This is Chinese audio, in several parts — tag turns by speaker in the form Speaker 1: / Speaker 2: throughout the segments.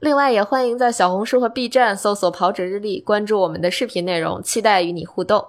Speaker 1: 另外，也欢迎在小红书和 B 站搜索“跑者日历”，关注我们的视频内容，期待与你互动。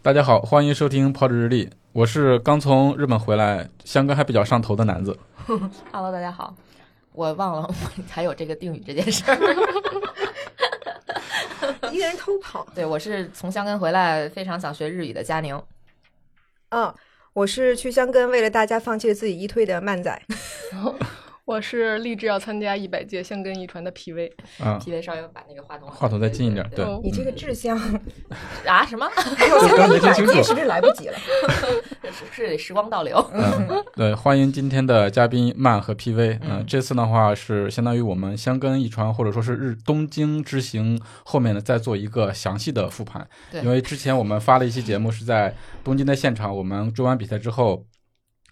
Speaker 2: 大家好，欢迎收听《跑者日历》，我是刚从日本回来，香根还比较上头的男子。
Speaker 1: Hello，大家好，我忘了 我还有这个定语这件事儿。
Speaker 3: 一个人偷 跑。
Speaker 1: 对我是从香根回来，非常想学日语的佳宁。
Speaker 3: 嗯，我是去香根为了大家放弃了自己一推的漫仔。
Speaker 4: 我是立志要参加一百届香根遗传的 PV，
Speaker 2: 啊，
Speaker 1: P V 稍微把那个话筒
Speaker 2: 话筒再近一点，对，
Speaker 4: 哦
Speaker 3: 你这个志向，
Speaker 1: 啊什么？
Speaker 3: 我现在一
Speaker 2: 听
Speaker 3: 百
Speaker 2: 清
Speaker 3: 届
Speaker 2: 楚
Speaker 3: 实是来不及了。
Speaker 1: 是是得时光倒流。
Speaker 2: 嗯，对，欢迎今天的嘉宾曼和 PV。嗯
Speaker 1: 嗯，
Speaker 2: 这次的话是相当于我们香根一传，或者说是日东京之行后面呢，再做一个详细的复盘。
Speaker 1: 对
Speaker 2: 因为之前我们发了一期节目，是在东京的现场，我们追完比赛之后，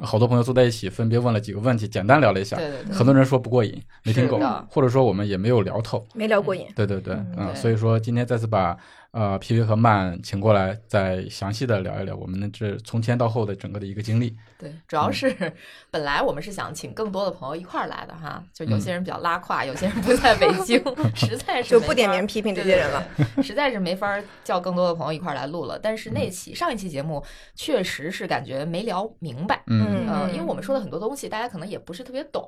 Speaker 2: 好多朋友坐在一起，分别问了几个问题，简单聊了一下。
Speaker 1: 对对对，
Speaker 2: 很多人说不过瘾，没听
Speaker 1: 是
Speaker 2: 懂
Speaker 1: 的，
Speaker 2: 或者说我们也没有聊透。
Speaker 3: 没聊过瘾。
Speaker 2: 对对对，嗯，
Speaker 1: 对
Speaker 2: 所以说今天再次把呃 PV 和曼请过来，再详细的聊一聊我们的这从前到后的整个的一个经历。
Speaker 1: 对，主
Speaker 3: 嗯
Speaker 1: 要是本来我们是想请更多的朋友一块儿来的哈，就有些人比较拉胯，有些人不在北 京，实在是
Speaker 3: 嗯就
Speaker 1: 没
Speaker 3: 不点
Speaker 1: 法儿
Speaker 3: 名批评这些人了，
Speaker 1: 对对对实在是没法儿叫更多的朋友一块儿来录了。但
Speaker 3: 嗯
Speaker 1: 是那期上一期节目确实是感觉没聊明白，
Speaker 2: 嗯
Speaker 3: 嗯
Speaker 1: 呃，因为我们说的很多东西，大家可能也不是特别懂，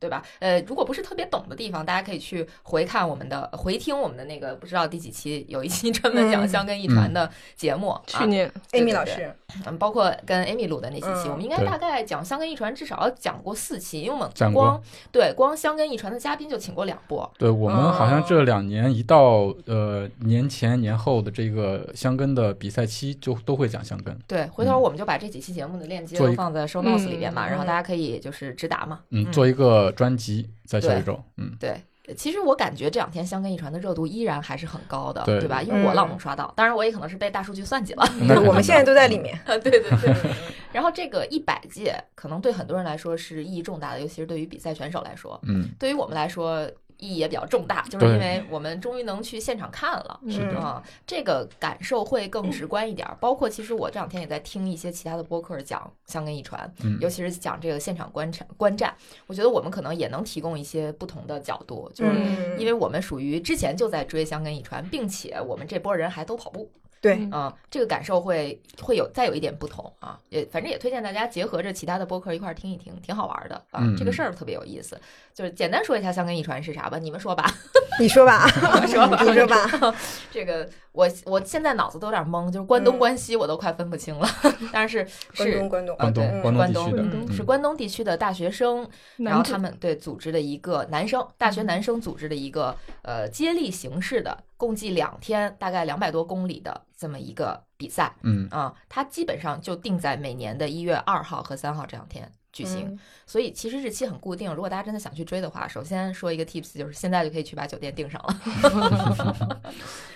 Speaker 1: 对吧？呃，如果不是特别懂的地方，大家可以去回看我们的、回听我们的那个不知道第几期，有一期专门讲
Speaker 3: 嗯
Speaker 1: 香根一传的节目，啊
Speaker 4: 去年
Speaker 1: 对对
Speaker 3: Amy 老
Speaker 1: 对
Speaker 3: 师，
Speaker 1: 嗯，包括跟 Amy 录的那几期，
Speaker 3: 嗯
Speaker 1: 我们应该
Speaker 2: 对
Speaker 1: 大概讲香根一传至少讲过四期，因为我们
Speaker 2: 讲过
Speaker 1: 光对光香根一传的嘉宾就请过两波，
Speaker 2: 对我们好像
Speaker 3: 哦
Speaker 2: 这两年一到呃年前年后的这个香根的比赛期，就都会讲香根。
Speaker 1: 对，回头我们就把这几期节目的链接
Speaker 2: 嗯做
Speaker 1: 都
Speaker 2: 一
Speaker 1: 放在 show notes
Speaker 4: 嗯
Speaker 1: 里边嘛，
Speaker 3: 嗯
Speaker 1: 然后大家可以就是直达嘛。
Speaker 2: 嗯，
Speaker 1: 嗯
Speaker 2: 做一个专辑在下一
Speaker 1: 对
Speaker 2: 周。嗯，
Speaker 1: 对，其实我感觉这两天香根一传的热度依然还是很高的，
Speaker 2: 对
Speaker 1: 对吧？因为我
Speaker 3: 嗯
Speaker 1: 老能刷到，当然我也可能是被大数据算计了。
Speaker 2: 那肯定
Speaker 3: 我们现在
Speaker 2: 的
Speaker 3: 都在里。面。
Speaker 1: 对对对。
Speaker 3: 嗯
Speaker 1: 然后这个一百届可能对很多人来说是意义重大的，尤其是对于比赛选手来说，
Speaker 2: 嗯，
Speaker 1: 对于我们来说意义也比较重大，就是
Speaker 2: 对
Speaker 1: 因为我们终于能去现场看了。
Speaker 2: 是
Speaker 3: 嗯
Speaker 2: 的，
Speaker 1: 啊、这个感受会更
Speaker 2: 嗯
Speaker 1: 直观一点儿。包括其实我这两天也在听一些其他的播客讲香根一传，
Speaker 2: 嗯
Speaker 1: 尤其是讲这个现场观察观战，我觉得我们可能也能提供一些不同的角度，就是
Speaker 3: 嗯，
Speaker 1: 因为我们属于之前就在追香根一传，并且我们这波人还都跑步，
Speaker 3: 对，
Speaker 4: 嗯
Speaker 2: 嗯
Speaker 1: 啊、这个感受会会有再有一点不同啊，也反正也推荐大家结合着其他的播客一块儿听一听，挺好玩的啊，
Speaker 2: 嗯
Speaker 1: 这个事儿特别有意思。就是简单说一下香根一传是啥吧，你们说吧，
Speaker 3: 你说吧，
Speaker 1: 我说吧，
Speaker 3: 你说吧。
Speaker 1: 这个我我现在脑子都有点懵，就是关东
Speaker 3: 嗯关
Speaker 1: 关西我都快分不 清了，但是
Speaker 3: 关
Speaker 1: 是
Speaker 3: 东，关东，
Speaker 1: 啊
Speaker 2: 关东
Speaker 1: 对
Speaker 2: 关东
Speaker 1: 关
Speaker 2: 地区的
Speaker 4: 东
Speaker 1: 嗯
Speaker 2: 嗯
Speaker 1: 是关东地区的大学生，然后他
Speaker 4: 男子
Speaker 1: 们对组织的一个男生大
Speaker 3: 嗯
Speaker 1: 学男生组织的一个呃接力形式的，共计两天，大概两百多公里的这么一个比赛
Speaker 2: 嗯，
Speaker 1: 啊，它基本上就定在每年的一月二号和三号这两天举行。
Speaker 3: 嗯
Speaker 1: 所以其实日期很固定。如果大家真的想去追的话，首先说一个 tips，就是现在就可以去把酒店订上了。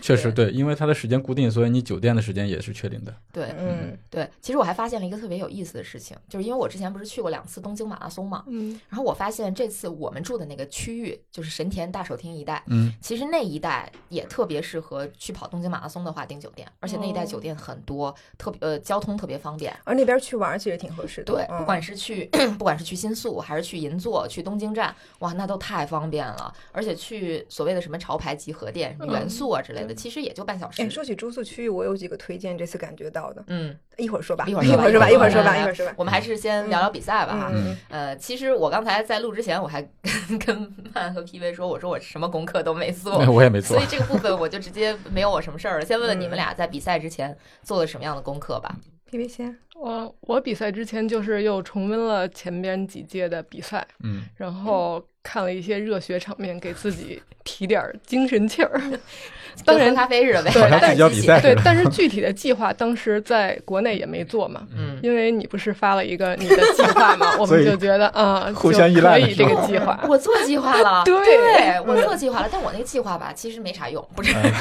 Speaker 2: 确实对，因为它的时间固定，所以你酒店的时间也是确定的。
Speaker 1: 对
Speaker 3: 嗯
Speaker 1: 对，其实我还发现了一个特别有意思的事情，就是因为我之前不是去过两次东京马拉松嘛，
Speaker 4: 嗯，
Speaker 1: 然后我发现这次我们住的那个区域就是神田大手町一带。
Speaker 2: 嗯
Speaker 1: 其实那一带也特别适合去跑东京马拉松的话订酒店，而且那一带
Speaker 4: 哦
Speaker 1: 酒店很多，特别呃交通特别方便。
Speaker 3: 而那边去玩儿其实挺合适的。
Speaker 1: 对，
Speaker 3: 嗯
Speaker 1: 不管是去 去，不管是去新宿还是去银座、去东京站，哇，那都太方便了。而且去所谓的什么潮牌集合店、什么元素啊之类的，其实也就半小时
Speaker 3: 哎，。说起住宿区，我有几个推荐，这次感觉到的，
Speaker 1: 嗯，
Speaker 3: 一会儿说吧，嗯
Speaker 1: 一
Speaker 3: 一
Speaker 1: 会
Speaker 3: 会
Speaker 1: 儿
Speaker 3: 儿
Speaker 1: 说吧
Speaker 3: 说吧，
Speaker 1: 一
Speaker 3: 一
Speaker 1: 会
Speaker 3: 会
Speaker 1: 儿
Speaker 3: 儿
Speaker 1: 说
Speaker 3: 说
Speaker 1: 吧
Speaker 3: 吧，一会儿说吧。
Speaker 1: 我们还是先聊聊比赛吧哈。
Speaker 2: 嗯
Speaker 1: 呃，其实我刚才在录之前，我还 跟曼和 PV 说，我说我什么功课都没做
Speaker 2: 哎，，我也没做
Speaker 1: 所以。这个部分我就直接没有我什么事儿了。先问问你们俩在比赛之前做了什么样的功课吧。
Speaker 3: P V 先，
Speaker 4: 我我比赛之前就是又重温了前边几届的比赛，
Speaker 2: 嗯，
Speaker 4: 然后看了一些热血场面，给自己提点儿精神气 儿。当
Speaker 1: 嗯就
Speaker 4: 然
Speaker 1: 喝，咖啡似的呗，
Speaker 4: 对
Speaker 1: 拿点
Speaker 2: 好像自己要比赛
Speaker 4: 对，但是具体的计划当时在国内也没做嘛。
Speaker 1: 嗯，
Speaker 4: 因为你不是发了一个你的计 划嘛，我
Speaker 2: 所以
Speaker 4: 们就觉得啊，
Speaker 2: 互
Speaker 4: 就
Speaker 2: 相依赖
Speaker 4: 可
Speaker 2: 的
Speaker 4: 以
Speaker 2: 时
Speaker 4: 这
Speaker 2: 候
Speaker 4: 个计划。
Speaker 1: 我做计划了，
Speaker 4: 对
Speaker 1: 我做计划了，但我那个计划吧，其实没啥用，不是？
Speaker 2: 嗯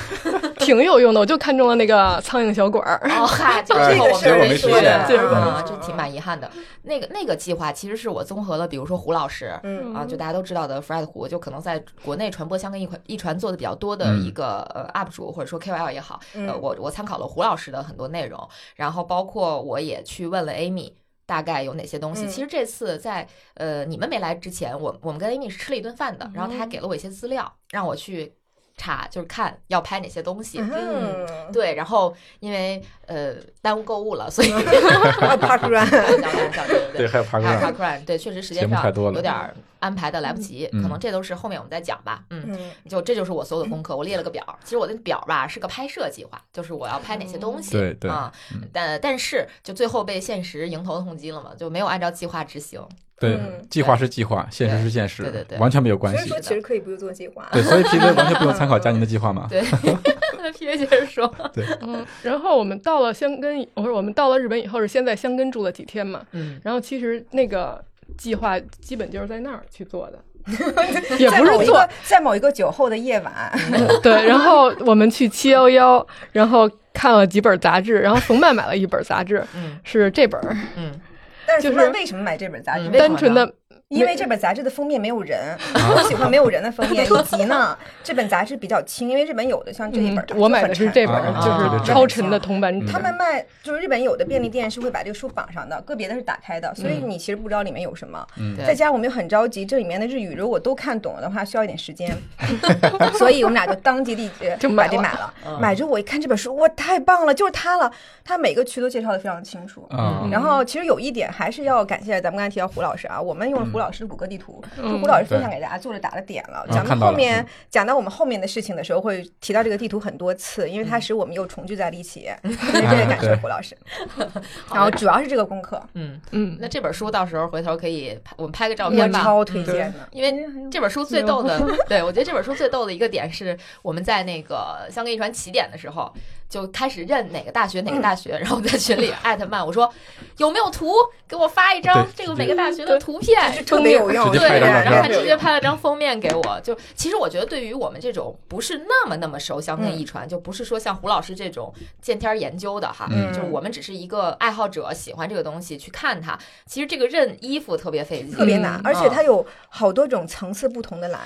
Speaker 4: 挺有用的，我就看中了那个苍蝇小馆儿。
Speaker 1: 哦嗨，就是
Speaker 2: 哎
Speaker 1: 我
Speaker 2: 结果
Speaker 1: 们
Speaker 2: 没实
Speaker 1: 说的
Speaker 2: 现
Speaker 3: 结果没
Speaker 1: 啊，
Speaker 3: 实
Speaker 1: 这
Speaker 3: 现
Speaker 1: 挺蛮遗憾的。那个那个计划其实是我综合了，比如说胡老师。
Speaker 3: 嗯
Speaker 1: 啊，就大家都知道的 Fred 胡，就可能在国内传播香跟一传一传做的比较多的
Speaker 2: 嗯
Speaker 1: 一个呃 UP 主或者说 KOL 也好，呃，
Speaker 3: 嗯
Speaker 1: 我我参考了胡老师的很多内容，然后包括我也去问了 Amy。大概有哪些东西？
Speaker 3: 嗯
Speaker 1: 其实这次在呃你们没来之前，我我们跟 Amy 是吃了一顿饭
Speaker 3: 嗯
Speaker 1: 的，然后她还给了我一些资料，让我去查，就是看要拍哪些东西。嗯，
Speaker 3: 嗯，
Speaker 1: 对。然后因为呃耽误购物了，所 以
Speaker 3: 啊，Park Run，
Speaker 1: 叫叫叫对对
Speaker 2: 对，
Speaker 1: 对，
Speaker 2: 还有爬
Speaker 1: 还有 p a
Speaker 2: 杆，
Speaker 1: r n 对，确实时
Speaker 2: 节
Speaker 1: 间
Speaker 2: 目
Speaker 1: 上
Speaker 2: 太多了
Speaker 1: 有点
Speaker 3: 嗯
Speaker 1: 儿安排的来不及，
Speaker 2: 嗯
Speaker 1: 可能这都是后面我们再讲吧。嗯，
Speaker 3: 嗯
Speaker 1: 就这就是我所有的功课，我列了个表儿。其实我的表儿吧是个拍摄计划，就是我要拍哪些东西。
Speaker 2: 对对
Speaker 1: 啊
Speaker 2: 嗯，
Speaker 1: 但但是就最后被现实迎头痛击了嘛，就没有按照计划执行。
Speaker 2: 对
Speaker 3: 嗯，
Speaker 2: 计划是计划，现实是现实，
Speaker 1: 对对对
Speaker 2: 完全没有关
Speaker 3: 所以
Speaker 2: 系
Speaker 3: 说。其实可以不用做计划，
Speaker 2: 对，所以 P V 完全不用参考佳宁的计划嘛。
Speaker 1: 对，皮皮接着说，
Speaker 4: 嗯，然后我们到了香根以，我说我们到了日本以后是先在香根住了几天嘛，
Speaker 1: 嗯，
Speaker 4: 然后其实那个计划基本就是在那儿去做的，也
Speaker 3: 在
Speaker 4: 不
Speaker 3: 某
Speaker 4: 是
Speaker 3: 一
Speaker 4: 做嗯
Speaker 3: 个在某一个酒后的夜晚，
Speaker 4: 对。然后我们去七幺幺，然后看了几本杂志，然后冯曼买了一本杂志，
Speaker 1: 嗯
Speaker 4: 是这本儿，
Speaker 1: 嗯，
Speaker 3: 但是
Speaker 4: 就是
Speaker 3: 冯曼为什么买这本杂志？
Speaker 1: 嗯
Speaker 3: 为什
Speaker 4: 单
Speaker 3: 么
Speaker 4: 纯的
Speaker 3: 因为这本杂志的封面没有 人，我喜欢没有人的封面，以及呢，这本杂志比较轻，因为日本有的像这一
Speaker 4: 嗯
Speaker 3: 本，它
Speaker 4: 我买的是这本儿，
Speaker 2: 啊
Speaker 4: 就
Speaker 1: 啊
Speaker 4: 是超沉的铜版
Speaker 2: 嗯
Speaker 4: 纸
Speaker 3: 他。们卖就是日本有的便利店是会把这个书绑上的，个别的是打开的，所以你其实不知道里面有什么。
Speaker 2: 嗯
Speaker 1: 对
Speaker 3: 再加上我们又很着急，这里面的日语如果都看懂了的话，需要一点时间，所以我们俩就当机立决
Speaker 4: 就买
Speaker 3: 把
Speaker 4: 了
Speaker 3: 这买了
Speaker 1: 嗯。
Speaker 3: 买着我一看这本书，哇，太棒了，就是它了。它每个区都介绍的非常清楚。
Speaker 2: 啊
Speaker 1: 嗯，
Speaker 3: 然后其实有一点还是要感谢咱们刚才提到胡老师啊，我们用了胡老师的谷歌地图，
Speaker 4: 嗯
Speaker 3: 就胡老师分享给大家做着打了点了。
Speaker 2: 嗯
Speaker 3: 咱
Speaker 2: 看
Speaker 3: 们
Speaker 2: 到了
Speaker 3: 后面讲到我们后面的事情的时候，会提到这个地图很多次，因为它使我们又重聚在了一起，所以这个感
Speaker 2: 对
Speaker 3: 谢胡老师。然后主要是这个功课，
Speaker 1: 嗯，
Speaker 4: 嗯，
Speaker 1: 那这本书到时候回头可以拍，我们拍个照
Speaker 3: 我
Speaker 1: 片吧。
Speaker 3: 超推荐的。
Speaker 1: 因为这本书最逗的，对我觉得这本书最逗的一个点是，我们在那个香格一传起点的时候，就开始认哪个大学哪个大学，然后我在群里艾特曼，我说有没有图，给我发一张
Speaker 2: 对
Speaker 1: 这个每个大学的图片，
Speaker 3: 是特别有用，
Speaker 2: 直接拍
Speaker 1: 对，
Speaker 2: 张照
Speaker 1: 然后他
Speaker 2: 片
Speaker 1: 直接拍了张封面给我。就其实我觉得，对于我们这种不是那么那么熟香
Speaker 3: 嗯
Speaker 1: 根一传，就不是说像胡老师这种见天儿研究的哈，
Speaker 2: 嗯
Speaker 1: 就我们只是一个爱好者，喜欢这个东西去看它。其实这个认衣服特别费劲，
Speaker 3: 特别难
Speaker 4: 嗯，
Speaker 3: 而且它有好多种层次不同的蓝，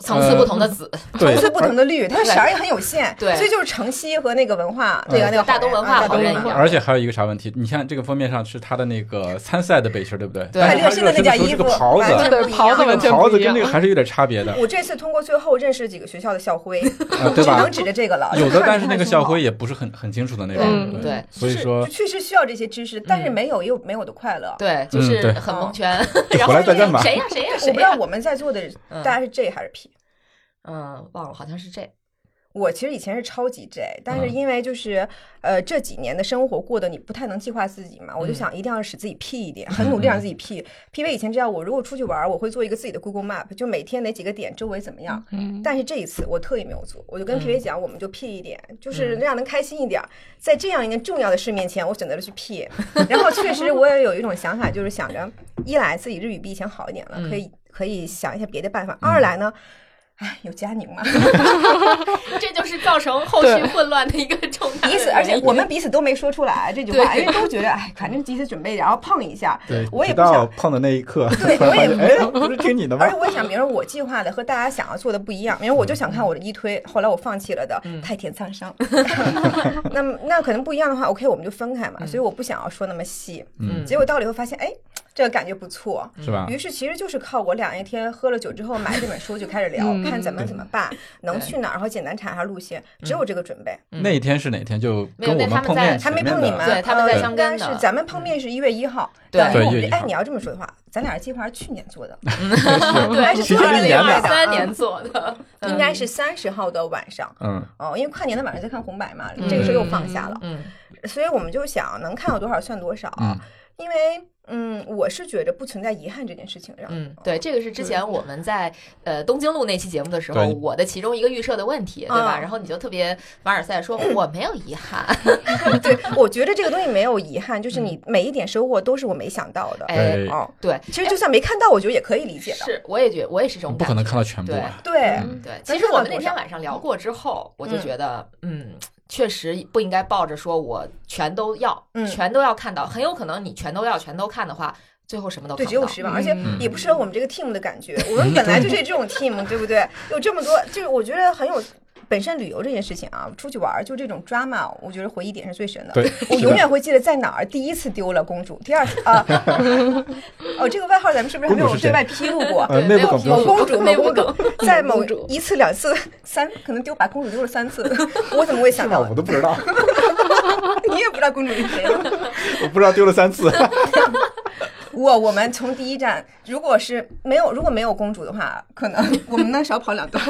Speaker 1: 层次不同的紫，
Speaker 2: 对
Speaker 3: 层次不同的绿，它的
Speaker 1: 对
Speaker 3: 色儿也很有限，
Speaker 1: 对
Speaker 3: 所以就是城西和那个文化，那
Speaker 2: 嗯
Speaker 3: 个那个
Speaker 1: 大东文化
Speaker 3: 啊大
Speaker 1: 好
Speaker 3: 东
Speaker 1: 认
Speaker 3: 文
Speaker 1: 一点
Speaker 3: 化。
Speaker 2: 而且还有一个啥问题？你看这个封面上是他的那个参赛的背心儿，对不对？
Speaker 1: 对
Speaker 2: 但
Speaker 3: 还
Speaker 2: 是他
Speaker 3: 热心的那件
Speaker 2: 时候
Speaker 3: 衣
Speaker 2: 是
Speaker 3: 服
Speaker 2: 个袍子，
Speaker 3: 完全
Speaker 4: 对
Speaker 3: 不一样
Speaker 4: 袍子完全
Speaker 2: 袍子
Speaker 4: 不一
Speaker 2: 跟
Speaker 4: 样
Speaker 2: 那个。还是有点差别的，
Speaker 3: 我这次通过最后认识几个学校的校徽，
Speaker 2: 啊，对
Speaker 3: 只
Speaker 2: 吧
Speaker 3: 能？指着这个了。
Speaker 2: 有 的，
Speaker 3: 看
Speaker 2: 但是那个校。
Speaker 3: 看
Speaker 2: 徽也不是很很清楚的那
Speaker 4: 嗯
Speaker 2: 种，
Speaker 1: 对
Speaker 2: 所以
Speaker 3: 是
Speaker 2: 说
Speaker 3: 就确实需要这些知识，但是
Speaker 1: 嗯
Speaker 3: 没有也有没有的快乐。
Speaker 1: 对，就
Speaker 2: 嗯对
Speaker 1: 是很蒙
Speaker 3: 哦
Speaker 1: 圈。
Speaker 2: 回
Speaker 1: 然后
Speaker 2: 来再认吧
Speaker 1: 谁呀谁呀
Speaker 3: 我
Speaker 1: 谁
Speaker 3: 不知道
Speaker 1: 呀？
Speaker 3: 我们在座的
Speaker 1: 嗯
Speaker 3: 大家是 J 还是 P。
Speaker 1: 嗯，忘了，好像是这。
Speaker 3: 我其实以前是超级 J，但是
Speaker 2: 嗯
Speaker 3: 因为就是呃这几年的生活过得你不太能计划自己嘛，我就想一定要使自己 P 一点，很努力让自己 P。P V 以前知道我如果出去玩，我会做一个自己的 Google Map，就每天哪几个点周围怎么样。
Speaker 4: 嗯
Speaker 3: 但是这一次我特意没有做，我就
Speaker 1: 嗯
Speaker 3: 跟 P V 讲，我们就 P 一点，就是让人开心一点。在这样一件重要的事面前，我选择了去 P。然后确实我也有一种想法，就是想着一来自己日语比以前好一点了，可以可以想一些别的办法；二来呢，哎，有佳宁嘛。
Speaker 1: 这就是造成后续
Speaker 4: 对
Speaker 1: 混乱的一个重大的
Speaker 3: 彼此，而且我们彼此都没说出来这句话，
Speaker 1: 对
Speaker 3: 因为都觉得哎，反正彼此准备，然后碰一下。
Speaker 2: 对，
Speaker 3: 我也
Speaker 2: 直
Speaker 3: 不
Speaker 2: 到
Speaker 3: 想，
Speaker 2: 碰的那一刻，
Speaker 3: 对
Speaker 2: 突然发现
Speaker 3: 我也
Speaker 2: 哎，不是听你的吗
Speaker 3: 而且？我也想，比如说我计划的和大家想要做的不一样，因为我就想看我的一推，后来我放弃了的，太田沧商。那么那可能不一样的话，OK，我们就分开嘛。所以我不想要说那么细。
Speaker 1: 嗯
Speaker 3: 结果到了以后发现，哎，这个感觉不错。
Speaker 2: 是吧？
Speaker 3: 于是其实就是靠我俩那天喝了酒之后买这本书就开始聊，
Speaker 4: 嗯
Speaker 3: 看怎么怎么办，能去哪儿，然后简单查查路线，只有这个准备。
Speaker 1: 嗯
Speaker 2: 那一天是哪天就
Speaker 1: 没有
Speaker 2: 跟我
Speaker 1: 那他
Speaker 2: 们
Speaker 1: 们
Speaker 2: 碰面
Speaker 1: 在
Speaker 3: 还
Speaker 2: 前
Speaker 3: 没
Speaker 2: 面的，
Speaker 3: 碰你们，
Speaker 1: 对他们在
Speaker 3: 呃
Speaker 1: 香
Speaker 3: 应
Speaker 1: 根
Speaker 3: 该
Speaker 1: 的
Speaker 3: 是咱们碰面是一月一号，
Speaker 1: 对
Speaker 3: 然后我
Speaker 2: 对
Speaker 3: 们
Speaker 2: 1月1号
Speaker 3: 哎，你要这么说的话，咱俩计划是去年做 的，
Speaker 1: 对，
Speaker 3: 是
Speaker 2: 其
Speaker 3: 做
Speaker 2: 实
Speaker 3: 了
Speaker 2: 一
Speaker 3: 另
Speaker 2: 年
Speaker 3: 外的
Speaker 2: 的，
Speaker 1: 三年做的， 嗯
Speaker 3: 应该是三十号的晚上。
Speaker 2: 嗯，
Speaker 3: 哦，因为跨年的晚上在看红白嘛，
Speaker 1: 嗯
Speaker 3: 这个时候又放下了，
Speaker 1: 嗯
Speaker 3: 所以我们就想能看到多少算多少。
Speaker 2: 嗯
Speaker 3: 因为嗯，我是觉得不存在遗憾这件事情上。
Speaker 1: 嗯，对，这个是之前我们在呃东京录那期节目的时候，
Speaker 2: 对
Speaker 1: 我的其中一个预设的问题，对吧？
Speaker 3: 嗯
Speaker 1: 然后你就特别凡尔赛说我没有遗憾，
Speaker 3: 对， 我觉得这个东西没有遗憾，就是你每一点收获都是我没想到的。
Speaker 1: 嗯哎，
Speaker 2: 对，
Speaker 3: 哦，
Speaker 1: 对，
Speaker 3: 其实就算没看到，我觉得也可以理解的。
Speaker 1: 是，我也觉我也是这种
Speaker 2: 不
Speaker 1: 感
Speaker 2: 可能
Speaker 1: 觉
Speaker 2: 看到全部
Speaker 1: 对
Speaker 2: 啊，
Speaker 3: 对，
Speaker 2: 嗯
Speaker 1: 对，
Speaker 3: 咱
Speaker 1: 其实
Speaker 3: 看
Speaker 1: 我
Speaker 3: 到
Speaker 1: 们那
Speaker 3: 多
Speaker 1: 天
Speaker 3: 少
Speaker 1: 晚上聊过之后，我就
Speaker 3: 嗯
Speaker 1: 觉得，嗯，确实不应该抱着说我全都要，
Speaker 3: 嗯
Speaker 1: 全都要看到，很有可能你全都要、全都看的话，最后什么都
Speaker 3: 对，
Speaker 1: 看
Speaker 3: 只
Speaker 1: 不到
Speaker 3: 有。失望，而且
Speaker 4: 嗯
Speaker 3: 也不适合我们这个 team 的 感觉。我们本来就是这种 team，对不对？有这么多，就是我觉得很有。本身旅游这件事情啊，出去玩儿就这种 drama，我觉得回忆点是最深的。
Speaker 2: 对，
Speaker 3: 我
Speaker 2: 是
Speaker 3: 永
Speaker 2: 的
Speaker 3: 远会记得在哪儿第一次丢了公主，第二次 啊，哦，这个外号咱们是不是还没
Speaker 2: 公主
Speaker 3: 有
Speaker 2: 是谁
Speaker 3: 哦对外披露过？
Speaker 2: 呃内部梗
Speaker 3: 某
Speaker 2: 不
Speaker 3: 公主，某
Speaker 1: 内部
Speaker 3: 公
Speaker 1: 梗
Speaker 3: 主，在某
Speaker 4: 公主
Speaker 3: 一次、两次、三，可能丢把公主丢了三次， 我怎么会想到？
Speaker 2: 都不知道，
Speaker 3: 你也不知道公主是谁吗？
Speaker 2: 我不知道丢了三次，
Speaker 3: 我我们从第一站，如果是没有如果没有公主的话，可能我们能少跑两段，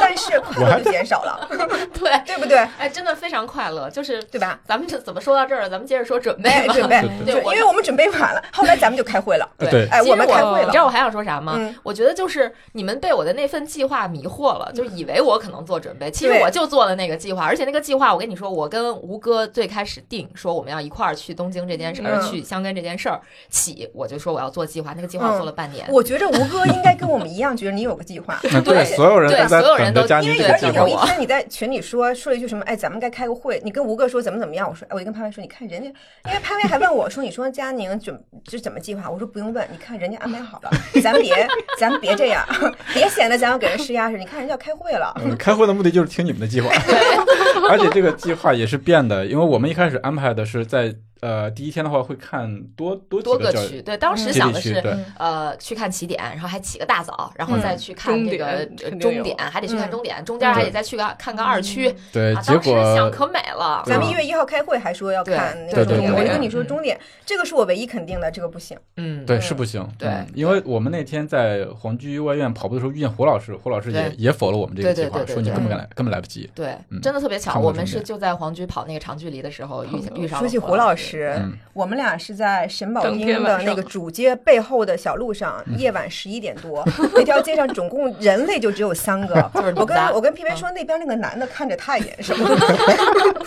Speaker 3: 但是快乐就减少了，
Speaker 1: 对，
Speaker 3: 对不对？
Speaker 1: 哎，真的非常快乐，就是
Speaker 3: 对吧？
Speaker 1: 咱们这怎么说到这儿了？咱们接着说准备
Speaker 3: 哎，
Speaker 1: 吧。
Speaker 3: 准备
Speaker 2: 对，
Speaker 1: 对
Speaker 3: 准
Speaker 1: 我
Speaker 3: 因为我们准备晚了，后来咱们就开会了。
Speaker 2: 对
Speaker 3: 哎，
Speaker 1: 其实
Speaker 3: 我们开会
Speaker 1: 你
Speaker 3: 了
Speaker 1: 知。道我还想说啥吗？
Speaker 3: 嗯
Speaker 1: 我觉得就是你们被我的那份计划迷惑了，就以为我可能做准备，其实
Speaker 3: 对
Speaker 1: 我就做了那个计划，而且那个计划我跟你说，我跟吴哥最开始定说我们要一块儿去东京这件事儿，呃
Speaker 3: 嗯
Speaker 1: 去香根这件事儿起，我就说我要做计划，那个计划我做了半年。
Speaker 3: 我觉着吴哥应该跟我们一样，觉得你有个计划，
Speaker 2: 那对，
Speaker 1: 对
Speaker 2: 所有人
Speaker 1: 对
Speaker 2: 都在
Speaker 1: 所有
Speaker 2: 等
Speaker 1: 人
Speaker 2: 着
Speaker 1: 都
Speaker 2: 佳
Speaker 3: 因
Speaker 2: 宁
Speaker 3: 为
Speaker 2: 这
Speaker 1: 个
Speaker 2: 个
Speaker 3: 而
Speaker 2: 计
Speaker 3: 且有
Speaker 2: 划
Speaker 3: 一
Speaker 1: 划
Speaker 3: 天你在群里说说了一句什么，哎，咱们该开个会，你跟吴哥说怎么怎么样，我说，哎，我就跟潘潘说，你看人家，因为潘潘还问我说，你说佳宁准这怎么计划？我说不用问，你看人家安排好了，咱别咱别这样， 别显得咱们给人施压似的，你看人家要开会了，
Speaker 2: 嗯，开会的目的就是听你们的计划， 而且这个计划也是变的，因为我们一开始安排的是在呃第一天的话会看多多
Speaker 1: 多
Speaker 2: 几
Speaker 1: 个
Speaker 2: 教
Speaker 1: 区，对，当
Speaker 3: 嗯
Speaker 1: 时
Speaker 2: 基
Speaker 1: 想
Speaker 2: 地
Speaker 1: 的
Speaker 2: 区，
Speaker 1: 是，
Speaker 2: 对，
Speaker 1: 呃，去看起点，然后还起个大早，然后
Speaker 3: 嗯
Speaker 1: 再去看
Speaker 4: 终
Speaker 1: 这个呃
Speaker 4: 点肯定
Speaker 1: 终
Speaker 4: 有
Speaker 1: 点，还得去看
Speaker 3: 嗯
Speaker 1: 终点，中间还得
Speaker 2: 对
Speaker 1: 再去看看个二区。
Speaker 2: 对，
Speaker 1: 啊，
Speaker 2: 结
Speaker 1: 当时想
Speaker 2: 果
Speaker 1: 可美了，
Speaker 3: 咱们
Speaker 2: 嗯
Speaker 3: 一月一号开会还说要看那
Speaker 2: 对
Speaker 3: 个
Speaker 2: 对
Speaker 3: 终点，
Speaker 2: 对
Speaker 3: 我就
Speaker 2: 对
Speaker 3: 跟你说终点，这个是我唯一肯定的，这个不行。
Speaker 1: 嗯，
Speaker 2: 对
Speaker 3: 嗯
Speaker 2: 是不行，
Speaker 1: 对
Speaker 2: 嗯因为我们那天在皇居外院跑步的时候遇见胡老师，胡老师也
Speaker 1: 对
Speaker 2: 也否了我们这个
Speaker 1: 对对
Speaker 2: 计划，
Speaker 1: 对对
Speaker 2: 说你
Speaker 1: 对
Speaker 2: 根本来根本来不及，
Speaker 1: 对
Speaker 2: 嗯，
Speaker 1: 真的特别巧，
Speaker 2: 看不
Speaker 1: 我
Speaker 2: 出
Speaker 1: 们
Speaker 2: 面
Speaker 1: 是就在黄居跑那个长距离的时候遇遇上了
Speaker 3: 哦说起
Speaker 1: 胡
Speaker 3: 胡老，师，
Speaker 2: 嗯
Speaker 3: 我们俩是在沈宝
Speaker 4: 当
Speaker 3: 英
Speaker 4: 天晚
Speaker 3: 的
Speaker 4: 上
Speaker 3: 那个主街背后的小路上，
Speaker 1: 嗯
Speaker 3: 夜晚十一点多， 那条街上总共人类就只有三个。
Speaker 1: 就是嗯你
Speaker 3: 我跟
Speaker 1: 仨
Speaker 3: 我跟皮皮说，那边那个男的看着太眼熟了，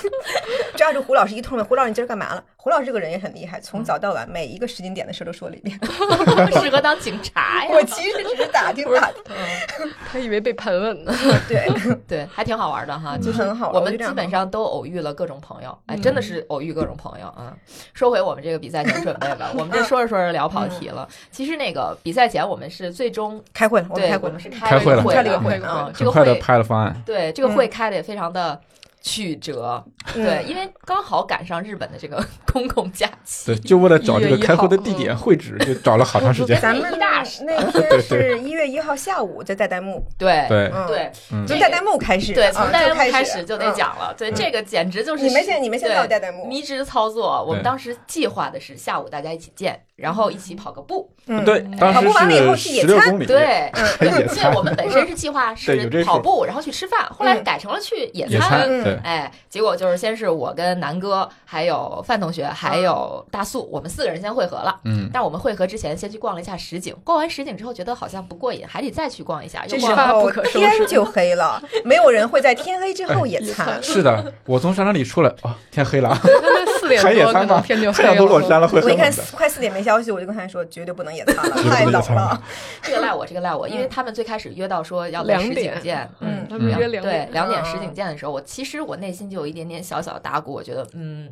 Speaker 3: 抓住胡老师一通问，胡老师你今儿干嘛了？胡老师这个人也很厉害，从早到晚每一个时间点的事儿都说了一遍。
Speaker 1: 适 合当警察哎呀
Speaker 3: 我。其实只是打听打听，
Speaker 4: 他以为被盘问呢。
Speaker 3: 对，
Speaker 1: 对，还挺好玩的 哈，
Speaker 2: 嗯
Speaker 1: 就是
Speaker 3: 很好玩
Speaker 1: 我
Speaker 3: 我
Speaker 1: 们
Speaker 3: 觉
Speaker 1: 基
Speaker 3: 得这样
Speaker 1: 本上都偶遇了各种朋友，哎，
Speaker 3: 嗯
Speaker 1: 真的是偶遇各种朋友啊。说回我们这个比赛前准备吧，我们 这说着说着聊
Speaker 3: 嗯
Speaker 1: 跑题了。其实那个比赛前我们是最终
Speaker 3: 开会了，我们
Speaker 1: 对
Speaker 3: 开
Speaker 1: 我
Speaker 3: 会嗯了
Speaker 1: 们。是
Speaker 2: 开
Speaker 1: 会
Speaker 2: 会
Speaker 1: 了
Speaker 2: 了
Speaker 3: 开了
Speaker 1: 的
Speaker 3: 个会
Speaker 4: 嗯
Speaker 1: 嗯，
Speaker 2: 很
Speaker 1: 这个
Speaker 2: 快的
Speaker 1: 会
Speaker 2: 拍了方 案，
Speaker 1: 对这个
Speaker 3: 嗯
Speaker 1: 会开的也非常的曲折，
Speaker 3: 嗯，
Speaker 1: 对，因为刚好赶上日本的这个 公共假期，
Speaker 2: 对，就为了找这个
Speaker 4: 1月1
Speaker 2: 开会的地
Speaker 1: 嗯
Speaker 2: 点会址，就找了好长时间
Speaker 3: 咱们那天是一月一号下午在带弹幕，
Speaker 1: 对
Speaker 2: 对，
Speaker 3: 嗯，
Speaker 1: 对，
Speaker 2: 嗯
Speaker 3: 从带弹幕开始，
Speaker 1: 对，
Speaker 3: 啊
Speaker 1: 从弹幕
Speaker 3: 就
Speaker 1: 开
Speaker 3: 开
Speaker 1: 始就得
Speaker 3: 嗯
Speaker 1: 讲了。对，
Speaker 2: 嗯
Speaker 1: 这个简直就是
Speaker 3: 你们现你们现在有带弹幕，
Speaker 1: 迷之操作。我们
Speaker 2: 对
Speaker 1: 当时计划的是下午大家一起见，然后一起跑个步。
Speaker 3: 嗯
Speaker 2: 对，当
Speaker 3: 跑步完了以后
Speaker 2: 时
Speaker 3: 去
Speaker 2: 是
Speaker 3: 野
Speaker 2: 十六
Speaker 3: 餐
Speaker 2: 公里，
Speaker 1: 对，
Speaker 2: 还野
Speaker 1: 所以
Speaker 2: 餐
Speaker 1: 我，们本身是计划
Speaker 2: 啊对有这
Speaker 1: 是
Speaker 2: 说
Speaker 1: 跑步，然后去吃饭，后来
Speaker 3: 嗯
Speaker 1: 改成了去 野
Speaker 2: 野餐，
Speaker 1: 餐。
Speaker 3: 嗯
Speaker 2: 对，
Speaker 1: 哎，结果就是先是我跟南哥，还有范同学，还有大素，我们四个人先汇合了。
Speaker 2: 嗯，
Speaker 1: 但我们汇合之前，先去逛了一下实景，逛完实景之后觉得好像不过瘾，还得再去逛一下。又
Speaker 3: 这
Speaker 1: 逛
Speaker 3: 时
Speaker 1: 了
Speaker 3: 候
Speaker 4: 不可收拾
Speaker 3: 天就 黑了，没有人会在天黑之后野
Speaker 4: 哎
Speaker 3: 餐
Speaker 4: 野。
Speaker 2: 是的，我从商场里出来，啊，天黑了啊，
Speaker 4: 他那四点
Speaker 2: 还野
Speaker 4: 多可
Speaker 2: 餐
Speaker 4: 能
Speaker 2: 吗？
Speaker 4: 天就黑
Speaker 2: 太阳都落山
Speaker 4: 了。
Speaker 2: 了，会
Speaker 3: 我
Speaker 2: 黑
Speaker 3: 一看
Speaker 2: 的。
Speaker 3: 快四点没消息，我就跟他说绝对不能野餐了，
Speaker 2: 绝对不能
Speaker 3: 太冷
Speaker 2: 野餐
Speaker 3: 了
Speaker 2: 了。
Speaker 1: 这个赖我，这个赖我，因为他们最开始约到说要在
Speaker 4: 两
Speaker 1: 实景
Speaker 4: 点
Speaker 1: 见，嗯
Speaker 3: 嗯，
Speaker 4: 他
Speaker 2: 嗯
Speaker 4: 们约两
Speaker 1: 对，
Speaker 4: 点，
Speaker 1: 两点
Speaker 3: 啊
Speaker 1: 实景见的时候，我其实我内心就有一点点小小的打鼓，我觉得，嗯，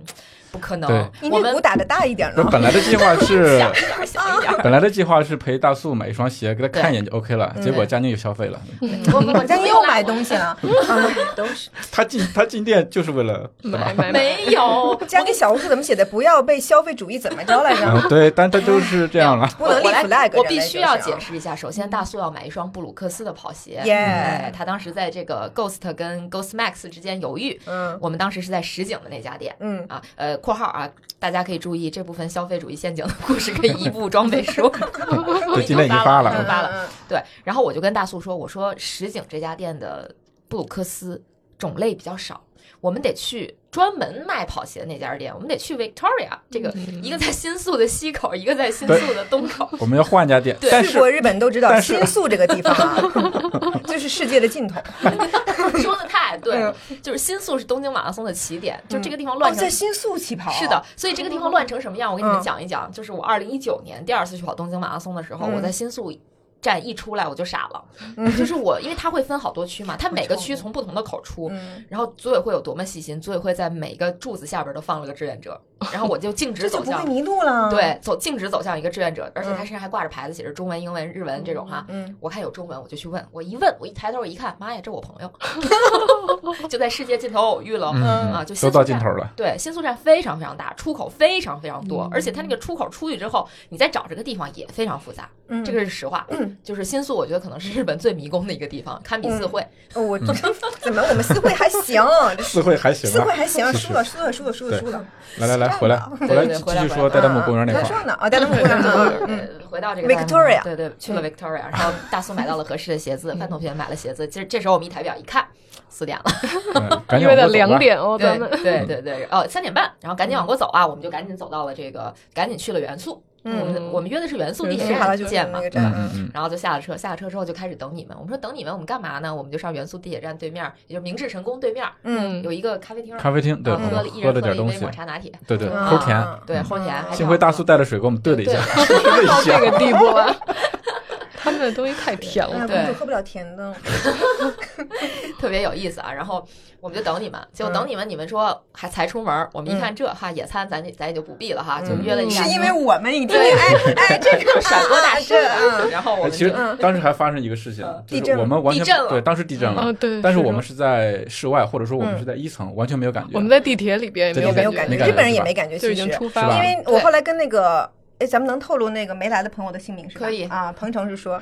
Speaker 1: 不可能
Speaker 2: 对。
Speaker 3: 你
Speaker 1: 我
Speaker 3: 那
Speaker 1: 们
Speaker 3: 鼓打的大一点
Speaker 2: 不是
Speaker 3: 呢？
Speaker 2: 本来的计划是
Speaker 1: 想一点，想一点。
Speaker 2: 本来的计划是陪大素买一双鞋，给他看一眼就 OK 了。
Speaker 3: 对
Speaker 2: 结果佳宁又消费了，
Speaker 1: 我
Speaker 3: 嗯我家又买东 西了，哎都是。
Speaker 2: 他进他进店就是为了对吧
Speaker 4: 买？买买，
Speaker 1: 没有，
Speaker 3: 家给小红书怎么写的？不要被消费主义怎么着来着？
Speaker 2: 嗯，对，但他就是这样了。
Speaker 3: 不能立
Speaker 1: 我来
Speaker 3: flag，
Speaker 1: 我必
Speaker 3: 人类就是
Speaker 1: 须要
Speaker 3: 啊
Speaker 1: 解释一下。首先，大素要买一双布鲁克斯的跑鞋。哎
Speaker 3: 耶，
Speaker 1: 他当时在这个 Ghost 跟 Ghost Max 之间犹豫。
Speaker 3: 嗯
Speaker 1: 我们当时是在石井的那家店
Speaker 3: 嗯，
Speaker 1: 啊，呃，括号啊，大家可以注意这部分消费主义陷阱的故事可以移步装备 书。
Speaker 2: 对今天已经发
Speaker 1: 发
Speaker 2: 了
Speaker 1: 已经发了。
Speaker 3: 嗯。嗯
Speaker 1: 对，然后我就跟大素说，我说石井这家店的布鲁克斯种类比较少，我们得去专门卖跑鞋的那家店，我们得去 Victoria 这个，
Speaker 3: 嗯
Speaker 1: 一个在新宿的西口，一个在新宿的东 口。
Speaker 2: 我们要换一家店，
Speaker 1: 对
Speaker 2: 但
Speaker 3: 去
Speaker 2: 是
Speaker 3: 过日本都知道
Speaker 2: 但是
Speaker 3: 新宿这个地方啊， 就是世界的尽头。
Speaker 1: 说的太对了，就是新宿是东京马拉松的起点，就这个地方
Speaker 3: 哦，
Speaker 1: 乱成
Speaker 3: 在。新宿起跑。
Speaker 1: 是的，，所以这个地方乱成什么样，我给你们
Speaker 3: 嗯
Speaker 1: 讲一讲。就是我二零一九年第二次去跑东京马拉松的时候，
Speaker 3: 嗯
Speaker 1: 我在新宿站一出来我就傻了，就是我，因为它会分好多区嘛，它每个区从不同的口出，
Speaker 3: 嗯，
Speaker 1: 然后组委会有多么细心，组委会在每个柱子下边都放了个志愿 者，然后我就径直
Speaker 3: 这就
Speaker 1: 走
Speaker 3: 不会
Speaker 1: 向，
Speaker 3: 迷路了。，
Speaker 1: 对，走径直走向一个志愿者，而且他身
Speaker 3: 嗯
Speaker 1: 上还挂着牌子，写着中文、英文、日文这种哈。
Speaker 3: 嗯，
Speaker 1: 我看有中文，我就去问，我一问，我一抬头一看，妈呀，这我朋友， 就在世界尽头偶遇了、
Speaker 2: 嗯
Speaker 1: 啊！就
Speaker 2: 都
Speaker 1: 新
Speaker 2: 到
Speaker 1: 宿
Speaker 2: 尽
Speaker 1: 站
Speaker 2: 头。了。
Speaker 1: 对，新宿站非常非常大，出口非常非常多，
Speaker 3: 嗯
Speaker 1: 而且它那个出口出去之后，你再找这个地方也非常复杂，
Speaker 3: 嗯
Speaker 1: 这个是实话。就是新宿，我觉得可能是日本最迷宫的一个地方，堪比四惠。
Speaker 3: 哦我怎么我们四会还行，
Speaker 2: 四会还嗯 行
Speaker 3: 四会
Speaker 2: 啊，
Speaker 3: 还行，
Speaker 2: 是是
Speaker 3: 输了输了输了输了
Speaker 2: 对
Speaker 3: 输了。
Speaker 2: 来来来，
Speaker 3: 是
Speaker 2: 回来
Speaker 3: 这样
Speaker 2: 回来
Speaker 1: 对对
Speaker 2: 继
Speaker 1: 回来
Speaker 2: 续说
Speaker 1: 回
Speaker 2: 戴
Speaker 1: 来
Speaker 2: 德姆公园那
Speaker 3: 在
Speaker 2: 块
Speaker 3: 说
Speaker 2: 儿，
Speaker 3: 呢， 啊，在那木
Speaker 1: 对
Speaker 3: 姑娘
Speaker 1: 对
Speaker 3: 那
Speaker 1: 对
Speaker 3: 嗯，
Speaker 1: 对，回到这个
Speaker 3: Victoria
Speaker 1: 对对，去了
Speaker 2: 嗯
Speaker 1: Victoria，然后大苏买到了合适的 鞋子，饭桶鞋买了鞋子。其实这时候我们一抬表一看，四点了，
Speaker 2: 嗯赶紧
Speaker 4: 约
Speaker 2: 往
Speaker 4: 的
Speaker 2: 过走吧
Speaker 4: 两。点哦，
Speaker 1: 对
Speaker 4: 咱们
Speaker 2: 嗯
Speaker 1: 对对对，哦，三点半，然后赶紧往过走啊，我们就赶紧走到了这个，赶紧去了元素。
Speaker 3: 嗯
Speaker 1: 我们我们约的是元素地
Speaker 4: 对
Speaker 1: 铁
Speaker 3: 嗯好
Speaker 1: 站
Speaker 3: 了，就是
Speaker 1: 见嘛
Speaker 3: 那。个
Speaker 2: 嗯
Speaker 3: 站，
Speaker 2: 嗯
Speaker 3: 嗯
Speaker 2: 嗯，
Speaker 1: 然后就下了车，下了车之后就开始等你们。我们说等你们，我们干嘛呢？我们就上元素地铁站对面，也就是明治神宫对面
Speaker 3: 嗯，
Speaker 1: 有一个咖啡厅，
Speaker 2: 咖啡厅对，
Speaker 1: 然
Speaker 2: 我
Speaker 1: 后喝
Speaker 2: 们
Speaker 1: 了一
Speaker 2: 喝了
Speaker 1: 人喝了
Speaker 2: 点
Speaker 1: 一
Speaker 2: 东
Speaker 1: 杯
Speaker 2: 西
Speaker 1: 抹，茶拿铁，
Speaker 2: 对对，
Speaker 3: 嗯
Speaker 2: 齁甜。
Speaker 1: 对，齁甜。还
Speaker 2: 幸亏大
Speaker 1: 苏
Speaker 2: 苏带了水给我们兑了一下，兑 了
Speaker 4: 到
Speaker 2: 一
Speaker 4: 这
Speaker 2: 下。
Speaker 4: 个地步了，他们的东西太甜
Speaker 3: 哎呀，
Speaker 4: 了。
Speaker 1: 对
Speaker 3: 公主喝不了甜的，
Speaker 1: 特别有意思啊。然后我们就等你们，结果等
Speaker 2: 嗯
Speaker 1: 你们，你们说还才出门儿，我们一看这哈野餐，咱咱也就不必了哈，就
Speaker 2: 嗯
Speaker 1: 约了一下
Speaker 3: 是因为我们已经哎哎这 个
Speaker 1: 甩锅大师
Speaker 3: 这嗯，
Speaker 1: 然后我
Speaker 2: 哎
Speaker 1: 们
Speaker 2: 其实
Speaker 1: 就
Speaker 2: 当时还发生一个事情，
Speaker 3: 地
Speaker 2: 就是
Speaker 3: 震
Speaker 2: 我们完全
Speaker 1: 地震了
Speaker 2: 对，当时地震了
Speaker 4: 哦，，对，
Speaker 2: 但是
Speaker 4: 的
Speaker 2: 我们是在室外，或者说我们
Speaker 3: 嗯
Speaker 2: 是在一层，完全没有感觉。
Speaker 4: 我们在地铁里边
Speaker 2: 对
Speaker 4: 也
Speaker 3: 也没
Speaker 4: 没
Speaker 3: 有
Speaker 4: 有
Speaker 3: 感
Speaker 4: 感
Speaker 2: 没
Speaker 3: 觉，
Speaker 2: 感
Speaker 3: 日
Speaker 2: 觉
Speaker 3: 本人
Speaker 2: 是
Speaker 3: 也
Speaker 2: 吧
Speaker 3: 没感觉，
Speaker 4: 就
Speaker 3: 其
Speaker 4: 已经
Speaker 3: 实。
Speaker 4: 出
Speaker 2: 是
Speaker 4: 发
Speaker 2: 吧
Speaker 3: 因
Speaker 4: 了。
Speaker 3: 为我后来跟那个，哎，咱们能透露那个没来的朋友的姓名是吧？
Speaker 1: 可以
Speaker 3: 啊，彭程 是说，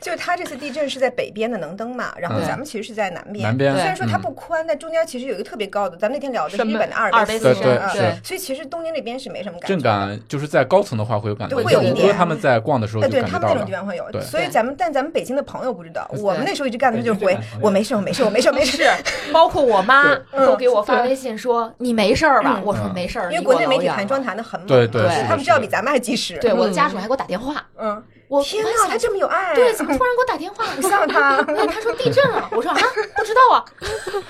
Speaker 3: 就是他这次地震是在北边的能登嘛，然后
Speaker 2: 嗯
Speaker 3: 咱们其实是在南边。
Speaker 2: 南边嗯
Speaker 3: 虽
Speaker 1: 对
Speaker 3: 然说它不宽，但中间其实有一个特别高的，咱们那天聊的是
Speaker 4: 山
Speaker 3: 日
Speaker 4: 脉
Speaker 3: 本的阿
Speaker 1: 阿尔
Speaker 3: 尔
Speaker 1: 卑斯
Speaker 3: 卑斯
Speaker 2: 山对
Speaker 3: 啊
Speaker 2: 对是
Speaker 3: 所以其实东京那边是没什么感觉
Speaker 2: 震
Speaker 3: 的。
Speaker 2: 感就是在高层的话会有感觉，
Speaker 3: 对
Speaker 1: 会有
Speaker 2: 我
Speaker 1: 一
Speaker 2: 哥
Speaker 1: 点
Speaker 2: 他们在逛的时候
Speaker 3: 哎，
Speaker 2: 就
Speaker 3: 对
Speaker 2: 感
Speaker 3: 他
Speaker 2: 觉到
Speaker 3: 们那
Speaker 2: 了
Speaker 3: 种地。方会有，
Speaker 2: 对
Speaker 3: 所以
Speaker 1: 对
Speaker 3: 咱们但咱们北京的朋友不知道，
Speaker 2: 对
Speaker 3: 我们那时候一直干的就是回
Speaker 2: 北京这边
Speaker 3: 我没事，我没事，我没事，我没事，
Speaker 1: 是 包括我妈
Speaker 3: 嗯
Speaker 1: 都给我发微信说你没事儿吧？我说
Speaker 2: 嗯
Speaker 1: 没事儿，
Speaker 3: 因为
Speaker 1: 离
Speaker 3: 国
Speaker 1: 我
Speaker 3: 内媒
Speaker 1: 老
Speaker 3: 体
Speaker 1: 远
Speaker 3: 弹
Speaker 1: 了
Speaker 3: 窗弹的很猛，
Speaker 2: 对对
Speaker 1: 对
Speaker 3: 所以
Speaker 2: 是
Speaker 3: 他们知道
Speaker 2: 是
Speaker 3: 比咱们还及时。
Speaker 1: 对我的
Speaker 4: 嗯
Speaker 1: 家属还给我打电话，
Speaker 3: 嗯，
Speaker 1: 我
Speaker 3: 天
Speaker 1: 哪
Speaker 3: 哪，，他这么有爱，
Speaker 1: 对， 怎么突然给我打电话？
Speaker 3: 不像他。
Speaker 1: 对，他说地震了，我说啊，不知道啊。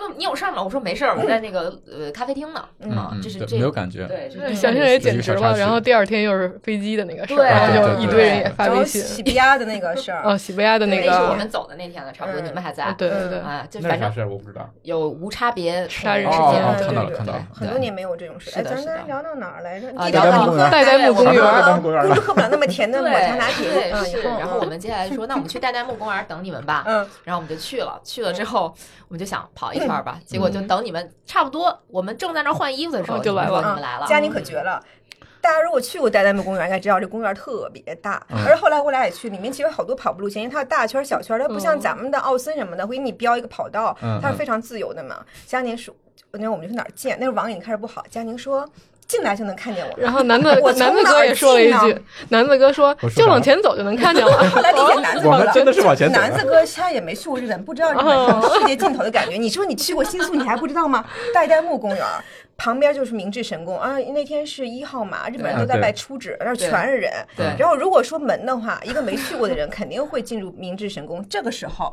Speaker 1: 问你有事儿吗？我说没事儿，我在那个呃咖啡厅呢。啊
Speaker 2: 嗯，
Speaker 1: 这是
Speaker 2: 对
Speaker 1: 这
Speaker 2: 没有感觉。
Speaker 1: 对，
Speaker 4: 对
Speaker 3: 嗯
Speaker 1: 这是
Speaker 4: 想想
Speaker 1: 这
Speaker 4: 也
Speaker 1: 个
Speaker 4: 简直了。
Speaker 2: 对
Speaker 4: 然后第二天又是飞机的那个事儿，
Speaker 1: 对
Speaker 4: 然后就
Speaker 2: 对
Speaker 4: 一堆人也发
Speaker 3: 然后
Speaker 4: 微信。
Speaker 3: 喜比亚的那个事儿
Speaker 4: 哦，，喜不亚的那
Speaker 1: 是我
Speaker 4: 个，
Speaker 1: 们走的那天了，差不多
Speaker 3: 嗯
Speaker 1: 你们还在
Speaker 4: 啊。对对对，
Speaker 1: 啊，就
Speaker 2: 那是
Speaker 1: 反
Speaker 2: 啥
Speaker 1: 正
Speaker 2: 事儿我不知道。
Speaker 1: 有无差别
Speaker 4: 杀人
Speaker 1: 事
Speaker 4: 事
Speaker 2: 哦
Speaker 4: 件
Speaker 2: 哦，
Speaker 1: 件，
Speaker 2: 看到了
Speaker 3: 对对
Speaker 2: 看到了。
Speaker 3: 很多年没有这种事。
Speaker 1: 是
Speaker 3: 哎，
Speaker 1: 的
Speaker 3: 咱
Speaker 1: 是
Speaker 3: 咱
Speaker 1: 的
Speaker 3: 聊到哪儿来着？
Speaker 1: 啊
Speaker 3: 地
Speaker 1: 聊
Speaker 3: 道
Speaker 1: 到
Speaker 3: 以后
Speaker 2: 了
Speaker 4: 代代木公
Speaker 2: 园
Speaker 3: 我们
Speaker 2: 代代木公园
Speaker 3: 公主喝不了那么甜的
Speaker 1: 对
Speaker 3: 抹茶拿铁。
Speaker 1: 对
Speaker 3: 嗯
Speaker 1: 是。然后我们接下来 说，那我们去代代木公园等你们吧。
Speaker 3: 嗯，
Speaker 1: 然后我们就去了，去了之后我们就想跑一圈儿 吧，结果
Speaker 2: 嗯
Speaker 1: 就等你们差不多，我们正在那儿换衣服的时候，
Speaker 4: 哦就
Speaker 1: 你们
Speaker 4: 来
Speaker 1: 说
Speaker 4: 了
Speaker 1: 你们来了，
Speaker 3: 佳宁可绝了。大家如果去过代代木公园，应该知道这公园特别大，
Speaker 2: 嗯
Speaker 3: 而后来我俩也去，里面其实有好多跑步路线，因为它有大圈儿、小圈儿，它不像
Speaker 4: 嗯
Speaker 3: 咱们的奥森什么的会给你标一个跑道
Speaker 2: 嗯，
Speaker 3: 它是非常自由的嘛。佳宁说，那天我们去哪儿见？那时候网瘾开始不好，佳宁说进来就能看见我们。
Speaker 4: 然后男的
Speaker 3: 我从
Speaker 4: 男的
Speaker 3: 哪
Speaker 4: 哥
Speaker 3: 儿
Speaker 4: 也说了一
Speaker 3: 进呢
Speaker 4: 句，男的哥说
Speaker 2: 我说
Speaker 4: 就
Speaker 2: 啥
Speaker 4: 往前走就能看见
Speaker 3: 后
Speaker 4: 了。
Speaker 3: 来理解男子
Speaker 2: 我
Speaker 3: 哥
Speaker 2: 们
Speaker 3: 了，
Speaker 2: 真的是往前走了
Speaker 3: 男子哥他也没去过日本，不知道日本是世界尽头的感觉。你说你去过新宿，你还不知道 吗？代代木公园旁边就是明治神宫啊，那天是一号码，日本人都在
Speaker 2: 啊对
Speaker 3: 拜出纸，那儿全是人。
Speaker 1: 对
Speaker 2: 嗯
Speaker 3: 然后如果说门的话，一个没去过的人肯定会进入明治神宫。这个时候，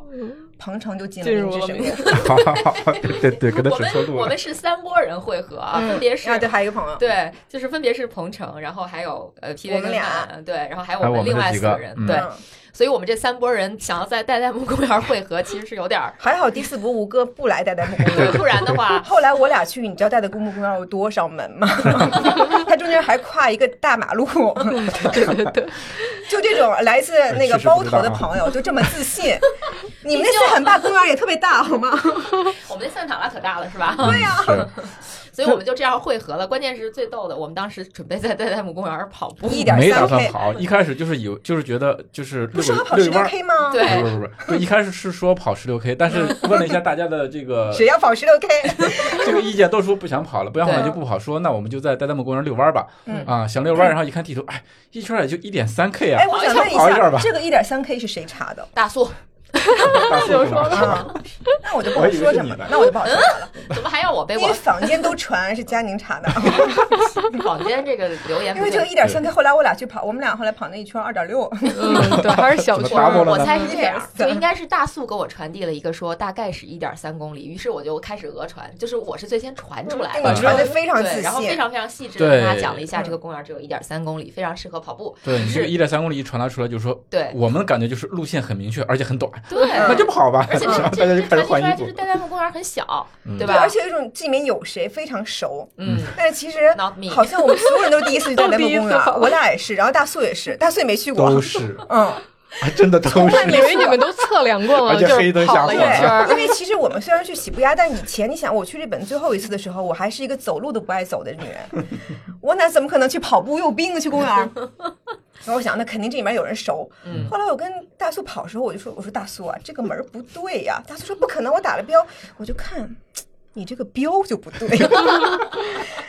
Speaker 3: 彭程就进了明治神
Speaker 4: 进入了
Speaker 3: 宫。
Speaker 2: 好好好好， 对对对，给他
Speaker 1: 我
Speaker 2: 指错
Speaker 1: 们
Speaker 2: 路
Speaker 1: 我
Speaker 2: 了
Speaker 1: 们。是三波人会合啊，分别是
Speaker 3: 啊，对，还有一个朋友，
Speaker 1: 对，就是分别是彭程，然后还有呃 P V
Speaker 3: 我们
Speaker 1: 跟
Speaker 3: 俩
Speaker 1: 曼，对，然后还有
Speaker 2: 还有
Speaker 1: 我
Speaker 2: 我们
Speaker 1: 们另
Speaker 2: 这
Speaker 1: 外
Speaker 2: 几
Speaker 1: 四个
Speaker 2: 个
Speaker 1: 人，
Speaker 2: 嗯
Speaker 1: 对
Speaker 3: 嗯，
Speaker 1: 所以我们这三拨人想要在代代木公园汇合，其实是有点儿，
Speaker 3: 还好第四波吴哥不来代代木公
Speaker 1: 对，
Speaker 3: 园。
Speaker 1: 不然的话，
Speaker 3: 后来我俩去，你知道代代木公园有多少门吗？ 它中间还跨一个大马路，
Speaker 4: 对对对，
Speaker 3: 就这种来自那个
Speaker 2: 确实不
Speaker 3: 包
Speaker 2: 知道
Speaker 3: 头
Speaker 2: 啊
Speaker 3: 的朋友，就这么 自信。你们那斯坦坝公园也特别大，好吗？
Speaker 1: 我们那散场拉可大了，是吧？
Speaker 2: 对 呀、嗯是
Speaker 1: 所以我们就这样汇合了。关键是最逗的，我们当时准备在代代木公园跑步，
Speaker 3: 一点
Speaker 2: 没
Speaker 3: 三
Speaker 2: 打算
Speaker 3: K
Speaker 2: 跑，一开始就是有，就是觉得就是
Speaker 3: 不
Speaker 2: 遛
Speaker 3: 是
Speaker 2: 个
Speaker 3: 说跑
Speaker 2: 遛
Speaker 3: 十
Speaker 2: 一
Speaker 3: 六
Speaker 2: 弯儿。
Speaker 3: K 吗？
Speaker 1: 对
Speaker 2: 不是不是不是，一开始是说跑十六 K，但是问了一下大家的这个
Speaker 3: 谁要跑十六 K？
Speaker 2: 这个意见，都说不想跑了，不想跑
Speaker 1: 对
Speaker 2: 就不跑，说那我们就在代代木公园遛弯儿吧。
Speaker 3: 嗯
Speaker 2: 啊，想遛弯儿，然后一看地图，哎，一圈儿也就一点三 K 啊
Speaker 3: 哎，，我想问一
Speaker 2: 跑一圈
Speaker 3: 下
Speaker 2: 儿，吧
Speaker 3: 这个一点三 K 是谁 查的？
Speaker 1: 大树
Speaker 2: 大叔
Speaker 4: 有
Speaker 2: 是
Speaker 4: 说
Speaker 2: 吧
Speaker 3: 啊，那我就不
Speaker 2: 我
Speaker 3: 好
Speaker 2: 以为
Speaker 3: 说
Speaker 2: 是
Speaker 3: 什
Speaker 2: 你
Speaker 3: 么了
Speaker 2: 的，
Speaker 3: 那我就不好说什么 了，
Speaker 1: 怎么还要我背
Speaker 3: 因为
Speaker 1: 我？
Speaker 3: 坊间都传是佳宁 查的，
Speaker 1: 坊间这个留言
Speaker 3: 因
Speaker 1: 不
Speaker 3: 为这
Speaker 1: 对
Speaker 3: 个，一点三 K，后来我俩去跑，我们俩后来跑那一圈二点六，
Speaker 4: 嗯，对，还是小
Speaker 2: 怎么
Speaker 4: 区
Speaker 2: 打我了
Speaker 1: 我
Speaker 2: 呢
Speaker 1: 猜是这样，
Speaker 3: 这
Speaker 1: 就
Speaker 3: 样
Speaker 1: 应该是大素给我传递了一个说大概是一点三公里，于是我就开始讹传，就是我是最先传出来
Speaker 3: 那
Speaker 1: 的
Speaker 3: 你。嗯哎传的非常嗯
Speaker 1: 对，
Speaker 3: 自
Speaker 1: 然后非
Speaker 3: 信。
Speaker 1: 常非常细致的跟大
Speaker 2: 啊
Speaker 1: 家
Speaker 2: 对
Speaker 1: 讲了一下，这个公园只有一点三公里，非常适合跑步。
Speaker 2: 对，你这个
Speaker 1: 是
Speaker 2: 一点三公里一传达出来，就是说
Speaker 1: 对
Speaker 2: 我们感觉就是路线很明确，而且很短，
Speaker 1: 对，
Speaker 2: 那
Speaker 3: 嗯
Speaker 2: 就跑吧。
Speaker 1: 嗯而且 这
Speaker 2: 然后大家就
Speaker 1: 这
Speaker 2: 开
Speaker 1: 这
Speaker 2: 始
Speaker 1: 传递出
Speaker 2: 换
Speaker 1: 来
Speaker 2: 衣
Speaker 1: 就是
Speaker 2: 服。
Speaker 1: 代代木公园很小，
Speaker 2: 嗯
Speaker 1: 对
Speaker 3: 对，
Speaker 1: 吧
Speaker 3: 而？且有一种这里面有谁非常熟，
Speaker 1: 嗯
Speaker 3: 但是其实
Speaker 1: ，Not me，
Speaker 3: 好像我们所有人都第一次去代 代木公
Speaker 4: 都第一次
Speaker 3: 园
Speaker 4: 跑，
Speaker 3: 我俩也是，然后大素也是，大素也没去过，
Speaker 2: 都是，
Speaker 3: 嗯，
Speaker 2: 还真的都是。
Speaker 4: 以为你们都测量过了，
Speaker 2: 而且
Speaker 4: 就
Speaker 2: 黑
Speaker 4: 是
Speaker 2: 灯
Speaker 4: 跑
Speaker 2: 瞎
Speaker 4: 了一
Speaker 2: 火
Speaker 4: 圈
Speaker 3: 对，因
Speaker 4: 儿，
Speaker 3: 为其实我们虽然去喜布亚，但以前你想，我去日本最后一次的时候，我还是一个走路都不爱走的女人，我哪怎么可能去跑步？又有病啊，去公园儿。然后我想，那肯定这里面有人熟。
Speaker 1: 嗯
Speaker 3: 后来我跟大苏跑的时候，我就说：“我说大苏啊，这个门儿不对呀、大苏说：“不可能，我打了标。”我就看。你这个标就不对，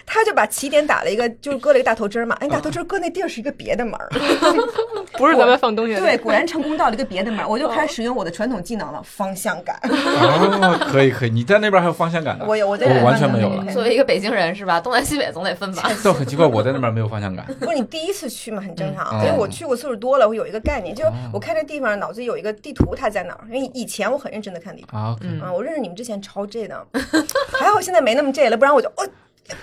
Speaker 3: 他就把起点打了一个，就是搁了一个大头针儿嘛。哎，大头针儿搁那地儿是一个别的门儿，
Speaker 4: 不是咱们放东西的地
Speaker 3: 对，
Speaker 4: 儿。
Speaker 3: 果然成功到了一个别的门儿，我就开始使用我的传统技能了，方向感。
Speaker 2: 哦，可以可以，你在那边还有方向感呢。
Speaker 3: 我有，我在
Speaker 2: 啊我
Speaker 3: 这
Speaker 2: 完
Speaker 3: 看
Speaker 2: 全
Speaker 3: 到
Speaker 2: 没有
Speaker 3: 那
Speaker 2: 了
Speaker 3: 个
Speaker 1: 作为一个北京人是吧？东南西北总得分吧？
Speaker 2: 但很奇怪，我在那边没有方向感。
Speaker 3: 不是你第一次去嘛，很正常。啊
Speaker 2: 嗯哦
Speaker 3: 因为我去过次数多了，我有一个概念，就是我看这地方脑子有一个地图，它在哪儿。因为以前我很认真的看地图
Speaker 2: 啊，OK，
Speaker 1: 嗯
Speaker 3: 啊，我认识你们之前超 J 的， 还好现在没那么 J 了，不然我就哦。 你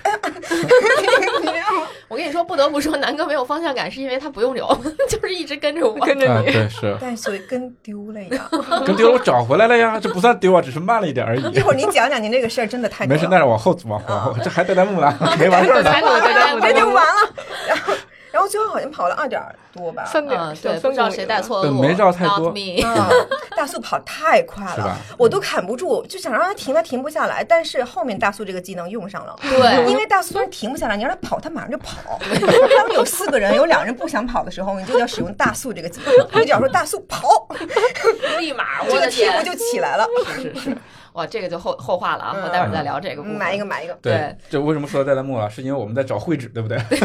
Speaker 3: 知道吗？
Speaker 1: 我跟你说，不得不说，南哥没有方向感，是因为他不用留， 就是一直跟着我。
Speaker 4: 跟着
Speaker 2: 啊，
Speaker 4: 你，
Speaker 2: 对，是
Speaker 3: 但是所以跟丢了一样。
Speaker 2: 跟丢了，我找回来了呀，这不算丢啊，只是慢了一点而已。
Speaker 3: 一会儿你讲讲您这个事儿，真的太多
Speaker 2: 没
Speaker 3: 了
Speaker 2: 事，那是往后往
Speaker 1: 嗯
Speaker 2: 往后，这还带弹幕呢，没完事儿呢。
Speaker 1: 才
Speaker 4: 我
Speaker 1: 在
Speaker 4: 在这
Speaker 3: 这
Speaker 4: 在
Speaker 3: 就
Speaker 4: 这
Speaker 3: 完了。 然后，然后最后好像跑了二点多吧。
Speaker 4: 三点
Speaker 1: 嗯
Speaker 4: 儿，，
Speaker 1: 对，
Speaker 4: 小
Speaker 1: 不
Speaker 4: 三
Speaker 1: 知道
Speaker 4: 公里
Speaker 1: 谁带
Speaker 4: 了
Speaker 1: 错
Speaker 2: 对
Speaker 1: 路，
Speaker 2: 没绕太多
Speaker 1: Not me
Speaker 3: 啊， 大素跑太快
Speaker 2: 嗯是
Speaker 3: 了
Speaker 2: 吧，嗯
Speaker 3: 我都砍不住，就想让他停，他停不下来。但是后面大素这个技能用上了，
Speaker 1: 对
Speaker 3: 因为大素虽然停不下来，你让他跑，他马上就跑。他们有四个人，有两人不想跑的时候，你就要使用大素这个技能，你只要说大素跑，
Speaker 1: 立 马
Speaker 3: 这
Speaker 1: 我
Speaker 3: 个
Speaker 1: 的
Speaker 3: 屁
Speaker 1: 天
Speaker 3: 股，就起来了。
Speaker 1: 是是是，哇，这个就后后话了啊，
Speaker 3: 嗯
Speaker 1: 我待会儿再聊这个部分。
Speaker 3: 买一个，买一个，
Speaker 2: 对
Speaker 1: 对，
Speaker 2: 这为什么说到带弹幕啊了？是因为我们在找会址，对不对？
Speaker 1: 对，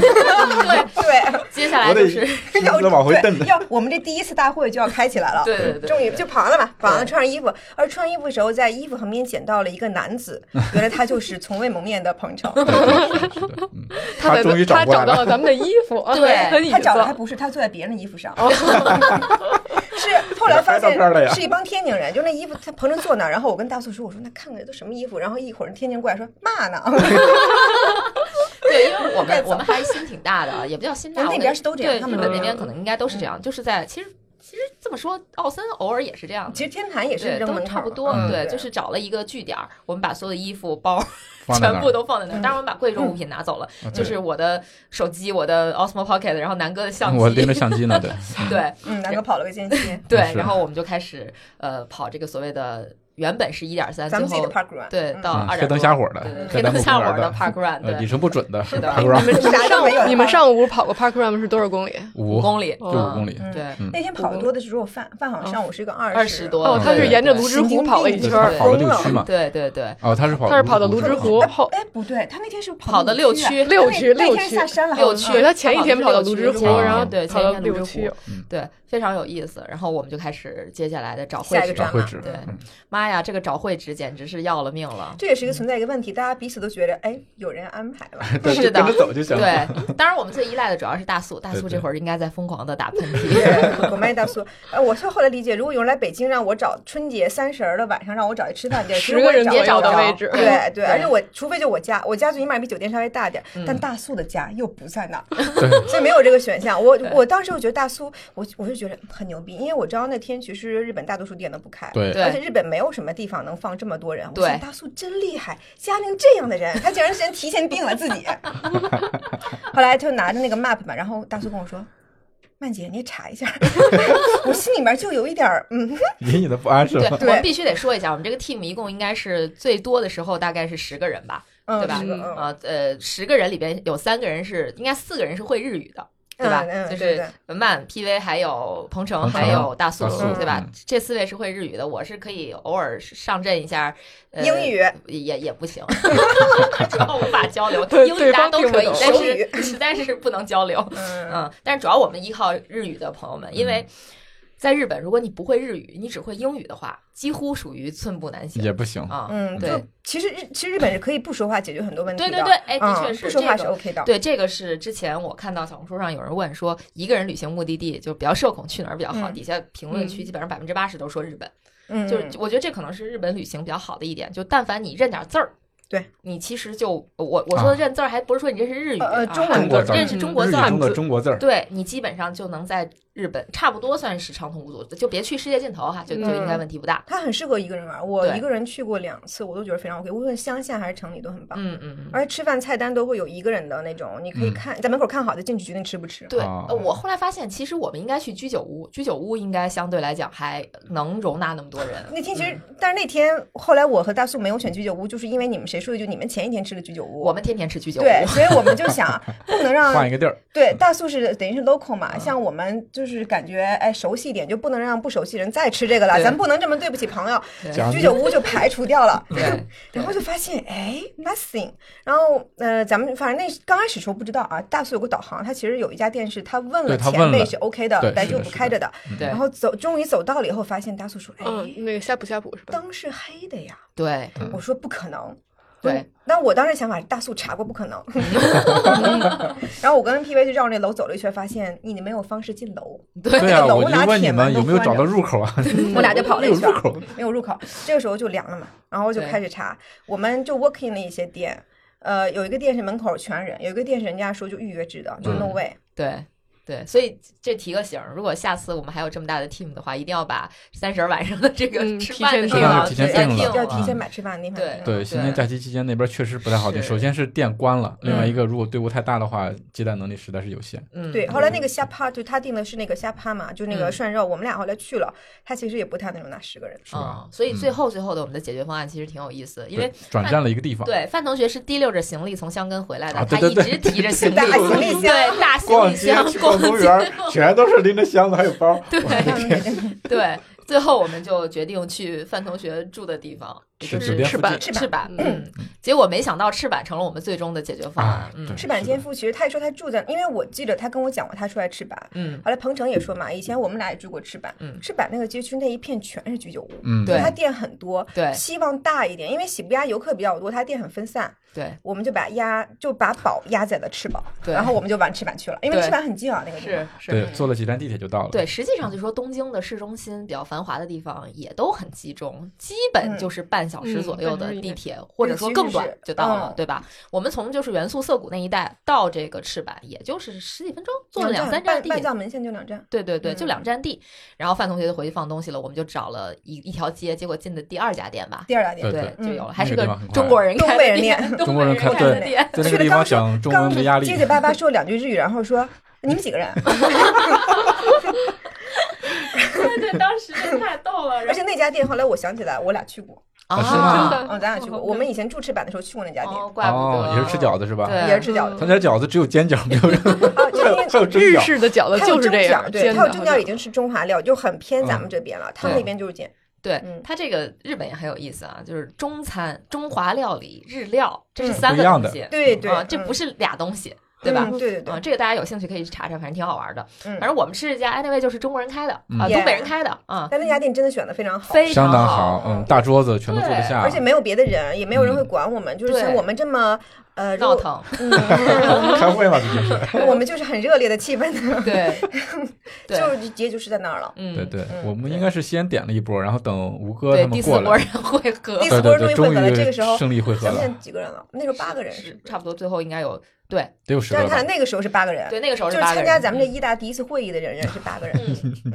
Speaker 3: 对，
Speaker 1: 接下来就是，
Speaker 2: 要往回蹬
Speaker 3: 对，要我们这第一次大会就要开起来了。
Speaker 1: 对对对，
Speaker 3: 终于就跑完了吧，跑完了
Speaker 1: 对
Speaker 3: 穿上衣服，而穿衣服的时候，在衣服旁边捡到了一个男子，原来他就是从未蒙面的彭程。
Speaker 2: 嗯
Speaker 4: 他
Speaker 2: 他终于
Speaker 4: 在他
Speaker 2: 过
Speaker 4: 找
Speaker 2: 来
Speaker 4: 到
Speaker 2: 了。
Speaker 4: 了咱们的衣服，
Speaker 1: 对
Speaker 4: 和椅
Speaker 3: 他找的还
Speaker 4: 子，
Speaker 3: 不是，他坐在别人的衣服上。
Speaker 4: 哦
Speaker 3: 是后来发
Speaker 2: 拍照片了呀
Speaker 3: 现是一帮天津人，就那衣服，他彭程坐那儿，然后我跟大素说，我说那看看这都什么衣服，然后一会儿天津过来说 骂呢，
Speaker 1: 对，因 为我
Speaker 3: 再
Speaker 1: 们
Speaker 3: 走
Speaker 1: 我们还心挺大的啊，也不叫心大，
Speaker 3: 咱
Speaker 1: 我
Speaker 3: 那
Speaker 1: 们
Speaker 3: 边是都这样
Speaker 1: 对，
Speaker 3: 他
Speaker 1: 日
Speaker 3: 们
Speaker 1: 本
Speaker 3: 都
Speaker 1: 那
Speaker 3: 这
Speaker 1: 边
Speaker 3: 样
Speaker 1: 可能应该都是这样，嗯就是在其实其实这么说，奥森偶尔也是这样的。
Speaker 3: 其实天坛也是
Speaker 1: 对，
Speaker 3: 扔
Speaker 1: 都
Speaker 3: 门口
Speaker 1: 差不多，
Speaker 2: 嗯
Speaker 1: 对，就是找了一个据点儿，我们把所有的衣服、包全部都放在那儿。
Speaker 3: 嗯
Speaker 1: 当然，我们把贵重物品拿走了，
Speaker 2: 啊对
Speaker 1: 就是我的手机、我的 Osmo Pocket，然后南哥的相
Speaker 2: 我拎着
Speaker 1: 机，啊
Speaker 2: 相机呢，对，
Speaker 1: 对
Speaker 3: 嗯，南哥跑了个间歇，
Speaker 1: 对
Speaker 2: 是，
Speaker 1: 然后我们就开始呃跑这个所谓的原本是一点三，
Speaker 3: 咱
Speaker 1: 最
Speaker 3: 们自己的
Speaker 1: 后
Speaker 3: park run，
Speaker 1: 对到
Speaker 2: 嗯
Speaker 1: 二点
Speaker 2: 黑灯瞎火的
Speaker 1: 对
Speaker 2: 在
Speaker 1: 对，黑
Speaker 2: 弹
Speaker 1: 灯
Speaker 2: 幕
Speaker 1: 瞎
Speaker 2: 公
Speaker 1: 火
Speaker 2: 园
Speaker 1: 的
Speaker 2: 的
Speaker 1: Park Run，
Speaker 2: 呃，里
Speaker 1: 对，
Speaker 2: 程不准的，
Speaker 1: 是的嗯
Speaker 2: 还不让
Speaker 4: 你们
Speaker 3: 啥都没有
Speaker 4: 你们上午跑过 Park Run 是多少公里？
Speaker 2: 五
Speaker 1: 五公里，
Speaker 2: 就
Speaker 4: 就
Speaker 2: 五公
Speaker 1: 里，
Speaker 2: 里，
Speaker 3: 嗯
Speaker 1: 对，
Speaker 2: 嗯
Speaker 3: 那天跑得多的是我范范，好像上午是一个二
Speaker 1: 二十多，
Speaker 4: 哦，他是
Speaker 1: 对
Speaker 4: 沿着
Speaker 1: 对
Speaker 4: 泸沽湖跑了一圈
Speaker 2: 他
Speaker 4: 儿，
Speaker 2: 跑了六区嘛，
Speaker 1: 对对对，
Speaker 2: 哦，他是跑，
Speaker 4: 他是跑的泸沽湖后
Speaker 3: 哎，不对，他那天是不是
Speaker 1: 跑的六
Speaker 3: 啊
Speaker 1: 区，
Speaker 4: 六区
Speaker 3: 那
Speaker 4: 六
Speaker 3: 那天
Speaker 4: 区
Speaker 3: 下山了，
Speaker 1: 六
Speaker 3: 好像
Speaker 1: 区
Speaker 4: 对他前一天跑到泸
Speaker 1: 六
Speaker 4: 沽
Speaker 1: 区
Speaker 4: 湖，
Speaker 2: 前一天
Speaker 4: 然后
Speaker 1: 对
Speaker 4: 跑到
Speaker 1: 前一天泸沽湖
Speaker 4: 区，
Speaker 1: 对，非常有意思。然后我们就开始接下来的找会
Speaker 3: 下一
Speaker 1: 址
Speaker 3: 个
Speaker 2: 找
Speaker 3: 站
Speaker 2: 会
Speaker 3: 嘛
Speaker 2: 址，
Speaker 1: 对
Speaker 2: 嗯
Speaker 1: 妈妈呀，这个找会址简直是要了命了。
Speaker 3: 这也是一个存在一个问题，大家彼此都觉得，哎，有人安排了。
Speaker 1: 是
Speaker 2: 对，就
Speaker 1: 的
Speaker 2: 跟着走就行了。
Speaker 1: 对，当然我们最依赖的主要是大苏，大苏这会儿应该在疯狂的打喷嚏。
Speaker 3: 对，我卖大苏。呃，我是后来理解，如果有人来北京让我找春节三十儿的晚上让我找一吃饭地儿，其实
Speaker 4: 10
Speaker 3: 我也
Speaker 4: 个人
Speaker 3: 不
Speaker 1: 也找
Speaker 3: 着
Speaker 1: 到
Speaker 4: 位置
Speaker 3: 对对，
Speaker 1: 嗯
Speaker 3: 而且我除非就我家，我家最起码比酒店稍微大点儿
Speaker 1: 嗯，
Speaker 3: 但大苏的家又不在那儿，
Speaker 2: 对，
Speaker 3: 所以没有这个选项。我我当时我觉得大苏，我我就觉得很牛逼，因为我知道那天其实日本大多数店都不开。
Speaker 2: 对
Speaker 1: 对
Speaker 3: 而且日本没有什么地方能放这么多人，我
Speaker 1: 对
Speaker 3: 想大苏真厉害，嘉玲这样的人，他竟然先提前定了自 己。后来就拿着那个 map 嘛，然后大苏跟我说：“曼姐，你也查一下。” 我心里面就有一点儿，嗯，
Speaker 2: 隐隐的不安是
Speaker 1: 对，
Speaker 2: 吧？
Speaker 1: 我们必须得说一下，我们这个 team 一共应该是最多的时候大概是十个人吧，
Speaker 3: 嗯
Speaker 1: 对吧
Speaker 3: 是的
Speaker 1: 啊呃，十个人里边有三个人是，应该四个人是会日语的。对吧？
Speaker 3: 嗯嗯
Speaker 1: 就
Speaker 3: 对
Speaker 1: 是曼 PV 还有鹏程
Speaker 2: 鹏
Speaker 1: 还
Speaker 2: 程
Speaker 1: 有大苏
Speaker 2: 大苏，
Speaker 1: 对吧
Speaker 2: 嗯？
Speaker 1: 这四位是会日语的，我是可以偶尔上阵一下。呃
Speaker 3: 英语
Speaker 1: 也也不行，主要无法交流。
Speaker 4: 对
Speaker 1: 英语
Speaker 4: 对
Speaker 1: 大家
Speaker 4: 方
Speaker 1: 都
Speaker 4: 听不
Speaker 1: 可以
Speaker 4: 懂，
Speaker 1: 但
Speaker 3: 手语
Speaker 1: 是实在是不能交流。
Speaker 3: 嗯，
Speaker 1: 嗯，但是主要我们依靠日语的朋友们，因为在日本，如果你不会日语，你只会英语的话，几乎属于寸步难行
Speaker 2: 也不行。
Speaker 1: 啊。
Speaker 3: 嗯，
Speaker 1: 对
Speaker 3: 就其实日其实日本是可以不说话解决很多问题
Speaker 1: 对
Speaker 3: 的，
Speaker 1: 对对，哎，的
Speaker 3: 嗯
Speaker 1: 确是
Speaker 3: 不
Speaker 1: 这
Speaker 3: 说话是
Speaker 1: 个。
Speaker 3: OK 的。
Speaker 1: 对，这个是之前我看到小红书上有人问说，一个人旅行目的地就比较社恐，去哪儿比较好？
Speaker 3: 嗯
Speaker 1: 底下评论区
Speaker 4: 嗯
Speaker 1: 基本上百分之八十都说日本，
Speaker 3: 嗯，
Speaker 1: 就是我觉得这可能是日本旅行比较好的一点，就但凡你认点字儿，
Speaker 3: 对
Speaker 1: 你其实就我我说的
Speaker 2: 啊
Speaker 1: 认字儿，还不是说你认识日语，
Speaker 3: 呃呃
Speaker 1: 啊
Speaker 3: 中
Speaker 2: 中
Speaker 3: 文
Speaker 2: 国字
Speaker 1: 认
Speaker 2: 儿，
Speaker 1: 识
Speaker 4: 嗯
Speaker 1: 中国
Speaker 2: 日语
Speaker 1: 字儿，
Speaker 2: 中的中国字儿，
Speaker 1: 对你基本上就能在日本差不多算是畅通无阻，就别去世界尽头哈，就就应
Speaker 3: 嗯
Speaker 1: 该问题不大。
Speaker 3: 它很适合一个人玩。我
Speaker 1: 对
Speaker 3: 一个人去过两次，我都觉得非常 OK，无论乡下还是城里都很棒。
Speaker 1: 嗯嗯嗯。
Speaker 3: 而且吃饭菜单都会有一个人的那种，你可以
Speaker 2: 嗯
Speaker 3: 看在门口看好的，进去决定吃不吃。
Speaker 1: 对，
Speaker 2: 哦
Speaker 1: 呃我后来发现，其实我们应该去居酒屋，居酒屋应该相对来讲还能容纳那么多人。
Speaker 3: 那天其实，但是那天后来我和大素没有选居酒屋，就是因为你们谁说一句你们前一天吃的居酒屋，
Speaker 1: 我们天天吃居酒屋，
Speaker 3: 对，所以我们就 想不
Speaker 2: 换
Speaker 1: 嗯
Speaker 3: 能让
Speaker 2: 一个地儿，
Speaker 3: 对大素是等于是 local
Speaker 2: 嗯
Speaker 3: 嘛，像我们就是感觉哎熟悉一点，就不能让不熟悉人再吃这个了，
Speaker 1: 对
Speaker 3: 咱不能这么对不起朋友，
Speaker 2: 讲
Speaker 3: 居酒屋就排除掉了。
Speaker 1: 对，
Speaker 3: 然后就发现哎 nothing，然后呃咱们反正那刚开始时候不知道啊，大素有个导航，他其实有一家店是他问
Speaker 2: 对
Speaker 3: 了
Speaker 2: 他
Speaker 3: 前
Speaker 2: 问
Speaker 3: 辈
Speaker 2: 了
Speaker 3: 是 OK
Speaker 2: 对
Speaker 3: 的，
Speaker 2: 是
Speaker 3: 但
Speaker 2: 的
Speaker 3: 就不
Speaker 2: 是的
Speaker 3: 开着的，
Speaker 1: 对
Speaker 3: 然后走终于走到了以后，发现大素说哎。
Speaker 4: 嗯，那个夏普夏普是吧？
Speaker 3: 灯是黑的呀，
Speaker 1: 对
Speaker 3: 我说不可能。
Speaker 1: 嗯对，
Speaker 3: 但我当时想法是大素查过不可能， 然后我跟 PV 就绕那楼走了一圈，发现你没有方式进楼，
Speaker 2: 对
Speaker 3: 那
Speaker 2: 啊，
Speaker 3: 个楼
Speaker 2: 我就
Speaker 3: 拿
Speaker 2: 问
Speaker 3: 铁
Speaker 2: 你们
Speaker 3: 门都
Speaker 2: 有没有
Speaker 3: 关
Speaker 2: 找
Speaker 3: 着
Speaker 2: 到入口啊？
Speaker 1: 嗯
Speaker 3: 我俩就跑了一圈
Speaker 2: 没有入口，
Speaker 3: 没有入口。这个时候就凉了嘛，然后就
Speaker 1: 对
Speaker 3: 开始查，我们就 walk in 了一些店，呃，有一个店是门口全人，有一个店是人家说就预约制的，就 no
Speaker 2: 嗯
Speaker 3: way。
Speaker 1: 对对，所以这提个醒儿，如果下次我们还有这么大的 team 的话，一定要把三十儿晚上的这个
Speaker 4: 嗯
Speaker 1: 吃
Speaker 4: 提
Speaker 1: 饭的地
Speaker 4: 前
Speaker 2: 定了
Speaker 1: 方
Speaker 2: 提前
Speaker 1: 提
Speaker 2: 定
Speaker 1: 前
Speaker 2: 了啊
Speaker 1: 定
Speaker 3: 要
Speaker 1: 了啊
Speaker 3: 提前买吃饭的地方。
Speaker 1: 对
Speaker 2: 对，新年假期期间那边确实不太好定。
Speaker 1: 是
Speaker 2: 首先是店关了，另外
Speaker 1: 嗯
Speaker 2: 一个如果队伍太大的话，接待能力实在是有限。
Speaker 1: 嗯，
Speaker 3: 对，后来那个虾趴，就他订的是那个虾趴嘛，就那
Speaker 1: 嗯
Speaker 3: 个涮肉，我们俩后来去了，他其实也不太能容纳 十个人。
Speaker 2: 是吧
Speaker 1: 嗯，所以最
Speaker 2: 嗯
Speaker 1: 后最后的我们的解决方案其实挺有意思，因为
Speaker 2: 对转战了一个地方，
Speaker 1: 对，范同学是提溜着行李从香根回来的，
Speaker 2: 啊对
Speaker 1: 他
Speaker 2: 对
Speaker 1: 一
Speaker 2: 对
Speaker 1: 直提着行李，
Speaker 3: 大行李箱
Speaker 1: 对，大行李箱逛街，
Speaker 2: 全都是拎着箱子还有包。
Speaker 1: 对对。最后我们就决定去范同学住的地方，也
Speaker 2: 是酒
Speaker 1: 就是
Speaker 2: 店
Speaker 4: 翅
Speaker 2: 附
Speaker 4: 膀
Speaker 2: 近
Speaker 1: 赤
Speaker 3: 翅
Speaker 1: 坂。
Speaker 4: 嗯
Speaker 1: 嗯，结果没想到赤坂成了我们最终的解决方案
Speaker 2: 啊。，
Speaker 1: 嗯
Speaker 2: 对
Speaker 3: 赤坂
Speaker 2: 是
Speaker 3: 健
Speaker 2: 的
Speaker 3: 夫其实他也说他住在，因为我记得他跟我讲过他住在赤坂。
Speaker 1: 嗯，
Speaker 3: 后来彭程也说嘛，以前我们俩也住过赤坂，
Speaker 1: 嗯
Speaker 3: 赤坂那个街区那一片全是居酒屋，
Speaker 2: 嗯，
Speaker 1: 对
Speaker 3: 他店很多，
Speaker 1: 对
Speaker 3: 希望大一点，因为喜不压游客比较多，他店很分散，
Speaker 1: 对，
Speaker 3: 我们就把压就把宝压在了赤堡，
Speaker 1: 对
Speaker 3: 然后我们就往赤坂去了，因为
Speaker 1: 对
Speaker 3: 赤坂很近啊，那个地方。
Speaker 1: 是
Speaker 2: 对
Speaker 1: 是，。
Speaker 2: 坐了几站地铁就到了。
Speaker 1: 对，实际上就说东京的市中心比较繁华的地方也都很集中，基
Speaker 3: 嗯
Speaker 1: 本就是嗯半小时左右的地铁，或者说更短就到了，
Speaker 3: 嗯
Speaker 1: 对吧？我们从就是元素涩谷那一带到这个赤坂，也就是十几分钟，坐了两三站
Speaker 3: 站，
Speaker 1: 地
Speaker 3: 嗯半
Speaker 1: 铁。
Speaker 3: 藏门线就两站。
Speaker 1: 对对对，就
Speaker 3: 嗯
Speaker 1: 两站地。然后范同学就回去放东西了，我们就找了一一条街，结果进的第二家店吧，
Speaker 3: 第二大店
Speaker 2: 对，
Speaker 1: 对，
Speaker 3: 嗯
Speaker 1: 就有了，还是
Speaker 2: 那个地方
Speaker 1: 个
Speaker 2: 很快
Speaker 1: 中国人
Speaker 3: 东
Speaker 1: 开
Speaker 3: 北
Speaker 1: 的
Speaker 3: 人
Speaker 1: 店，
Speaker 3: 店，
Speaker 2: 中
Speaker 1: 东北
Speaker 2: 国人
Speaker 1: 开
Speaker 2: 开
Speaker 1: 的
Speaker 2: 对
Speaker 1: 店。
Speaker 2: 在那
Speaker 3: 去
Speaker 2: 个
Speaker 3: 了
Speaker 2: 地
Speaker 3: 刚
Speaker 2: 方
Speaker 3: 说
Speaker 2: 讲中
Speaker 3: 刚
Speaker 2: 文没压力
Speaker 3: 结，结巴巴说两句日语，然后说你们 几个人，
Speaker 1: 对对，当时真太逗了。
Speaker 3: 而且那家店后来我想起来，我俩去过，
Speaker 2: 啊是
Speaker 1: 啊
Speaker 2: 吗，
Speaker 3: 嗯，咱俩去 过，我们以前住赤坂的时候去过那家店，
Speaker 1: 哦，怪不
Speaker 2: 哦，
Speaker 1: 得
Speaker 2: 也是吃饺子是吧？
Speaker 1: 对
Speaker 3: 也是吃饺子
Speaker 2: 他家饺子只有煎饺，没有任何
Speaker 3: 啊，就是因为
Speaker 2: 还有蒸
Speaker 4: 日
Speaker 2: 饺。
Speaker 4: 式的饺子
Speaker 3: 它有
Speaker 4: 就是
Speaker 3: 蒸
Speaker 4: 这
Speaker 3: 饺，
Speaker 4: 样，
Speaker 3: 对，
Speaker 4: 煎
Speaker 3: 它
Speaker 4: 的
Speaker 3: 有蒸饺已经是中华料，就很偏
Speaker 2: 嗯
Speaker 3: 咱们这边了。他们
Speaker 2: 对
Speaker 3: 那边就是煎，
Speaker 1: 对
Speaker 3: 嗯
Speaker 1: 它这个日本也很有意思啊，就是中餐、中华料理、日料，这是
Speaker 3: 嗯
Speaker 1: 三
Speaker 2: 不
Speaker 1: 个
Speaker 2: 一样
Speaker 1: 东
Speaker 2: 的
Speaker 1: 西。
Speaker 3: 对对
Speaker 1: 啊，这不
Speaker 3: 是
Speaker 1: 是俩东西。对吧？
Speaker 3: 嗯对对对
Speaker 1: 嗯，，这个大家有兴趣可以查查，反正挺好玩的。
Speaker 3: 嗯
Speaker 1: 反正我们吃这家 anyway 就是中国人开的
Speaker 2: 嗯
Speaker 1: 啊，
Speaker 3: Yeah
Speaker 1: 东北人开的啊，
Speaker 3: 但那家店真的选的非常好，
Speaker 1: 非
Speaker 2: 相
Speaker 1: 常
Speaker 2: 当好，
Speaker 3: 好
Speaker 2: 嗯，大桌子全都坐得
Speaker 1: 对
Speaker 2: 下，
Speaker 3: 而且没有别的人，也没有人
Speaker 2: 嗯
Speaker 3: 会管我们，就是
Speaker 1: 对
Speaker 3: 像我们这么呃
Speaker 1: 闹，腾，
Speaker 3: 如果
Speaker 2: 开会了，这就是，
Speaker 3: 嗯， 我们就是很热烈的气氛的，
Speaker 1: 对 对，
Speaker 3: 就是结局是在那儿了。
Speaker 1: 嗯
Speaker 2: 对对，
Speaker 3: 嗯
Speaker 2: 我们应该是先点了一波，然后等吴哥他
Speaker 1: 对第
Speaker 2: 们
Speaker 1: 四
Speaker 2: 过
Speaker 1: 波
Speaker 2: 来，
Speaker 1: 人会合
Speaker 2: 对
Speaker 3: 第，四波
Speaker 2: 对
Speaker 3: 终
Speaker 2: 对，终
Speaker 3: 于汇合了这个时候
Speaker 2: 于胜利汇合
Speaker 3: 咱
Speaker 2: 了
Speaker 3: 们现，在几个人了？那时候八个人是
Speaker 1: 是
Speaker 3: 不是，
Speaker 1: 差不多，最后应该有对
Speaker 2: 得有十
Speaker 3: 但
Speaker 2: 个
Speaker 3: 是
Speaker 2: 吧
Speaker 3: 他， 那个时候是八个人，
Speaker 1: 对那个时候
Speaker 3: 就是
Speaker 1: 八个
Speaker 3: 参
Speaker 1: 人嗯
Speaker 3: 加咱们这医大第一次会议的人人是八个人。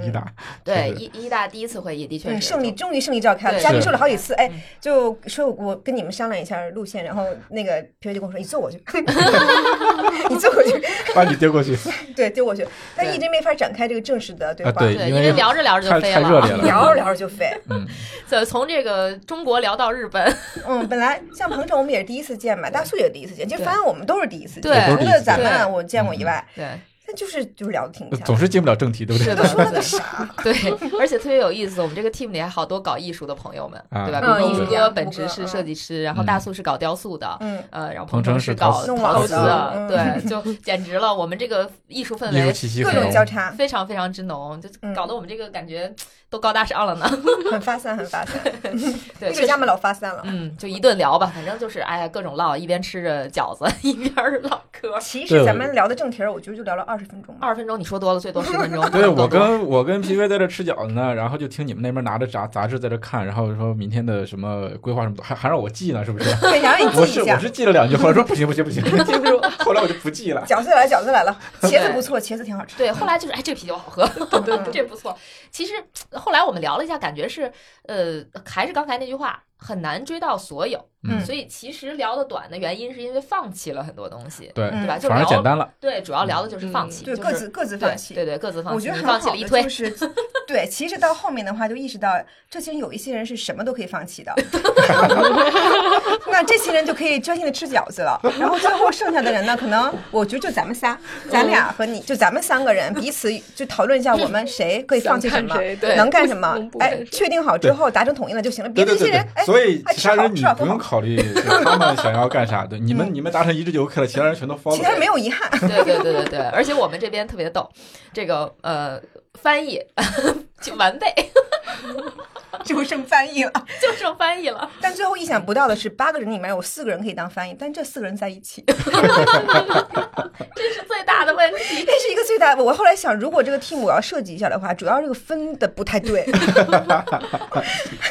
Speaker 2: 你打，
Speaker 1: 对
Speaker 2: 对对
Speaker 1: 一一大第一次会议的确
Speaker 3: 嗯，
Speaker 1: 是
Speaker 3: 胜利终于胜利召开了，
Speaker 1: 对
Speaker 3: 嘉宾
Speaker 2: 是
Speaker 3: 说了好几次，哎
Speaker 1: 嗯，
Speaker 3: 就说我跟你们商量一下路线，然后那个皮儿就跟我说你坐过去， 你坐过去，
Speaker 2: 把你丢过去，
Speaker 3: 对，丢过去，但
Speaker 1: 对
Speaker 3: 一直没法展开这个正式的对
Speaker 2: 啊
Speaker 3: 话，
Speaker 2: 对
Speaker 1: 对，
Speaker 2: 因
Speaker 1: 因
Speaker 2: 为
Speaker 1: 为聊着 聊着就
Speaker 2: 太
Speaker 1: 飞
Speaker 2: 太热烈
Speaker 1: 了，
Speaker 2: 了
Speaker 3: 聊着聊着就飞，
Speaker 2: 嗯，
Speaker 1: 对，从这个中国聊到日本，
Speaker 3: 嗯，本来像彭程我们也是第一次见嘛，大树也是第一次见，其实
Speaker 1: 对
Speaker 3: 反正我们都是第一次见，
Speaker 1: 对
Speaker 3: 除了咱
Speaker 1: 对
Speaker 3: 们我见过以外，
Speaker 1: 对
Speaker 3: 但就是就是聊的挺
Speaker 2: 呃嗯 总
Speaker 3: 像。
Speaker 2: 是进不了正题，对不对
Speaker 1: 是？
Speaker 3: 都
Speaker 1: 的
Speaker 3: 说了个啥？
Speaker 1: 对，而且特别有意思。我们这个 team 里还好多搞艺术的朋友们，
Speaker 2: 啊
Speaker 1: 对吧？比
Speaker 2: 嗯
Speaker 1: 如
Speaker 2: 艺
Speaker 1: 说
Speaker 2: 术
Speaker 1: 吴
Speaker 2: 家
Speaker 1: 哥本职是设计师，然后大素是搞雕塑的，
Speaker 3: 嗯，
Speaker 1: 呃，然后
Speaker 2: 彭程
Speaker 1: 程
Speaker 2: 是陶嗯
Speaker 1: 搞
Speaker 3: 瓷
Speaker 1: 陶瓷的
Speaker 3: 弄，瓦
Speaker 1: 对，就简直了。我们这个艺术氛
Speaker 2: 艺术
Speaker 1: 围
Speaker 2: 气息
Speaker 3: 各
Speaker 2: 很
Speaker 3: 种
Speaker 2: 浓，
Speaker 3: 交叉，
Speaker 1: 非常非常之浓，就
Speaker 3: 嗯
Speaker 1: 搞得我们这个感觉都高大上了呢。
Speaker 3: 很发散，很发散。
Speaker 1: 对，
Speaker 3: 艺
Speaker 1: 确
Speaker 3: 术
Speaker 1: 实
Speaker 3: 家们老发散了。
Speaker 1: 嗯，就一顿聊吧，反正就是哎呀，各种唠，一边吃着饺子 一边儿唠嗑。
Speaker 3: 其
Speaker 2: 对
Speaker 3: 实咱们聊的正题儿，我觉得就聊了二十分钟吧。
Speaker 1: 二十分钟你说多了，最多十 分钟。
Speaker 2: 对，
Speaker 1: 不能
Speaker 2: 我
Speaker 1: 多
Speaker 2: 跟我跟 PV 在这吃饺子呢，然后就听你们那边拿着杂杂志在这看，然后说明天的什么规划什么的，还还让我记呢，是 不是？
Speaker 3: 对，然后你
Speaker 2: 我
Speaker 3: 记
Speaker 2: 是
Speaker 3: 一
Speaker 2: 我
Speaker 3: 下，
Speaker 2: 是记了两句，后来说不行不行 不行，记不住， 后来我就不记了。
Speaker 3: 饺子来了，饺子来了，茄子不错，茄子挺好吃。
Speaker 1: 对，后来就是哎，这啤酒 好喝，对
Speaker 3: 嗯
Speaker 1: 这不错。其实后来我们聊了一下，感觉是呃，还是刚才那句话，很难追到所有。
Speaker 2: 嗯
Speaker 1: 所以其实聊得短的原因是因为放弃了很多东西，
Speaker 2: 对，
Speaker 3: 嗯
Speaker 1: 对吧？就
Speaker 2: 反而
Speaker 1: 聊
Speaker 2: 简单了，
Speaker 1: 对，主要聊的就是放弃，
Speaker 3: 对，
Speaker 1: 就
Speaker 3: 各
Speaker 1: 是
Speaker 3: 自各自
Speaker 1: 对
Speaker 3: 放弃。
Speaker 1: 对对各自放弃，
Speaker 3: 我觉得
Speaker 1: 你
Speaker 3: 很
Speaker 1: 放
Speaker 3: 好
Speaker 1: 弃了一
Speaker 3: 的
Speaker 1: 推
Speaker 3: 就，是，对，其实到后面的话，就意识到这些人有一些人是什么都可以放弃的， 那这些人就可以专心的吃饺子了。然后最后剩下的人呢，可能我觉得就咱们仨，咱俩和你就咱们三个人彼此就讨论一下，我们谁可以放弃什么
Speaker 4: 想看谁，对
Speaker 3: 能干什么
Speaker 4: 能不，
Speaker 3: 哎
Speaker 4: 干，
Speaker 3: 确定好之后达成统一了就行了。别
Speaker 2: 对
Speaker 3: 的
Speaker 2: 对
Speaker 3: 一
Speaker 2: 对
Speaker 3: 些人，
Speaker 2: 对，，
Speaker 3: 哎
Speaker 2: 所以
Speaker 3: 哎
Speaker 2: 其他
Speaker 3: 吃好
Speaker 2: 人你
Speaker 3: 吃好
Speaker 2: 不用
Speaker 3: 吃
Speaker 2: 考虑他们想要干啥，对，你
Speaker 1: 嗯
Speaker 2: 们你们达成一致就 OK 了，其他人全都 follow。
Speaker 3: 其他人没有遗憾。
Speaker 1: 对对对对对，而且我们这边特别逗，这个呃翻译 就完备，
Speaker 3: 就剩翻译了。
Speaker 1: 就剩翻译了，
Speaker 3: 但最后意想不到的是，八个人里面有四个人可以当翻译，但这四个人在一起，
Speaker 1: 这是最大的问题。
Speaker 3: 这是一个最大的。我后来想，如果这个 team 我要设计一下的话，主要这个分的不 太对。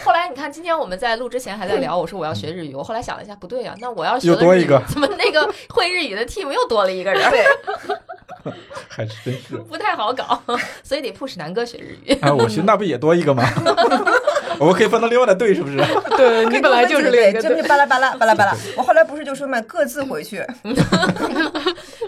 Speaker 1: 后来你看，今天我们在录之前还在聊， 我说我要学日语，我后来想了一下，不对呀、啊那我要学
Speaker 2: 又
Speaker 1: 了
Speaker 2: 多
Speaker 1: 日
Speaker 2: 一
Speaker 1: 语
Speaker 2: 个
Speaker 1: 怎么那个会日语的 team 又多了一个人，
Speaker 3: 对，
Speaker 2: 还是真是。
Speaker 1: 不太好搞， 所以得 push 南哥学日 语。
Speaker 2: 哎，我寻思那不也多一 个吗？我们可以分到另外的队，是不是？
Speaker 4: 对你本来就是
Speaker 3: 对
Speaker 4: 另一个
Speaker 3: 就
Speaker 4: 对
Speaker 3: 是。巴 拉巴拉巴拉巴拉。我后来不是就说嘛，各自回去，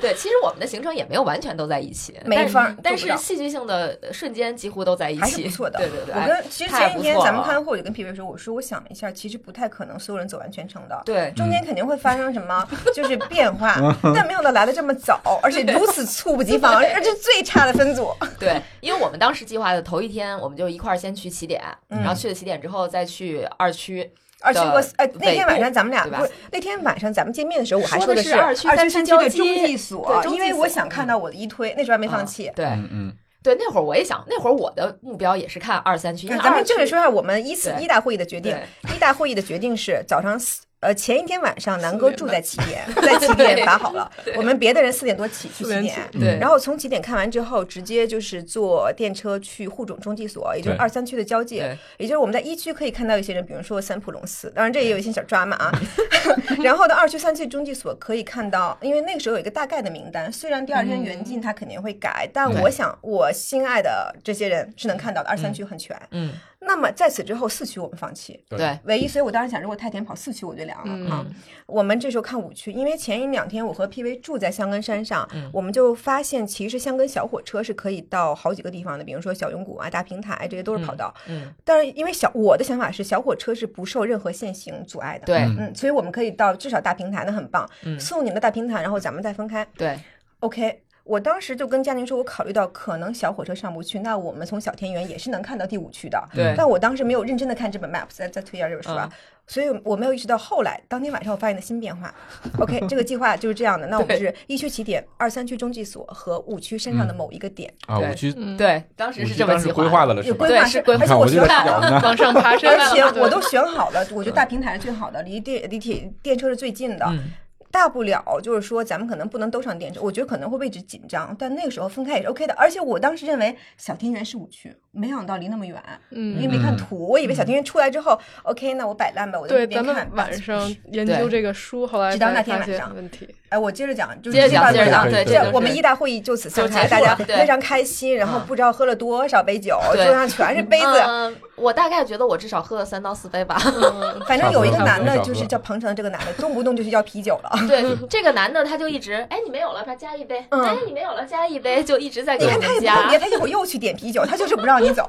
Speaker 1: 对，其实我们的行程也没有完全都在一起，
Speaker 3: 每一
Speaker 1: 但是
Speaker 3: 方
Speaker 1: 但
Speaker 3: 做
Speaker 1: 是
Speaker 3: 不到
Speaker 1: 戏剧性的瞬间几乎都在一起，
Speaker 3: 还是不错的。
Speaker 1: 对对对，
Speaker 3: 我
Speaker 1: 哎
Speaker 3: 跟其实
Speaker 1: 太
Speaker 3: 前
Speaker 1: 不
Speaker 3: 一天
Speaker 1: 错
Speaker 3: 咱们
Speaker 1: 了
Speaker 3: 开完会，我就跟皮皮说，我说我想了一下，其实不太可能所有人走完全程的。
Speaker 1: 对
Speaker 3: 中间肯定会发生什 么，就是变化，但没想到来的这么早，而且如此猝不及 防，
Speaker 1: 对
Speaker 3: 而且最差的分组。
Speaker 1: 对，因为我们当时计划的头一天，我们就一块儿先去起点，
Speaker 3: 嗯
Speaker 1: 然后去了起点之后再去二区，
Speaker 3: 二区
Speaker 1: 的
Speaker 3: 和呃那
Speaker 1: 北
Speaker 3: 天晚
Speaker 1: 部
Speaker 3: 上咱们俩
Speaker 1: 对吧
Speaker 3: 不是那天晚上咱们见面的时候，我还
Speaker 1: 说的
Speaker 3: 的
Speaker 1: 是
Speaker 3: 是
Speaker 1: 二区三
Speaker 3: 三
Speaker 1: 区交
Speaker 3: 的
Speaker 1: 接
Speaker 3: 中继所
Speaker 1: 对，中
Speaker 3: 因
Speaker 1: 继
Speaker 3: 为
Speaker 1: 所
Speaker 3: 我想看到我的一推，那时候还没放
Speaker 1: 嗯
Speaker 3: 弃。
Speaker 1: 对
Speaker 2: 嗯嗯，
Speaker 1: 对，那会儿我也想，那会儿我的目标也是看二三区，因为
Speaker 3: 嗯咱
Speaker 1: 二
Speaker 3: 们
Speaker 1: 区
Speaker 3: 正式说一下我们一次
Speaker 1: 对
Speaker 3: 一大会议的决定
Speaker 1: 对。
Speaker 3: 一大会议的决定是早上四呃前一天晚上，南哥住在起点，在起
Speaker 1: 对
Speaker 3: 点打好了，我们别的人四点多起去
Speaker 4: 四
Speaker 3: 起
Speaker 4: 点
Speaker 3: 点。
Speaker 4: 起
Speaker 1: 对，
Speaker 3: 然后从起点看完之后，直接就是坐电车去沪种中继所，也就是
Speaker 2: 对
Speaker 3: 二三区的交界
Speaker 1: 对。
Speaker 3: 也就是我们在一区可以看到一些人，比如说三浦龙司，当然这也有一些小抓马 啊。 然后到二区、三区中继所可以看到，因为那个时候有一个大概的名单，虽然第二天原进他肯定会改，但
Speaker 2: 对
Speaker 3: 我想我心爱的这些人是能看到的，二三区很全。
Speaker 1: 嗯，
Speaker 3: 那么在此之后，四区我们放弃。
Speaker 1: 对，
Speaker 3: 唯一，所以我当时想，如果太田跑四区，我就凉了、
Speaker 1: 嗯
Speaker 3: 啊。我们这时候看五区，因为前一两天我和 PV 住在香根山上，
Speaker 1: 嗯
Speaker 3: 我们就发现其实香根小火车是可以到好几个地方的，比如说小涌谷啊、大平台，这些都是跑道。
Speaker 1: 嗯，
Speaker 3: 但是因为小我的想法是，小火车是不受任何限行阻碍的。
Speaker 1: 对
Speaker 3: 嗯，所以我们可以到至少大平台，那很棒。
Speaker 1: 嗯
Speaker 3: 送你们的大平台，然后咱们再分开。
Speaker 1: 对，
Speaker 3: OK，我当时就跟家庭说，我考虑到可能小火车上不去，那我们从小田园也是能看到第五区的。
Speaker 1: 对嗯
Speaker 3: 但我当时没有认真的看这本 map，在在推荐这本书啊，所以我没有意识到后来当天晚上我发现的新变化。OK，这个计划就是这样的。那我们
Speaker 1: 对嗯
Speaker 3: 是一区起点，二三区中继所和五区山上的某一个点，
Speaker 2: 啊，
Speaker 1: 对
Speaker 2: 五区
Speaker 4: 嗯，
Speaker 1: 对，当时
Speaker 2: 五
Speaker 1: 是
Speaker 2: 区
Speaker 1: 这么
Speaker 2: 当
Speaker 1: 计
Speaker 2: 时
Speaker 1: 划
Speaker 2: 规
Speaker 1: 的
Speaker 2: 划的了是
Speaker 3: 有
Speaker 2: 吧
Speaker 3: 规？划
Speaker 1: 对
Speaker 3: 是，
Speaker 1: 是规划
Speaker 3: 而且
Speaker 2: 看我
Speaker 3: 我
Speaker 2: 就
Speaker 3: 选
Speaker 2: 在
Speaker 3: 好
Speaker 2: 想
Speaker 3: 了，
Speaker 2: 呢，
Speaker 4: 往上爬山
Speaker 3: 而
Speaker 4: 了，
Speaker 3: 且
Speaker 4: 对
Speaker 3: 我都选好了，我觉得大平台是最好的，离电离铁电车是最近的。
Speaker 1: 嗯
Speaker 3: 大不了就是说，咱们可能不能都上电车，我觉得可能会位置紧张，但那个时候分开也是 OK 的。而且我当时认为小田园是五区，没想到离那么远，因为
Speaker 4: 嗯，
Speaker 3: 没看图，我以为小田园出来之后、o k 那我摆烂吧，我在
Speaker 4: 对，
Speaker 3: 一边
Speaker 4: 咱们
Speaker 3: 看。
Speaker 4: 晚上研究这个书，后来
Speaker 3: 直到
Speaker 4: 才
Speaker 3: 那天
Speaker 4: 发现
Speaker 3: 晚上
Speaker 4: 问题，
Speaker 3: 哎，我接着讲，就是
Speaker 1: 接着讲，
Speaker 2: 办
Speaker 1: 接着
Speaker 2: 法
Speaker 1: 讲，
Speaker 2: 可以
Speaker 1: 对，
Speaker 2: 可以
Speaker 1: 这
Speaker 2: 对
Speaker 1: 就是
Speaker 3: 我们一大会议就此散
Speaker 1: 就
Speaker 3: 开，
Speaker 1: 结
Speaker 3: 大
Speaker 1: 束了
Speaker 3: 家
Speaker 1: 对嗯
Speaker 3: 非常开心，然后不知道喝了多少杯酒，
Speaker 1: 对
Speaker 3: 桌上全是杯子。
Speaker 1: 嗯，我大概觉得我至少喝了三到四杯吧。
Speaker 4: 嗯，
Speaker 3: 反正有一个男的，
Speaker 2: 差不多
Speaker 3: 就是叫彭程，这个男的动不动就去要啤酒了。
Speaker 1: 对，这个男的他就一直，哎，你没有了，他加一杯，
Speaker 3: 嗯
Speaker 1: 哎，你没有了，加一杯，就一直在给
Speaker 3: 你
Speaker 1: 我
Speaker 3: 看他
Speaker 1: 们
Speaker 3: 也不特
Speaker 1: 加
Speaker 3: 别，。他一会儿又去点啤酒，他就是不让你 走。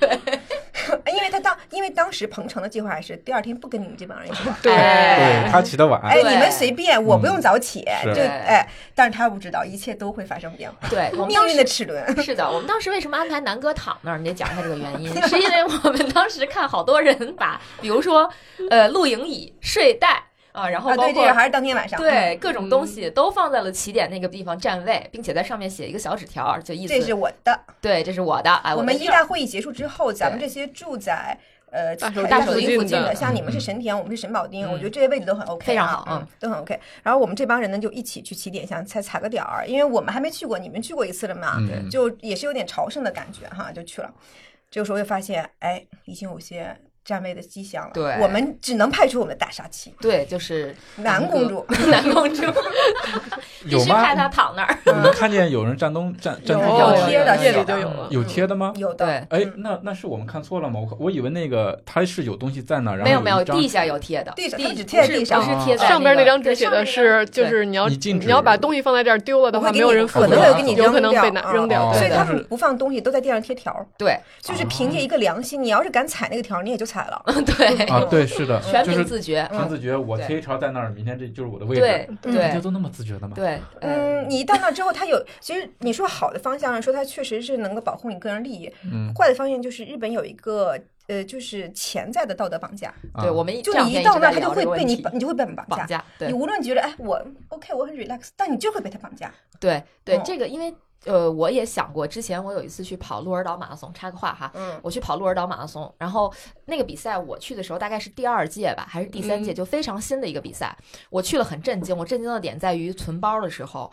Speaker 3: 对， 因为他当因为当时彭程的计划是第二天不跟你们这帮人一 块儿。
Speaker 4: 对
Speaker 1: 哎
Speaker 2: 对他起的晚，
Speaker 3: 哎，
Speaker 1: 对
Speaker 3: 你们随便，我不用早起，
Speaker 2: 是
Speaker 3: 就哎，但是他不知道一切都会发生变化，
Speaker 1: 对，我们
Speaker 3: 命
Speaker 1: 当
Speaker 3: 运的
Speaker 1: 时
Speaker 3: 齿轮。
Speaker 1: 是的，我们当时为什么安排南哥躺那儿？你得讲一下这个原 因，是因为我们当时看好多人把，比如说，呃，露营椅、睡袋啊，然后
Speaker 3: 啊，
Speaker 1: 包
Speaker 3: 对，这
Speaker 1: 括
Speaker 3: 个还是嗯当天晚上。
Speaker 1: 对，各种东西都放在了起点那个地方占位，并且在上面写一个小纸条儿，就意思
Speaker 3: 嗯这是我的。
Speaker 1: 对，这是我的，哎，
Speaker 3: 我
Speaker 1: 的
Speaker 3: 们一
Speaker 1: 地儿
Speaker 3: 大会议结束之后，咱们这些住在。呃，
Speaker 4: 大手
Speaker 3: 大
Speaker 1: 大手
Speaker 3: 町
Speaker 1: 径
Speaker 3: 附近
Speaker 4: 的
Speaker 3: 的，像你们是神田，我们是神保町，
Speaker 1: 嗯
Speaker 3: 我觉得这些位置都很 OK，
Speaker 1: 非常
Speaker 3: 啊
Speaker 1: 好
Speaker 3: 嗯
Speaker 1: 嗯，
Speaker 3: 都很 OK。然后我们这帮人呢，就一起去起点巷才踩个点儿，因为我们还没去过，你们去过一次了嘛，
Speaker 2: 嗯
Speaker 3: 就也是有点朝圣的感觉哈，就去了。这个时候就发现，哎，已经有些占位的迹象了。
Speaker 1: 对
Speaker 3: 我们只能派出我们的大杀器
Speaker 1: 对，就是
Speaker 3: 南
Speaker 1: 南
Speaker 3: 公
Speaker 1: 哥
Speaker 3: 主。
Speaker 1: 南公主，必
Speaker 2: 有
Speaker 1: 须派他
Speaker 2: 吗？
Speaker 1: 躺那儿。
Speaker 2: 你
Speaker 3: 嗯
Speaker 2: 们看见有人站东站站
Speaker 4: 有
Speaker 2: 东
Speaker 3: 有
Speaker 2: 站
Speaker 3: 贴的
Speaker 4: 夜里
Speaker 3: 有
Speaker 4: 就
Speaker 3: 的
Speaker 4: 有了，
Speaker 2: 有贴的吗？
Speaker 3: 有的，
Speaker 1: 对，
Speaker 2: 哎，那那是我们看错了吗？我我以为那个它是有东西在那儿，然后
Speaker 1: 没有没有，
Speaker 2: 一张啊
Speaker 1: 地下有贴的，
Speaker 3: 地上他们只
Speaker 1: 不
Speaker 3: 贴在
Speaker 1: 是
Speaker 3: 地上
Speaker 1: 不是贴在
Speaker 4: 上边
Speaker 1: 那
Speaker 4: 那
Speaker 1: 个
Speaker 4: 张纸写的是，就是你要
Speaker 2: 你禁止
Speaker 4: 要把东西放在这儿丢了的
Speaker 3: 我
Speaker 4: 话，
Speaker 3: 会
Speaker 4: 没
Speaker 3: 给
Speaker 4: 有
Speaker 3: 你，
Speaker 4: 人负
Speaker 3: 可
Speaker 4: 责
Speaker 3: 能会给你
Speaker 4: 有可
Speaker 3: 扔
Speaker 4: 能
Speaker 3: 掉嗯
Speaker 4: 被拿扔掉，
Speaker 2: 哦
Speaker 3: 所以
Speaker 4: 对
Speaker 3: 他
Speaker 4: 的。
Speaker 3: 们不放东西，都在地上贴条儿，
Speaker 1: 对
Speaker 3: 就是凭借一个良心，你要是敢踩那个条儿，你也就踩了。
Speaker 1: 对，
Speaker 2: 啊，对，是的，
Speaker 1: 全
Speaker 2: 就
Speaker 1: 凭
Speaker 2: 是
Speaker 1: 自觉，
Speaker 2: 凭自觉，我
Speaker 1: 对
Speaker 2: 贴一条在那儿，明天这就是我的位置。
Speaker 1: 对
Speaker 3: 嗯
Speaker 2: 大家
Speaker 1: 对
Speaker 2: 都那么自觉的吗？
Speaker 1: 对，嗯，
Speaker 3: 嗯，你到那之后，它有，其实你说好的方向上说，它确实是能够保护你个人利益；
Speaker 2: 嗯，
Speaker 3: 坏的方向就是日本有一个呃，就是潜在的道德绑架，
Speaker 2: 啊
Speaker 1: 对，我们
Speaker 3: 就
Speaker 1: 这两
Speaker 3: 你一
Speaker 1: 天
Speaker 3: 到
Speaker 1: 直
Speaker 3: 那
Speaker 1: 在
Speaker 3: 儿，他就
Speaker 1: 聊这
Speaker 3: 会
Speaker 1: 个
Speaker 3: 被
Speaker 1: 问
Speaker 3: 你
Speaker 1: 题
Speaker 3: 绑，你就会被绑
Speaker 1: 绑
Speaker 3: 架。
Speaker 1: 架，对
Speaker 3: 你无论觉得哎，我 OK，我很 relax，但你就会被他绑架。
Speaker 1: 对对
Speaker 3: 嗯，
Speaker 1: 这个因为呃，我也想过，之前我有一次去跑鹿儿岛马拉松，插个话哈，
Speaker 3: 嗯，
Speaker 1: 我去跑鹿儿岛马拉松，然后那个比赛我去的时候大概是第二届吧，还是第三届，
Speaker 4: 嗯
Speaker 1: 就非常新的一个比赛。我去了很震惊，我震惊的点在于存包的时候，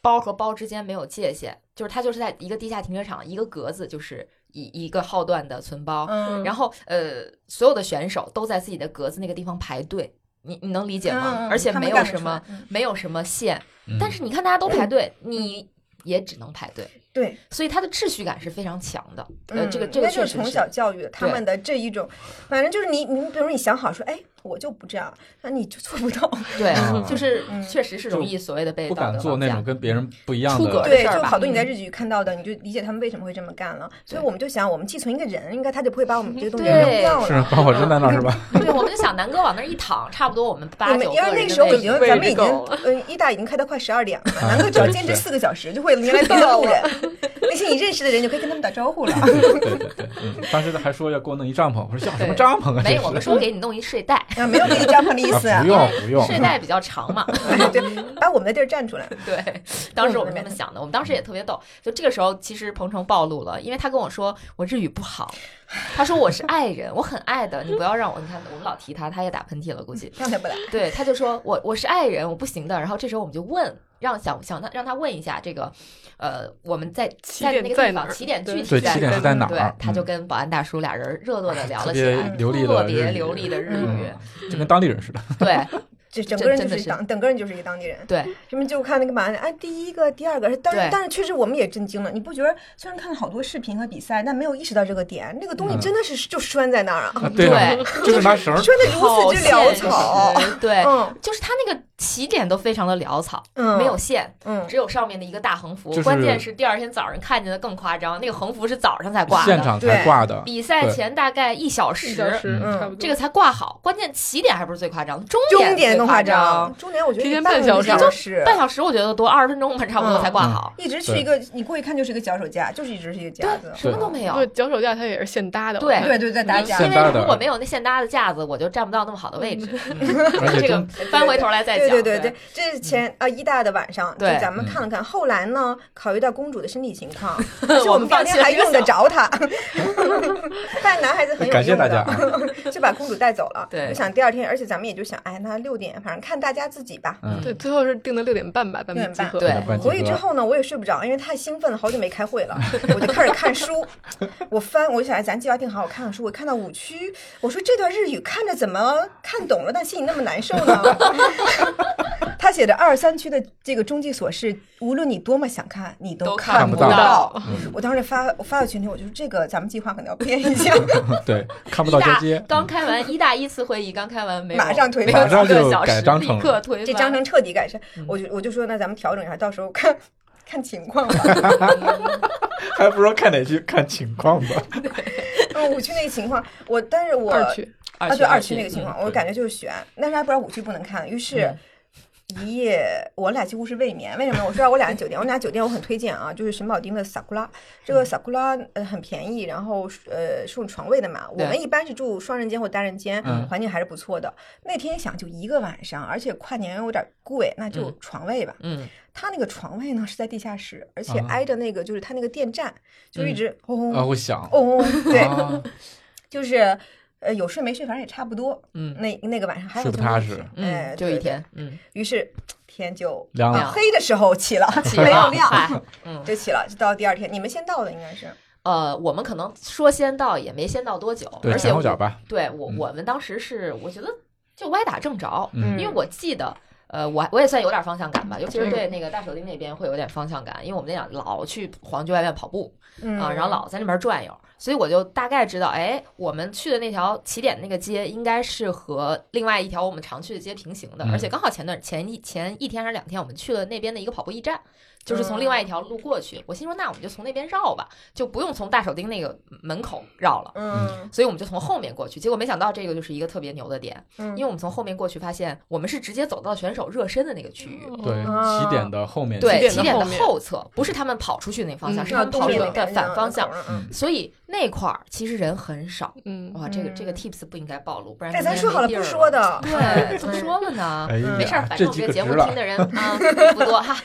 Speaker 1: 包和包之间没有界限，就是它就是在一个地下停车场一个格子，就是一一个号段的存包，
Speaker 3: 嗯，
Speaker 1: 然后呃，所有的选手都在自己的格子那个地方排队，你你能理解吗？
Speaker 3: 嗯
Speaker 1: 而且
Speaker 3: 他们
Speaker 1: 没有
Speaker 3: 干得
Speaker 1: 什
Speaker 3: 出
Speaker 1: 么
Speaker 3: 来嗯
Speaker 1: 没有什么线，
Speaker 2: 嗯
Speaker 1: 但是你看大家都排队，你也只能排队。
Speaker 3: 对，
Speaker 1: 所以它的秩序感是非常强的，呃，
Speaker 3: 嗯，
Speaker 1: 这个这个
Speaker 3: 那就
Speaker 1: 确
Speaker 3: 是
Speaker 1: 实
Speaker 3: 从
Speaker 1: 是
Speaker 3: 小，教育的他们的这一种，反正就是你你，比如你想好说，哎，我就不这样，那你就做不到。
Speaker 1: 对
Speaker 2: 啊，
Speaker 1: 就是
Speaker 3: 嗯
Speaker 1: 确实是容易所谓的被
Speaker 2: 不
Speaker 1: 道
Speaker 2: 敢
Speaker 1: 德
Speaker 2: 做
Speaker 1: 绑
Speaker 2: 那
Speaker 1: 架
Speaker 2: 种跟别人不一样
Speaker 1: 出格
Speaker 2: 的。
Speaker 1: 的
Speaker 3: 对，
Speaker 1: 事儿
Speaker 3: 就
Speaker 1: 吧
Speaker 3: 好多你在
Speaker 1: 嗯
Speaker 3: 日剧看到的，你就理解他们为什么会这么干了。所以
Speaker 1: 对
Speaker 3: 我们就想，我们寄存一个人，应该他就不会把我们这个东西
Speaker 1: 对
Speaker 3: 扔掉
Speaker 2: 是
Speaker 3: 了。
Speaker 2: 把我 扔在那儿是 吧？
Speaker 1: 对，我们就想南哥往那儿一躺，差不多我们八
Speaker 3: 你们
Speaker 1: 九
Speaker 3: 因
Speaker 1: 个
Speaker 3: 为
Speaker 1: 人的
Speaker 3: 那个时候
Speaker 1: 位
Speaker 3: 已
Speaker 1: 置
Speaker 3: 经，
Speaker 4: 位
Speaker 3: 咱们
Speaker 4: 置
Speaker 3: 已经
Speaker 4: 够了，
Speaker 3: 嗯，一大已经开到快十二 点了，
Speaker 2: 啊
Speaker 3: 南哥只要
Speaker 2: 对
Speaker 3: 坚持
Speaker 2: 是
Speaker 3: 四个小时，就会迎来第六人。那些你认识的人，你就可以跟他们打招呼了。
Speaker 2: 对对对对，嗯，当时还说要给我弄一帐篷，我说要什么
Speaker 1: 对
Speaker 2: 帐篷啊？
Speaker 1: 没
Speaker 2: 这
Speaker 1: 有，我
Speaker 2: 是
Speaker 1: 们说给你弄一睡袋，
Speaker 3: 啊，没有给你帐篷的意思
Speaker 2: 啊
Speaker 3: 啊
Speaker 2: 不，用不 用，
Speaker 1: 睡袋比较长嘛，
Speaker 3: 对，把我们的地儿占出来。
Speaker 1: 对，当
Speaker 3: 嗯
Speaker 1: 时我们这么想的，我们当时也特别逗。就这个时候，其实鹏程暴露了，因为他跟我说我日语不好，他说我是爱人，我很爱的，你不要让我。你看，我们老提他，他也打喷嚏了，估计。
Speaker 3: 让他不来，
Speaker 1: 对，他就说我我是爱人，我不行的。然后这时候我们就问，让想想他让他问一下这个，呃，我们在
Speaker 4: 起
Speaker 1: 在
Speaker 4: 点
Speaker 1: 那个
Speaker 4: 在
Speaker 1: 地
Speaker 4: 哪
Speaker 1: 方
Speaker 4: 儿
Speaker 1: 起点具
Speaker 4: 对
Speaker 1: 体
Speaker 2: 对
Speaker 1: 在
Speaker 2: 起点是在哪儿
Speaker 3: 啊
Speaker 1: 对，他就
Speaker 2: 嗯
Speaker 1: 跟保安大叔俩人热络的聊
Speaker 2: 特
Speaker 1: 了起
Speaker 2: 别
Speaker 1: 来，
Speaker 2: 流利
Speaker 1: 特
Speaker 2: 的
Speaker 1: 别
Speaker 2: 日语
Speaker 1: 流利的日
Speaker 3: 嗯
Speaker 1: 语，
Speaker 2: 就跟当地人似的。
Speaker 1: 对
Speaker 3: 这整
Speaker 1: 这
Speaker 3: 个人就
Speaker 1: 真的
Speaker 3: 是一
Speaker 1: 是
Speaker 3: 当，整个人就是一个当地人。
Speaker 1: 对，
Speaker 3: 什么就看那个马，哎，第一个、第二个，当然，
Speaker 1: 对
Speaker 3: 但是确实我们也震惊了。你不觉得？虽然看了好多视频和比赛，但没有意识到这个点，那个东西
Speaker 2: 嗯
Speaker 3: 真的是就拴在那儿啊，
Speaker 1: 哦
Speaker 2: 啊 对啊，就是拿
Speaker 4: 嗯
Speaker 2: 绳儿
Speaker 3: 拴的 如
Speaker 1: 好
Speaker 3: 此之潦
Speaker 1: 现实
Speaker 3: 草。，
Speaker 1: 对，
Speaker 3: 嗯
Speaker 1: 就是他那个起点都非常的潦草，
Speaker 3: 嗯，
Speaker 1: 没有线，
Speaker 3: 嗯，
Speaker 1: 只有上面的一个大横幅。
Speaker 2: 就是
Speaker 1: 关键是第二天早上看见的更夸张，那个横幅是早上才挂
Speaker 2: 现
Speaker 1: 的，
Speaker 2: 场才挂的，
Speaker 1: 比赛前大概一小
Speaker 4: 一小
Speaker 1: 时。
Speaker 4: 时
Speaker 3: 嗯
Speaker 4: 差不多，
Speaker 1: 这个才挂好，关键起点还不是最夸张，终
Speaker 3: 终
Speaker 1: 点
Speaker 3: 点
Speaker 1: 最
Speaker 3: 更更
Speaker 1: 夸
Speaker 3: 张。。终点我觉得
Speaker 4: 提前
Speaker 3: 半
Speaker 4: 半
Speaker 3: 个
Speaker 4: 小
Speaker 3: 小
Speaker 4: 时
Speaker 3: 时，
Speaker 1: 半小时我觉得多，二十分钟吧，差不多
Speaker 3: 嗯
Speaker 1: 才挂好。
Speaker 3: 一直去一个，你过去看就是一个脚手架，就是一直是一个架子嗯
Speaker 1: 对，。什么都没有。
Speaker 4: 对，脚手架它也是现搭的。
Speaker 1: 对
Speaker 3: 对对对，打
Speaker 1: 因
Speaker 3: 架
Speaker 2: 是。
Speaker 1: 因
Speaker 2: 现搭
Speaker 1: 为
Speaker 2: 的
Speaker 1: 如果没有那现搭的架子，我就站不到那么好的位置。
Speaker 2: 而且
Speaker 1: 这个
Speaker 2: 真
Speaker 1: 翻回头来再讲。
Speaker 3: 对对对对，这是前啊一大的晚上，就
Speaker 1: 对嗯
Speaker 3: 咱们看了看。后来呢，考虑到公主的身体情 况，
Speaker 1: 对，
Speaker 3: 是我们当天还用得。着 她，发现男孩子很有用的，
Speaker 2: 感谢大家啊，
Speaker 3: 就把公主带走了。
Speaker 1: 对
Speaker 3: 我想第二天，而且咱们也就想，哎，那六点，反正看大家自己吧。
Speaker 2: 嗯，
Speaker 4: 对，最后是定的六点半吧，咱们集合。
Speaker 1: 对
Speaker 2: 可能半截
Speaker 3: 回去之
Speaker 2: 胳膊
Speaker 3: 后呢，我也睡不着，因为太兴奋了，好久没开会 了，我就开始看书。我翻，我就想，哎咱计划定好，我看看书。我看到五区，我说这段日语看着怎么看懂了，但心里那么难受呢？ 他写着二三区的这个中继所是，无论你多么想看，你
Speaker 1: 都看
Speaker 3: 看
Speaker 2: 不
Speaker 3: 到。
Speaker 2: 到
Speaker 3: 我当时发我发到群里，我就说这个咱们计划可能要变一下，
Speaker 2: 嗯对，看不
Speaker 1: 一
Speaker 2: 到交
Speaker 1: 大
Speaker 2: 接，
Speaker 1: 刚开完一大一次会议，刚开完没有，
Speaker 3: 马上推
Speaker 1: 没
Speaker 3: 翻
Speaker 1: 有
Speaker 2: 马上
Speaker 1: 几个
Speaker 2: 就
Speaker 1: 小时
Speaker 2: 改，章程
Speaker 1: 立刻推翻。
Speaker 3: 这章程彻底改善。
Speaker 4: 嗯
Speaker 3: 我就我就说那咱们调整一下，到时候看看情况 吧。
Speaker 2: 还不如看哪句看情况吧。
Speaker 3: 嗯，五区那个情况，我但是我
Speaker 4: 二区
Speaker 1: 啊
Speaker 3: 啊，对二区那个情况，
Speaker 2: 嗯
Speaker 3: 我
Speaker 2: 对
Speaker 3: 感觉就是悬，但是还不知道五区不能看，于是。一夜，我俩几乎是未眠。为什么呢？我知道我俩的酒店，我俩酒店我很推荐啊，就是神保町的萨库拉。这个萨库拉呃很便宜，然后呃是用床位的嘛。我
Speaker 1: 对
Speaker 3: 们一般是住双人间或单人间
Speaker 2: 嗯，
Speaker 3: 环境还是不错的。那天想就一个晚上，而且跨年有点贵，那就
Speaker 1: 嗯
Speaker 3: 床位吧。
Speaker 1: 嗯，
Speaker 3: 他那个床位呢是在地下室，而且
Speaker 2: 啊
Speaker 3: 挨着那个就是他那个电站，就一
Speaker 2: 嗯
Speaker 3: 直轰轰
Speaker 2: 啊，我想，
Speaker 3: 轰轰，对，
Speaker 2: 啊
Speaker 3: 就是呃有睡没睡，反正也差不多。
Speaker 1: 嗯
Speaker 3: 那那个晚上还有
Speaker 2: 睡不
Speaker 3: 这么
Speaker 2: 踏
Speaker 3: 一
Speaker 2: 实
Speaker 3: 天哎，
Speaker 1: 嗯，就一
Speaker 3: 对。
Speaker 1: 天，嗯，
Speaker 3: 于是天就
Speaker 2: 凉
Speaker 1: 了
Speaker 3: 黑的时候起了，
Speaker 1: 起
Speaker 3: 没有
Speaker 1: 了
Speaker 3: 亮，
Speaker 1: 嗨嗯，
Speaker 3: 就起了，就到第二天。你们先到的应该是
Speaker 1: 呃，我们可能说先到也没先到多久，
Speaker 2: 对
Speaker 1: 而且
Speaker 2: 前后
Speaker 1: 我
Speaker 2: 脚吧，
Speaker 1: 对我我们当时是我觉得就歪打正着，
Speaker 2: 嗯
Speaker 1: 因为我记得。呃，我我也算有点方向感吧，尤其是对那个大手町那边会有点方向感，因为我们那样老去皇居外面跑步
Speaker 3: 嗯
Speaker 1: 啊、然后老在那边转悠，所以我就大概知道，哎，我们去的那条起点那个街应该是和另外一条我们常去的街平行的，
Speaker 2: 嗯
Speaker 1: 而且刚好前段前一前一天还是两天，我们去了那边的一个跑步驿站，就是从另外一条路过去。我心说，那我们就从那边绕吧，就不用从大手町那个门口绕了。
Speaker 3: 嗯
Speaker 1: 所以我们就从后面过去，结果没想到这个就是一个特别牛的点，
Speaker 3: 嗯
Speaker 1: 因为我们从后面过去发现，我们是直接走到选手热身的那个区域，
Speaker 2: 对，
Speaker 3: 啊
Speaker 2: 起点的后面，
Speaker 1: 哦对，起
Speaker 4: 起
Speaker 1: 点
Speaker 4: 点
Speaker 1: 的
Speaker 4: 的
Speaker 1: 后侧，不是他们跑出去那个方向，
Speaker 4: 嗯
Speaker 1: 是他们跑出
Speaker 3: 面
Speaker 1: 去的反方向，，
Speaker 2: 嗯，
Speaker 1: 所以那块儿其实人很少。
Speaker 4: 嗯，
Speaker 1: 哇，这个
Speaker 3: 嗯
Speaker 1: 这个 tips 不应该暴露，不然
Speaker 3: 这哎咱
Speaker 1: 明天
Speaker 3: 说好了
Speaker 1: 没地
Speaker 3: 不
Speaker 1: 儿
Speaker 3: 说。的，
Speaker 1: 对，怎么说 了呢？
Speaker 2: 哎呀，
Speaker 1: 没事儿，反
Speaker 2: 这
Speaker 1: 正我
Speaker 2: 几
Speaker 1: 们
Speaker 2: 个
Speaker 1: 这个节目
Speaker 2: 值了
Speaker 1: 听的人啊不多哈。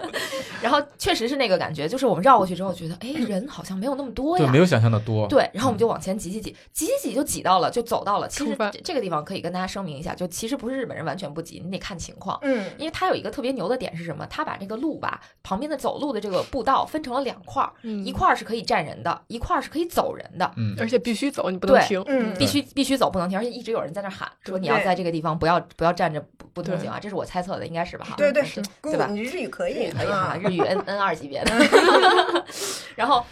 Speaker 1: 然后确实是那个感觉，就是我们绕过去之后觉得，哎，人好像没有那么多
Speaker 2: 对
Speaker 1: 呀
Speaker 2: 没，有想象的多，
Speaker 1: 对，然后我们就往前挤挤挤，挤挤挤就挤到了，就走到了。其
Speaker 4: 出
Speaker 1: 实
Speaker 4: 发
Speaker 1: 这这个地方可以跟大家声明一下，就其实不是日本人完全不急，你得看情况。
Speaker 3: 嗯
Speaker 1: 因为它有一个特别牛的点是什么？它把这个路吧，旁边的走路的这个步道分成了两块儿，一
Speaker 3: 嗯
Speaker 4: 一
Speaker 1: 块儿是可以站人的，一块儿是可以走人的，
Speaker 2: 嗯，
Speaker 4: 嗯而且必须走，你不能
Speaker 1: 对
Speaker 4: 停。
Speaker 3: 嗯
Speaker 1: 必须必须走不能停，而且一直有人在那喊说你要
Speaker 3: 对
Speaker 1: 在这个地方不要不要站着不不通行啊，这是我猜测的，应该是吧？哈
Speaker 3: 对对
Speaker 1: 是，
Speaker 3: 姑
Speaker 1: 对吧
Speaker 3: 你日语可
Speaker 1: 日
Speaker 3: 以，
Speaker 1: 语可以
Speaker 3: 啊
Speaker 1: 啊，日语 N N 二级别 的。 然后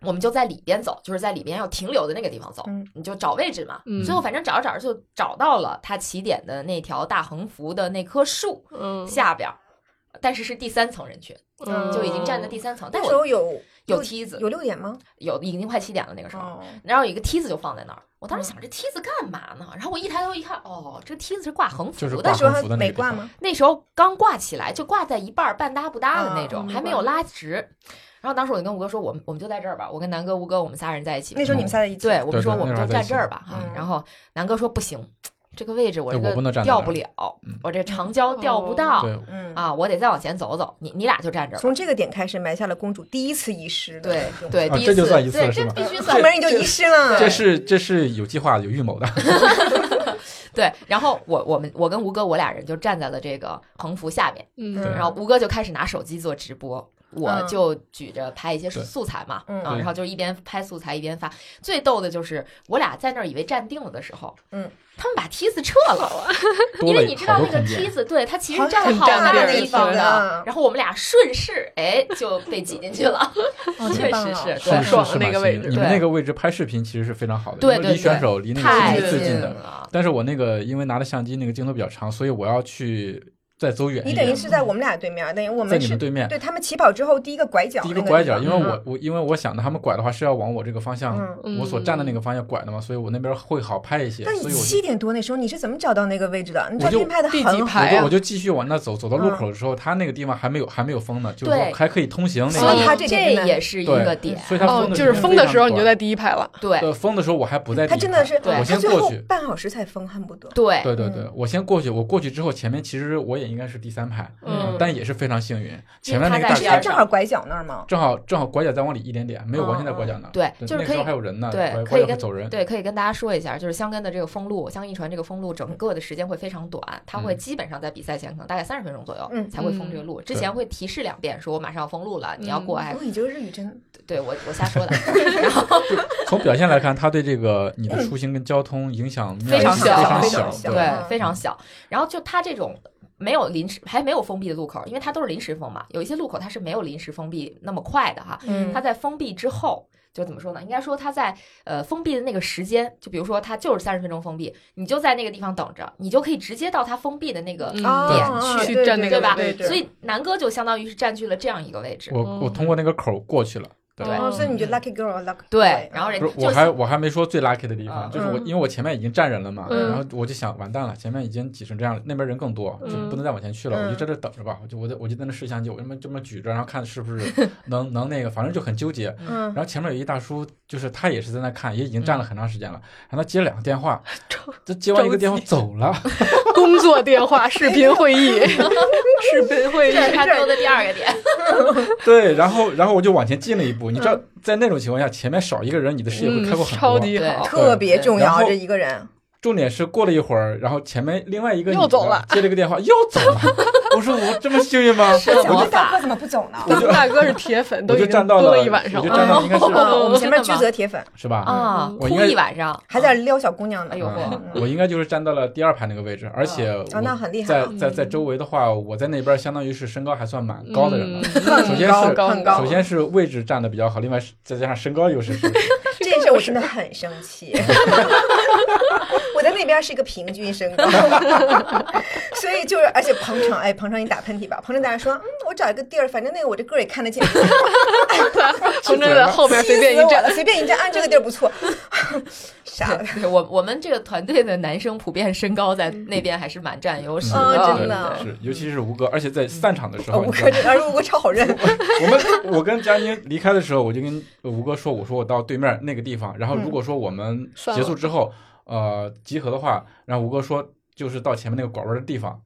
Speaker 1: 我们就在里边走，就是在里边要停留的那个地方走，
Speaker 3: 嗯
Speaker 1: 你就找位置嘛。
Speaker 4: 嗯
Speaker 1: 最后反正找着找着就找到了它起点的那条大横幅的那棵树
Speaker 4: 嗯，
Speaker 1: 下边儿，但是是第三层人群，
Speaker 4: 嗯
Speaker 1: 就已经站在第三层，但
Speaker 3: 那
Speaker 1: 我
Speaker 3: 时候有
Speaker 1: 有梯子
Speaker 3: 有六点吗？
Speaker 1: 有已经快七点了那个时候。
Speaker 3: 哦，
Speaker 1: 然后有一个梯子就放在那儿，我当时
Speaker 3: 嗯
Speaker 1: 想这梯子干嘛呢？然后我一抬头一看，哦，这梯子是挂横幅
Speaker 2: 就是
Speaker 1: 的，
Speaker 2: 挂
Speaker 3: 那时候还
Speaker 2: 横幅的那
Speaker 3: 没
Speaker 2: 个地
Speaker 3: 挂
Speaker 2: 方
Speaker 3: 吗？
Speaker 1: 那时候刚挂起来，就挂在一半儿半搭不搭的那种，
Speaker 3: 嗯
Speaker 4: 啊
Speaker 1: 还没有拉直。然后当时我就跟吴哥说，我们我们就在这儿吧，我跟南哥、吴哥我们仨人在一起。
Speaker 3: 那时候你们仨在一起，
Speaker 1: 嗯对我们
Speaker 2: 对
Speaker 1: 说
Speaker 2: 对
Speaker 1: 我们
Speaker 2: 那时
Speaker 1: 就
Speaker 2: 候
Speaker 1: 站
Speaker 2: 在一
Speaker 1: 这儿吧
Speaker 2: 起
Speaker 1: 哈
Speaker 3: 嗯。
Speaker 1: 然后南哥说不行，这个位置我这
Speaker 2: 对我不能
Speaker 1: 个
Speaker 2: 站在
Speaker 1: 调
Speaker 2: 那儿
Speaker 1: 不了
Speaker 2: 嗯，
Speaker 1: 我这长焦调不到
Speaker 2: 对，
Speaker 3: 嗯
Speaker 1: 啊，我得再往前走走。你你俩就站这儿吧。
Speaker 3: 从这个点开始埋下了公主第一次遗失的
Speaker 1: 对
Speaker 3: 勇气
Speaker 1: 对，
Speaker 2: 啊
Speaker 1: 第一
Speaker 2: 这
Speaker 1: 次
Speaker 2: 就算一次
Speaker 1: 对，
Speaker 2: 是
Speaker 1: 这
Speaker 2: 吧
Speaker 1: 必须算
Speaker 3: 呃后。面你就遗失了，
Speaker 2: 这是这是有计划有预谋 的，
Speaker 1: 对，然后我我们我跟吴哥我俩人就站在了这个横幅下面，
Speaker 4: 嗯
Speaker 3: 嗯
Speaker 1: 然后吴哥就开始拿手机做直播，我
Speaker 3: 嗯
Speaker 1: 就举着拍一些
Speaker 2: 对
Speaker 1: 素材嘛，
Speaker 3: 嗯
Speaker 1: 啊，
Speaker 2: 对
Speaker 1: 然后就一边拍素材一边发。最逗的就是我俩在那儿以为站定了的时候，
Speaker 3: 嗯，啊
Speaker 1: 他们把梯子撤了，
Speaker 2: 多
Speaker 1: 因
Speaker 2: 了
Speaker 1: 为你知道
Speaker 2: 好多
Speaker 1: 那个
Speaker 2: 空
Speaker 1: 梯
Speaker 2: 间。
Speaker 1: 子，对，它其实
Speaker 3: 好
Speaker 1: 占了
Speaker 3: 很
Speaker 1: 好
Speaker 4: 占
Speaker 1: 大
Speaker 4: 地儿
Speaker 1: 地方
Speaker 3: 是
Speaker 1: 的
Speaker 3: 的。
Speaker 1: 然后我们俩顺势哎就被挤进去了，
Speaker 3: 哦
Speaker 1: 确
Speaker 3: 太棒
Speaker 1: 实
Speaker 3: 了
Speaker 1: 是，
Speaker 2: 是
Speaker 1: 对
Speaker 2: 是
Speaker 4: 爽的
Speaker 2: 是
Speaker 4: 那
Speaker 2: 蛮
Speaker 4: 个
Speaker 2: 幸
Speaker 4: 位
Speaker 2: 运
Speaker 4: 置
Speaker 2: 你们
Speaker 1: 对
Speaker 2: 那个位置拍视频其实是非常好的，
Speaker 1: 对
Speaker 2: 因为
Speaker 1: 对
Speaker 2: 离选
Speaker 1: 对
Speaker 2: 手离那
Speaker 1: 太
Speaker 2: 个
Speaker 4: 太
Speaker 2: 距离最
Speaker 4: 近
Speaker 2: 近的。
Speaker 1: 了。
Speaker 2: 但是我那个因为拿的相机那个镜头比较长，所以我要去再走远一
Speaker 3: 你
Speaker 2: 点，
Speaker 3: 等于是在我们俩对面，等于我
Speaker 2: 在
Speaker 3: 们
Speaker 2: 你
Speaker 3: 是
Speaker 2: 们对面。
Speaker 3: 对他们起跑之后第一个拐角，
Speaker 2: 第一个拐角，因为
Speaker 4: 嗯
Speaker 2: 我我因为我想的他们拐的话是要往我这个方向，
Speaker 3: 嗯
Speaker 4: 嗯
Speaker 2: 我所站的那个方向拐的嘛，所以我那边会好拍一些，
Speaker 3: 但
Speaker 2: 所
Speaker 3: 你
Speaker 2: 以我
Speaker 3: 七点多那时候你是怎么找到那个位置的？你
Speaker 2: 我
Speaker 3: 照
Speaker 2: 就
Speaker 3: 片拍的
Speaker 4: 第
Speaker 3: 很
Speaker 4: 几
Speaker 3: 好，
Speaker 4: 排啊
Speaker 2: 我
Speaker 1: 啊
Speaker 2: 就我
Speaker 4: 呀？
Speaker 2: 就继续往那走，走到路口的时候，他那个地方还没有还没有封呢，就是说
Speaker 1: 嗯对
Speaker 2: 还可以通行那
Speaker 1: 所
Speaker 2: 个
Speaker 1: 以
Speaker 2: 地
Speaker 3: 他
Speaker 2: 方，
Speaker 3: 这
Speaker 1: 这
Speaker 3: 点呢
Speaker 1: 也是一
Speaker 2: 对
Speaker 1: 个点，
Speaker 2: 所以他
Speaker 4: 哦
Speaker 2: 封，的
Speaker 4: 就是
Speaker 2: 时间
Speaker 4: 封的
Speaker 2: 非
Speaker 4: 时候
Speaker 2: 常
Speaker 4: 你就在第一排了。
Speaker 1: 对
Speaker 2: 短，对封的时候我还不在第
Speaker 3: 他
Speaker 2: 一排，
Speaker 3: 真的是
Speaker 1: 对
Speaker 3: 他
Speaker 2: 我先
Speaker 3: 最
Speaker 2: 过
Speaker 3: 后
Speaker 2: 去
Speaker 3: 半小时才封，恨不得。
Speaker 1: 对，
Speaker 2: 对对对，我先过去，我过去之后，前面其实我也应该是第三排，
Speaker 4: 嗯
Speaker 2: 但也是非常幸运，前面那个
Speaker 1: 他
Speaker 2: 大
Speaker 1: 在
Speaker 3: 是在
Speaker 2: 哥
Speaker 1: 边
Speaker 3: 正好拐角那儿吗？
Speaker 2: 正好正好拐角再往里一点点，没有完全在拐角那儿，
Speaker 1: 嗯对就是
Speaker 2: 那个
Speaker 1: 可以
Speaker 2: 时候还有人呢，
Speaker 1: 对
Speaker 2: 拐
Speaker 1: 可以
Speaker 2: 拐角会
Speaker 1: 跟
Speaker 2: 走 人，
Speaker 1: 对，可以跟大家说一下，就是香根的这个封路，香一传这个封路，整个的时间会非常短，它会
Speaker 2: 嗯
Speaker 1: 基本上在比赛前可能大概三十分钟左右
Speaker 3: 嗯
Speaker 1: 才会封这个路。之前会提示两遍，说我马上要封路了，你要过哎
Speaker 3: 哦，，你这个日语真
Speaker 1: 对我我瞎说的。 然后
Speaker 2: 从表现来看，它对这个你的出行跟交通影响面
Speaker 1: 非常
Speaker 2: 是
Speaker 1: 小
Speaker 2: 常
Speaker 1: 非
Speaker 2: 小
Speaker 3: 常，小
Speaker 2: 对
Speaker 1: 对非
Speaker 3: 嗯
Speaker 1: 常小，然后就它这种。没有临时还没有封闭的路口，因为它都是临时封嘛，有一些路口它是没有临时封闭那么快的哈，
Speaker 3: 嗯
Speaker 1: 它在封闭之后，就怎么说呢？应该说它在呃封闭的那个时间，就比如说它就是三十分钟封闭，你就在那个地方等着，你就可以直接到它封闭的那个。
Speaker 4: 嗯
Speaker 3: 啊，
Speaker 4: 去
Speaker 3: 对
Speaker 4: 站那
Speaker 1: 个
Speaker 3: 对
Speaker 4: 位
Speaker 3: 对
Speaker 4: 置
Speaker 3: 对
Speaker 1: 所以南哥就相当于是占据了这样一个位置。
Speaker 2: 我我通过那个口儿过去了。对
Speaker 4: 哦
Speaker 3: 哦，所以你就
Speaker 2: 嗯
Speaker 3: lucky girl，lucky
Speaker 1: 对，然后人
Speaker 2: 不是，
Speaker 1: 哎就
Speaker 2: 我还我还没说最 lucky 的地方，
Speaker 1: 嗯
Speaker 2: 就是我，
Speaker 3: 嗯
Speaker 2: 因为我前面已经站人了嘛，
Speaker 4: 嗯
Speaker 2: 然后我就想完蛋了，前面已经挤成这样了，那边人更多，就
Speaker 4: 嗯
Speaker 2: 不能再往前去了，
Speaker 3: 嗯
Speaker 2: 我就在这等着吧，我就我在我就在那试相机，我这么这么举着，然后看是不 是能能那个，反正就很纠结。
Speaker 3: 嗯
Speaker 2: 然，后前面有一大叔，就是他也是在那看，也已经站
Speaker 1: 嗯
Speaker 2: 了很长时间了，然后他接了两个电 话，这接完一个电话走了，
Speaker 4: 工作电话、视频会议、视频 会议
Speaker 1: 这是他丢的第二个点。
Speaker 2: 对，然后然后我就往前进了一步，你知道，在那种情况下，前面少一个人，你的视野会开阔
Speaker 4: 嗯，
Speaker 2: 很
Speaker 4: 超
Speaker 2: 多。
Speaker 4: 级
Speaker 1: 对
Speaker 4: 好。
Speaker 3: 特别重
Speaker 2: 然
Speaker 3: 要
Speaker 2: 后
Speaker 3: 这一个人，
Speaker 2: 重点是过了一会儿，然后前面另外一个
Speaker 4: 又
Speaker 2: 女的
Speaker 4: 走了，
Speaker 2: 接了个电话又走 了。我说我这么幸运吗？
Speaker 1: 是
Speaker 3: 我
Speaker 1: 魔
Speaker 3: 想这大
Speaker 1: 法
Speaker 3: 哥怎么不走呢？
Speaker 2: 我就
Speaker 4: 大哥是铁粉，啊都
Speaker 2: 我
Speaker 4: 已
Speaker 2: 就
Speaker 4: 经
Speaker 2: 站到
Speaker 4: 蹲
Speaker 2: 了，
Speaker 4: 一晚上嗯
Speaker 2: 我就站 到应该是
Speaker 3: 哦，我们前面
Speaker 1: 真的
Speaker 3: 巨
Speaker 1: 吗
Speaker 3: 泽铁粉
Speaker 2: 是吧？
Speaker 1: 啊，
Speaker 2: 嗯我
Speaker 1: 哭
Speaker 2: 应该
Speaker 1: 一晚上，
Speaker 3: 还在撩小姑娘呢
Speaker 1: 哎，呦
Speaker 2: 嗯我
Speaker 1: 呵
Speaker 2: 应该就是站到了第二排那个位置，而且
Speaker 4: 嗯
Speaker 3: 啊，那
Speaker 2: 我
Speaker 3: 很厉害
Speaker 2: 在
Speaker 3: 啊，
Speaker 2: 在在周围的话，我在那边相当于是身高还算蛮高的人了。
Speaker 4: 嗯
Speaker 2: 首先
Speaker 4: 高
Speaker 2: 是
Speaker 4: 高哦
Speaker 3: 很高
Speaker 2: 首先是位置站的比较好，另外是再加上身高优 势，是不是
Speaker 3: 这件事我真的很生气。我在那边是一个平均身高， 所以就是，而且彭程，哎，彭程你打喷嚏吧。彭程大家说，嗯，我找一个地儿，反正那个我这个儿也看得见，
Speaker 4: 从这个后边随便
Speaker 3: 气
Speaker 4: 一
Speaker 3: 死我
Speaker 4: 站，
Speaker 3: 了，随便一站，啊，这个地儿不错， 傻了。
Speaker 1: 对我我们这个团队的男生普遍身高在那边还是蛮占优势
Speaker 3: 嗯
Speaker 1: 的。
Speaker 3: 真的
Speaker 2: 对是，尤其是吴哥，而且在散场的时
Speaker 3: 啊，
Speaker 2: 候，
Speaker 4: 哦
Speaker 3: 吴
Speaker 2: 你知
Speaker 3: 哥
Speaker 2: 道吗
Speaker 3: 这，而且吴哥超 好认，
Speaker 2: 我们我跟佳妮离开的时候，我就跟吴哥说，我说我到对面那个地方，然后如果说我们结束之后，呃，集合的话，然后吴哥说就是到前面那个拐弯的地方，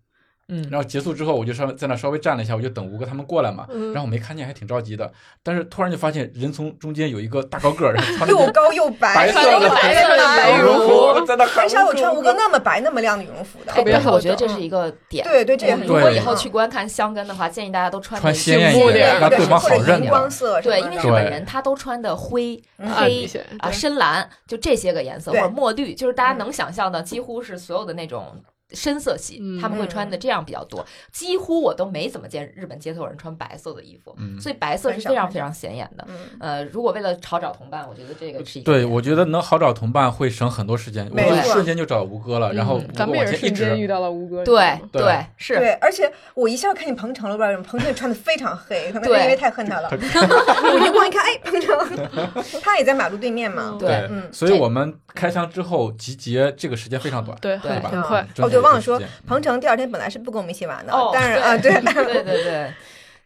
Speaker 1: 嗯，
Speaker 2: 然后结束之后，我就稍微在那稍微站了一下，我就等吴哥他们过来嘛，然后我没看见，还挺着急的，但是突然就发现人从中间有一个大高个儿，然后穿着
Speaker 3: 又
Speaker 2: 件
Speaker 3: 高又
Speaker 2: 白
Speaker 3: 白，
Speaker 2: 色的
Speaker 1: 白
Speaker 3: 色的
Speaker 2: 小
Speaker 3: 白
Speaker 2: 羽
Speaker 3: 绒
Speaker 2: 绒服，在那喊
Speaker 3: 很少有穿
Speaker 2: 吴
Speaker 3: 吴
Speaker 2: 哥
Speaker 3: 哥那么白那么亮的羽绒服的，
Speaker 4: 特别
Speaker 1: 哎但是
Speaker 4: 好
Speaker 1: 我觉得
Speaker 4: 找
Speaker 1: 这是一个点。
Speaker 3: 对对，这也很
Speaker 1: 如果以
Speaker 2: 对
Speaker 1: 后去观看香根的话，建议大家都穿
Speaker 2: 穿
Speaker 1: 着
Speaker 2: 鲜艳
Speaker 4: 醒目
Speaker 2: 一
Speaker 4: 点
Speaker 2: 点，
Speaker 4: 儿
Speaker 2: 让对方
Speaker 3: 或
Speaker 2: 好
Speaker 3: 者
Speaker 2: 认
Speaker 3: 荧
Speaker 2: 得
Speaker 3: 光。色什么
Speaker 1: 对，
Speaker 3: 的，
Speaker 1: 因为
Speaker 2: 对
Speaker 1: 日本人他都穿的灰、
Speaker 3: 嗯
Speaker 4: 暗
Speaker 1: 黑
Speaker 4: 一些
Speaker 1: 啊、深蓝，就这些个颜色，或
Speaker 3: 对嗯
Speaker 1: 者墨绿，就是大家能想象的，几乎是所有的那种深色系，
Speaker 4: 嗯
Speaker 1: 他们会穿的这样比较多。几乎我都没怎么见日本街头有人穿白色的衣服，
Speaker 2: 嗯
Speaker 1: 所以白色是
Speaker 3: 很少
Speaker 1: 非常
Speaker 3: 很
Speaker 1: 非常显眼的。
Speaker 3: 嗯，
Speaker 1: 呃，如果为了好找同伴，我觉得这个是一个
Speaker 2: 呃对，我觉得能好找同伴会省很多时间，我
Speaker 3: 没
Speaker 2: 就
Speaker 3: 错
Speaker 2: 瞬间就找吴哥了，然后
Speaker 4: 嗯
Speaker 2: 吴哥
Speaker 4: 咱们也
Speaker 2: 往
Speaker 4: 是
Speaker 2: 前一
Speaker 4: 瞬
Speaker 2: 直
Speaker 4: 间遇到了吴哥，
Speaker 1: 对
Speaker 2: 对
Speaker 1: 是。
Speaker 3: 对，而且我一下看见彭程了，不知道为什么彭程穿的非常黑，可能是
Speaker 1: 对
Speaker 3: 因为太恨他了。 我余光一看，哎，彭程，他也在马路对面嘛。
Speaker 1: 对
Speaker 2: 对，
Speaker 3: 嗯
Speaker 2: 所以
Speaker 1: 这
Speaker 2: 我们开枪之后集结这个时间非常短，
Speaker 4: 对，
Speaker 1: 对
Speaker 4: 很
Speaker 2: 吧
Speaker 4: 很快。
Speaker 2: 真的
Speaker 3: 哦对忘了
Speaker 2: 是这个时间
Speaker 3: 彭程第二天本来是不跟我们一起玩的
Speaker 1: 哦，
Speaker 3: 但是啊，对，
Speaker 1: 对对对。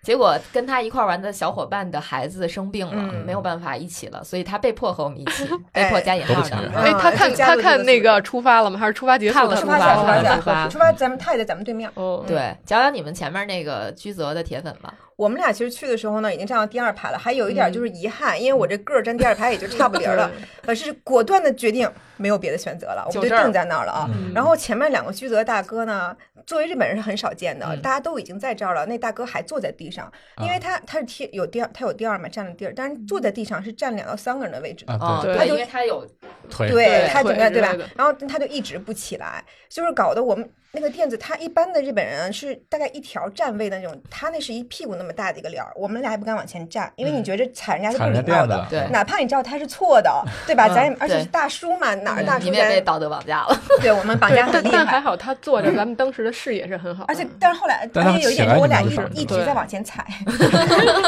Speaker 1: 结果跟他一块儿玩的小伙伴的孩子生病了，
Speaker 3: 嗯
Speaker 1: 没有办法一起了，所以他被迫和我们一 起，
Speaker 3: 哎
Speaker 1: 被迫加引
Speaker 2: 都
Speaker 1: 号
Speaker 2: 不情
Speaker 1: 的
Speaker 2: 愿。
Speaker 4: 哎，他看
Speaker 3: 就加
Speaker 4: 他
Speaker 3: 入这
Speaker 4: 看
Speaker 3: 个
Speaker 4: 那
Speaker 3: 组织
Speaker 4: 个出发了吗？还是出发结束
Speaker 1: 看了
Speaker 4: 了？
Speaker 1: 出
Speaker 3: 出
Speaker 1: 发
Speaker 3: 发
Speaker 1: 了
Speaker 3: 下，
Speaker 1: 出
Speaker 3: 出
Speaker 1: 发
Speaker 3: 发
Speaker 1: 下
Speaker 3: 下，
Speaker 1: 出 发
Speaker 3: 出发，咱们他也在咱们对面。
Speaker 4: 哦，
Speaker 1: 对，讲讲你们前面那个居泽的铁粉吧。
Speaker 3: 我们俩其实去的时候呢，已经站到第二排了，还有一
Speaker 1: 嗯
Speaker 3: 点就是遗憾，因为我这个儿站第二排也就差不离儿了。可是果断的决定，没有别的选择了，我
Speaker 1: 就
Speaker 3: 们就
Speaker 1: 这儿
Speaker 3: 定在那儿了啊。
Speaker 2: 嗯
Speaker 3: 然后前面两个居泽大哥呢，作为日本人是很少见的，
Speaker 1: 嗯
Speaker 3: 大家都已经在这儿了，那大哥还坐在地上，因
Speaker 2: 啊
Speaker 3: 为他他是贴有第二，他有第二嘛占了地儿，但是坐在地上是占两到三个人的位置的。
Speaker 2: 啊
Speaker 1: 啊，
Speaker 4: 对
Speaker 1: 对，
Speaker 3: 他就
Speaker 1: 因为他有
Speaker 2: 腿
Speaker 3: 哦对
Speaker 1: 对
Speaker 3: 他整个
Speaker 4: 腿之
Speaker 3: 对吧
Speaker 4: 类的？
Speaker 3: 然后他就一直不起来，就是搞得我们那个垫子，它一般的日本人是大概一条站位的那种，它那是一屁股那么大的一个帘儿，我们俩也不敢往前站，因为你觉着踩人家是
Speaker 2: 嗯踩
Speaker 3: 不
Speaker 2: 人家
Speaker 3: 礼貌
Speaker 2: 垫子嗯
Speaker 3: 的，
Speaker 2: 了，
Speaker 1: 对
Speaker 3: 哪怕你知道他是错的，对吧？
Speaker 1: 嗯
Speaker 3: 咱也而且
Speaker 1: 对
Speaker 3: 是大叔嘛，哪儿大
Speaker 1: 嗯你
Speaker 3: 叔
Speaker 1: 们也被
Speaker 3: 咱
Speaker 1: 道德绑架 了，
Speaker 3: 对我们绑
Speaker 4: 对
Speaker 3: 架很
Speaker 4: 但
Speaker 3: 厉
Speaker 4: 但还
Speaker 3: 害。
Speaker 4: 好他坐着，咱们当时的视野是很好的，
Speaker 3: 而且，但是后来，
Speaker 2: 但
Speaker 3: 而
Speaker 2: 他
Speaker 3: 且有一
Speaker 2: 起
Speaker 3: 点
Speaker 2: 来
Speaker 3: 是我
Speaker 2: 你
Speaker 3: 俩
Speaker 2: 们
Speaker 3: 一
Speaker 2: 就绑
Speaker 3: 一
Speaker 4: 住
Speaker 3: 直
Speaker 4: 了
Speaker 3: 在往前 踩，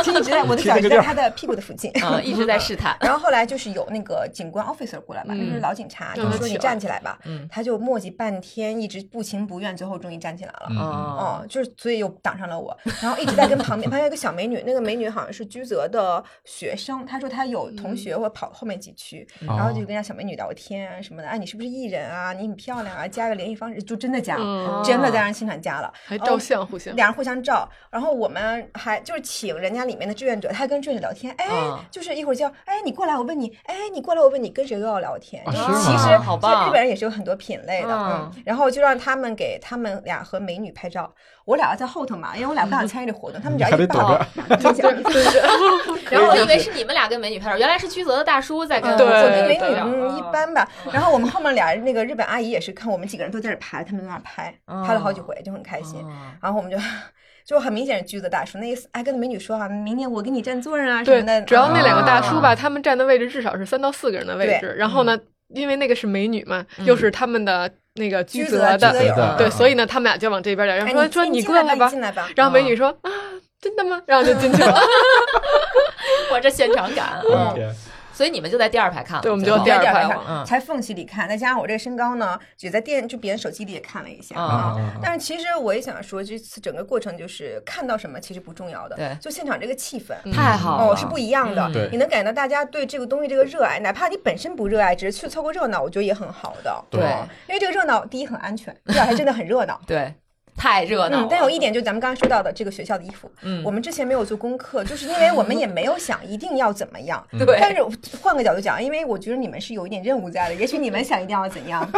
Speaker 3: 就一直在我的
Speaker 2: 踢
Speaker 3: 脚
Speaker 2: 那
Speaker 3: 一
Speaker 2: 个地
Speaker 3: 直在
Speaker 2: 儿
Speaker 3: 他的屁股的附近。
Speaker 1: 嗯，一直在试探，
Speaker 3: 然后后来就是有那个警官 officer 过来吧，
Speaker 4: 嗯
Speaker 3: 就是老警察，就
Speaker 4: 让他
Speaker 3: 说
Speaker 4: 起
Speaker 3: 你
Speaker 4: 来
Speaker 3: 站起来吧。
Speaker 1: 嗯
Speaker 3: 他就磨叽半天，一直不情不愿，最后终于站起来了。
Speaker 2: 嗯
Speaker 3: 哦
Speaker 1: 哦，，
Speaker 3: 就是所以又挡上了我，然后一直在跟旁边旁边有一个小美女，那个美女好像是居泽的学生，她说她有同
Speaker 4: 嗯
Speaker 3: 学会跑后面几区，然
Speaker 2: 哦
Speaker 3: 后就跟人家小美女聊天啊什么的，哎，你是不是艺人啊？你很漂亮啊，加个联系方式，就真的加，
Speaker 4: 嗯，
Speaker 3: 真的在让现场加了，
Speaker 4: 还照相互相。
Speaker 3: 俩人互相照，然后我们还就是请人家里面的志愿者，他还跟志愿者聊天，哎
Speaker 1: 嗯，
Speaker 3: 就是一会儿叫，哎，你过来，我问你，哎，你过来，我问你，跟谁都要聊天，
Speaker 2: 啊
Speaker 3: 就是
Speaker 2: 吗
Speaker 3: 其实
Speaker 1: 好
Speaker 3: 其实
Speaker 1: 棒
Speaker 3: 日本人也是有很多品类的，
Speaker 1: 嗯
Speaker 3: 嗯，然后就让他们给他们俩和美女拍照，我俩要在后头嘛，因为我俩不想参与这活动，他们只要
Speaker 2: 还得
Speaker 3: 一
Speaker 2: 躲
Speaker 3: 抱
Speaker 2: 着，
Speaker 3: 就这 样
Speaker 1: 然后我以为是你们俩跟美女拍照，原来是居泽的大叔在跟
Speaker 3: 嗯
Speaker 4: 对
Speaker 3: 我跟美
Speaker 4: 对
Speaker 3: 女
Speaker 4: 对
Speaker 3: 嗯一般吧，然后我们后面俩那个日本阿姨也是看我们几个人都在这拍，他们在那拍，
Speaker 1: 嗯
Speaker 3: 拍了好几回，就很开心。
Speaker 1: 哦
Speaker 3: 然后我们就就很明显是橘子大叔，那意思哎，跟美女说啊，明年我给你占座儿啊什
Speaker 4: 对
Speaker 3: 么的。，
Speaker 4: 主要那两个大叔吧，
Speaker 1: 啊
Speaker 4: 他们站的位置至少是三到四个人的位置。然后呢，
Speaker 1: 嗯
Speaker 4: 因为那个是美女嘛，又是他们的那个居
Speaker 3: 居
Speaker 4: 泽
Speaker 3: 居泽
Speaker 4: 的，
Speaker 3: 友
Speaker 2: 对
Speaker 1: 嗯
Speaker 3: 儿，
Speaker 4: 对，所以呢，他们俩就往这边来，然
Speaker 3: 哎
Speaker 4: 后啊说说
Speaker 3: 你
Speaker 4: 过来
Speaker 3: 吧，
Speaker 4: 吧
Speaker 3: 你，进来吧。
Speaker 4: 然后
Speaker 1: 嗯
Speaker 4: 美女说啊，真的吗？然后就进去了。
Speaker 1: 我这现场感，
Speaker 2: 我
Speaker 1: 嗯
Speaker 2: 的
Speaker 3: 哦
Speaker 2: 天，
Speaker 1: 所以你们就在第二排
Speaker 3: 嗯
Speaker 1: 看了，
Speaker 4: 对我们
Speaker 1: 最
Speaker 4: 就
Speaker 1: 后
Speaker 4: 第
Speaker 3: 在
Speaker 4: 二
Speaker 3: 第
Speaker 4: 排
Speaker 3: 二
Speaker 4: 了
Speaker 1: 嗯
Speaker 3: 看，才缝隙里看，再加上我这个身高呢，也在电就别人手机里也看了一下
Speaker 1: 啊
Speaker 2: 啊
Speaker 3: 啊。
Speaker 2: 啊啊
Speaker 3: 但是其实我也想说，这次整个过程就是看到什么其实不重要的，
Speaker 1: 对
Speaker 3: 就现场这个气氛。
Speaker 4: 嗯
Speaker 1: 太好了，
Speaker 4: 啊
Speaker 3: 哦，是不一样的
Speaker 1: 嗯，
Speaker 2: 对
Speaker 3: 你能感觉到大家对这个东西这个热爱，哪怕你本身不热爱，只是去凑个热闹，我觉得也很好的。
Speaker 2: 对
Speaker 3: 哦因为这个热闹，第一很安全，第二还真的很热闹。
Speaker 1: 对，太热闹
Speaker 3: 嗯
Speaker 1: 了，，
Speaker 3: 但有一点就是咱们刚刚说到的这个学校的衣服，
Speaker 1: 嗯
Speaker 3: 我们之前没有做功课，就是因为我们也没有想一定要怎么样。
Speaker 1: 嗯对
Speaker 3: 但是我换个角度讲，因为我觉得你们是有一点任务在的，也许你们想一定要怎 样，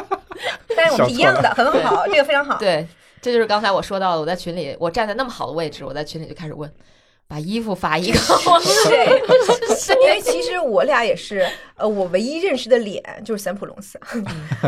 Speaker 3: 但是我们是一样的，很好，这个非常好。
Speaker 1: 对，这就是刚才我说到的，我在群里，我站在那么好的位置，我在群里就开始问，把衣服发一个，我是谁？是谁？
Speaker 3: 因为其实我俩也是，呃，我唯一认识的脸就是三浦龙司，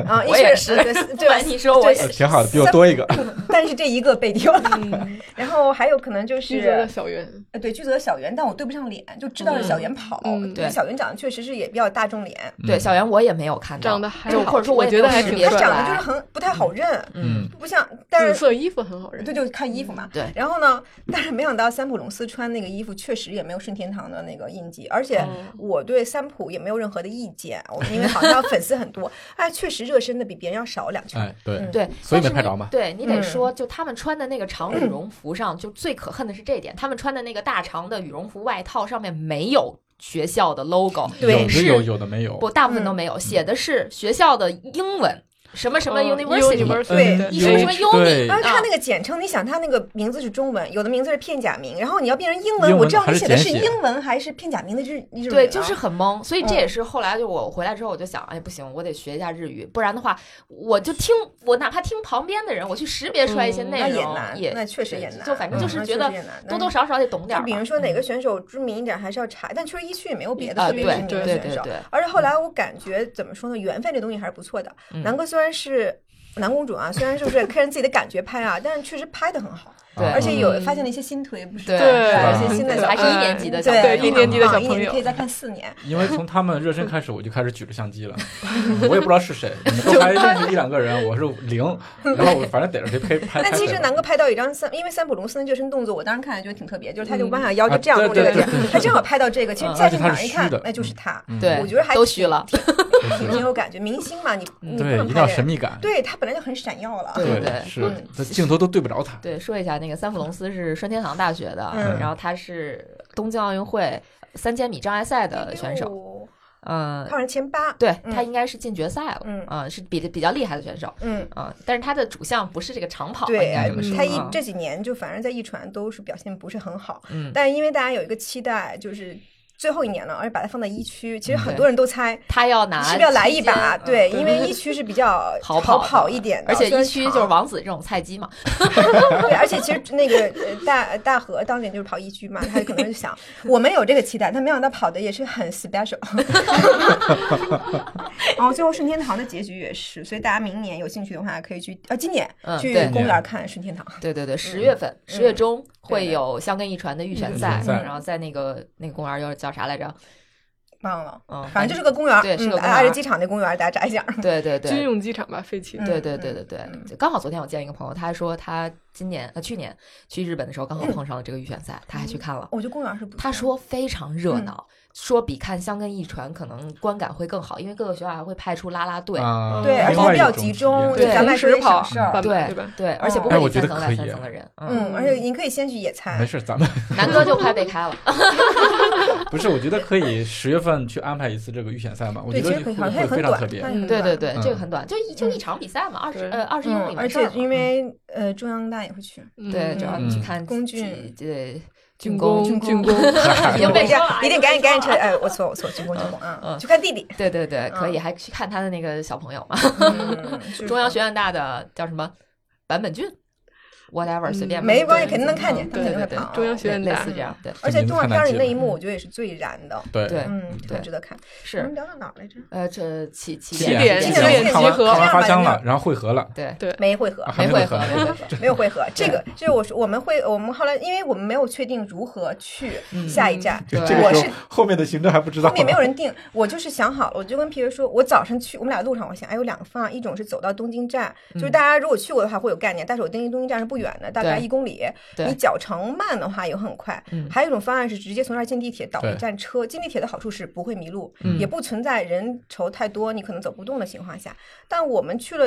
Speaker 3: 啊，
Speaker 1: 嗯 我也
Speaker 3: 是，
Speaker 1: 是
Speaker 3: 对
Speaker 1: 不然
Speaker 3: 对，
Speaker 1: 你说我
Speaker 3: 对
Speaker 1: 也
Speaker 2: 呃挺好的，比我多一个，
Speaker 3: 但是这一个被丢了，
Speaker 4: 嗯
Speaker 3: 然后还有可能就
Speaker 4: 居泽的
Speaker 3: 是，
Speaker 4: 小圆，
Speaker 3: 呃对，巨泽小圆，但我对不上脸，就知道是小圆跑，
Speaker 4: 嗯
Speaker 3: 因为
Speaker 1: 对
Speaker 3: 小圆长得确实是也比较大众脸，
Speaker 2: 嗯
Speaker 1: 对小圆我也没有看到，
Speaker 4: 长得还
Speaker 1: 就
Speaker 4: 好
Speaker 1: 或者说
Speaker 4: 我
Speaker 1: 也
Speaker 4: 觉得还挺
Speaker 1: 嗯别
Speaker 3: 他
Speaker 4: 帅
Speaker 3: 长得就是很不太好认，
Speaker 2: 嗯，
Speaker 3: 不像，但
Speaker 4: 紫
Speaker 3: 是
Speaker 4: 色衣服很好认。
Speaker 3: 对，就看衣服嘛。
Speaker 1: 嗯对
Speaker 3: 然后呢，但是没想到三浦龙司穿那个衣服确实也没有顺天堂的那个印记，而且
Speaker 4: 哦
Speaker 3: 我对三浦也没有任何的意见，我因为好像粉丝很多，哎，确实热身的比别人要少两圈。
Speaker 2: 哎，对，
Speaker 1: 对，
Speaker 2: 所以
Speaker 1: 但
Speaker 2: 没
Speaker 1: 是
Speaker 2: 拍
Speaker 1: 你
Speaker 2: 着嘛
Speaker 1: 对你得
Speaker 3: 嗯
Speaker 1: 说，就他们穿的那个长 羽绒服上，就最可恨的是这一点，他们穿的那个大长的羽绒服外套上面没有学校的 logo，
Speaker 3: 对嗯
Speaker 2: 有的
Speaker 1: 是
Speaker 2: 有，有的没有，
Speaker 1: 不，大部分都没有，写的是学校的英文，什么什么
Speaker 4: 哦
Speaker 1: university，
Speaker 3: 对
Speaker 2: 嗯
Speaker 1: 你说什么优
Speaker 2: 对
Speaker 1: 米
Speaker 3: 然后
Speaker 1: 啊
Speaker 3: 他那个简称，你想他那个名字是中文，有的名字是片假名，然后你要变成英文，
Speaker 2: 英文
Speaker 3: 我知道
Speaker 2: 还
Speaker 3: 你
Speaker 2: 是
Speaker 3: 写的是
Speaker 2: 简写
Speaker 3: 英文还是片假名的日日语
Speaker 1: 对，
Speaker 3: 了
Speaker 1: 就是很懵，所以这
Speaker 3: 嗯
Speaker 1: 也是后来就我回来之后，我就想，哎，不行，我得学一下日语，不然的话，我就听我哪怕听旁边的人，我去识别出来一些
Speaker 4: 嗯
Speaker 1: 内
Speaker 3: 那也
Speaker 1: 容，
Speaker 3: 难，
Speaker 1: 也
Speaker 3: 那确实也
Speaker 1: 对
Speaker 3: 难，
Speaker 1: 就反正就
Speaker 3: 嗯
Speaker 1: 是
Speaker 3: 那
Speaker 1: 觉
Speaker 3: 确
Speaker 1: 得
Speaker 3: 实也难
Speaker 1: 多
Speaker 3: 那
Speaker 1: 多少少得懂点
Speaker 3: 就
Speaker 1: 儿吧。嗯
Speaker 3: 比如说哪个选手著名一点还是要查，但确实一区也没有 别的
Speaker 1: 啊，
Speaker 3: 特
Speaker 1: 对
Speaker 3: 别著名
Speaker 1: 对
Speaker 3: 的
Speaker 1: 对
Speaker 3: 选
Speaker 1: 对
Speaker 3: 手。
Speaker 1: 对，
Speaker 3: 而且后来我感觉怎么说呢，缘分这东西还是不错的。
Speaker 1: 嗯
Speaker 3: 南哥虽然是南公主啊，虽然就是看人自己的感觉拍啊，但是确实拍的很好，
Speaker 1: 对
Speaker 3: 而且有
Speaker 4: 嗯
Speaker 3: 发现了一些新推，不是？
Speaker 1: 对
Speaker 3: 吧
Speaker 2: 对
Speaker 3: 有些新的
Speaker 1: 对
Speaker 3: 小
Speaker 1: 还
Speaker 3: 朋
Speaker 1: 是
Speaker 3: 友。
Speaker 1: 一年级的小
Speaker 3: 对
Speaker 1: 朋友
Speaker 4: 对一年级的小
Speaker 3: 嗯一
Speaker 4: 朋
Speaker 3: 年级
Speaker 4: 友
Speaker 3: 可以再看四年。
Speaker 2: 因为从他们热身开始，我就开始举着相 机了，我也不知道是谁，你们都还认识一两个人，我是零，然后我反正逮着谁拍拍。
Speaker 3: 但其实
Speaker 2: 拍谁
Speaker 3: 南哥拍到一张三，因为三浦龙司的热身动作，我当时看着就挺特别，就是他就
Speaker 4: 嗯
Speaker 3: 弯下腰就
Speaker 2: 啊
Speaker 3: 这样
Speaker 2: 对
Speaker 3: 弄这个
Speaker 2: 对
Speaker 3: 劲
Speaker 2: 对对对，
Speaker 3: 他正好拍到这个，其实
Speaker 2: 嗯
Speaker 3: 在
Speaker 2: 而且
Speaker 3: 现
Speaker 2: 他是
Speaker 3: 场一
Speaker 2: 虚
Speaker 3: 看
Speaker 2: 的，
Speaker 3: 那就是他，
Speaker 2: 嗯
Speaker 1: 对
Speaker 3: 我觉得还
Speaker 1: 都
Speaker 3: 挺
Speaker 1: 虚 了，
Speaker 2: 就是
Speaker 3: 挺有感觉。明星嘛，你你不
Speaker 2: 对，
Speaker 3: 能
Speaker 2: 一定要
Speaker 3: 拍
Speaker 2: 神
Speaker 3: 人，
Speaker 2: 秘感。
Speaker 3: 对他本来就很闪耀了。
Speaker 1: 嗯对对
Speaker 2: 是
Speaker 3: 嗯，
Speaker 2: 这镜头都对不着他。
Speaker 1: 对，说一下那个三浦龙司是顺天堂大学的，
Speaker 3: 嗯
Speaker 1: 然后他是东京奥运会三千米障碍赛的选手，
Speaker 3: 手，
Speaker 1: 嗯
Speaker 3: 哎他，好像前八，
Speaker 1: 对
Speaker 3: 嗯
Speaker 1: 他应该是进决赛了，
Speaker 3: 嗯
Speaker 1: 嗯，是比比较厉害的选手，
Speaker 3: 嗯，
Speaker 1: 嗯，但是他的主项不是这个长跑，应
Speaker 3: 对哎
Speaker 1: 该这么说，
Speaker 3: 他一
Speaker 1: 嗯
Speaker 3: 这几年就反正在一传都是表现不是很好，
Speaker 1: 嗯，
Speaker 3: 但因为大家有一个期待，就是最后一年了，而且把它放到一区，其实
Speaker 1: 嗯
Speaker 3: 很
Speaker 1: 对
Speaker 3: 多人都猜
Speaker 1: 他要拿
Speaker 3: 是不是要来一把，
Speaker 1: 期间
Speaker 3: 对，
Speaker 1: 嗯
Speaker 3: 因为一区是 比较
Speaker 1: 好跑
Speaker 3: 跑
Speaker 1: 的
Speaker 3: 跑一点的，
Speaker 1: 而且
Speaker 3: 虽然
Speaker 1: 一区
Speaker 3: 长
Speaker 1: 就是王子这种菜鸡嘛，
Speaker 3: 对，而且其实那个呃大大河当年就是跑一区嘛，他可能 就 想我们有这个期待，但没想到跑的也是很 special，然后哦最后顺天堂的结局也是，所以大家明年有兴趣的话可以去，呃，今年
Speaker 1: 嗯
Speaker 3: 去
Speaker 1: 对
Speaker 3: 公园看顺天堂。
Speaker 1: 对对对，十月份，十月中会
Speaker 3: 嗯对
Speaker 1: 有香根一传的预选
Speaker 2: 嗯
Speaker 1: 赛，
Speaker 2: 预选赛
Speaker 1: 然后在那个那个公园叫叫啥来着？
Speaker 3: 忘了，
Speaker 1: 嗯，
Speaker 3: 反正就是个公园，
Speaker 1: 对是个公
Speaker 3: 嗯
Speaker 1: 园
Speaker 3: 挨着机场那公园，大家扎一下。
Speaker 1: 对对对，
Speaker 4: 军用机场吧，废弃。
Speaker 1: 对
Speaker 3: 嗯
Speaker 1: 对对
Speaker 3: 嗯
Speaker 1: 对对，
Speaker 3: 嗯
Speaker 1: 就刚好昨天我见一个朋友，他说他今年呃去年去日本的时候刚好碰上了这个预选赛，他还去看了。
Speaker 3: 我觉得公园是不错
Speaker 1: 他说非常热闹，说比看香根一传可能观感会更好，因为各个学校还会派出啦啦队。
Speaker 2: 啊，
Speaker 3: 对，而
Speaker 2: 另
Speaker 3: 且
Speaker 2: 外
Speaker 3: 比较
Speaker 2: 一种
Speaker 3: 集
Speaker 2: 体
Speaker 3: 中，
Speaker 2: 验
Speaker 1: 对
Speaker 3: 咱们
Speaker 4: 同时跑
Speaker 3: 省事儿
Speaker 4: 办。
Speaker 1: 对
Speaker 4: 对吧
Speaker 1: 对，而且不
Speaker 3: 哎
Speaker 1: 会
Speaker 2: 我
Speaker 1: 一
Speaker 2: 觉
Speaker 1: 三
Speaker 2: 得
Speaker 1: 层
Speaker 2: 可
Speaker 1: 两
Speaker 2: 以
Speaker 1: 三层
Speaker 2: 啊
Speaker 1: 的人，嗯，
Speaker 3: 嗯，而且你可以先去野餐
Speaker 2: 没。事，咱们
Speaker 1: 南哥就快被开了，
Speaker 2: 不是，我觉得可以十月份去安排一次这个预选赛嘛，我觉
Speaker 3: 对，其
Speaker 2: 得
Speaker 3: 实可
Speaker 2: 会
Speaker 3: 以，好像也
Speaker 2: 会
Speaker 3: 很
Speaker 2: 非常
Speaker 3: 短
Speaker 2: 特，别
Speaker 3: 它。也很
Speaker 1: 对对
Speaker 3: 短。
Speaker 1: 对，
Speaker 2: 嗯
Speaker 1: 这个很短，就一就一场比赛嘛，二十
Speaker 4: 对
Speaker 1: 呃二十英里
Speaker 3: 嗯，
Speaker 1: 没
Speaker 3: 而
Speaker 1: 事儿
Speaker 3: 且
Speaker 1: 嘛，
Speaker 3: 因为呃，中央大也会去，
Speaker 4: 嗯
Speaker 1: 对，主要你去
Speaker 2: 嗯
Speaker 1: 看
Speaker 3: 宫
Speaker 1: 几
Speaker 3: 郡
Speaker 1: 对竣
Speaker 4: 竣
Speaker 1: 工，
Speaker 3: 竣
Speaker 4: 工
Speaker 3: 工
Speaker 4: 竣工，
Speaker 1: 已经被
Speaker 3: 这
Speaker 1: 说
Speaker 3: 样
Speaker 1: 了，
Speaker 3: 一定赶紧赶紧撤，
Speaker 1: 撤。
Speaker 3: 哎，我错我错，鞠躬鞠躬啊
Speaker 1: 嗯，
Speaker 3: 去看弟弟，
Speaker 1: 对对对，可以，
Speaker 3: 嗯
Speaker 1: 还去看他的那个小朋友嘛。
Speaker 3: 嗯就是
Speaker 1: 中央学院大的叫什么坂本俊，whatever，随便吧。
Speaker 3: 嗯没
Speaker 1: 对
Speaker 3: 关系，肯定能看见，他
Speaker 1: 对
Speaker 3: 们
Speaker 1: 对
Speaker 3: 肯定
Speaker 1: 对
Speaker 3: 会
Speaker 1: 对，
Speaker 3: 跑。
Speaker 4: 中央学院
Speaker 1: 类
Speaker 4: 大
Speaker 1: 似这样，对
Speaker 3: 而且
Speaker 2: 名字
Speaker 3: 动画
Speaker 2: 太
Speaker 3: 片
Speaker 2: 难
Speaker 3: 儿里
Speaker 2: 记
Speaker 3: 那
Speaker 2: 了
Speaker 3: 一幕，我觉得也是最燃的，
Speaker 2: 对
Speaker 1: 对
Speaker 3: 嗯，
Speaker 1: 对
Speaker 3: 很值得看。我们
Speaker 1: 是，
Speaker 3: 聊到哪儿来着？
Speaker 1: 呃，这起起
Speaker 2: 七
Speaker 4: 点
Speaker 2: 点
Speaker 4: 七
Speaker 2: 七
Speaker 4: 点
Speaker 2: 看
Speaker 4: 集
Speaker 2: 完
Speaker 4: 合
Speaker 2: 看完
Speaker 3: 这样
Speaker 2: 发
Speaker 3: 吧
Speaker 2: 香
Speaker 3: 这
Speaker 2: 了，
Speaker 3: 样
Speaker 2: 然后汇合了，
Speaker 1: 对，
Speaker 3: 没回合
Speaker 2: 啊，还
Speaker 1: 没
Speaker 2: 没
Speaker 1: 回
Speaker 2: 合
Speaker 1: 合，没回合。
Speaker 3: 没有 回合。这个就是我说我们会，我们后来因为我们没有确定如何去
Speaker 1: 嗯
Speaker 3: 下一站，
Speaker 2: 就
Speaker 1: 对
Speaker 2: 这个
Speaker 3: 我
Speaker 2: 时
Speaker 3: 是
Speaker 2: 候后面的行程还不知道，
Speaker 3: 后面没有人定，我就是想好了，我就跟皮皮说，我早上去，我们俩路上我想，哎，有两个方案，一种是走到东京站，就是大家如果去过的话会有概念，但是我东京东京站是不远的，大概
Speaker 1: 嗯对
Speaker 3: 一公里，
Speaker 1: 对
Speaker 3: 你脚程慢的话也很快
Speaker 1: 嗯。
Speaker 3: 还有一种方案是直接从那儿进地铁，倒
Speaker 2: 对
Speaker 3: 一站车，进地铁的好处是不会迷路，
Speaker 2: 嗯
Speaker 3: 也不存在人潮太多你可能走不动的情况下。但我们去了。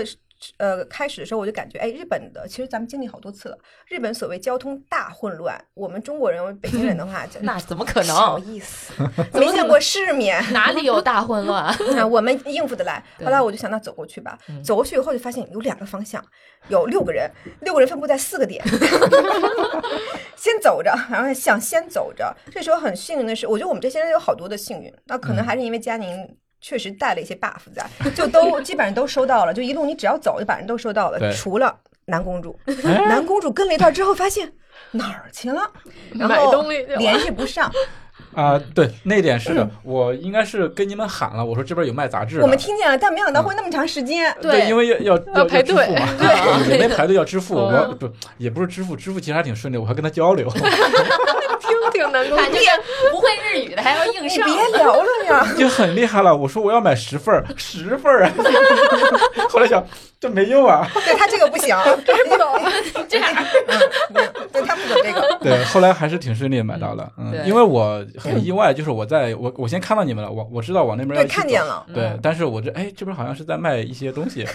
Speaker 3: 呃，开始的时候我就感觉，哎，日本的其实咱们经历好多次了。日本所谓交通大混乱，我们中国人、北京人的 话，就
Speaker 1: 那怎么可
Speaker 3: 少
Speaker 1: 能？
Speaker 3: 意思， 没见过世面。
Speaker 1: 哪里有大混乱？
Speaker 3: 啊，我们应付得来。
Speaker 1: 对
Speaker 3: 后来我就想，那走过去吧。
Speaker 4: 嗯
Speaker 3: 走过去以后就发现有两个方向，有六个人，六个人分布在四个 点。先走着，然后想先走着。这时候很幸运的是，我觉得我们这些人有好多的幸运，那
Speaker 4: 嗯
Speaker 3: 可能还是因为佳宁。确实带了一些 buff 在，就都基本上都收到了，就一路你只要走就把人都收到了，
Speaker 2: 对
Speaker 3: 除了南公主。南公主跟了一段之后发现哪儿去了，然
Speaker 4: 买
Speaker 3: 后
Speaker 4: 东西去了
Speaker 3: 联系不上，
Speaker 2: 啊、对，那点是的，我应该是跟你们喊了，我说这边有卖杂志的，
Speaker 3: 我们听见了，但没想到会那么长时间。
Speaker 1: 对
Speaker 2: 因为要要
Speaker 4: 要排队
Speaker 2: 支付嘛，
Speaker 1: 对
Speaker 2: 对，那排队要支付，
Speaker 4: 嗯
Speaker 2: 我不也不是支付，支付其实还挺顺利，我还跟他交流，
Speaker 4: 听挺难过
Speaker 1: 看这个不会日语的还要硬
Speaker 3: 你
Speaker 1: 上
Speaker 3: 别，聊了呀，
Speaker 2: 已经很厉害了。我说我要买十份儿，十份儿啊， 后来想这没用啊，
Speaker 3: 对他这个不行，这是不懂， 这样，嗯，对他不懂这个，
Speaker 2: 对，后来还是挺顺利地买到了，嗯，
Speaker 1: 对
Speaker 2: 因为我很意外，就是我在我我先看到你们了，我我知道往那边要
Speaker 3: 对，
Speaker 2: 去
Speaker 3: 看
Speaker 2: 走
Speaker 3: 见。了，
Speaker 2: 对，但是我这哎，这边好像是在卖一些东西，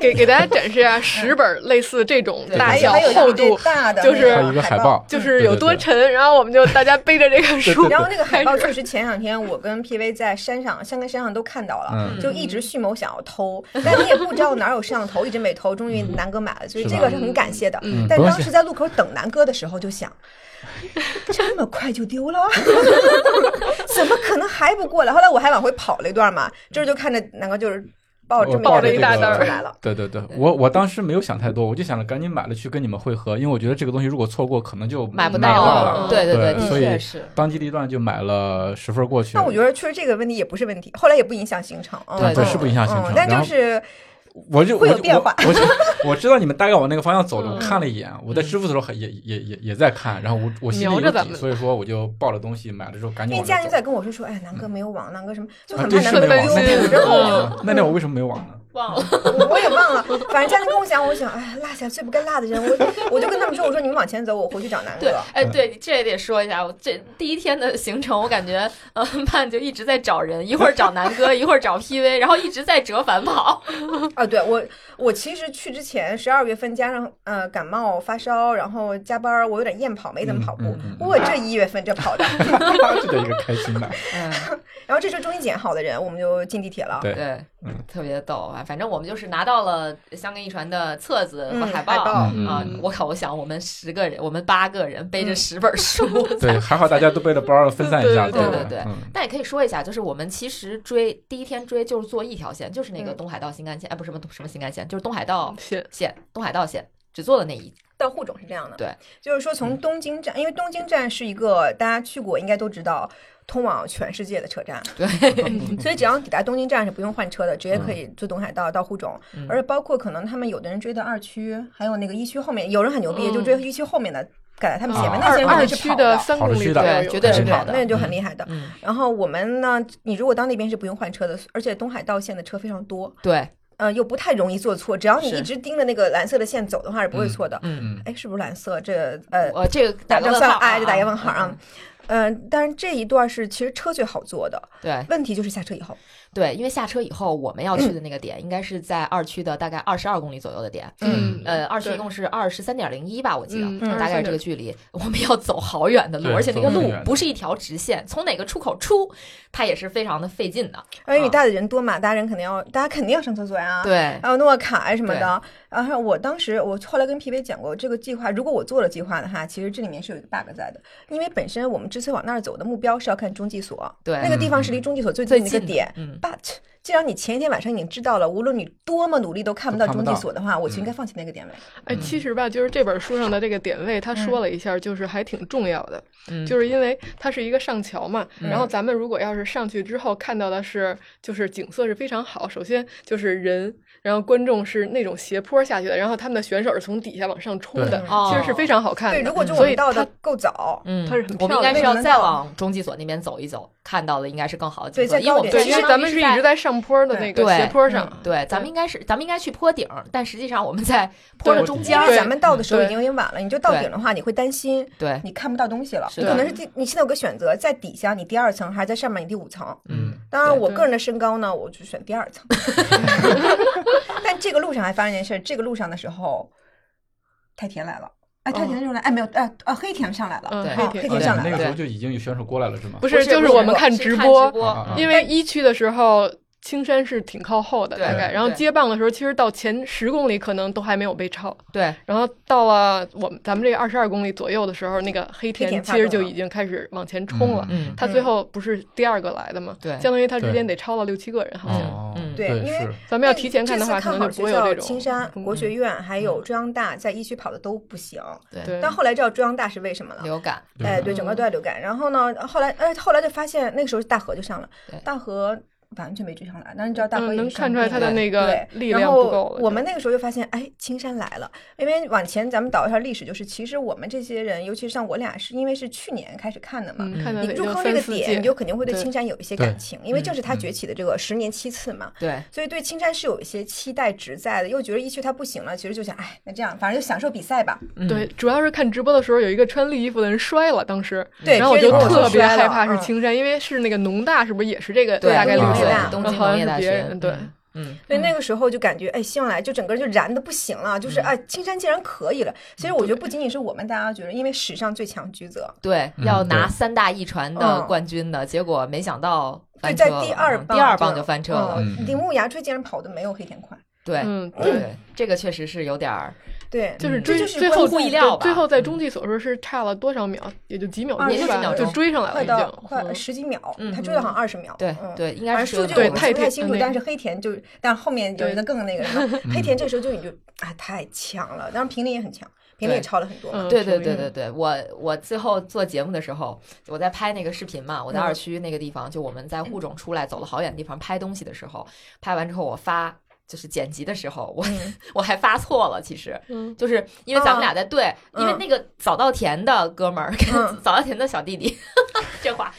Speaker 4: 给给大家展示一下十本类似这种
Speaker 1: 对
Speaker 3: 嗯
Speaker 4: 大
Speaker 3: 还有
Speaker 4: 小
Speaker 3: 还有一
Speaker 4: 厚
Speaker 3: 个这
Speaker 4: 度，
Speaker 3: 大的，
Speaker 4: 就是
Speaker 2: 还有一个海报，
Speaker 4: 就是有多沉，然后我们就大家背着这个书
Speaker 2: 对对
Speaker 3: 然后那个海报确实前两天我跟 PV 在山上，香根山上都看到了，
Speaker 2: 嗯
Speaker 3: 就一直蓄谋想要偷，但你也不知道哪有摄像头，一直没偷，终于南哥买了，所以
Speaker 2: 是
Speaker 3: 这
Speaker 2: 吧
Speaker 3: 个是很感谢的
Speaker 2: 嗯。
Speaker 3: 但
Speaker 2: 不用
Speaker 3: 当时在路口等南哥的时候，就想。这么快就丢了，怎么可能还不过来？后来我还往回跑了一段嘛，这时候就看着南哥就是抱着这
Speaker 2: 我
Speaker 3: 么
Speaker 2: 抱
Speaker 4: 着一
Speaker 2: 这
Speaker 4: 大
Speaker 2: 个
Speaker 4: 袋儿
Speaker 3: 出来了。
Speaker 2: 对对对，我我当时没有想太多，我就想着赶紧买了去跟你们汇合，因为我觉得这个东西如果错过，可能就
Speaker 1: 买不
Speaker 2: 到
Speaker 4: 到
Speaker 2: 了。
Speaker 4: 嗯
Speaker 1: 对对
Speaker 2: 对
Speaker 1: 的
Speaker 2: 所以
Speaker 1: 确是。
Speaker 2: 当机立断就买了十份过去。
Speaker 3: 但我觉得确实这个问题也不是问题，后来也不影响行程，嗯
Speaker 2: 对
Speaker 1: 对
Speaker 3: 嗯
Speaker 1: 是
Speaker 2: 不影响行程
Speaker 3: 嗯但
Speaker 2: 然
Speaker 3: 就
Speaker 2: 后
Speaker 3: 是
Speaker 2: 我就
Speaker 3: 会有
Speaker 2: 我就
Speaker 3: 变化
Speaker 2: 我 我就我知道你们大概往那个方向走的，
Speaker 4: 嗯
Speaker 2: 我看了一眼，我在支付的时候还也也也也在看，然后我我心里
Speaker 4: 瞄着
Speaker 2: 有
Speaker 4: 咱
Speaker 2: 底，
Speaker 4: 们
Speaker 2: 所以说我就抱了东西买了之后赶紧
Speaker 3: 因为
Speaker 2: 往
Speaker 3: 佳
Speaker 2: 那
Speaker 3: 宁
Speaker 2: 走
Speaker 3: 在。跟我说说，哎，南哥没有网，南哥什么，就
Speaker 2: 啊
Speaker 3: 很
Speaker 2: 这
Speaker 3: 怕
Speaker 2: 是
Speaker 3: 南
Speaker 2: 没网，
Speaker 3: 哥
Speaker 4: 分
Speaker 3: 丢
Speaker 4: 心
Speaker 3: 丢，然后我就
Speaker 2: 嗯 那天我为什么没网呢？
Speaker 1: 忘了，
Speaker 3: 我我也忘了，反正佳宁跟我讲，我想，哎，落下最不该落的人，我我就跟他们说，我说你们往前走，我回去找南
Speaker 1: 对
Speaker 3: 哥。，
Speaker 1: 哎，对，这也得说一下，我这第一天的行程，我感觉，呃， 曼就一直在找人，一会儿找南哥，一会儿找 PV，然后一直在折返跑，
Speaker 3: 啊，对我我其实去之前十二月份加上呃感冒发烧，然后加班儿，我有点厌跑，没怎么跑步
Speaker 2: 嗯嗯嗯。嗯
Speaker 3: 我这一月份这跑的，
Speaker 2: 这得一个开心的，
Speaker 1: 嗯，
Speaker 3: 然后这时候终于捡好的人，我们就进地铁了。
Speaker 2: 对
Speaker 1: 对
Speaker 2: 嗯，
Speaker 1: 特别逗啊！反正我们就是拿到了香根一传的册子和
Speaker 3: 嗯
Speaker 1: 海
Speaker 3: 海报
Speaker 1: 报
Speaker 2: 嗯
Speaker 1: 啊
Speaker 4: 嗯！
Speaker 1: 我靠，我想我们十个人，我们八个人背着
Speaker 3: 嗯
Speaker 1: 十本书，
Speaker 2: 对，还好大家都背了包，分散一下，
Speaker 4: 对
Speaker 1: 对
Speaker 2: 对
Speaker 1: 对对
Speaker 2: 嗯
Speaker 1: 但也可以说一下，就是我们其实追第一天追就是坐一条线，就是那个
Speaker 3: 嗯
Speaker 1: 东海道新干线，哎，不是什么东什么新干线，就是东海道
Speaker 4: 写
Speaker 1: 线，东海道线只坐了那一，
Speaker 3: 到沪总是这样的，
Speaker 1: 对，嗯
Speaker 3: 就是说从东京站，因为东京站是一个大家去过应该都知道，通往全世界的车站。
Speaker 1: 对，
Speaker 3: 所以只要抵达东京站是不用换车的，直接可以坐东海道到沪中。
Speaker 1: 嗯
Speaker 3: 而且包括可能他们有的人追到二区，还有那个一区后面，有人很牛逼，
Speaker 1: 嗯
Speaker 3: 就追一区后面的，赶在他们前
Speaker 2: 啊
Speaker 3: 面，那
Speaker 4: 二
Speaker 3: 些人肯
Speaker 4: 二
Speaker 3: 定是
Speaker 4: 区
Speaker 3: 跑的。
Speaker 4: 三
Speaker 2: 跑
Speaker 4: 公
Speaker 2: 着
Speaker 4: 里
Speaker 2: 去的
Speaker 4: 左右
Speaker 1: 对绝对是
Speaker 4: 是
Speaker 1: 跑的
Speaker 3: 那就很厉害的。
Speaker 1: 嗯，
Speaker 3: 然后我们呢，你如果到那边是不用换车的，而且东海道线的车非常多，
Speaker 1: 对，
Speaker 3: 呃，又不太容易做错。只要你
Speaker 1: 是
Speaker 3: 一直盯着那个蓝色的线走的话，是不会错的。
Speaker 1: 嗯，
Speaker 2: 嗯，
Speaker 3: 哎，是不是蓝色？这呃，
Speaker 1: 我这个打
Speaker 3: 打
Speaker 1: 个
Speaker 3: 个
Speaker 1: 问
Speaker 3: 算
Speaker 1: 号啊
Speaker 3: 了，哎，
Speaker 1: 就
Speaker 3: 就打一个问号啊。。嗯、呃，但是这一段是其实车最好坐的，
Speaker 1: 对
Speaker 3: 问题就是下车以后，
Speaker 1: 对，因为下车以后我们要去的那个点，应该是在二区的大概二十二公里左右的点。
Speaker 2: 嗯
Speaker 1: 呃，二区
Speaker 4: 对
Speaker 1: 一共是二十三点零一吧，我记得、
Speaker 4: 嗯
Speaker 1: 大概是这个距离。我们要走好远的路，
Speaker 2: 对
Speaker 1: 而且那个
Speaker 2: 走很
Speaker 1: 路
Speaker 2: 远
Speaker 1: 不是一条直线，从哪个出口出，它也是非常的费劲的。
Speaker 3: 而且
Speaker 1: 啊
Speaker 3: 你带的人多嘛，大家人肯定要，大家肯定要上厕所呀。。
Speaker 1: 对，
Speaker 3: 还有诺卡啊呀什么的，然后我当时我后来跟皮皮讲过这个计划，如果我做了计划的话，其实这里面是有一个 bug 在的，因为本身我们之所以往那儿走的目标是要看中继所，
Speaker 1: 对嗯
Speaker 3: 那个地方是离中继所最
Speaker 1: 最
Speaker 3: 近的一
Speaker 1: 近
Speaker 3: 个
Speaker 1: 的
Speaker 3: 点，
Speaker 1: 嗯，
Speaker 3: But 既然你前一天晚上已经知道了，无论你多么努力都看不到
Speaker 2: 都看
Speaker 3: 中
Speaker 2: 不
Speaker 3: 继
Speaker 2: 到
Speaker 3: 所的话，我就应该
Speaker 1: 嗯
Speaker 3: 放弃那个点位。
Speaker 4: 哎，其实吧，就是这本书上的这个点位，他
Speaker 3: 嗯
Speaker 4: 说了一下，就是还挺重要的，
Speaker 1: 嗯
Speaker 4: 就是因为它是一个上桥嘛。
Speaker 1: 嗯
Speaker 4: 然后咱们如果要是上去之后看到的是，就是景色是非常好，首先就是人，然后观众是那种斜坡下去的，然后他们的选手是从底下往上冲的
Speaker 3: 对，
Speaker 1: 哦
Speaker 4: 其实是非常好看的。嗯
Speaker 3: 对，如果就我
Speaker 4: 所
Speaker 3: 们
Speaker 4: 以
Speaker 3: 到
Speaker 4: 它
Speaker 3: 的够早，
Speaker 1: 嗯，
Speaker 4: 它是很
Speaker 1: 我们
Speaker 4: 漂
Speaker 1: 应该
Speaker 4: 亮
Speaker 1: 是
Speaker 4: 的
Speaker 1: 要
Speaker 3: 那个
Speaker 1: 再
Speaker 3: 能
Speaker 1: 往中继所那边走一走，看到的应该是更好的景
Speaker 3: 对
Speaker 1: 色，
Speaker 3: 在
Speaker 1: 因为
Speaker 3: 高
Speaker 1: 我们
Speaker 3: 点
Speaker 4: 对，
Speaker 1: 之
Speaker 4: 因
Speaker 1: 前
Speaker 4: 为咱们是一直在上坡的那个
Speaker 1: 对嗯
Speaker 4: 斜坡上，
Speaker 1: 对，咱们应该是咱们应该去坡顶儿，但实际上我们在坡
Speaker 4: 对
Speaker 1: 的
Speaker 2: 我
Speaker 1: 中
Speaker 2: 懂
Speaker 1: 间
Speaker 3: 因
Speaker 1: 儿，
Speaker 3: 为咱们到的时候已
Speaker 4: 对
Speaker 3: 经有点晚了，你就到顶的话，你会担心
Speaker 1: 对，
Speaker 3: 你看不到东西了。
Speaker 1: 是
Speaker 3: 你
Speaker 1: 的
Speaker 3: 可能是第你现在有个选择，在底下你第二层，还是在上面你第五层。
Speaker 2: 嗯
Speaker 3: 当然，
Speaker 1: 对
Speaker 3: 我
Speaker 4: 对
Speaker 3: 个人的身高呢，我就选第二 层。但这个路上还发生一件事，这个路上的时候，太田来了，哎，太田的时候来，哎，没有，哎，啊，黑田上来了，
Speaker 4: 哦嗯
Speaker 3: 啊
Speaker 1: 黑
Speaker 3: 黑
Speaker 1: 田
Speaker 2: 啊，你
Speaker 3: 田上
Speaker 2: 们那
Speaker 3: 来了
Speaker 2: 个。时候
Speaker 1: 对
Speaker 2: 就已经有选手过来了是吗？
Speaker 4: 不
Speaker 1: 不
Speaker 4: 是，就是我们看
Speaker 1: 直嗯
Speaker 4: 直播，
Speaker 2: 啊
Speaker 4: 因为一区的时候青山是挺靠后的，
Speaker 1: 对
Speaker 4: 大概，
Speaker 1: 对
Speaker 4: 然后接棒的时候，其实到前十公里可能都还没有被超，
Speaker 1: 对
Speaker 4: 然后到了我们咱们这个二十二公里左右的时候，那个黑
Speaker 3: 黑田
Speaker 4: 田
Speaker 3: 发
Speaker 4: 其实
Speaker 3: 动
Speaker 4: 就
Speaker 3: 了
Speaker 4: 已经开始往前冲了。
Speaker 1: 嗯
Speaker 4: 他最后不是第二个来的嘛？
Speaker 1: 对
Speaker 4: 相当于他之
Speaker 2: 对
Speaker 4: 间得超了六七个人，好像。
Speaker 2: 哦，
Speaker 1: 嗯
Speaker 3: 对因为
Speaker 2: 是，
Speaker 4: 咱们要提前看的话，
Speaker 3: 这次
Speaker 4: 可
Speaker 3: 看好
Speaker 4: 能就
Speaker 3: 学
Speaker 4: 不会有
Speaker 3: 校
Speaker 4: 这
Speaker 3: 青
Speaker 4: 种。
Speaker 3: 山
Speaker 4: 嗯嗯
Speaker 3: 国学院还有中央大在一区跑的都不行，
Speaker 1: 对，
Speaker 4: 对，
Speaker 3: 但后来知道中央大是为什么了。
Speaker 1: 流感
Speaker 2: 对嗯
Speaker 3: 哎，对，整个都在流感。然后呢，后来，哎，后来就发现那个时候大河就上了
Speaker 1: 对，
Speaker 3: 大河完全没追上来。但是你知道大河
Speaker 4: 嗯，
Speaker 3: 已经
Speaker 4: 能看
Speaker 3: 生
Speaker 4: 出来
Speaker 3: 病
Speaker 4: 他的
Speaker 3: 了
Speaker 4: 那个
Speaker 3: 对
Speaker 4: 力
Speaker 3: 然
Speaker 4: 量
Speaker 3: 后
Speaker 4: 不够了。
Speaker 3: 我们那个时候就发现，哎，青山来了。因为往前咱们倒一下历史，就是其实我们这些人，尤其是像我俩，是因为是去年开始看的嘛。
Speaker 4: 嗯，看到
Speaker 3: 你
Speaker 4: 得
Speaker 3: 入
Speaker 4: 就
Speaker 3: 坑这
Speaker 4: 三
Speaker 3: 个
Speaker 4: 四
Speaker 3: 点，
Speaker 4: 届
Speaker 3: 你就肯定会对
Speaker 4: 对
Speaker 3: 青山有一些
Speaker 2: 对
Speaker 3: 感情，因为
Speaker 1: 嗯
Speaker 3: 正是他崛起的这个十年七次嘛。
Speaker 1: 对
Speaker 3: 所以对青山是有一些期待值在的，又觉得一区他不行了，其实就想，哎，那这样反正就享受比赛吧。
Speaker 1: 嗯
Speaker 4: 对，主要是看直播的时候有一个穿绿衣服的人摔了，当时，
Speaker 3: 对，
Speaker 4: 然后我
Speaker 3: 别
Speaker 4: 就
Speaker 3: 人跟
Speaker 4: 特
Speaker 3: 说
Speaker 4: 别
Speaker 3: 摔了
Speaker 4: 害怕是
Speaker 3: 嗯
Speaker 4: 青山，因为是那个农大，是不是也是这个
Speaker 1: 对嗯
Speaker 4: 大概率
Speaker 2: 农
Speaker 4: 是
Speaker 2: 大
Speaker 4: 吧？
Speaker 1: 东
Speaker 4: 然后
Speaker 1: 京
Speaker 4: 好
Speaker 1: 农
Speaker 4: 像
Speaker 1: 业
Speaker 4: 是
Speaker 1: 大
Speaker 4: 别
Speaker 1: 学
Speaker 4: 人对。
Speaker 1: 嗯
Speaker 3: 所以那个时候就感觉，哎，希望来就整个人就燃的不行了，就是
Speaker 1: 嗯
Speaker 3: 哎，青山竟然可以了。其实我觉得不仅仅是我们大家觉得，因为史上最强居泽，
Speaker 1: 对
Speaker 2: 嗯
Speaker 1: 要
Speaker 2: 对
Speaker 1: 拿三大一传的
Speaker 3: 嗯
Speaker 1: 冠军的结果，没想到
Speaker 3: 对，
Speaker 1: 翻车
Speaker 3: 在
Speaker 1: 了
Speaker 3: 第二
Speaker 1: 嗯
Speaker 3: 棒，
Speaker 1: 第二棒就翻车了，
Speaker 2: 嗯
Speaker 3: 铃木牙吹竟然跑的没有黑田快，
Speaker 1: 对
Speaker 4: 嗯，对，
Speaker 1: 对，这个确实是有点儿，
Speaker 3: 对，
Speaker 4: 就
Speaker 1: 嗯
Speaker 4: 是
Speaker 1: 这
Speaker 4: 追
Speaker 3: 就是
Speaker 4: 最
Speaker 3: 关
Speaker 4: 后
Speaker 3: 乎
Speaker 1: 意料
Speaker 4: 对最
Speaker 1: 吧
Speaker 4: 后在中继所时候是差了多少秒，也就几秒
Speaker 3: 嗯二
Speaker 4: 钟
Speaker 3: 十
Speaker 4: 是吧？
Speaker 1: 秒
Speaker 4: 就
Speaker 1: 钟
Speaker 4: 追上来了，
Speaker 3: 快
Speaker 4: 已经
Speaker 3: 到快
Speaker 4: 嗯
Speaker 3: 十几秒
Speaker 1: 嗯，
Speaker 3: 他追了好像二十秒，
Speaker 1: 对
Speaker 3: 嗯。
Speaker 1: 对，应
Speaker 3: 反
Speaker 1: 该
Speaker 3: 正
Speaker 1: 是
Speaker 3: 数据我
Speaker 4: 对
Speaker 1: 有
Speaker 3: 不
Speaker 1: 点
Speaker 4: 太
Speaker 3: 太清楚，
Speaker 4: 嗯
Speaker 3: 但是黑田就，但后面有一个
Speaker 4: 对
Speaker 3: 更那 个什么，
Speaker 1: 嗯
Speaker 3: 黑田这个时候就你就啊太强了，当然平林也很强，平林也
Speaker 1: 对
Speaker 3: 超了很多嘛，
Speaker 4: 嗯
Speaker 1: 对对
Speaker 4: 挺
Speaker 1: 对
Speaker 4: 厉害
Speaker 1: 对对，我我最后做节目的时候，我在拍那个视频嘛，我在
Speaker 3: 嗯
Speaker 1: 二区那个地方，就我们在沪中出来走了好远的地方拍东西的时候，拍完之后我发。就是剪辑的时候，我
Speaker 3: 嗯
Speaker 1: 我还发错了，其实
Speaker 4: 嗯
Speaker 1: 就是因为咱们
Speaker 3: 啊
Speaker 1: 俩在对，因为
Speaker 3: 嗯
Speaker 1: 那个早稻田的哥们儿跟
Speaker 3: 嗯
Speaker 1: 早稻田的小弟 弟，这话，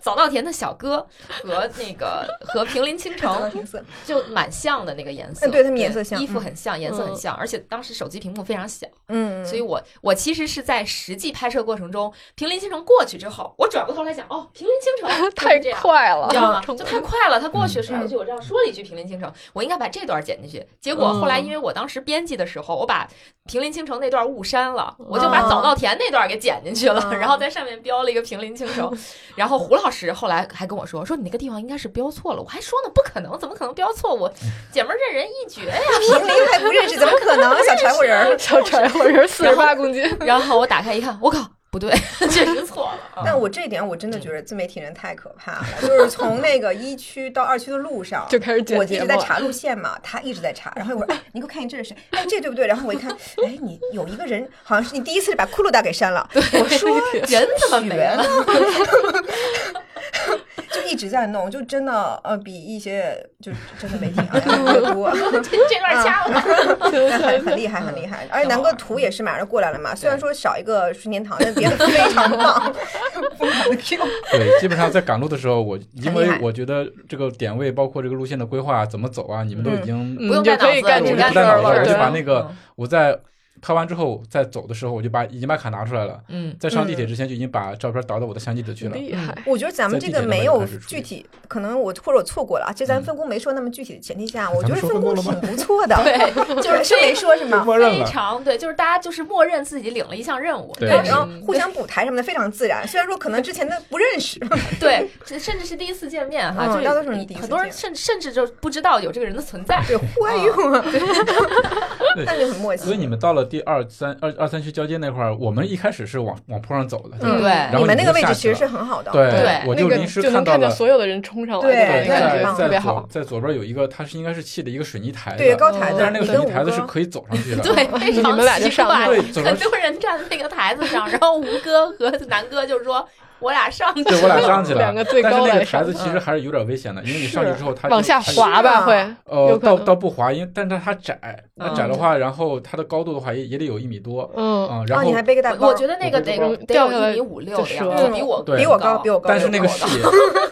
Speaker 1: 早稻田的小哥和那个和平林倾
Speaker 3: 长到
Speaker 1: 城
Speaker 3: 挺色，
Speaker 1: 就蛮像的那个颜色，
Speaker 3: 嗯对他们颜色像
Speaker 1: 衣服
Speaker 3: 嗯
Speaker 1: 很像，颜色很
Speaker 4: 嗯
Speaker 1: 像，而且当时手机屏幕非常小。
Speaker 3: 嗯，
Speaker 1: 所以我我其实是在实际拍摄过程中，平林倾城过去之后，我转过头来想，哦，平林倾 城就
Speaker 4: 太
Speaker 1: 是这样。
Speaker 4: 快了
Speaker 1: 你知道吗？，就
Speaker 4: 冲
Speaker 1: 太快了，他过去甩过去，我这样说了一句“平林倾城”，我应该把这段剪进去。结果后来，因为我当时编辑的时候，我把“平林倾城”那段误删了，我就把早稻田那段给剪进去了，
Speaker 3: 嗯
Speaker 1: 然后在上面标了一个“平林倾 城”。然后胡老师后来还跟我说：“说你那个地方应该是标错了。”我还说呢，不可能，怎么可能标错？我姐们儿认人一绝呀！
Speaker 3: 平林还不认识，怎么可能？小柴火人
Speaker 1: 啊
Speaker 3: 儿，
Speaker 4: 小柴火人四十八公斤，
Speaker 1: 然后我打开一看，我靠，不对， 确实错
Speaker 4: 啊
Speaker 1: 了。啊
Speaker 3: 但我这一点我真的觉得自媒体人太可怕了，就是从那个一区到二区的路上
Speaker 4: 就开始
Speaker 3: 我
Speaker 4: 剪
Speaker 3: 一
Speaker 4: 节
Speaker 3: 直
Speaker 4: 目
Speaker 3: 在
Speaker 4: 了。
Speaker 3: 查路线嘛，他一直在查，然后我说：“哎，你给我看一这是谁？哎，这对不对？”然后我一看，哎，你有一个人好像是你第一次把库鲁达给删了，我说
Speaker 1: 人怎么没了？
Speaker 3: 一直在弄， 就真的呃，比一些就真的媒体 啊要多。
Speaker 1: 这这段掐了。
Speaker 3: 但很很厉害，很厉害。而且南
Speaker 4: 嗯
Speaker 3: 哥图也是马上过来了嘛，虽然说少一个顺天堂，但别的非常 棒。疯狂的 Q，
Speaker 2: 对，基本上在赶路的时候，我因
Speaker 3: 很厉害
Speaker 2: 为我觉得这个点位，包括这个路线的规划怎么走啊，你们都已经
Speaker 4: 嗯
Speaker 1: 不用
Speaker 4: 就
Speaker 1: 带
Speaker 4: 可以
Speaker 1: 脑子
Speaker 4: 干
Speaker 2: 我就
Speaker 1: 只
Speaker 4: 这
Speaker 2: 不
Speaker 4: 个
Speaker 1: 干
Speaker 4: 事
Speaker 2: 带脑子，
Speaker 4: 儿了，
Speaker 2: 我就
Speaker 4: 对
Speaker 2: 把那个我在拍完之后，在走的时候，我就把已经把卡拿出来了，
Speaker 1: 嗯，
Speaker 2: 在上地铁之前就已经把照片导到我的相机里去了。
Speaker 4: 厉害，
Speaker 3: 我觉得咱们
Speaker 2: 在地
Speaker 3: 这
Speaker 2: 铁上
Speaker 3: 个没
Speaker 2: 面
Speaker 3: 有
Speaker 2: 开始处
Speaker 3: 具
Speaker 2: 理
Speaker 3: 体，可能我或者我错过了啊，就咱
Speaker 2: 嗯
Speaker 3: 分工没说那么具体的前提下，我
Speaker 5: 咱
Speaker 3: 觉
Speaker 5: 们
Speaker 3: 得
Speaker 5: 说
Speaker 3: 分
Speaker 5: 分
Speaker 3: 工
Speaker 5: 工
Speaker 3: 挺
Speaker 5: 了吗
Speaker 3: 不错的。
Speaker 1: 嗯对， 就
Speaker 3: 对，
Speaker 1: 是
Speaker 3: 是没
Speaker 1: 非
Speaker 3: 说是吗？
Speaker 2: 默认
Speaker 1: 非
Speaker 2: 了，
Speaker 1: 常对，就是大家就是默认自己领了一项任务，
Speaker 2: 对
Speaker 1: 当时
Speaker 3: 然后
Speaker 2: 嗯
Speaker 3: 互相补台什么的非常自然，虽然说可能之前的不认识，
Speaker 2: 嗯
Speaker 1: 对，甚至是第一次见面哈，
Speaker 3: 嗯
Speaker 1: 就
Speaker 3: 大多数人第一次
Speaker 1: 很多人
Speaker 3: 见
Speaker 1: 甚甚至就不知道有这个人的存在。
Speaker 3: 对，忽然用 啊，但就很默
Speaker 2: 所以
Speaker 3: 契。
Speaker 2: 你们到了第二三二二三区交接那块儿，我们一开始是往往坡上走的，
Speaker 3: 嗯
Speaker 1: 对
Speaker 2: 然后
Speaker 3: 你们
Speaker 2: 你
Speaker 3: 那
Speaker 2: 就
Speaker 3: 个位
Speaker 2: 下
Speaker 3: 置
Speaker 2: 去
Speaker 3: 其实
Speaker 2: 了
Speaker 3: 是很好的，
Speaker 2: 对，
Speaker 1: 对
Speaker 2: 我
Speaker 4: 那
Speaker 2: 就
Speaker 4: 个
Speaker 2: 临时
Speaker 4: 就能
Speaker 2: 看到
Speaker 4: 看
Speaker 2: 了
Speaker 4: 见，所有的人冲上来，
Speaker 3: 对
Speaker 4: 那种
Speaker 3: 对
Speaker 4: 感
Speaker 2: 在
Speaker 4: 觉
Speaker 3: 棒
Speaker 2: 在
Speaker 4: 特别
Speaker 2: 左
Speaker 4: 好。
Speaker 2: 在左边有一个，它是应该是砌的一个水泥台的，
Speaker 3: 对高台子
Speaker 2: 但是那，个
Speaker 3: 你
Speaker 2: 水
Speaker 3: 跟
Speaker 2: 泥台子
Speaker 3: 五
Speaker 2: 是
Speaker 3: 哥
Speaker 2: 可以走上去的，
Speaker 1: 对，非
Speaker 4: 你
Speaker 1: 常
Speaker 4: 们俩就
Speaker 1: 奇
Speaker 4: 上
Speaker 1: 怪，
Speaker 2: 对走上
Speaker 1: 很
Speaker 2: 去
Speaker 1: 多人站在那个台子上，然后吴哥和南哥就说：“我俩上去。”
Speaker 2: 对我俩上去了，
Speaker 4: 两个最
Speaker 2: 但是
Speaker 4: 高
Speaker 2: 那
Speaker 4: 来
Speaker 2: 个台
Speaker 4: 上嗯
Speaker 2: 子其实还是有点危险的，因为你
Speaker 4: 是
Speaker 2: 上去之后它就
Speaker 4: 往下
Speaker 2: 它就
Speaker 4: 滑吧，
Speaker 3: 是啊
Speaker 4: 会
Speaker 2: 呃，
Speaker 4: 有可
Speaker 2: 倒
Speaker 4: 能
Speaker 2: 倒不滑，因为但是它窄，那
Speaker 1: 嗯
Speaker 2: 窄的话，然后它的高度的话也也得有一米多，
Speaker 4: 嗯，
Speaker 2: 啊，然
Speaker 3: 哦，
Speaker 2: 后
Speaker 3: 你还背个大包，
Speaker 1: 我觉得那个得
Speaker 4: 我
Speaker 1: 得
Speaker 4: 掉
Speaker 1: 有
Speaker 4: 下来
Speaker 1: 一米五六的样
Speaker 4: 就
Speaker 1: 子，
Speaker 4: 折
Speaker 1: 比我
Speaker 2: 对
Speaker 3: 比我高，比我高，
Speaker 2: 但是那个
Speaker 3: 比我
Speaker 2: 视 野，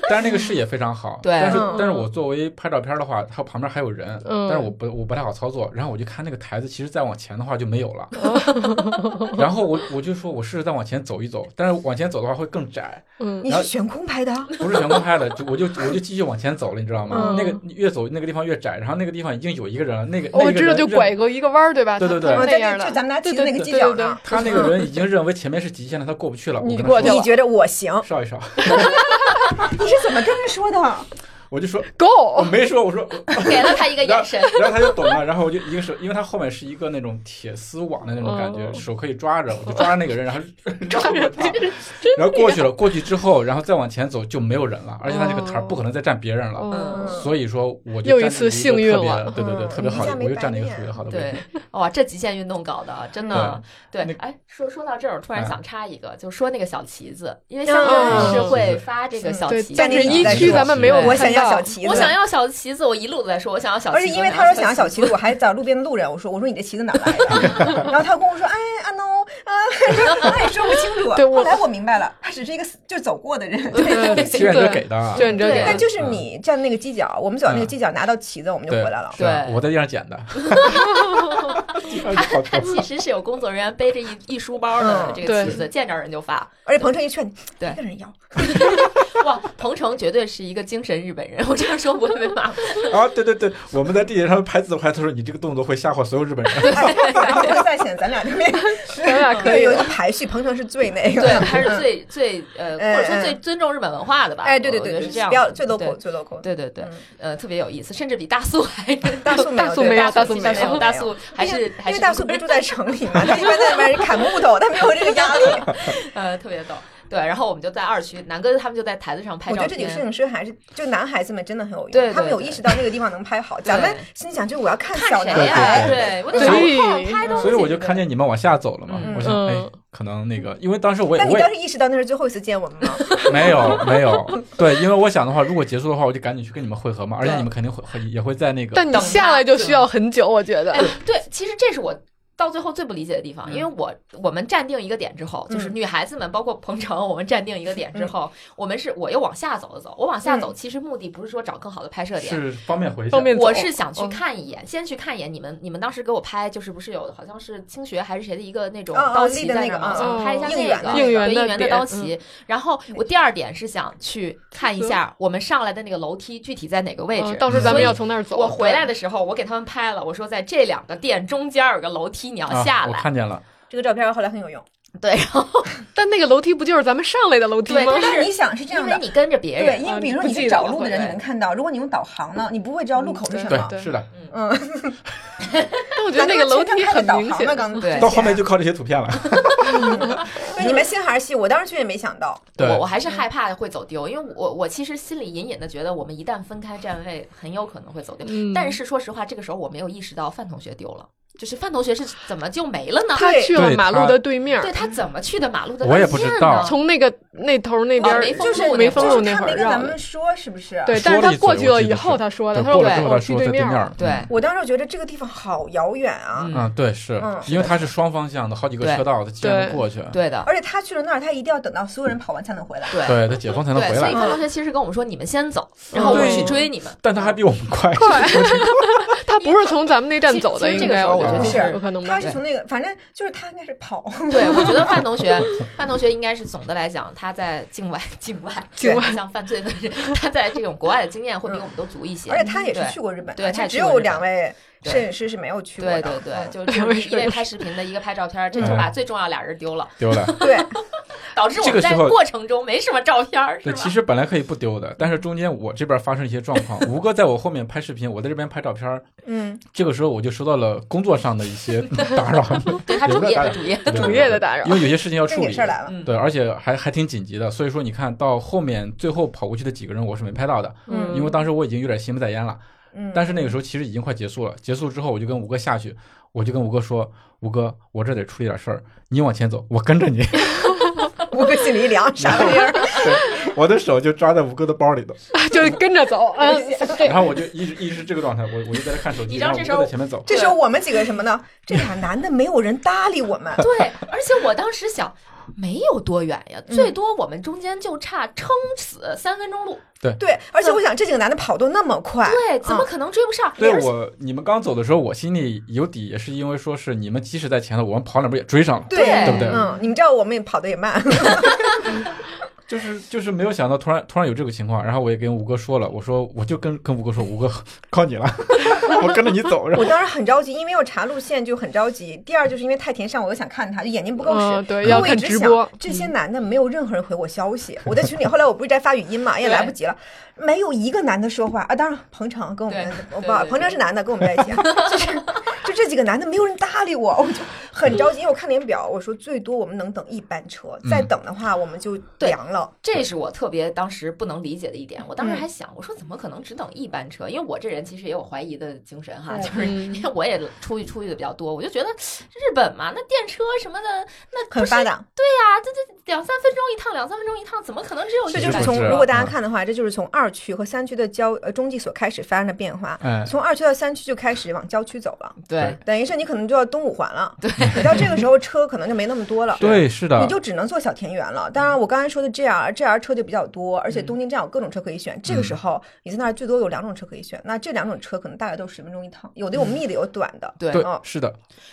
Speaker 2: 但是那个视野非常好。
Speaker 1: 对
Speaker 2: 但是
Speaker 3: 嗯
Speaker 2: 但是我作为拍照片的话，它旁边还有人，
Speaker 4: 嗯
Speaker 2: 但是我不我不太好操作。然后我就看那个台子，其实再往前的话就没有了。
Speaker 4: 哦
Speaker 2: 然后我我就说我试着再往前走一走，但是往前走的话会更窄，
Speaker 3: 高
Speaker 4: 嗯
Speaker 3: 你是悬空拍的啊，
Speaker 2: 不是全部拍的，就我就我就继续往前走了，你知道吗？
Speaker 4: 嗯
Speaker 2: 那个越走那个地方越窄，然后那个地方已经有一个人了，那个那
Speaker 4: 我
Speaker 2: 个
Speaker 4: 哦知道
Speaker 2: 人
Speaker 4: 就
Speaker 2: 认
Speaker 4: 拐过一个弯儿，对吧？
Speaker 2: 对对
Speaker 4: 他他
Speaker 2: 对
Speaker 3: 嗯在那
Speaker 4: 是那样
Speaker 3: 就
Speaker 4: 的，
Speaker 3: 咱们俩骑
Speaker 4: 对
Speaker 3: 那个
Speaker 4: 对
Speaker 3: 犄
Speaker 4: 对
Speaker 3: 角
Speaker 4: 对
Speaker 3: 那儿，
Speaker 2: 他那个人已经认为前面是极限了，他过不去了。我
Speaker 4: 你
Speaker 2: 跟他
Speaker 4: 过去
Speaker 2: 说
Speaker 4: 了
Speaker 3: 你觉得我行？
Speaker 2: 少一少，
Speaker 3: 你是怎么跟人说的？
Speaker 2: 我就说我
Speaker 4: go，
Speaker 2: 没说，我 说我
Speaker 1: 给了他一个眼神。
Speaker 2: 然后他就懂了，然后我就一个手，因为他后面是一个那种铁丝网的那种感觉，
Speaker 4: 哦
Speaker 2: 手可以抓着，我就抓着那个人，然后 抓
Speaker 4: 着
Speaker 2: 他，然后过去了，过去之后，然后再往前走就没有人了，而且他这个台儿不可能再站别人了，
Speaker 4: 嗯，
Speaker 2: 所以说我就
Speaker 4: 又一
Speaker 2: 站
Speaker 4: 次
Speaker 2: 在个
Speaker 4: 幸运
Speaker 2: 特别
Speaker 4: 了
Speaker 2: 对对对，
Speaker 3: 嗯
Speaker 2: 特别好
Speaker 3: 一下
Speaker 2: 的，
Speaker 3: 没
Speaker 2: 我又站了一个
Speaker 3: 白
Speaker 2: 特别好的位
Speaker 1: 对
Speaker 2: 置，，
Speaker 1: 哇，这极限运动搞的啊真的对
Speaker 2: 那。
Speaker 1: 哎，说说到这儿，我突然想插一个，就说那个小旗子，因为
Speaker 3: 嗯
Speaker 1: 香港人是
Speaker 2: 嗯
Speaker 1: 会发这个小
Speaker 4: 对，
Speaker 1: 旗子
Speaker 4: 但是
Speaker 3: 在那
Speaker 4: 一
Speaker 3: 个
Speaker 4: 区咱们没有
Speaker 1: 对
Speaker 4: 看到，
Speaker 3: 我想要小旗子，
Speaker 1: 我想要小旗子，我一路都在说，我想要小旗
Speaker 3: 而
Speaker 1: 子。
Speaker 3: 且因为他说想要 小旗子，我还找路边的路人，我说我说你这旗子哪来的？然后他跟我说，哎，啊 no，啊，他也说不清楚。
Speaker 4: 对我
Speaker 3: 后来我明白了，他只是一个就走过的人。
Speaker 4: 对 对
Speaker 2: 志愿者给的，啊
Speaker 4: 志愿者
Speaker 1: 对
Speaker 4: 给
Speaker 3: 但
Speaker 4: 的，
Speaker 3: 就是你站那个犄角，我们走到那个犄角，拿到旗子，我们就
Speaker 2: 对
Speaker 3: 回来了。
Speaker 2: 是啊
Speaker 1: 嗯对
Speaker 2: 我在地上捡的，
Speaker 1: 他他其实是有工作人员背着一一书包的
Speaker 3: 嗯
Speaker 1: 这个旗子，见着人就发。
Speaker 3: 而且彭程一劝，
Speaker 1: 对
Speaker 3: 没有 人要，
Speaker 1: 哇，彭程绝对是一个精神日本人，我这样说不会被骂。
Speaker 2: 啊，对对对，我们在地铁上拍自拍，他说你这个动作会吓坏所有日本人，
Speaker 3: 哎然后再显咱俩这边
Speaker 4: 咱俩可
Speaker 3: 对
Speaker 4: 以
Speaker 3: 有一
Speaker 4: 了
Speaker 3: 个排序，彭程是最那个，
Speaker 1: 对，他
Speaker 3: 嗯
Speaker 1: 是最最呃，
Speaker 3: 哎
Speaker 1: 或者说
Speaker 3: 哎
Speaker 1: 最尊重日本文化的吧？
Speaker 3: 哎，对对
Speaker 1: 我觉
Speaker 3: 对
Speaker 1: 得是这
Speaker 3: 对，
Speaker 1: 样
Speaker 3: 不
Speaker 1: 的，
Speaker 3: 要最
Speaker 1: 对
Speaker 3: local 最 local，
Speaker 1: 对对对
Speaker 3: 嗯，
Speaker 1: 呃，特别有意思，甚至比大苏还
Speaker 3: 大树没有，
Speaker 4: 大树
Speaker 3: 对
Speaker 4: 没有大
Speaker 3: 树
Speaker 4: 树
Speaker 1: 没
Speaker 4: 没
Speaker 1: 有，
Speaker 4: 有
Speaker 1: 大苏还是还
Speaker 3: 因为
Speaker 1: 是
Speaker 3: 大苏不是住在城里嘛，他一般在里面砍木头，他没有 这个压力。
Speaker 1: 呃特别逗。对，然后我们就在二区，南哥他们就在台子上拍
Speaker 3: 我觉
Speaker 1: 照
Speaker 3: 得这几个摄
Speaker 1: 片。
Speaker 3: 影师还是就男孩子们真的很有用，
Speaker 1: 对对
Speaker 3: 他们有
Speaker 1: 对
Speaker 3: 意识到那个地方能拍好。咱们心想，就我要看
Speaker 1: 看
Speaker 3: 小
Speaker 1: 谁
Speaker 3: 男孩，
Speaker 1: 呀？对，我得
Speaker 4: 对
Speaker 1: 找空拍东西。
Speaker 2: 所以我就看见你们往下走了嘛
Speaker 1: 嗯，
Speaker 2: 我想哎
Speaker 4: 嗯，
Speaker 2: 可能那个，因为当时我也
Speaker 3: 那你
Speaker 2: 我也
Speaker 3: 当时意识到那是最后一次见我们吗？
Speaker 2: 没有没有，对，因为我想的话，如果结束的话，我就赶紧去跟你们会合嘛，而且你们肯定会会也会在那个
Speaker 4: 但你下来就需要很久，我觉得
Speaker 1: 哎，对，其实这是我。到最后最不理解的地方，因为我我们站定一个点之后，就是
Speaker 3: 嗯
Speaker 1: 女孩子们，包括彭程，我们站定一个点之后，我们是我又往下走了走，我往下
Speaker 3: 嗯
Speaker 1: 走，其实目的不是说找更好的拍摄点，
Speaker 2: 是方便回去，
Speaker 4: 方便走
Speaker 1: 我是想
Speaker 4: 嗯
Speaker 1: 去看一眼，先去看一眼你们你们当时给我拍，就是不是有好像是青学还是谁的一个那种
Speaker 3: 哦哦
Speaker 1: 刀旗
Speaker 3: 立的
Speaker 1: 在
Speaker 3: 那
Speaker 1: 那
Speaker 3: 个
Speaker 1: 儿嘛，
Speaker 3: 哦
Speaker 1: 想拍一下
Speaker 3: 哦
Speaker 1: 那
Speaker 3: 应援的嗯
Speaker 1: 个
Speaker 4: 应援
Speaker 1: 对
Speaker 4: 的
Speaker 1: 应援的
Speaker 4: 点
Speaker 1: 刀旗。然后我第二点是想去看一下我们上来的那个楼梯具体在哪个位置
Speaker 4: 嗯，到时候咱
Speaker 1: 所
Speaker 4: 们
Speaker 1: 以
Speaker 4: 要从那儿走。
Speaker 1: 我回来的时候，我给他们拍了，我说在这两个店中间有个楼梯，你要
Speaker 2: 啊
Speaker 1: 下
Speaker 2: 我
Speaker 1: 来。
Speaker 2: 看见了，
Speaker 3: 这个照片后来很有用。
Speaker 1: 对，然后
Speaker 4: 但那个楼梯不就是咱们上来的楼梯
Speaker 1: 对
Speaker 4: 吗？
Speaker 1: 但
Speaker 3: 但
Speaker 1: 是
Speaker 3: 你想是这
Speaker 1: 因
Speaker 3: 样
Speaker 1: 为
Speaker 3: 的。
Speaker 1: 你跟着别
Speaker 3: 对，
Speaker 1: 人，
Speaker 3: 因为
Speaker 4: 啊
Speaker 3: 比如说
Speaker 4: 你
Speaker 3: 你
Speaker 4: 不
Speaker 3: 是
Speaker 4: 记得
Speaker 3: 找
Speaker 4: 了
Speaker 3: 路的人，
Speaker 1: 对
Speaker 3: 你能看到；如果你用导航呢，你不会知道路口是什
Speaker 2: 对
Speaker 3: 么。，
Speaker 4: 对
Speaker 2: 是的，
Speaker 3: 嗯，
Speaker 4: 但我觉得那个楼梯很
Speaker 3: 导
Speaker 4: 明
Speaker 3: 航
Speaker 4: 显
Speaker 3: 了，。刚
Speaker 1: 对
Speaker 2: 到后面就靠这些图片了，
Speaker 3: 对你们心还是细，我当时确实没想到。
Speaker 2: 对
Speaker 1: 我我还是害怕会走丢，因为我我其实心里隐隐的觉得，我们一旦分开站位，很有可能会走丢。
Speaker 4: 嗯
Speaker 1: 但是说实话，这个时候我没有意识到范同学丢了，就是范同学是怎么就没了呢？
Speaker 4: 他去了
Speaker 2: 对
Speaker 4: 马路
Speaker 2: 他
Speaker 4: 的对面儿，
Speaker 1: 对他怎么去的马路的对
Speaker 2: 我
Speaker 1: 面
Speaker 2: 也
Speaker 1: 呢？
Speaker 2: 不知道
Speaker 4: 从那个那头那边
Speaker 1: 哦
Speaker 4: 儿
Speaker 1: 没封
Speaker 3: 就
Speaker 1: 路
Speaker 3: 是
Speaker 1: 那
Speaker 4: 没
Speaker 1: 会
Speaker 4: 封
Speaker 1: 儿
Speaker 4: 路
Speaker 3: 就是
Speaker 4: 那
Speaker 3: 他
Speaker 4: 会
Speaker 3: 没
Speaker 4: 儿
Speaker 3: 跟咱
Speaker 4: 绕的
Speaker 3: 们。说，是不是？
Speaker 4: 对，
Speaker 2: 说
Speaker 4: 但是
Speaker 2: 了
Speaker 4: 他
Speaker 2: 一嘴
Speaker 4: 过
Speaker 2: 我
Speaker 4: 去了
Speaker 2: 记
Speaker 4: 以
Speaker 2: 得
Speaker 4: 后，
Speaker 2: 是
Speaker 4: 他说的，
Speaker 2: 对
Speaker 4: 他说
Speaker 2: 过
Speaker 4: 我
Speaker 2: 了之后他
Speaker 4: 我去
Speaker 2: 说在
Speaker 4: 面
Speaker 2: 对面
Speaker 4: 儿
Speaker 2: 儿，
Speaker 1: 对
Speaker 2: 嗯
Speaker 3: 我当时就觉得这个地方好遥远啊，
Speaker 1: 嗯
Speaker 2: 嗯，对，是
Speaker 3: 嗯是
Speaker 2: 因为
Speaker 3: 的
Speaker 2: 它是双方向的，好几个
Speaker 1: 对
Speaker 2: 车道，它既然能
Speaker 4: 对
Speaker 2: 过去，
Speaker 1: 对的，
Speaker 3: 而且他去了那儿，他一定要等到所有人跑完才能回来。
Speaker 1: 对
Speaker 2: 对，它解封才能
Speaker 1: 对，
Speaker 2: 回
Speaker 1: 所以
Speaker 2: 来。嗯
Speaker 1: 范同学其实跟我们说，你们先走，然后我
Speaker 4: 对
Speaker 1: 去追你们。
Speaker 2: 但它还比我们快，
Speaker 4: 他不是从咱们那站
Speaker 1: 其
Speaker 4: 走的，
Speaker 1: 其实这
Speaker 4: 应
Speaker 1: 个
Speaker 4: 该
Speaker 1: 时候我
Speaker 4: 觉
Speaker 3: 觉
Speaker 4: 得
Speaker 3: 得是
Speaker 4: 有可能吧
Speaker 3: 他。是从那个，反正就是他应该是跑，
Speaker 1: 对，我觉得范同 学，范同学应该是总的来讲，他在境外、境外、
Speaker 3: 境
Speaker 4: 外
Speaker 1: 像犯罪的人，他在这种国外的经验会
Speaker 2: 嗯
Speaker 1: 比我们都足一些。
Speaker 3: 而且他也是
Speaker 1: 对
Speaker 3: 去过日本的，
Speaker 1: 对他
Speaker 3: 就
Speaker 1: 也
Speaker 3: 只
Speaker 1: 去过
Speaker 3: 有
Speaker 1: 日本
Speaker 3: 两位
Speaker 1: 对
Speaker 3: 摄影师是没有去过
Speaker 1: 对
Speaker 3: 的。
Speaker 1: 对对，
Speaker 3: 嗯
Speaker 1: 就 是
Speaker 4: 两位
Speaker 1: 就是因为
Speaker 4: 摄影
Speaker 1: 拍视频的一个拍照片儿，这
Speaker 2: 嗯
Speaker 1: 就把最重要俩人丢了，
Speaker 2: 丢了。
Speaker 3: 嗯对，
Speaker 1: 导致我
Speaker 2: 这个
Speaker 1: 们
Speaker 2: 时
Speaker 1: 在
Speaker 2: 候
Speaker 1: 过程中没什么照片儿，是
Speaker 2: 对，
Speaker 1: 吧
Speaker 2: 其？实本来可以不丢的，但是中间我这边发生一些状况，吴哥在我后面拍视频，我在这边拍照片儿，
Speaker 3: 嗯，
Speaker 2: 这个时候我就收到了工作上的一些打扰，
Speaker 1: 对他
Speaker 2: 也
Speaker 1: 主
Speaker 2: 不
Speaker 1: 业
Speaker 2: 要打
Speaker 1: 的
Speaker 2: 扰
Speaker 1: 主业，
Speaker 2: 对
Speaker 4: 主业的打扰
Speaker 2: 因为有些事情要
Speaker 3: 正
Speaker 2: 处
Speaker 3: 经
Speaker 2: 理
Speaker 3: 事，儿来了。
Speaker 1: 嗯，
Speaker 2: 对，而且还还挺紧急的，所以说你看到后面最后跑过去的几个人我是没拍到的，
Speaker 3: 嗯
Speaker 2: 因为当时我已经有点心不在焉了，
Speaker 3: 嗯，
Speaker 2: 但是那个时候其实已经快结束了，结束之后我就跟吴哥下去，我就跟吴哥说，吴哥，我这得处理点事儿，你往前走，我跟着你，
Speaker 3: 吴哥心里一凉，啥玩意儿？
Speaker 2: 我的手就抓在吴哥的包里头。
Speaker 4: 就是跟着走，嗯，
Speaker 2: 然后我就一直一直这个状态，我我就在这看手机，
Speaker 1: 你知
Speaker 2: 然
Speaker 1: 道
Speaker 2: 后
Speaker 1: 这
Speaker 2: 我
Speaker 1: 时候，
Speaker 2: 在前面走，
Speaker 3: 这时候我们几个什么呢？这俩男的没有人搭理 我们
Speaker 1: 对，而且我当时想，没有多远呀，
Speaker 3: 嗯
Speaker 1: 最多我们中间就差撑死三分钟路，
Speaker 3: 对，而且我想这几个男的跑都那么快，
Speaker 1: 对，怎么
Speaker 3: 嗯
Speaker 1: 可能追不上？
Speaker 2: 啊对
Speaker 1: 而且
Speaker 2: 我你们刚走的时候，我心里有底，也是因为说是你们即使在前头，我们跑两步也追上了，
Speaker 3: 对
Speaker 1: 对
Speaker 2: 不对
Speaker 3: 嗯，你们知道我们也跑得也慢，
Speaker 2: 就是就是没有想到突然突然有这个情况，然后我也跟吴哥说了，我说我就跟跟吴哥说，吴哥 靠你了，我跟着你走，然
Speaker 3: 我
Speaker 2: 后
Speaker 3: 当时很着急，因为要查路线就很着急。第二就是因为太田上，我又想看他，就眼睛不够使。
Speaker 4: 嗯对
Speaker 3: 因为
Speaker 4: 要
Speaker 3: 我一
Speaker 4: 看
Speaker 3: 直
Speaker 4: 直
Speaker 3: 想
Speaker 4: 播
Speaker 3: 这些男的没有任何人回我消息，我在群里，后来我不是在发语音嘛，哎也来不及了，没有一个男的说话啊。当然，彭程跟我们
Speaker 1: 对，
Speaker 3: 我不
Speaker 1: 对对，对
Speaker 3: 彭程是男的，跟我们在一起啊，就是就这几个男的没有人搭理我，我就很着急，因为我看脸表，我说最多我们能等一班车，再等的话我们就
Speaker 1: 对
Speaker 3: 凉了。
Speaker 1: 这是我特别当时不能理解的一点。我当时
Speaker 3: 嗯
Speaker 1: 还想，我说怎么可能只等一班车？因为我这人其实也有怀疑的精神哈，
Speaker 3: 嗯
Speaker 1: 就是因 为我也出去出去的比较多，我就觉得日本嘛，那电车什么的，那
Speaker 3: 很发达，
Speaker 1: 呀，啊这这两三分钟一趟，两三分钟一趟，怎么可能只有
Speaker 3: 这
Speaker 1: 一
Speaker 2: 其
Speaker 3: 就
Speaker 2: 实
Speaker 3: 是
Speaker 1: 班车？
Speaker 2: 不
Speaker 3: 从
Speaker 2: 是
Speaker 3: 如果大家看的话，这就是从二区和三区的交呃中继所开始发生的变化。
Speaker 2: 哎，
Speaker 3: 从二区到三区就开始往郊区走了，
Speaker 1: 对
Speaker 3: 等于是你可能就要东五环了。对，你到这个时候车可能就没那么多了。。
Speaker 2: 对， 是的
Speaker 3: 你，就只能坐小田园了。当然，我刚才说的 JR JR 车就比较多，而且东京站有各种车可以
Speaker 2: 嗯
Speaker 3: 选。这个时候你在那儿最多有两种车可以选，那这两种车可能大概都是十分钟一趟，有的有密的，有短的。
Speaker 1: 对
Speaker 2: 对
Speaker 3: 嗯，
Speaker 2: 是的，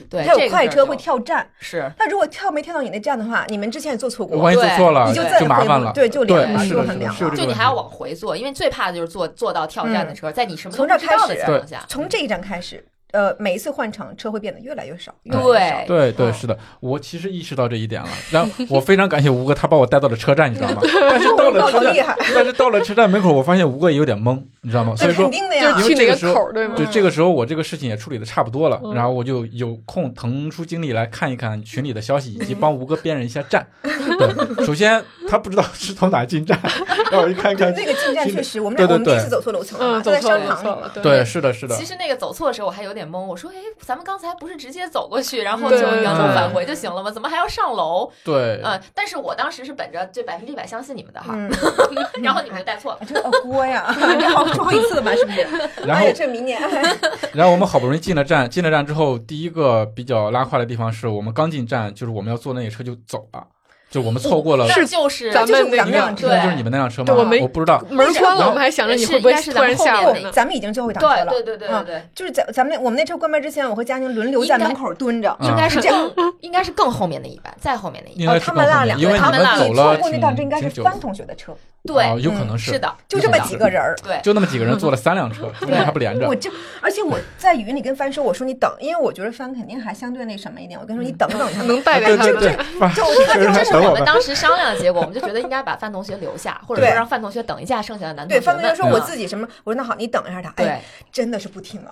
Speaker 1: 对，这
Speaker 3: 它有
Speaker 1: 个
Speaker 3: 快
Speaker 1: 事儿
Speaker 3: 车
Speaker 1: 就
Speaker 3: 会跳站，
Speaker 1: 是。
Speaker 3: 那如果跳没跳到你那站的话，你们之前也坐错过，
Speaker 2: 万一做错了
Speaker 3: 你就
Speaker 1: 对
Speaker 3: 再也
Speaker 2: 啊麻
Speaker 3: 回
Speaker 2: 烦
Speaker 3: 不
Speaker 2: 了，
Speaker 3: 对，就
Speaker 2: 对
Speaker 3: 凉了，
Speaker 2: 是
Speaker 3: 就
Speaker 2: 的
Speaker 3: 很
Speaker 2: 是的
Speaker 3: 凉
Speaker 2: 是有
Speaker 3: 了
Speaker 2: 这。
Speaker 1: 就
Speaker 2: 个
Speaker 1: 你
Speaker 2: 问
Speaker 1: 还要
Speaker 2: 题
Speaker 1: 往回坐，因为最怕的就是坐坐到跳站的车，在你什么
Speaker 3: 从
Speaker 1: 都
Speaker 3: 这
Speaker 1: 不
Speaker 3: 儿
Speaker 1: 知道
Speaker 3: 开
Speaker 1: 的
Speaker 3: 始
Speaker 1: 情况下，
Speaker 3: 从这一站开始，呃，每一次换乘车会变得越来越少，越来越
Speaker 1: 对
Speaker 3: 少。
Speaker 2: 对对，是的，我其实意识到这一点了，然后我非常感谢吴哥，他把我带到了车站，你知道吗？但是到了
Speaker 3: 好
Speaker 2: 车站
Speaker 3: 厉，害，
Speaker 2: 但是到了车站门口，我发现吴哥也有点懵，你知道吗？所
Speaker 3: 这
Speaker 2: 以
Speaker 3: 肯
Speaker 2: 说，
Speaker 3: 定的
Speaker 4: 就
Speaker 3: 呀
Speaker 4: 是。去哪口儿对吗？
Speaker 2: 对
Speaker 3: 嗯
Speaker 2: 这个时候我这个事情也处理的差不多了，
Speaker 4: 嗯
Speaker 2: 然后我就有空腾出精力来看一看群里的消息，以及帮吴哥辨认一下站。对，首先他不知道是从哪进站， 让我一看一看。
Speaker 3: 那个进站确实，我们
Speaker 2: 对
Speaker 3: 俩
Speaker 2: 对
Speaker 3: 我们第一
Speaker 2: 对
Speaker 3: 次走错楼层了嘛，
Speaker 4: 嗯，
Speaker 3: 就
Speaker 4: 走
Speaker 3: 啊在
Speaker 4: 错
Speaker 3: 商
Speaker 4: 了，走
Speaker 3: 场
Speaker 4: 错了
Speaker 3: 里。，
Speaker 2: 对，是的，是的
Speaker 1: 其，实那个走错的时候，我还有点懵。我说，哎，咱们刚才不是直接走过去，然后就
Speaker 4: 对
Speaker 1: 原路
Speaker 2: 对
Speaker 1: 返回就行了吗？怎么还要上楼？
Speaker 2: 对，
Speaker 1: 嗯，但是我当时是本着就百分之百相信你们的哈，
Speaker 3: 嗯，
Speaker 1: 然后你们就带 错了。
Speaker 3: 这个锅呀，你好说好几次了吧？是不是？
Speaker 2: 然
Speaker 3: 哎
Speaker 2: 后
Speaker 3: 呀，这明年，哎
Speaker 2: 然后我们好不容易进了站，进了站之后，第一个比较拉胯的地方是我们刚进站，就是我们要坐那个车就走了，就我们错过了。
Speaker 1: 那就是
Speaker 4: 咱
Speaker 3: 哦就是
Speaker 4: 们那
Speaker 3: 咱
Speaker 2: 应该
Speaker 3: 们
Speaker 4: 个
Speaker 3: 辆
Speaker 2: 应
Speaker 3: 车
Speaker 2: 该就是你们那辆车吗？
Speaker 4: 对我没
Speaker 2: 我不知
Speaker 3: 哦
Speaker 2: 道。
Speaker 4: 门儿关了，我们还想着你会不会
Speaker 1: 是应该是
Speaker 4: 突然下
Speaker 1: 咱们后
Speaker 4: 来
Speaker 1: 面
Speaker 4: 呢？
Speaker 3: 咱们已经最后一趟车
Speaker 1: 对
Speaker 3: 了。
Speaker 1: 对对对对对，
Speaker 3: 就是在咱们那我们那车关门之前，我和佳宁轮流在门口蹲着。
Speaker 2: 嗯
Speaker 1: 应该是
Speaker 3: 是这样
Speaker 1: 更应该是更后面的一班，再后面的一
Speaker 2: 应
Speaker 1: 班。
Speaker 2: 该
Speaker 3: 哦
Speaker 2: 是
Speaker 3: 他们
Speaker 2: 更后
Speaker 3: 落
Speaker 2: 面
Speaker 3: 两
Speaker 2: 因为
Speaker 3: 个
Speaker 2: 你
Speaker 1: 他们
Speaker 2: 们
Speaker 1: 落
Speaker 2: 走
Speaker 3: 你
Speaker 2: 了
Speaker 3: 错
Speaker 2: 挺
Speaker 3: 过那道，这应该是嗯
Speaker 2: 挺久
Speaker 3: 范同学的车，
Speaker 2: 哦，
Speaker 1: 对
Speaker 2: 有可能是
Speaker 1: 是的，
Speaker 3: 就这么几个人儿。
Speaker 1: 对
Speaker 2: 就那么几个人坐了三辆车，中间还不连着
Speaker 3: 嗯我。这，而且我在语音里跟帆说，我说你等，因为我觉得帆肯定还相对那什么一点。我跟他说你等等他们，
Speaker 4: 能带带他
Speaker 2: 对
Speaker 4: 们
Speaker 2: 对，
Speaker 4: 的，
Speaker 2: 反
Speaker 3: 就我听到这
Speaker 2: 确实
Speaker 3: 种
Speaker 2: 还
Speaker 3: 这种
Speaker 1: 我
Speaker 2: 我
Speaker 1: 们
Speaker 2: 们。
Speaker 1: 当时商量的结果，我们就觉得应该把范同学留下，或者说
Speaker 3: 对
Speaker 1: 让范同学等一下剩下的男同
Speaker 3: 对，
Speaker 1: 学
Speaker 3: 范
Speaker 1: 们。
Speaker 3: 同学说我
Speaker 1: 嗯
Speaker 3: 自己什么，我说那好，你等一下他。
Speaker 1: 对
Speaker 3: 哎，真的是不听了，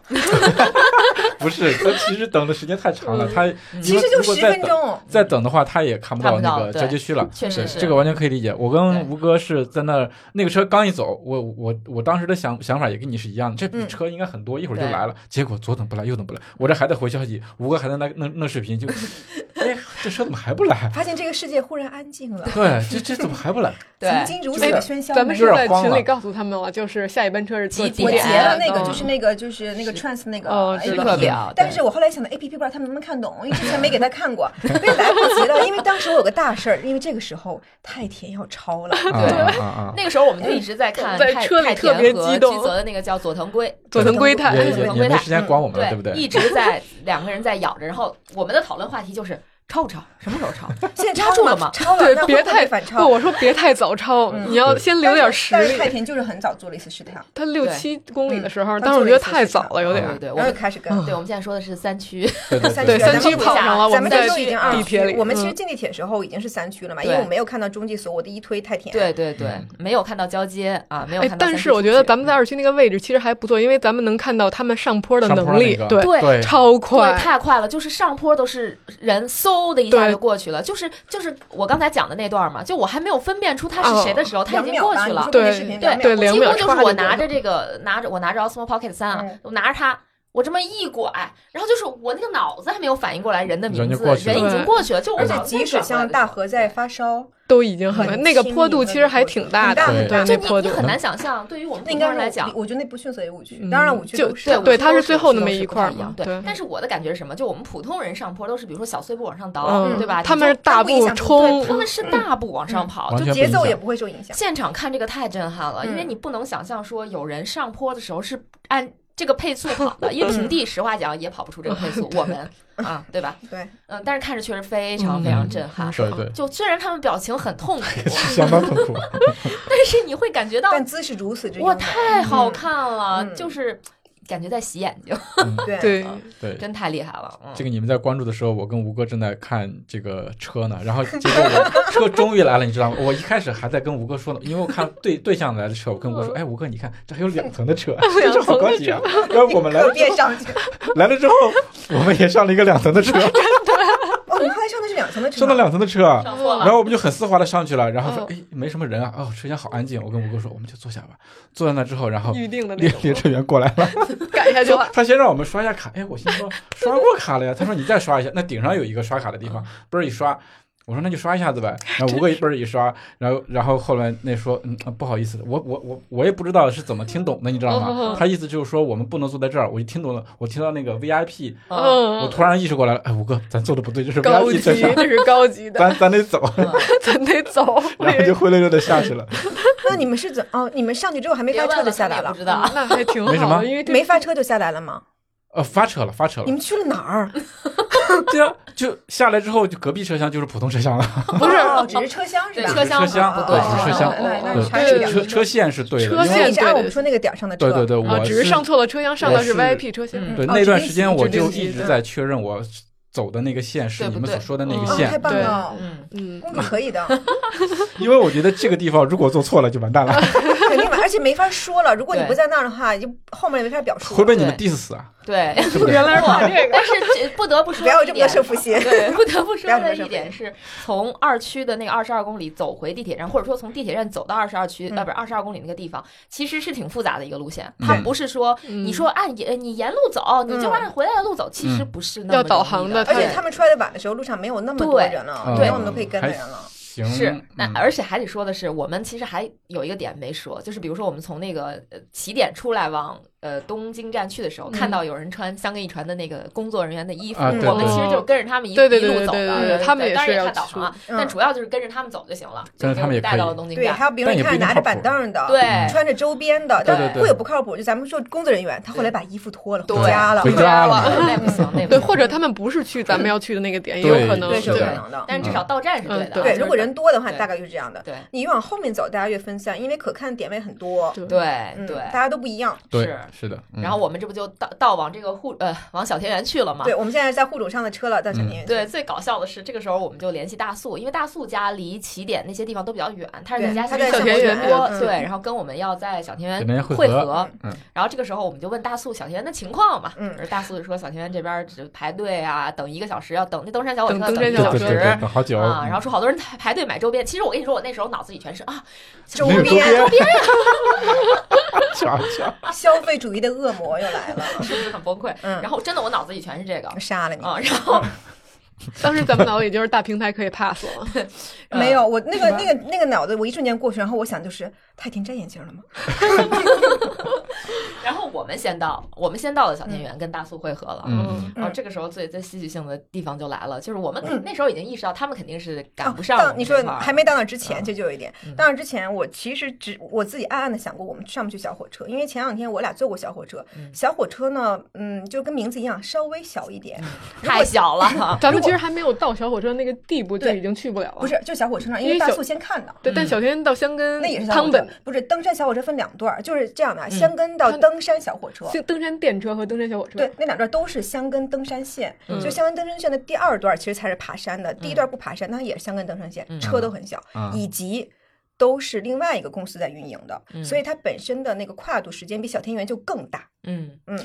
Speaker 2: 不是，他其实等的时间太长了，他
Speaker 3: 嗯其实就十分。钟。
Speaker 2: 再等的话，他也看不
Speaker 1: 看
Speaker 2: 到
Speaker 1: 不
Speaker 2: 那
Speaker 1: 到
Speaker 2: 个
Speaker 1: 对
Speaker 2: 结局区了。
Speaker 1: 确实
Speaker 2: 对
Speaker 1: 是
Speaker 2: 这个完全可以理解。我
Speaker 1: 对
Speaker 2: 跟吴哥是在那儿，那个车刚一走，我我我当时的想想法也跟你是一样的，这
Speaker 3: 嗯
Speaker 2: 车应该很多，一会儿就
Speaker 1: 对
Speaker 2: 来了。结果左等不来，右等不来，我这还在回消息，吴哥还在那弄弄视频，就 哎，这车怎么还不 来？
Speaker 3: 发现这个世界忽然安静了，
Speaker 2: 对，这这怎么还不来？
Speaker 1: 对
Speaker 3: 曾，经如此
Speaker 2: 这
Speaker 3: 的
Speaker 2: 个
Speaker 3: 喧嚣。
Speaker 4: 咱们
Speaker 2: 有
Speaker 4: 是
Speaker 2: 点
Speaker 4: 在
Speaker 2: 慌
Speaker 4: 群
Speaker 2: 了
Speaker 4: 里告诉他们了，就是下一班车是
Speaker 1: 几
Speaker 4: 几
Speaker 3: 我
Speaker 1: 点
Speaker 3: 截了那
Speaker 1: 嗯
Speaker 3: 个，就是那个，就是那个 trance 那个
Speaker 4: 哦
Speaker 3: 哎
Speaker 4: 时
Speaker 1: 刻表
Speaker 3: 但
Speaker 1: 对
Speaker 3: 是我后来想的 A P P 不知道他们能不能看懂，因为之前没给他看过，因为来不及了。因为当时我有个大事儿，因为这个时候太田要超 了，
Speaker 2: 啊啊啊！
Speaker 1: 那个时候我们就一直在看
Speaker 4: 在
Speaker 1: 太
Speaker 4: 车里
Speaker 1: 太
Speaker 4: 特
Speaker 1: 田
Speaker 4: 别
Speaker 1: 和
Speaker 4: 激
Speaker 1: 基
Speaker 4: 动
Speaker 1: 泽的那个叫佐藤圭，
Speaker 4: 佐藤归太
Speaker 2: 啊，也
Speaker 1: 对
Speaker 2: 也
Speaker 1: 对
Speaker 2: 也没
Speaker 1: 嗯对
Speaker 2: 时间管我们了，对不
Speaker 1: 一
Speaker 2: 对？
Speaker 1: 直在两个人在咬着，然后我们的讨论话题就是超不超，什么时候超？
Speaker 3: 现
Speaker 1: 压
Speaker 3: 在超
Speaker 1: 住
Speaker 3: 了
Speaker 1: 了
Speaker 3: 吗
Speaker 1: 吗？
Speaker 3: 超了，
Speaker 4: 对
Speaker 3: 那，会
Speaker 4: 别
Speaker 3: 不会
Speaker 4: 太
Speaker 3: 反
Speaker 4: 不，
Speaker 3: 超。
Speaker 4: 我说别太早超，
Speaker 3: 嗯
Speaker 4: 你要
Speaker 2: 对
Speaker 4: 先留点实
Speaker 3: 但是太
Speaker 4: 力。
Speaker 3: 田就是很早做了一次试探，
Speaker 4: 他六
Speaker 1: 对
Speaker 4: 七公里的时候，
Speaker 3: 嗯
Speaker 4: 当时我觉得太早了，有
Speaker 2: 对
Speaker 4: 点
Speaker 1: 对对，
Speaker 4: 儿。
Speaker 1: 我
Speaker 3: 然后
Speaker 1: 们
Speaker 3: 就开始跟。
Speaker 1: 对我们现在说的是三区，
Speaker 2: 对
Speaker 3: 三
Speaker 2: 嗯对
Speaker 4: 对，
Speaker 3: 区
Speaker 2: 对
Speaker 4: 三区碰上了，嗯我
Speaker 3: 咱
Speaker 4: 们
Speaker 3: 们
Speaker 4: 在
Speaker 3: 这就已经二
Speaker 4: 地铁里。
Speaker 3: 我们其实
Speaker 4: 嗯
Speaker 3: 进地铁时候已经是三区了嘛，因
Speaker 1: 对
Speaker 3: 为我没有看到中继所，我的一推太田。
Speaker 1: 对对对
Speaker 2: 嗯，
Speaker 1: 没有看到交接啊，没有
Speaker 4: 哎
Speaker 1: 看到，三嗯区
Speaker 4: 但
Speaker 1: 出去。
Speaker 4: 是我觉得咱们在二区那个位置其实还不错，因为咱们能看到他们上坡的
Speaker 2: 上坡
Speaker 4: 能力
Speaker 2: 那个，
Speaker 4: 对，
Speaker 1: 对
Speaker 2: 对
Speaker 4: 超
Speaker 1: 对，
Speaker 4: 快，
Speaker 1: 太快了，就是上坡都是人，嗖的一下
Speaker 4: 对
Speaker 1: 就过去了。就是就是我刚才讲的那段嘛，就我还没有分辨出他是谁的时候，他
Speaker 3: 两
Speaker 1: 已经
Speaker 3: 秒
Speaker 1: 过
Speaker 3: 吧
Speaker 1: 去
Speaker 3: 你
Speaker 1: 了
Speaker 3: 说。
Speaker 4: 对
Speaker 3: 那视频两
Speaker 4: 对
Speaker 3: 秒
Speaker 4: 两
Speaker 1: 几
Speaker 4: 秒
Speaker 1: 乎就
Speaker 4: 刷
Speaker 1: 是
Speaker 4: 就
Speaker 1: 我
Speaker 4: 过
Speaker 1: 拿
Speaker 4: 了
Speaker 1: 着这个，拿着我拿着 Osmo Pocket 三啊
Speaker 3: 嗯，
Speaker 1: 我拿着它，我这么一拐，然后就是我那个脑子还没有反应过来人的名
Speaker 2: 人就
Speaker 1: 字，
Speaker 2: 过去
Speaker 1: 人已
Speaker 4: 了
Speaker 1: 经过去了，就我
Speaker 3: 而且
Speaker 1: 脑子
Speaker 3: 即
Speaker 1: 里
Speaker 3: 使
Speaker 1: 转过来
Speaker 3: 像
Speaker 1: 的
Speaker 3: 大
Speaker 1: 时候
Speaker 3: 河在发烧，
Speaker 4: 都已经很
Speaker 3: 很
Speaker 4: 那个
Speaker 3: 轻
Speaker 4: 坡
Speaker 3: 盈
Speaker 4: 度
Speaker 3: 的
Speaker 4: 其
Speaker 3: 那
Speaker 4: 实
Speaker 3: 个
Speaker 4: 还
Speaker 3: 坡度
Speaker 4: 挺大
Speaker 3: 很
Speaker 4: 的
Speaker 3: 大，
Speaker 2: 很
Speaker 4: 对
Speaker 2: 大
Speaker 4: 那
Speaker 1: 就
Speaker 4: 坡
Speaker 1: 你
Speaker 4: 度
Speaker 1: 你。很难想象，对于我们
Speaker 3: 那
Speaker 1: 普通
Speaker 3: 应该
Speaker 1: 人
Speaker 3: 是
Speaker 1: 来
Speaker 3: 五
Speaker 1: 讲
Speaker 3: 区，，我觉得那不逊色于五区
Speaker 4: 嗯，
Speaker 3: 当然五区
Speaker 4: 就
Speaker 3: 都是
Speaker 1: 对
Speaker 3: 了
Speaker 1: 我
Speaker 4: 对
Speaker 1: 们
Speaker 4: 它
Speaker 1: 都
Speaker 4: 是
Speaker 1: 是
Speaker 4: 最后那
Speaker 1: 都
Speaker 4: 么
Speaker 1: 是
Speaker 4: 一
Speaker 1: 不
Speaker 4: 块
Speaker 1: 太
Speaker 4: 儿
Speaker 1: 一
Speaker 4: 嘛
Speaker 1: 样对
Speaker 4: 对
Speaker 1: 但是我的感觉是什么？就我们普通人上坡都是，比如说小碎步往上倒，
Speaker 4: 嗯
Speaker 1: 对吧？
Speaker 4: 他
Speaker 1: 你
Speaker 4: 们
Speaker 1: 就是
Speaker 4: 大
Speaker 3: 他们不
Speaker 4: 步
Speaker 3: 影响
Speaker 4: 冲
Speaker 1: 对，他们是大步往上跑，
Speaker 2: 完
Speaker 1: 就
Speaker 2: 全不
Speaker 3: 节奏
Speaker 2: 影响
Speaker 3: 也不会受影响。
Speaker 1: 现场看这个太震撼了，因为
Speaker 3: 嗯
Speaker 1: 你不能想象说有人上坡的时候是按这个配速跑的，因为平地实话讲也跑不出这个配速，我们啊，对吧？
Speaker 3: 对，
Speaker 1: 嗯，但是看着确实非常非常震撼。
Speaker 2: 对对，
Speaker 1: 就虽然他们表情很痛苦，
Speaker 2: 相当痛苦。
Speaker 1: 但是你会感觉到
Speaker 3: 但姿势如此之
Speaker 1: 哇，
Speaker 3: 优美
Speaker 1: 太好看了，
Speaker 3: 嗯
Speaker 1: 就是感觉在洗眼睛，
Speaker 2: 嗯
Speaker 3: 对
Speaker 4: 对，
Speaker 2: 对，
Speaker 1: 真太厉害了。嗯
Speaker 2: 这个你们在关注的时候，我跟吴哥正在看这个车 呢，然后结果我车终于来了，你知道吗？我一开始还在跟吴哥说呢，因为我看对对向来的车，我跟吴
Speaker 1: 嗯
Speaker 2: 哥说，哎，吴哥，你看这还有两层的车， 这车好高级啊！然后我们来
Speaker 3: 可
Speaker 2: 了之
Speaker 3: 别
Speaker 2: 后，
Speaker 3: 上去。
Speaker 2: 来了之后，我们也上了一个两层的 车，
Speaker 3: 哦，你后来上的是两层的车，
Speaker 2: 上了两层的车，啊
Speaker 1: 上错
Speaker 2: 然
Speaker 1: 了，嗯
Speaker 2: 后我们就很丝滑的上去了，然后说
Speaker 4: 哦，
Speaker 2: 哎，没什么人啊，哦，车厢好安静。我跟吴哥说，我们就坐下吧。坐在那之后，然后
Speaker 4: 预定的那
Speaker 2: 列列
Speaker 4: 种，
Speaker 2: 车员过来了，
Speaker 4: 改一下就
Speaker 2: 说他先让我们刷一下卡，哎，我心说刷过卡了呀。他说你再刷一下，那顶上有一个刷卡的地方，嘣儿一刷。我说那就刷一下子呗，然后吴哥一嘣儿一刷，然后然后后来那说嗯不好意思，我我我我也不知道是怎么听懂的，你知道
Speaker 4: 哦
Speaker 2: 吗？他意思就是说我们不能坐在这儿，我一听懂了，我听到那个 VIP，
Speaker 1: 嗯
Speaker 2: 我
Speaker 4: 嗯，
Speaker 2: 突然意识过来了，哎，吴哥咱坐的不对，这是
Speaker 4: 高
Speaker 2: VIP
Speaker 4: 级，
Speaker 2: 车 厢，
Speaker 4: 这是高级 的，
Speaker 2: 咱咱得走，
Speaker 4: 咱得走。
Speaker 2: 然后就灰溜溜的下去了。
Speaker 3: 那你们是怎哦？你们上去之后还没
Speaker 1: 别
Speaker 3: 发
Speaker 1: 问
Speaker 3: 车就
Speaker 1: 了，
Speaker 3: 下
Speaker 1: 他们
Speaker 3: 来
Speaker 1: 也
Speaker 3: 了
Speaker 1: 不，知道。
Speaker 4: 那还挺
Speaker 2: 为什
Speaker 4: 好
Speaker 2: 么
Speaker 4: 的，因为这
Speaker 3: 没发车就下来了吗？
Speaker 2: 呃，发车了，发车
Speaker 3: 你
Speaker 2: 了。
Speaker 3: 们去了哪 儿？
Speaker 2: 对啊，就下来之后，就隔壁车厢就是普通车厢了，
Speaker 4: 不是
Speaker 3: 哦只是车厢是
Speaker 1: 对
Speaker 3: 吧？
Speaker 1: 车厢
Speaker 2: 车厢
Speaker 1: 不
Speaker 3: 哦
Speaker 1: 对，
Speaker 2: 对只是车厢
Speaker 3: 那那
Speaker 1: 嗯
Speaker 3: 那还
Speaker 4: 对
Speaker 3: 是
Speaker 2: 车
Speaker 3: 两
Speaker 2: 车车线是对的，
Speaker 4: 车
Speaker 2: 因
Speaker 3: 因
Speaker 2: 为
Speaker 3: 为
Speaker 4: 线
Speaker 3: 你是按
Speaker 4: 对
Speaker 3: 我们说那个点儿上的车，
Speaker 2: 对对对，我
Speaker 4: 啊，只是上错了车厢，上的是
Speaker 2: 我是
Speaker 4: VIP 车厢。
Speaker 1: 嗯
Speaker 2: 对
Speaker 3: 哦
Speaker 2: 那段
Speaker 3: 指定
Speaker 2: 时间
Speaker 3: 席
Speaker 2: 我
Speaker 4: 指定
Speaker 2: 就
Speaker 4: 席
Speaker 2: 一直
Speaker 4: 的
Speaker 2: 在确认我走的那个线是
Speaker 1: 对
Speaker 2: 你
Speaker 1: 不
Speaker 2: 们所
Speaker 1: 对
Speaker 2: 说的那个
Speaker 4: 嗯
Speaker 3: 哦，太
Speaker 2: 线，
Speaker 3: 棒
Speaker 4: 对
Speaker 3: 了，
Speaker 1: 嗯，
Speaker 4: 嗯，
Speaker 3: 公主可以的，
Speaker 2: 因为我觉得这个地方如果做错了就完蛋了，
Speaker 3: 肯定嘛，而且没法说了。如果你
Speaker 1: 对
Speaker 3: 不在那儿的话，就后面也没法表述
Speaker 2: 会
Speaker 3: 了。
Speaker 2: 被你们
Speaker 1: 对
Speaker 2: diss 死啊！
Speaker 1: 对。
Speaker 2: 对不对
Speaker 4: 原来是
Speaker 1: 哇
Speaker 4: 我这个。
Speaker 1: 但是这不得不说
Speaker 3: 不要有
Speaker 1: 的一
Speaker 3: 这么多
Speaker 1: 点，
Speaker 3: 胜负 心。
Speaker 1: 对，不得不说
Speaker 3: 不要这么
Speaker 1: 的
Speaker 3: 说
Speaker 1: 一点是，从二区的那个二十二公里走回地铁站，或者说从地铁站走到二十二区，
Speaker 3: 嗯
Speaker 1: 呃，不是二十二公里那个地方，其实是挺复杂的一个路线。
Speaker 2: 嗯
Speaker 1: 它不是说
Speaker 4: 嗯
Speaker 1: 你说按沿你沿路走，你就按回来的路走，其实
Speaker 2: 嗯
Speaker 1: 不是那么
Speaker 4: 要导航
Speaker 1: 容易
Speaker 4: 的
Speaker 1: 的，
Speaker 3: 而且
Speaker 4: 对
Speaker 3: 他们出来的晚的时候，路上没有那么多
Speaker 1: 对
Speaker 3: 人了，
Speaker 2: 嗯
Speaker 3: 没有那么多可以跟的人了。
Speaker 2: 行，
Speaker 1: 是，那
Speaker 2: 嗯
Speaker 1: 而且还得说的是，我们其实还有一个点没说，就是比如说我们从那个呃起点出来往呃东京站去的时候，看到有人穿香格一传的那个工作人员的衣服，
Speaker 2: 啊
Speaker 3: 对
Speaker 1: 我们
Speaker 3: 对
Speaker 1: 其实就是跟着他们一
Speaker 4: 对对
Speaker 1: 一路
Speaker 4: 对
Speaker 1: 走
Speaker 4: 对
Speaker 1: 的，
Speaker 4: 对
Speaker 1: 对
Speaker 4: 他们也
Speaker 1: 当然
Speaker 4: 是
Speaker 1: 也
Speaker 4: 要
Speaker 1: 看导航啊，
Speaker 3: 嗯
Speaker 1: 但主要就是跟着他们走就行了，
Speaker 2: 跟着
Speaker 1: 就
Speaker 2: 他们
Speaker 1: 给我
Speaker 2: 也
Speaker 1: 带
Speaker 2: 可以
Speaker 1: 到
Speaker 2: 嗯
Speaker 1: 了东京
Speaker 3: 对，
Speaker 1: 站
Speaker 3: 还。有比如
Speaker 2: 但
Speaker 3: 说你
Speaker 2: 也不一
Speaker 3: 看
Speaker 2: 定
Speaker 3: 拿
Speaker 2: 靠
Speaker 3: 着
Speaker 2: 谱
Speaker 3: 板凳的，
Speaker 1: 对
Speaker 3: 穿着周边的，
Speaker 2: 对
Speaker 3: 但
Speaker 2: 对对
Speaker 3: 会有不靠谱。就咱们说工作人员，他后来把衣服脱了，
Speaker 1: 对
Speaker 3: 回家了
Speaker 2: 回，家了
Speaker 1: 回 那不行，那不行
Speaker 4: 对，或者他们不是去咱们要去的那个点，也有可能。
Speaker 3: 对，是有
Speaker 2: 是
Speaker 3: 可
Speaker 2: 的
Speaker 3: 能的。
Speaker 1: 但是至少到站是对的啊。
Speaker 4: 嗯
Speaker 3: 对，
Speaker 1: 就是
Speaker 3: 如果人多的话，
Speaker 1: 对
Speaker 3: 大概就是这样的。
Speaker 1: 对
Speaker 3: 你越往后面走，大家越分散，因为可看点位很多。
Speaker 4: 对
Speaker 1: 对
Speaker 3: 嗯，
Speaker 1: 对
Speaker 3: 大家都不一样。
Speaker 2: 对
Speaker 1: 是，
Speaker 2: 是的，嗯
Speaker 1: 然后我们这不就到到往这个护呃往小田园去了嘛？
Speaker 3: 对，我们现在在护主上的车了，到小
Speaker 2: 嗯
Speaker 3: 田园。
Speaker 1: 对，，最搞笑的是，这个时候我们就联系大宿，因为大宿家离起点那些地方都比较远，他是
Speaker 3: 对
Speaker 1: 在家
Speaker 3: 他
Speaker 1: 乡
Speaker 3: 在
Speaker 1: 下
Speaker 3: 小
Speaker 1: 面
Speaker 3: 田园嗯
Speaker 1: 直
Speaker 3: 比
Speaker 1: 播
Speaker 3: 较近
Speaker 1: 对，然后跟我们要在小田
Speaker 2: 小田
Speaker 1: 园
Speaker 2: 园汇合
Speaker 1: 合
Speaker 2: 嗯。
Speaker 1: 然后这个时候我们就问大宿小田园的情况嘛，
Speaker 3: 嗯，
Speaker 1: 大宿就说小田园这边只排队啊，等一个小时，要等那登山小火车
Speaker 4: 等
Speaker 1: 要
Speaker 4: 登山
Speaker 1: 一
Speaker 4: 小
Speaker 1: 个
Speaker 4: 火
Speaker 2: 对对
Speaker 1: 小
Speaker 4: 车
Speaker 2: 对
Speaker 1: 时
Speaker 2: 对，。等好久
Speaker 1: 啊，
Speaker 2: 嗯
Speaker 1: 然后说好多人排排队买周边，其实我跟你说，我那时候脑子里全是啊，
Speaker 3: 周
Speaker 2: 没有周
Speaker 3: 边
Speaker 2: 边，瞧瞧，
Speaker 3: 消费主义的恶魔又 来了，
Speaker 1: 是不是很崩溃？
Speaker 3: 嗯
Speaker 1: 然后真的我脑子里全是这个
Speaker 3: 杀了你！
Speaker 1: 啊，然后
Speaker 4: 当时咱们脑子里就是大平台可以 pass 了，，
Speaker 1: 呃
Speaker 3: 没有，我那个
Speaker 1: 是吧
Speaker 3: 那个那个脑子，我一瞬间过去，然后我想就是太田摘眼镜了吗？
Speaker 1: 然后我们先到，我们先到了小田园，跟大苏会合了。
Speaker 2: 嗯，
Speaker 1: 然后
Speaker 3: 嗯
Speaker 1: 这个时候最最戏剧性的地方就来了，就是我们肯那时候已经意识到他们肯定是赶不上
Speaker 3: 哦
Speaker 1: 我
Speaker 3: 到
Speaker 1: 们
Speaker 3: 你
Speaker 1: 这
Speaker 3: 说
Speaker 1: 块儿
Speaker 3: 还没到那之前，
Speaker 1: 嗯
Speaker 3: 这就有一点
Speaker 1: 嗯。
Speaker 3: 到那之前，我其实只我自己暗暗的想过，我们上不去小火车，因为前两天我俩坐过小火车
Speaker 1: 嗯。
Speaker 3: 小火车呢，嗯，就跟名字一样，稍微小一点。如
Speaker 1: 嗯太
Speaker 3: 果
Speaker 1: 小 了
Speaker 4: 咱们其实还没有到小火车那个地步，就
Speaker 3: 对
Speaker 4: 已经去不了了。
Speaker 3: 不，是，就小火车上，因
Speaker 4: 因为
Speaker 3: 为大
Speaker 4: 小
Speaker 3: 促先看到。
Speaker 1: 嗯
Speaker 4: 对，但小天到香根
Speaker 3: 那也是小火
Speaker 4: 汤
Speaker 3: 车
Speaker 4: 本，
Speaker 3: 不是登山小火车分两段儿，就是这样
Speaker 1: 嗯
Speaker 3: 的，香根到
Speaker 4: 它
Speaker 3: 登山小火车，
Speaker 4: 就登山电车和登山小火车。
Speaker 3: 对，那两段都是香根登山线，
Speaker 1: 嗯
Speaker 3: 就香根登山线的第二段其实才是爬山的，第一段不爬山，但它也是香根登山线，
Speaker 1: 嗯
Speaker 3: 车都很小，
Speaker 2: 啊
Speaker 3: 以及。都是另外一个公司在运营的，
Speaker 1: 嗯
Speaker 3: 所以它本身的那个跨度时间比小天园就更大。
Speaker 1: 嗯
Speaker 3: 嗯。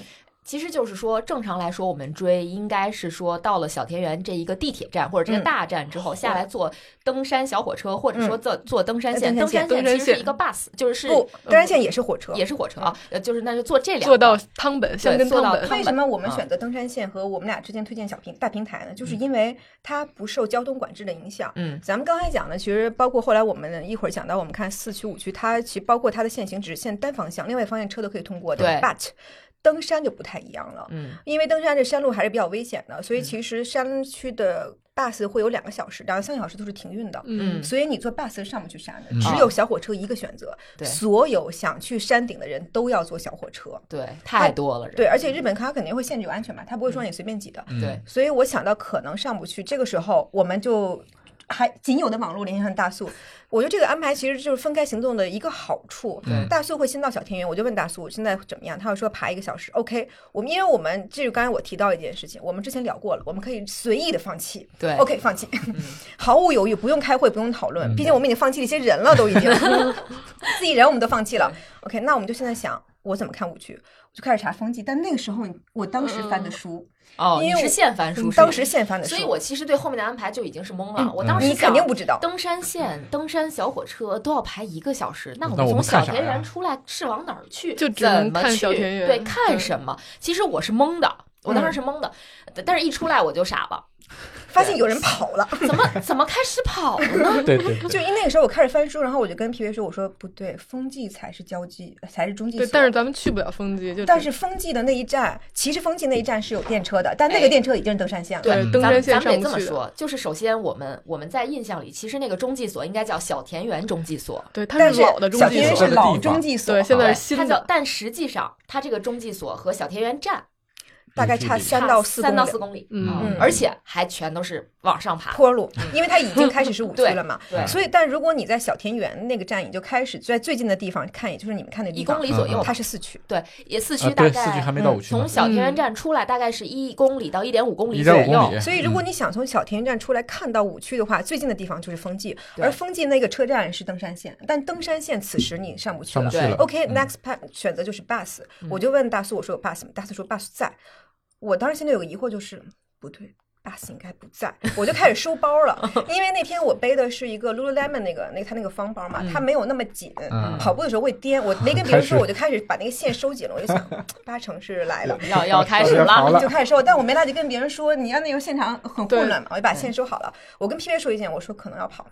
Speaker 1: 其实就是说，正常来说，我们追应该是说到了小田园这一个地铁站或者这个
Speaker 3: 嗯
Speaker 1: 大站之后，下来坐登山小火车，或者说坐坐登山线。登
Speaker 3: 哎登
Speaker 1: 山线
Speaker 3: 山
Speaker 4: 线
Speaker 1: 其实
Speaker 4: 登山
Speaker 1: 是
Speaker 4: 线
Speaker 1: 一个 bus，就是是嗯
Speaker 3: 不，登山线也是火车。
Speaker 1: 也是火车啊，呃，就是那就坐这两
Speaker 4: 坐
Speaker 1: 个
Speaker 4: 到汤本香根
Speaker 1: 坐
Speaker 4: 汤
Speaker 1: 到
Speaker 4: 本
Speaker 1: 汤，
Speaker 3: 为什么我们
Speaker 1: 啊
Speaker 3: 选择登山线和我们俩之间推荐小平大平台呢？就是因为它不受交通管制的影响。
Speaker 1: 嗯
Speaker 3: 咱们刚才讲的，其实包括后来我们一会儿讲到，我们看四区、五区，它其实包括它的限行只限单方向，另外一方向车都可以通过的。
Speaker 1: 对
Speaker 3: ，but 登山就不太一样了，
Speaker 1: 嗯
Speaker 3: 因为登山这山路还是比较危险的，所以其实山区的 bus 会有两个小时，两个三个小时都是停运的。
Speaker 1: 嗯
Speaker 4: 嗯，
Speaker 3: 所以你坐 bus 是上不去山的
Speaker 2: 嗯，
Speaker 3: 只有小火车一个选择。
Speaker 1: 对
Speaker 3: 所有想去山顶的人都要坐小火车。
Speaker 1: 对，太多了人，嗯
Speaker 3: 对，而嗯且日本它肯定会限制有安全嘛，它不会说让你随便挤的。
Speaker 1: 对，
Speaker 3: 所以我想到可能上不去，这个时候我们就还仅有的网络联系上大树。我觉得这个安排其实就是分开行动的一个好处。
Speaker 2: 嗯
Speaker 3: 大树会先到小田园，我就问大树现在怎么样，他会说爬一个小时。OK，我们因为我们这个刚才我提到一件事情，我们之前聊过了，我们可以随意的放弃。
Speaker 1: 对嗯
Speaker 3: OK，放弃，毫无犹豫，不用开会，不用讨论，毕竟我们已经放弃了一些人了，都已 经自己人我们都放弃了。OK，那我们就现在想。我怎么看五区？我就开始查风纪，但那个时候我当时翻的书，
Speaker 1: 哦，你
Speaker 3: 因为
Speaker 1: 是
Speaker 3: 我嗯
Speaker 1: 现翻书，是
Speaker 3: 当
Speaker 1: 吗
Speaker 3: 时现翻的书，嗯
Speaker 1: 所以我其实对后面的安排就已经是懵了。我当时
Speaker 3: 你肯
Speaker 1: 想
Speaker 3: 定不知道。
Speaker 1: 登 山线、登山小火车都要排一个小时，那我
Speaker 2: 那
Speaker 1: 们
Speaker 2: 我
Speaker 1: 从
Speaker 2: 们
Speaker 1: 小
Speaker 2: 看啥
Speaker 1: 田
Speaker 2: 呀
Speaker 1: 园出来是往哪儿去？
Speaker 4: 就只
Speaker 1: 怎
Speaker 4: 能
Speaker 1: 么
Speaker 4: 看
Speaker 1: 去
Speaker 4: 小田园
Speaker 1: 对，看
Speaker 4: 对
Speaker 1: 什么？其实我是懵的，我当时
Speaker 3: 嗯
Speaker 1: 是懵的，但但是一出来我就傻了，
Speaker 3: 发现有人跑了，
Speaker 1: 怎么 怎么开始跑了 呢？
Speaker 2: 对对，
Speaker 3: 就
Speaker 2: 对
Speaker 3: 因为那个时候我开始翻书，然后我就跟 P V 说：“我说不对，风纪才是交际，才是中继
Speaker 4: 对
Speaker 3: 所。”，
Speaker 4: 但是咱们去不了风机，就
Speaker 3: 但是风纪的那一站，其实风纪那一站是有电车的，但
Speaker 1: 哎
Speaker 3: 那个电车已经是登山线了。
Speaker 4: 对
Speaker 2: 嗯
Speaker 4: 登
Speaker 1: 咱
Speaker 4: 山
Speaker 1: 们
Speaker 4: 线
Speaker 1: 咱们
Speaker 4: 上
Speaker 1: 得这
Speaker 4: 不
Speaker 1: 么
Speaker 4: 去的。
Speaker 1: 说，就是首先我们我们在印象里，其实那个中继所应该叫小田园中继所，
Speaker 4: 对，它
Speaker 3: 但
Speaker 4: 是老的中
Speaker 3: 小
Speaker 4: 继
Speaker 3: 田园
Speaker 2: 所
Speaker 3: 是
Speaker 4: 所，
Speaker 3: 老中继所，
Speaker 4: 对现在
Speaker 1: 对
Speaker 4: 是新
Speaker 1: 它
Speaker 4: 的
Speaker 1: 叫，但实际上它这个中继所和小田园站
Speaker 3: 大概差三
Speaker 1: 差
Speaker 3: 到四
Speaker 1: 三到
Speaker 3: 公里
Speaker 1: 四公里，
Speaker 4: 嗯
Speaker 1: 啊
Speaker 3: 嗯
Speaker 1: 而且还全都是往上爬，
Speaker 3: 坡路，因为它已经开始是五区
Speaker 1: 嗯对
Speaker 3: 了嘛。
Speaker 1: 对
Speaker 3: 所以，但如果你在小田园那个站，你就开始在最近的地方看，也就是你们看的
Speaker 1: 一
Speaker 3: 地
Speaker 1: 公
Speaker 3: 方，嗯
Speaker 1: 里
Speaker 4: 嗯
Speaker 1: 左右吧，
Speaker 3: 它是四区。
Speaker 1: 对，也四
Speaker 2: 啊
Speaker 1: 驱大
Speaker 2: 对，四区还
Speaker 1: 概
Speaker 2: 没到五区呢
Speaker 1: 从，小田园站出来大概是一公里到一点五公里左
Speaker 2: 1.5
Speaker 1: 右
Speaker 2: 公里，
Speaker 3: 所以，如果你想从小田园站出来看到五区的话，最近的地方就是风纪，
Speaker 1: 对
Speaker 3: 而风纪那个车站是登山线，但登山线此时你上不去
Speaker 2: 上
Speaker 3: 了
Speaker 2: 不去
Speaker 1: 对
Speaker 2: 了嗯
Speaker 3: OK，next、pa- 选择就是 bus，、我就问大苏，我说有 bus 吗？大苏说 bus 在。我当时现在有个疑惑就是，不对，bus 应该不在，我就开始收包了，因为那天我背的是一个 lululemon 那个那个它那个方包嘛，它没有那么紧，
Speaker 2: 嗯
Speaker 3: 跑步的时候会颠，我没跟 别
Speaker 2: 开
Speaker 3: 人
Speaker 2: 始
Speaker 3: 说，我就开始把那个线收紧了，我就想 八成是来了。
Speaker 1: 要 要开始
Speaker 2: 要好
Speaker 1: 了
Speaker 2: 了。
Speaker 3: 就开始收，但我没来得及跟别人说，你让那时候现场很
Speaker 4: 对
Speaker 3: 混乱嘛，我就把线收好了。我跟 P V 说一件，我说可能要跑，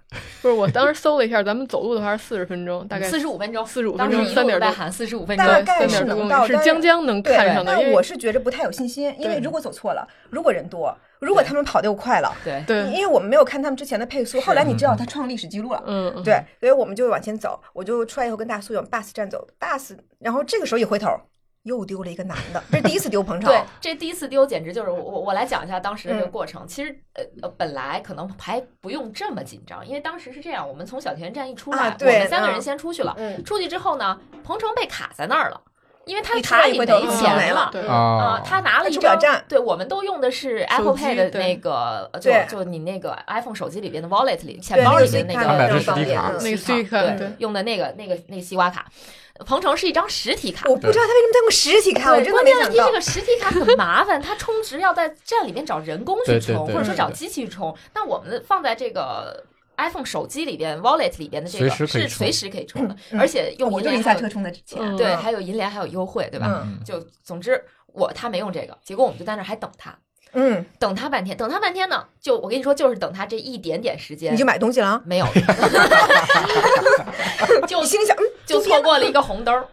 Speaker 4: 不是我当时搜了一下，咱们走路的话是四十分钟，大概
Speaker 1: 四十五分钟，
Speaker 4: 45
Speaker 1: 当
Speaker 4: 分
Speaker 1: 时
Speaker 4: 钟
Speaker 1: 一路
Speaker 4: 3.2
Speaker 1: 都在喊四十五分钟，
Speaker 3: 嗯大概是
Speaker 4: 三点多
Speaker 3: 能
Speaker 4: 公
Speaker 3: 到
Speaker 4: 里，是
Speaker 3: 但是
Speaker 4: 将将能
Speaker 3: 对
Speaker 4: 看上的，
Speaker 3: 但
Speaker 4: 因为
Speaker 3: 我是觉着不太有信心，因为
Speaker 4: 对
Speaker 3: 如果走错了，如果人多，如果他们跑得又快了，
Speaker 1: 对，
Speaker 4: 对，
Speaker 3: 因为我们没有看他们之前的配速，后来你知道他创历史记录了。
Speaker 4: 嗯，嗯，
Speaker 3: 对，所以我们就往前走，我就出来以后跟大苏往 bus 站走，bus，然后这个时候一回头，又丢了一个男的，这是第一次丢彭超，
Speaker 1: 对，这第一次丢，简直就是我我我来讲一下当时的这个过程。其实呃呃，本来可能还不用这么紧张，因为当时是这样，我们从小田站一出来，
Speaker 3: 啊对
Speaker 1: 我们三个人
Speaker 3: 嗯
Speaker 1: 先出去了。
Speaker 3: 嗯
Speaker 1: 出去之后呢，彭程被卡在那儿了。因为他
Speaker 3: 你突
Speaker 1: 卡
Speaker 3: 然
Speaker 1: 里
Speaker 3: 一回头
Speaker 1: 没
Speaker 3: 嗯
Speaker 1: 钱
Speaker 3: 没
Speaker 1: 了
Speaker 3: 了。
Speaker 4: 对
Speaker 1: 啊、
Speaker 2: 啊，
Speaker 1: 他拿了一
Speaker 3: 支
Speaker 1: 张
Speaker 3: 表站
Speaker 1: 对，我们都用的是 Apple
Speaker 4: 手
Speaker 1: Pay
Speaker 4: 机
Speaker 1: 的
Speaker 4: 对
Speaker 1: 那个，呃就
Speaker 3: 对
Speaker 1: 就你那个 iPhone 手机里边的 Wallet 里钱
Speaker 3: 对
Speaker 1: 包
Speaker 3: 那个
Speaker 1: 里面那
Speaker 3: 信用卡
Speaker 1: 个
Speaker 2: 360
Speaker 1: 绑
Speaker 2: 卡
Speaker 1: 的
Speaker 4: 那个
Speaker 1: 信用
Speaker 4: SIM 卡
Speaker 1: 对
Speaker 4: 对
Speaker 1: 用的那个那个那个西瓜卡。鹏程是一张实体卡，
Speaker 3: 我不知道他为什么在用实体卡，我
Speaker 1: 对，
Speaker 3: 真的
Speaker 1: 关
Speaker 3: 没
Speaker 1: 键问
Speaker 3: 想
Speaker 1: 题这
Speaker 3: 到。
Speaker 1: 个实体卡很麻烦，它充值要在站里面找人工去
Speaker 2: 对对
Speaker 1: 充，
Speaker 2: 对
Speaker 1: 或者说
Speaker 2: 对
Speaker 1: 找
Speaker 2: 对
Speaker 1: 机器去充。那我们放在这个 iPhone 手机里边、Wallet 里边的这
Speaker 2: 随
Speaker 1: 个
Speaker 2: 时可以
Speaker 1: 是
Speaker 2: 充
Speaker 1: 随时可以充的，
Speaker 3: 嗯
Speaker 1: 而且用
Speaker 3: 我
Speaker 1: 银
Speaker 3: 就
Speaker 1: 联
Speaker 3: 一下
Speaker 1: 还有
Speaker 3: 车充的钱，
Speaker 4: 嗯
Speaker 1: 对，还有银联还有优惠，对吧？
Speaker 3: 嗯
Speaker 1: 就总之我他没用这个，结果我们就在那儿还等他，
Speaker 3: 嗯，
Speaker 1: 等他半天，等他半天呢，就我跟你说，就是等他这一点点时间，
Speaker 3: 你就买东西了啊。
Speaker 1: 没 有，就
Speaker 3: 你心里想，嗯，
Speaker 1: 就错过了一个红灯儿，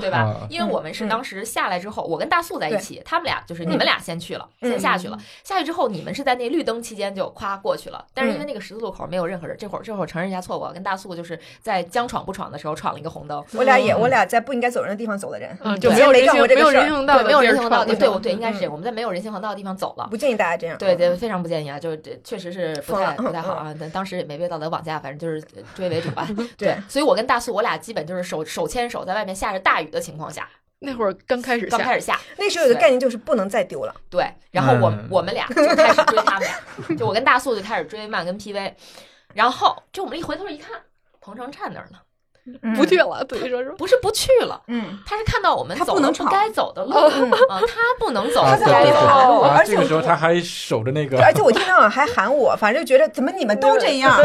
Speaker 1: 对吧
Speaker 2: 啊？
Speaker 1: 因为我们是当时下来之后，我跟大素在一起，他们俩就是你们俩先去了，
Speaker 3: 嗯嗯
Speaker 1: 先下去了。下去之后，你们是在那绿灯期间就夸过去了，但是因
Speaker 3: 嗯
Speaker 1: 为那个十字路口没有任何人，这会儿这会儿承认一下错误，我跟大素就是在将闯不闯的时候闯了一个红灯，
Speaker 3: 我俩也，
Speaker 4: 嗯
Speaker 3: 我俩在不应该走人的地方走的人，
Speaker 4: 嗯，就
Speaker 3: 对
Speaker 4: 没有
Speaker 3: 没
Speaker 4: 人
Speaker 3: 干
Speaker 4: 行
Speaker 3: 过这
Speaker 4: 没
Speaker 3: 个
Speaker 4: 有
Speaker 3: 事儿
Speaker 4: 人行道
Speaker 1: 对，
Speaker 4: 的
Speaker 1: 没有
Speaker 4: 地
Speaker 1: 人
Speaker 4: 儿
Speaker 1: 行道，
Speaker 4: 闯
Speaker 1: 对
Speaker 4: 的
Speaker 1: 对，我对，应该是
Speaker 3: 嗯
Speaker 1: 我们在没有人行横道的地方走了。
Speaker 3: 不建议大家这样。
Speaker 1: 对对，非常不建议啊，就是这确实是不
Speaker 3: 嗯疯
Speaker 1: 太
Speaker 3: 了
Speaker 1: 不太 好啊。但当时也没被道德绑架，反正就是呃追为主吧。
Speaker 3: 对，
Speaker 1: 所以我跟大素，我俩基本就是手手牵手，在外面下着大雨的情况下，
Speaker 4: 那会儿刚开始
Speaker 1: 刚
Speaker 4: 下，
Speaker 1: 开始下，
Speaker 3: 那时候有个
Speaker 1: 对
Speaker 3: 概念就是不能再丢了，
Speaker 1: 对，然后我、
Speaker 2: 嗯
Speaker 1: 我们俩就开始追他们俩，就我跟大素就开始追曼跟 PV，然后就我们一回头一看，彭程站那儿呢，嗯
Speaker 4: 不去了，对，说说
Speaker 1: 不是不去了，
Speaker 3: 嗯。
Speaker 1: 他是看到我们
Speaker 3: 他
Speaker 1: 走
Speaker 3: 不
Speaker 1: 了
Speaker 3: 能
Speaker 1: 不
Speaker 3: 跑
Speaker 1: 该走的路，
Speaker 3: 嗯，
Speaker 1: 啊，他不能走
Speaker 2: 啊
Speaker 1: 不
Speaker 3: 他
Speaker 2: 对
Speaker 1: 该
Speaker 2: 对
Speaker 1: 走
Speaker 2: 对
Speaker 1: 的路，
Speaker 2: 啊
Speaker 3: 而且
Speaker 2: 这个
Speaker 3: 我
Speaker 2: 时候他还守着那个
Speaker 3: 对，而且我听到还喊我，反正觉得怎么你们都这样，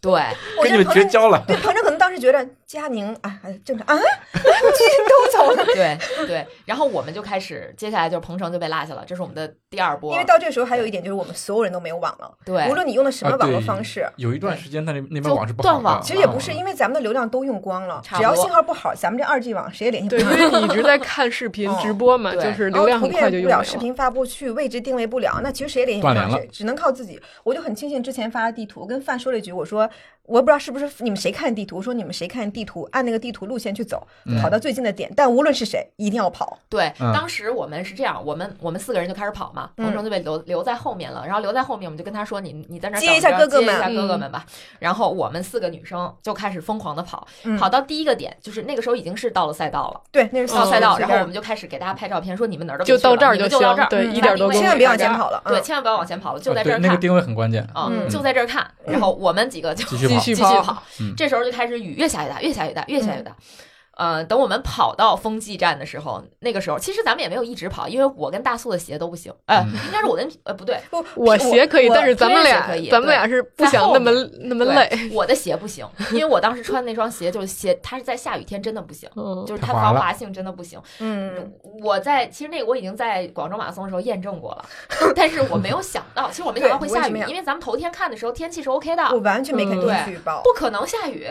Speaker 1: 对。
Speaker 3: 我
Speaker 2: 跟你
Speaker 3: 觉得
Speaker 2: 们
Speaker 3: 彭
Speaker 2: 绝
Speaker 3: 程
Speaker 2: 交了。
Speaker 3: 对彭程可能当时觉得佳宁啊哎正常啊，这都 走了，
Speaker 1: 对对，然后我们就开始，接下来就是鹏程就被落下了，这是我们的第二波。
Speaker 3: 因为到这时候还有一点就是我们所有人都没有网了，
Speaker 1: 对
Speaker 3: 无论你用的什么
Speaker 2: 啊
Speaker 3: 网络
Speaker 2: 对
Speaker 3: 方式，
Speaker 2: 有一段时间他那那边
Speaker 1: 就
Speaker 2: 网是不
Speaker 1: 断
Speaker 2: 好的，
Speaker 1: 网
Speaker 3: 其实也不
Speaker 2: 啊
Speaker 3: 是，因为咱们的流量都用光了，
Speaker 1: 差不
Speaker 3: 只要
Speaker 1: 多
Speaker 3: 信号不好，咱们这二 G 网谁也联系不
Speaker 4: 对，因
Speaker 3: 上。
Speaker 4: 为你一直在看视频
Speaker 3: 哦
Speaker 4: 直播嘛，
Speaker 1: 对
Speaker 4: 就是
Speaker 3: 然
Speaker 4: 流
Speaker 3: 后
Speaker 4: 量
Speaker 3: 图
Speaker 4: 很快就
Speaker 3: 片不
Speaker 4: 用
Speaker 3: 了，
Speaker 4: 没
Speaker 3: 视
Speaker 4: 了。
Speaker 3: 频发不去，位置定位不了，那其实谁也联系不
Speaker 2: 断
Speaker 3: 上
Speaker 2: 联了
Speaker 3: 谁，只能靠自己。我就很庆幸之前发的地图，我跟范说了一句，我说我不知道是不是你们谁看地图，我说你们谁看地图，按那个地图路线去走，
Speaker 4: 嗯
Speaker 3: 跑到最近的点，但无论是谁，一定要跑。
Speaker 1: 对，
Speaker 2: 嗯
Speaker 1: 当时我们是这样，我们我们四个人就开始跑嘛，
Speaker 3: 嗯
Speaker 1: 鹏程就被留留在后面了，然后留在后面，我们就跟他说：“你你在那儿
Speaker 3: 接
Speaker 1: 等
Speaker 3: 一下
Speaker 1: 着
Speaker 3: 哥哥
Speaker 1: 接一
Speaker 3: 们
Speaker 1: 下哥哥
Speaker 4: 嗯
Speaker 1: 们吧。”然后我们四个女生就开始疯狂的跑，
Speaker 3: 嗯
Speaker 1: 跑到第一个点，就是那个时候已经是到了赛道了，
Speaker 3: 对，那是
Speaker 1: 到
Speaker 4: 哦
Speaker 1: 嗯赛道，然后我
Speaker 3: 们
Speaker 1: 们就开始给大家拍照片，说你们哪儿都
Speaker 4: 就
Speaker 1: 别去了
Speaker 4: 到这儿
Speaker 1: 你们
Speaker 4: 就
Speaker 1: 就到
Speaker 4: 行
Speaker 1: 这儿，
Speaker 4: 对
Speaker 1: 嗯
Speaker 4: 一点儿都
Speaker 1: 把定位
Speaker 4: 不
Speaker 3: 千万别往
Speaker 1: 看这
Speaker 3: 前
Speaker 1: 儿
Speaker 3: 跑了，
Speaker 1: 对，
Speaker 3: 嗯，
Speaker 1: 千万不要往前跑了，就
Speaker 2: 啊
Speaker 1: 在这
Speaker 2: 对
Speaker 1: 儿看，
Speaker 2: 那个定位很关键，
Speaker 1: 啊、
Speaker 3: 嗯
Speaker 1: 就在这儿看，然后我们几个就
Speaker 2: 继续跑
Speaker 4: 继
Speaker 1: 继
Speaker 4: 续
Speaker 1: 续
Speaker 4: 跑
Speaker 1: 跑
Speaker 2: 嗯。
Speaker 1: 这时候就开始雨越下越大，越下越大，越下越大。
Speaker 3: 嗯
Speaker 1: 呃，等我们跑到风纪站的时候，那个时候其实咱们也没有一直跑，因为我跟大素的鞋都不行，呃，
Speaker 2: 嗯
Speaker 1: 应该是我跟呃不对，
Speaker 3: 不，
Speaker 4: 我鞋可以，
Speaker 3: 我
Speaker 4: 但是咱们
Speaker 1: 我
Speaker 4: 俩
Speaker 1: 推也可以
Speaker 4: 咱们俩是不想那么那么
Speaker 1: 对
Speaker 4: 累，，
Speaker 1: 我的鞋不行，因为我当时穿的那双鞋就是鞋，它是在下雨天真的不行，
Speaker 4: 嗯，
Speaker 1: 就是
Speaker 2: 太
Speaker 1: 它
Speaker 2: 滑
Speaker 1: 防
Speaker 2: 了
Speaker 1: 滑性真的不行。
Speaker 3: 嗯，
Speaker 1: 我在其实那个我已经在广州马拉松的时候验证过了，但是我没有想到，其实我没想到会
Speaker 3: 对我也
Speaker 1: 下
Speaker 3: 是没
Speaker 1: 雨，
Speaker 3: 有
Speaker 1: 因为咱们头天看的时候天气是 OK 的，
Speaker 3: 我完全没看
Speaker 4: 嗯
Speaker 3: 天气
Speaker 1: 对
Speaker 3: 预报，
Speaker 1: 不可能下雨。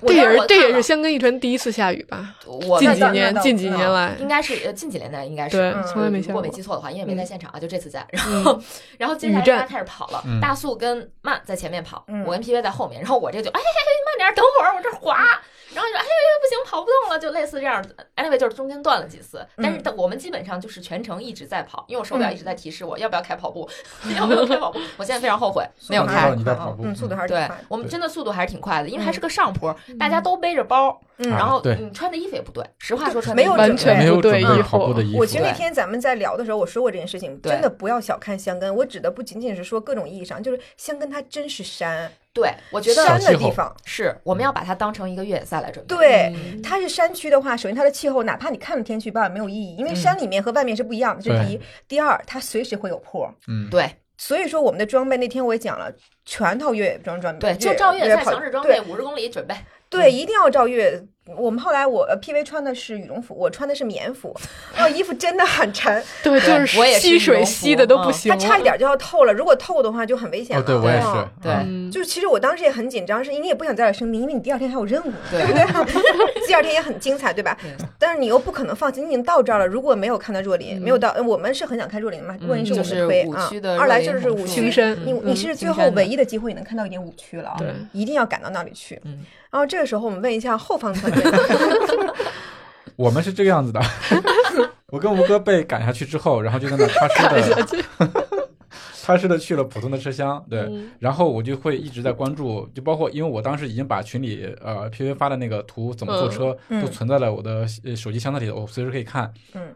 Speaker 1: 我
Speaker 4: 这也
Speaker 1: 当时
Speaker 4: 是
Speaker 1: 我
Speaker 4: 这
Speaker 1: 看
Speaker 4: 也
Speaker 1: 了
Speaker 4: 是香根一传第一次下雨吧？
Speaker 1: 我
Speaker 4: 近
Speaker 3: 那
Speaker 4: 几
Speaker 3: 倒那
Speaker 4: 年
Speaker 3: 倒
Speaker 4: 近几
Speaker 3: 那
Speaker 4: 年来，
Speaker 1: 应该是呃近几年来应该是。
Speaker 4: 对
Speaker 1: 嗯
Speaker 4: 从来没下
Speaker 1: 如果没
Speaker 4: 过
Speaker 1: 记错的话，因为没在现场啊，就这次在。 然
Speaker 4: 嗯
Speaker 1: 后，然后接下来
Speaker 4: 雨战
Speaker 1: 大家开始跑了
Speaker 2: 嗯，
Speaker 1: 大素跟曼在前面跑
Speaker 3: 嗯，
Speaker 1: 我跟 PV 在后面。然后我这就哎哎哎，慢点儿，等会儿我这滑。
Speaker 4: 嗯
Speaker 1: 然后就哎哎哎不行，跑不动了，就类似这样。Anyway，就是中间断了几次，但是
Speaker 3: 嗯
Speaker 1: 但我们基本上就是全程一直在跑，因为我手表
Speaker 4: 嗯
Speaker 1: 一直在提示我要不要开跑 步，要不要开跑步。我现在非常后悔没有
Speaker 3: 速
Speaker 2: 知
Speaker 3: 度
Speaker 1: 开
Speaker 2: 道。你在跑步
Speaker 3: 嗯，速度还是挺
Speaker 1: 对
Speaker 3: 快的，
Speaker 1: 我们
Speaker 2: 对
Speaker 1: 真的速度还是挺快的，因为还
Speaker 4: 嗯
Speaker 1: 是个上坡，大家都背着包，
Speaker 3: 嗯
Speaker 4: 啊
Speaker 1: 然后
Speaker 2: 啊对
Speaker 1: 你穿的衣服也不对，实话说穿的
Speaker 3: 没
Speaker 1: 衣服
Speaker 3: 有
Speaker 1: 也
Speaker 4: 完
Speaker 1: 不对
Speaker 4: 全
Speaker 2: 没有准
Speaker 4: 不对
Speaker 2: 备跑步的衣服，
Speaker 3: 我其实那
Speaker 1: 对
Speaker 3: 天咱们在聊的时候，我说过这件事情，
Speaker 1: 对
Speaker 3: 真的不要小看香根。我指的不仅仅是说各种意义上，就是香根它真是山，
Speaker 1: 对，我觉得
Speaker 3: 山
Speaker 2: 小气
Speaker 3: 的
Speaker 2: 候
Speaker 3: 地方。
Speaker 1: 是我们要把它当成一个越野赛来准备。
Speaker 3: 对，
Speaker 1: 嗯
Speaker 3: 它是山区的话，首先它的气候，哪怕你看了天气预报也没有意义，因为
Speaker 1: 嗯
Speaker 3: 山里面和外面是不一样的。这是第一，第二，它随时会有坡。
Speaker 2: 嗯，
Speaker 1: 对
Speaker 3: 所以说，我们的装备那天我也讲了，全套越野装装备，
Speaker 1: 嗯对，就照越
Speaker 3: 越
Speaker 1: 野赛
Speaker 3: 跑
Speaker 1: 强制装
Speaker 3: 对
Speaker 1: 备，五十公里准备。
Speaker 3: 对，一定要照越。我们后来我呃 PV 穿的是羽绒服，我穿的是 棉服，哦，衣服真的很沉，
Speaker 4: 对，
Speaker 1: 对
Speaker 4: 就是
Speaker 1: 我也是
Speaker 4: 吸
Speaker 1: 羽
Speaker 4: 水
Speaker 1: 绒
Speaker 4: 吸
Speaker 1: 服
Speaker 4: 的都不
Speaker 1: 嗯
Speaker 4: 行
Speaker 3: 它
Speaker 4: 了，
Speaker 3: 差一点就要透了。如果透的话就很危险
Speaker 2: 哦，
Speaker 3: 了。
Speaker 2: 对我也
Speaker 3: 嗯
Speaker 2: 是，
Speaker 1: 对
Speaker 2: 嗯
Speaker 4: 嗯，
Speaker 3: 就是其实我当时也很紧张，是因为你也不想再有生命，因为你第二天还有任务，
Speaker 1: 对
Speaker 3: 不对？啊第二天也很精彩，对吧
Speaker 1: 对？
Speaker 3: 但是你又不可能放弃，你已经到这儿了。如果没有看到若琳，没有到，呃我们是很想看若琳的嘛，若琳是
Speaker 1: 嗯就
Speaker 3: 我们
Speaker 1: 是
Speaker 3: 推
Speaker 1: 五
Speaker 3: 啊
Speaker 1: 区的，
Speaker 3: 二来
Speaker 1: 若琳
Speaker 3: 就
Speaker 1: 很
Speaker 3: 是五
Speaker 1: 出
Speaker 3: 区
Speaker 4: 青山，
Speaker 3: 你
Speaker 1: 嗯
Speaker 3: 你是最
Speaker 1: 青山
Speaker 3: 后
Speaker 1: 的
Speaker 3: 唯一的机会，你能看到一点五区了啊！
Speaker 4: 对
Speaker 3: 一定要赶到那里去。
Speaker 1: 嗯
Speaker 3: 然后这个时候，我们问一下后方 团队，
Speaker 2: 我们是这个样子的。我跟吴哥被赶下去之后，然后就在那儿擦
Speaker 4: 看
Speaker 2: 出
Speaker 4: 一下
Speaker 2: 的
Speaker 4: 去
Speaker 2: 他吃的去了普通的车厢，对。
Speaker 4: 嗯
Speaker 2: 然后我就会一直在关注，就包括因为我当时已经把群里呃 PV 发的那个图怎么坐车、
Speaker 3: 嗯嗯
Speaker 2: 都存在了我的呃手机箱子里，我随时可以看。
Speaker 3: 嗯。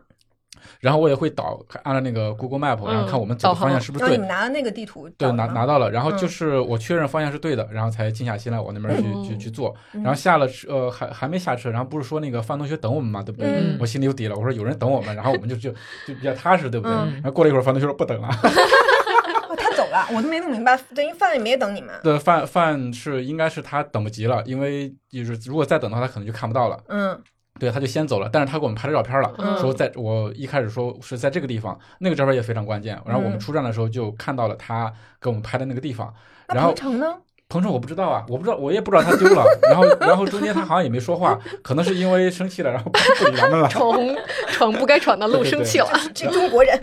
Speaker 2: 然后我也会导按照那个 Google Map，然后看我哦们走的方向是不是
Speaker 3: 然
Speaker 2: 对。
Speaker 3: 后你们拿了那个地图找
Speaker 2: 对，
Speaker 3: 的
Speaker 2: 拿
Speaker 3: 吗
Speaker 2: 拿到了，然后
Speaker 3: 嗯
Speaker 2: 就是我确认方向是对的，然后才静下心来往那边去、去
Speaker 4: 嗯
Speaker 2: 去坐。
Speaker 3: 嗯
Speaker 2: 然后下了车，呃，还还没下车，然后不是说那个范同学等我们嘛，对不对？
Speaker 1: 嗯
Speaker 2: 我心里有底了，我说有人等我们，然后我们就就就比较踏实，对不对？
Speaker 3: 嗯
Speaker 2: 然后过了一会儿，范同学说不等了。
Speaker 3: 哦他走了，我都没弄明白，等于范伟没等你们。
Speaker 2: 对，范范是应该是他等不及了，因为就是如果再等的话，他可能就看不到了。
Speaker 3: 嗯
Speaker 2: 对，他就先走了，但是他给我们拍了照片了，
Speaker 3: 嗯
Speaker 2: 说在我一开始说是在这个地方，那个照片也非常关键。然后我们
Speaker 3: 嗯
Speaker 2: 出站的时候就看到了他给我们拍的那个地方，
Speaker 3: 那
Speaker 2: 然后
Speaker 3: 彭程 呢？
Speaker 2: 彭程我不知道啊，我不知道，我也不知道他丢了。然后，然后中间他好像也没说话，可能是因为生气了，然后不不理咱们了。
Speaker 4: 闯闯不该闯的
Speaker 2: 对
Speaker 4: 路，
Speaker 2: 对
Speaker 4: 生
Speaker 2: 对
Speaker 4: 气了。
Speaker 3: 这中国人，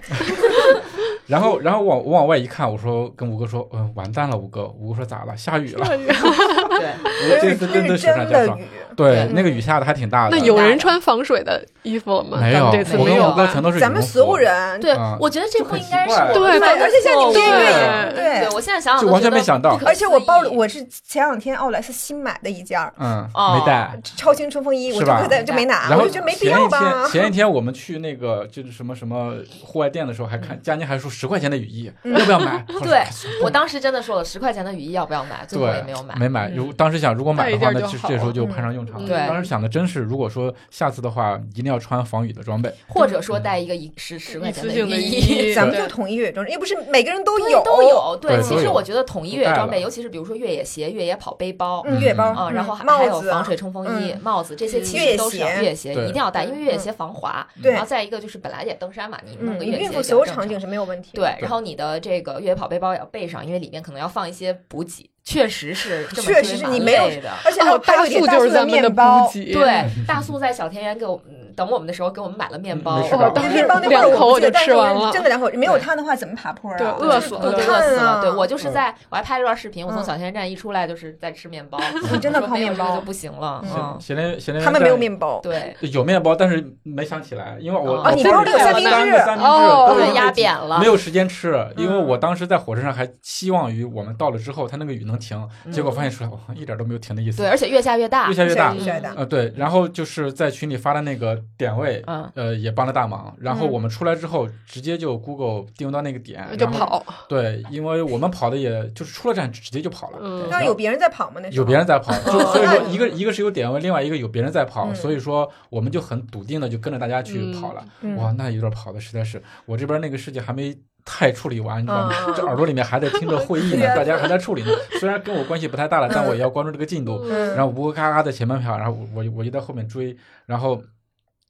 Speaker 2: 然后，然后往我往外一看，我说跟吴哥说，嗯，完蛋了，吴哥。吴哥说咋了？下雨了。
Speaker 1: 对，
Speaker 2: 我这次真
Speaker 3: 那
Speaker 2: 的
Speaker 3: 是
Speaker 2: 雪上
Speaker 3: 真
Speaker 2: 加
Speaker 3: 的
Speaker 2: 霜。
Speaker 3: 雨，
Speaker 2: 对，
Speaker 4: 对
Speaker 2: 那个雨下的还挺大的。
Speaker 4: 那有人穿防水的衣服了吗？
Speaker 2: 没
Speaker 4: 咱
Speaker 2: 有？
Speaker 4: 们
Speaker 2: 我
Speaker 4: 这次
Speaker 2: 跟
Speaker 4: 没有
Speaker 2: 吴哥
Speaker 4: 啊。
Speaker 2: 全都是羽
Speaker 3: 咱
Speaker 2: 绒
Speaker 3: 们
Speaker 2: 服
Speaker 3: 所有。人，
Speaker 1: 对
Speaker 2: 啊，
Speaker 1: 我觉得这
Speaker 2: 就
Speaker 1: 不
Speaker 2: 很
Speaker 1: 应
Speaker 2: 奇
Speaker 1: 该是
Speaker 2: 怪
Speaker 1: 我
Speaker 4: 对
Speaker 1: 们
Speaker 4: 反
Speaker 1: 的
Speaker 3: 而且像你们
Speaker 1: 错
Speaker 3: 音乐
Speaker 1: 误
Speaker 3: 也
Speaker 1: 对
Speaker 3: 对
Speaker 1: 我现在想想
Speaker 2: 就
Speaker 1: 都
Speaker 2: 完全
Speaker 1: 觉得
Speaker 2: 没想到
Speaker 1: 不可
Speaker 3: 而且我包
Speaker 1: 思
Speaker 3: 了，
Speaker 1: 议
Speaker 3: 我是前两天哦，来自新买的一件儿
Speaker 2: 嗯，
Speaker 1: 哦
Speaker 2: 没带。
Speaker 3: 超轻冲锋衣，我
Speaker 2: 是
Speaker 3: 就
Speaker 2: 吧
Speaker 3: 没在就没拿，
Speaker 2: 然
Speaker 3: 我
Speaker 2: 后
Speaker 3: 就觉得没必要吧
Speaker 2: 前一天。前一天我们去那个就是什么什么户外店的时候，还
Speaker 4: 嗯
Speaker 2: 看佳妮还说十块钱的雨衣
Speaker 3: 嗯
Speaker 2: 要不要 买？我说
Speaker 1: 对
Speaker 2: 哎算了
Speaker 1: 我当时真的说了，十块钱的雨衣要不要买？最后
Speaker 2: 对，
Speaker 1: 也没有买。嗯
Speaker 2: 没买。如当时想，如果买的话，
Speaker 4: 带一件
Speaker 2: 那
Speaker 4: 就
Speaker 2: 这
Speaker 4: 好
Speaker 2: 这时候就派上用场了。
Speaker 4: 嗯
Speaker 1: 对
Speaker 2: 当时想的真是，如果说下次的话，一定要穿防雨的装备。
Speaker 1: 或者说带一个一十十块
Speaker 4: 一
Speaker 1: 钱
Speaker 4: 次性
Speaker 1: 雨
Speaker 4: 的
Speaker 1: 衣。
Speaker 4: 衣，
Speaker 3: 咱们就
Speaker 4: 对
Speaker 3: 统一越野装，又不是每个人都
Speaker 1: 对
Speaker 3: 有
Speaker 1: 都。有，
Speaker 2: 对
Speaker 1: 其
Speaker 2: 都
Speaker 1: 实
Speaker 2: 有
Speaker 1: 我觉得统一
Speaker 2: 都
Speaker 1: 越野
Speaker 2: 带
Speaker 1: 装备，
Speaker 2: 了
Speaker 1: 尤其是比如说越野鞋、越野跑背包，
Speaker 3: 嗯，越野包
Speaker 2: 嗯
Speaker 1: 啊，然后
Speaker 3: 嗯
Speaker 1: 还还有
Speaker 3: 帽子嗯
Speaker 1: 防水冲锋衣、帽子这些，其
Speaker 3: 越
Speaker 1: 实
Speaker 3: 野
Speaker 1: 都是要
Speaker 3: 鞋
Speaker 1: 越野鞋
Speaker 2: 对
Speaker 1: 一定要带，因为越野
Speaker 3: 嗯
Speaker 1: 鞋防滑。
Speaker 3: 对
Speaker 1: 然后再一个就是本来也登山嘛，你弄
Speaker 3: 嗯，
Speaker 1: 个
Speaker 3: 你
Speaker 1: 越野
Speaker 3: 孕
Speaker 1: 鞋
Speaker 3: 妇
Speaker 1: 比
Speaker 3: 所有
Speaker 1: 较正
Speaker 3: 场
Speaker 1: 常。
Speaker 3: 景是没有问题的。
Speaker 1: 对，然后你的这个越野跑背包也要备上，因为里面可能要放一些补给，确实是这么
Speaker 3: 确
Speaker 1: 堆
Speaker 3: 实是
Speaker 1: 满
Speaker 3: 你没有
Speaker 1: 累的。
Speaker 3: 而且还有
Speaker 4: 哦
Speaker 3: 还有一点
Speaker 4: 素
Speaker 3: 大
Speaker 4: 就
Speaker 3: 素
Speaker 4: 是咱们的
Speaker 3: 面
Speaker 4: 补
Speaker 3: 包，
Speaker 4: 给，
Speaker 1: 对，
Speaker 2: 嗯
Speaker 1: 大素在小田园给我们等我们的时候给我们买了面包，
Speaker 2: 没事
Speaker 4: 哦
Speaker 2: 吧，
Speaker 4: 当时
Speaker 3: 面包那会
Speaker 4: 两
Speaker 3: 儿
Speaker 4: 口
Speaker 3: 我不
Speaker 4: 我
Speaker 3: 记得，
Speaker 4: 就
Speaker 3: 但是
Speaker 4: 吃完
Speaker 3: 我
Speaker 4: 了
Speaker 3: 真。的两口没有
Speaker 1: 对
Speaker 3: 他的话怎么爬坡啊？
Speaker 4: 对
Speaker 3: 就是
Speaker 4: 饿死
Speaker 1: 我
Speaker 4: 了
Speaker 1: 都
Speaker 3: 不
Speaker 1: 饿死
Speaker 3: 看
Speaker 1: 了。
Speaker 3: 啊！
Speaker 1: 对我就是
Speaker 2: 嗯
Speaker 1: 在我还拍了段视频，我从
Speaker 3: 嗯
Speaker 1: 小田站一出来就是在吃 面包，
Speaker 3: 你真的
Speaker 1: 我说
Speaker 3: 泡
Speaker 1: 没有
Speaker 3: 面
Speaker 1: 这个
Speaker 3: 包
Speaker 1: 就不行了。嗯，
Speaker 2: 闲闲闲聊，
Speaker 3: 他们没有面包，
Speaker 1: 对，
Speaker 2: 有面包，但是没想起来，因为我
Speaker 1: 哦
Speaker 2: 我
Speaker 1: 你
Speaker 2: 包
Speaker 1: 包
Speaker 2: 里
Speaker 1: 里
Speaker 2: 有
Speaker 1: 有
Speaker 2: 三
Speaker 1: 三
Speaker 2: 明
Speaker 1: 明
Speaker 2: 治，
Speaker 1: 治
Speaker 2: 三明
Speaker 4: 哦
Speaker 2: 治都
Speaker 1: 对，
Speaker 2: 是
Speaker 1: 压扁了
Speaker 2: 没。有时间吃，因为
Speaker 3: 嗯
Speaker 2: 我当时在火车上还期望于我们到了之后，它那个雨能停，结果发现出来，哇，一点都没有停的意思
Speaker 1: 嗯对，，而且越下越大
Speaker 2: 越。下越
Speaker 3: 下
Speaker 2: 大
Speaker 3: 雨。下的。
Speaker 2: 呃，对，然后就是在群里发的那个点位，
Speaker 1: 嗯，
Speaker 2: 呃，也帮了大忙。然后
Speaker 3: 嗯
Speaker 2: 我们出来之后，直接就 Google 定位到那个点，
Speaker 4: 就
Speaker 2: 然后。
Speaker 4: 跑，
Speaker 2: 对，因为我们跑的也就是出了站直接就跑了，
Speaker 4: 嗯，
Speaker 3: 那有别人在跑吗？那时候
Speaker 2: 有别人在跑，就所以说
Speaker 3: 嗯
Speaker 2: 一个一个是有点位，另外一个有别人在跑，
Speaker 3: 嗯
Speaker 2: 所以说我们就很笃定的就跟着大家去跑了。
Speaker 3: 嗯
Speaker 2: 哇，那有点跑的实在是，我这边那个事情还没。太处理完，你知道吗？
Speaker 3: 嗯
Speaker 2: 这耳朵里面还在听着会 议呢，大家还在处理呢。虽然跟我关系不太大了，但我也要关注这个进度。
Speaker 3: 嗯
Speaker 2: 然后吴哥咔咔在前面跑，然后我我我就在后面追，然后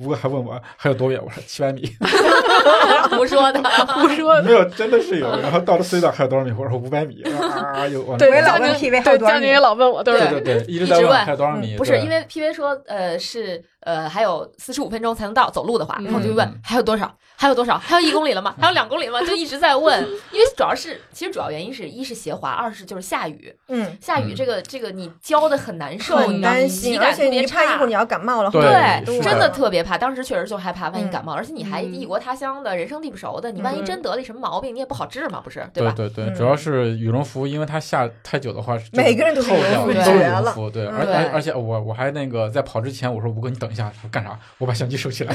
Speaker 2: 吴哥还问我还有多远，我说七百米，
Speaker 1: 胡说的，
Speaker 4: 不 说
Speaker 2: 没有，真的是有。然后到了隧道还有多少米，我说五百米，啊，有往那
Speaker 4: 对
Speaker 3: 我也
Speaker 2: 边
Speaker 3: 老
Speaker 4: 佳
Speaker 3: 问
Speaker 4: 宁
Speaker 3: PV 还有
Speaker 4: 对
Speaker 3: 多少
Speaker 4: 佳宁也
Speaker 3: 米
Speaker 4: 老问我，都是
Speaker 1: 对
Speaker 2: 对对对，一直
Speaker 1: 一
Speaker 2: 在
Speaker 1: 直
Speaker 2: 问
Speaker 1: 问
Speaker 2: 还有多少米，
Speaker 1: 不是
Speaker 2: 对
Speaker 1: 因为 PV 说，呃，是呃，还有四十五分钟才能到，走路的话，然后我就
Speaker 2: 嗯
Speaker 1: 问还有多少，还有多少，还有一公里了吗？还有两公里了吗？就一直 在问，因为主要是，其实主要原因是一是斜滑，二是就是下雨，
Speaker 3: 嗯，
Speaker 1: 下雨
Speaker 2: 嗯
Speaker 1: 这个这个你教的很难受，你
Speaker 3: 很
Speaker 1: 知道吗
Speaker 3: 担
Speaker 1: 体
Speaker 3: 心，
Speaker 1: 感
Speaker 3: 而且
Speaker 1: 特别
Speaker 3: 你怕一
Speaker 1: 差
Speaker 3: 会儿你要感冒了，
Speaker 2: 对
Speaker 1: 对，
Speaker 2: 是的
Speaker 1: 真的特别怕。当时确实就害怕，万一感冒，而且你还
Speaker 4: 嗯
Speaker 1: 异国他乡的，人生地不熟的，你万一真得了一什么毛病，你也不好治嘛，不是？
Speaker 2: 对
Speaker 1: 吧？
Speaker 2: 对对，
Speaker 3: 嗯
Speaker 2: 主要是羽绒服，因为它下太久的话，是
Speaker 3: 每个人都是
Speaker 2: 透掉的，都
Speaker 1: 羽绒服对
Speaker 2: 是羽
Speaker 3: 绝
Speaker 2: 绒
Speaker 3: 了
Speaker 2: 服。对，
Speaker 3: 嗯
Speaker 2: 而
Speaker 1: 对
Speaker 2: 而而且我我还那个在跑之前，我说吴哥你等一下，说干啥？我把相机收起来，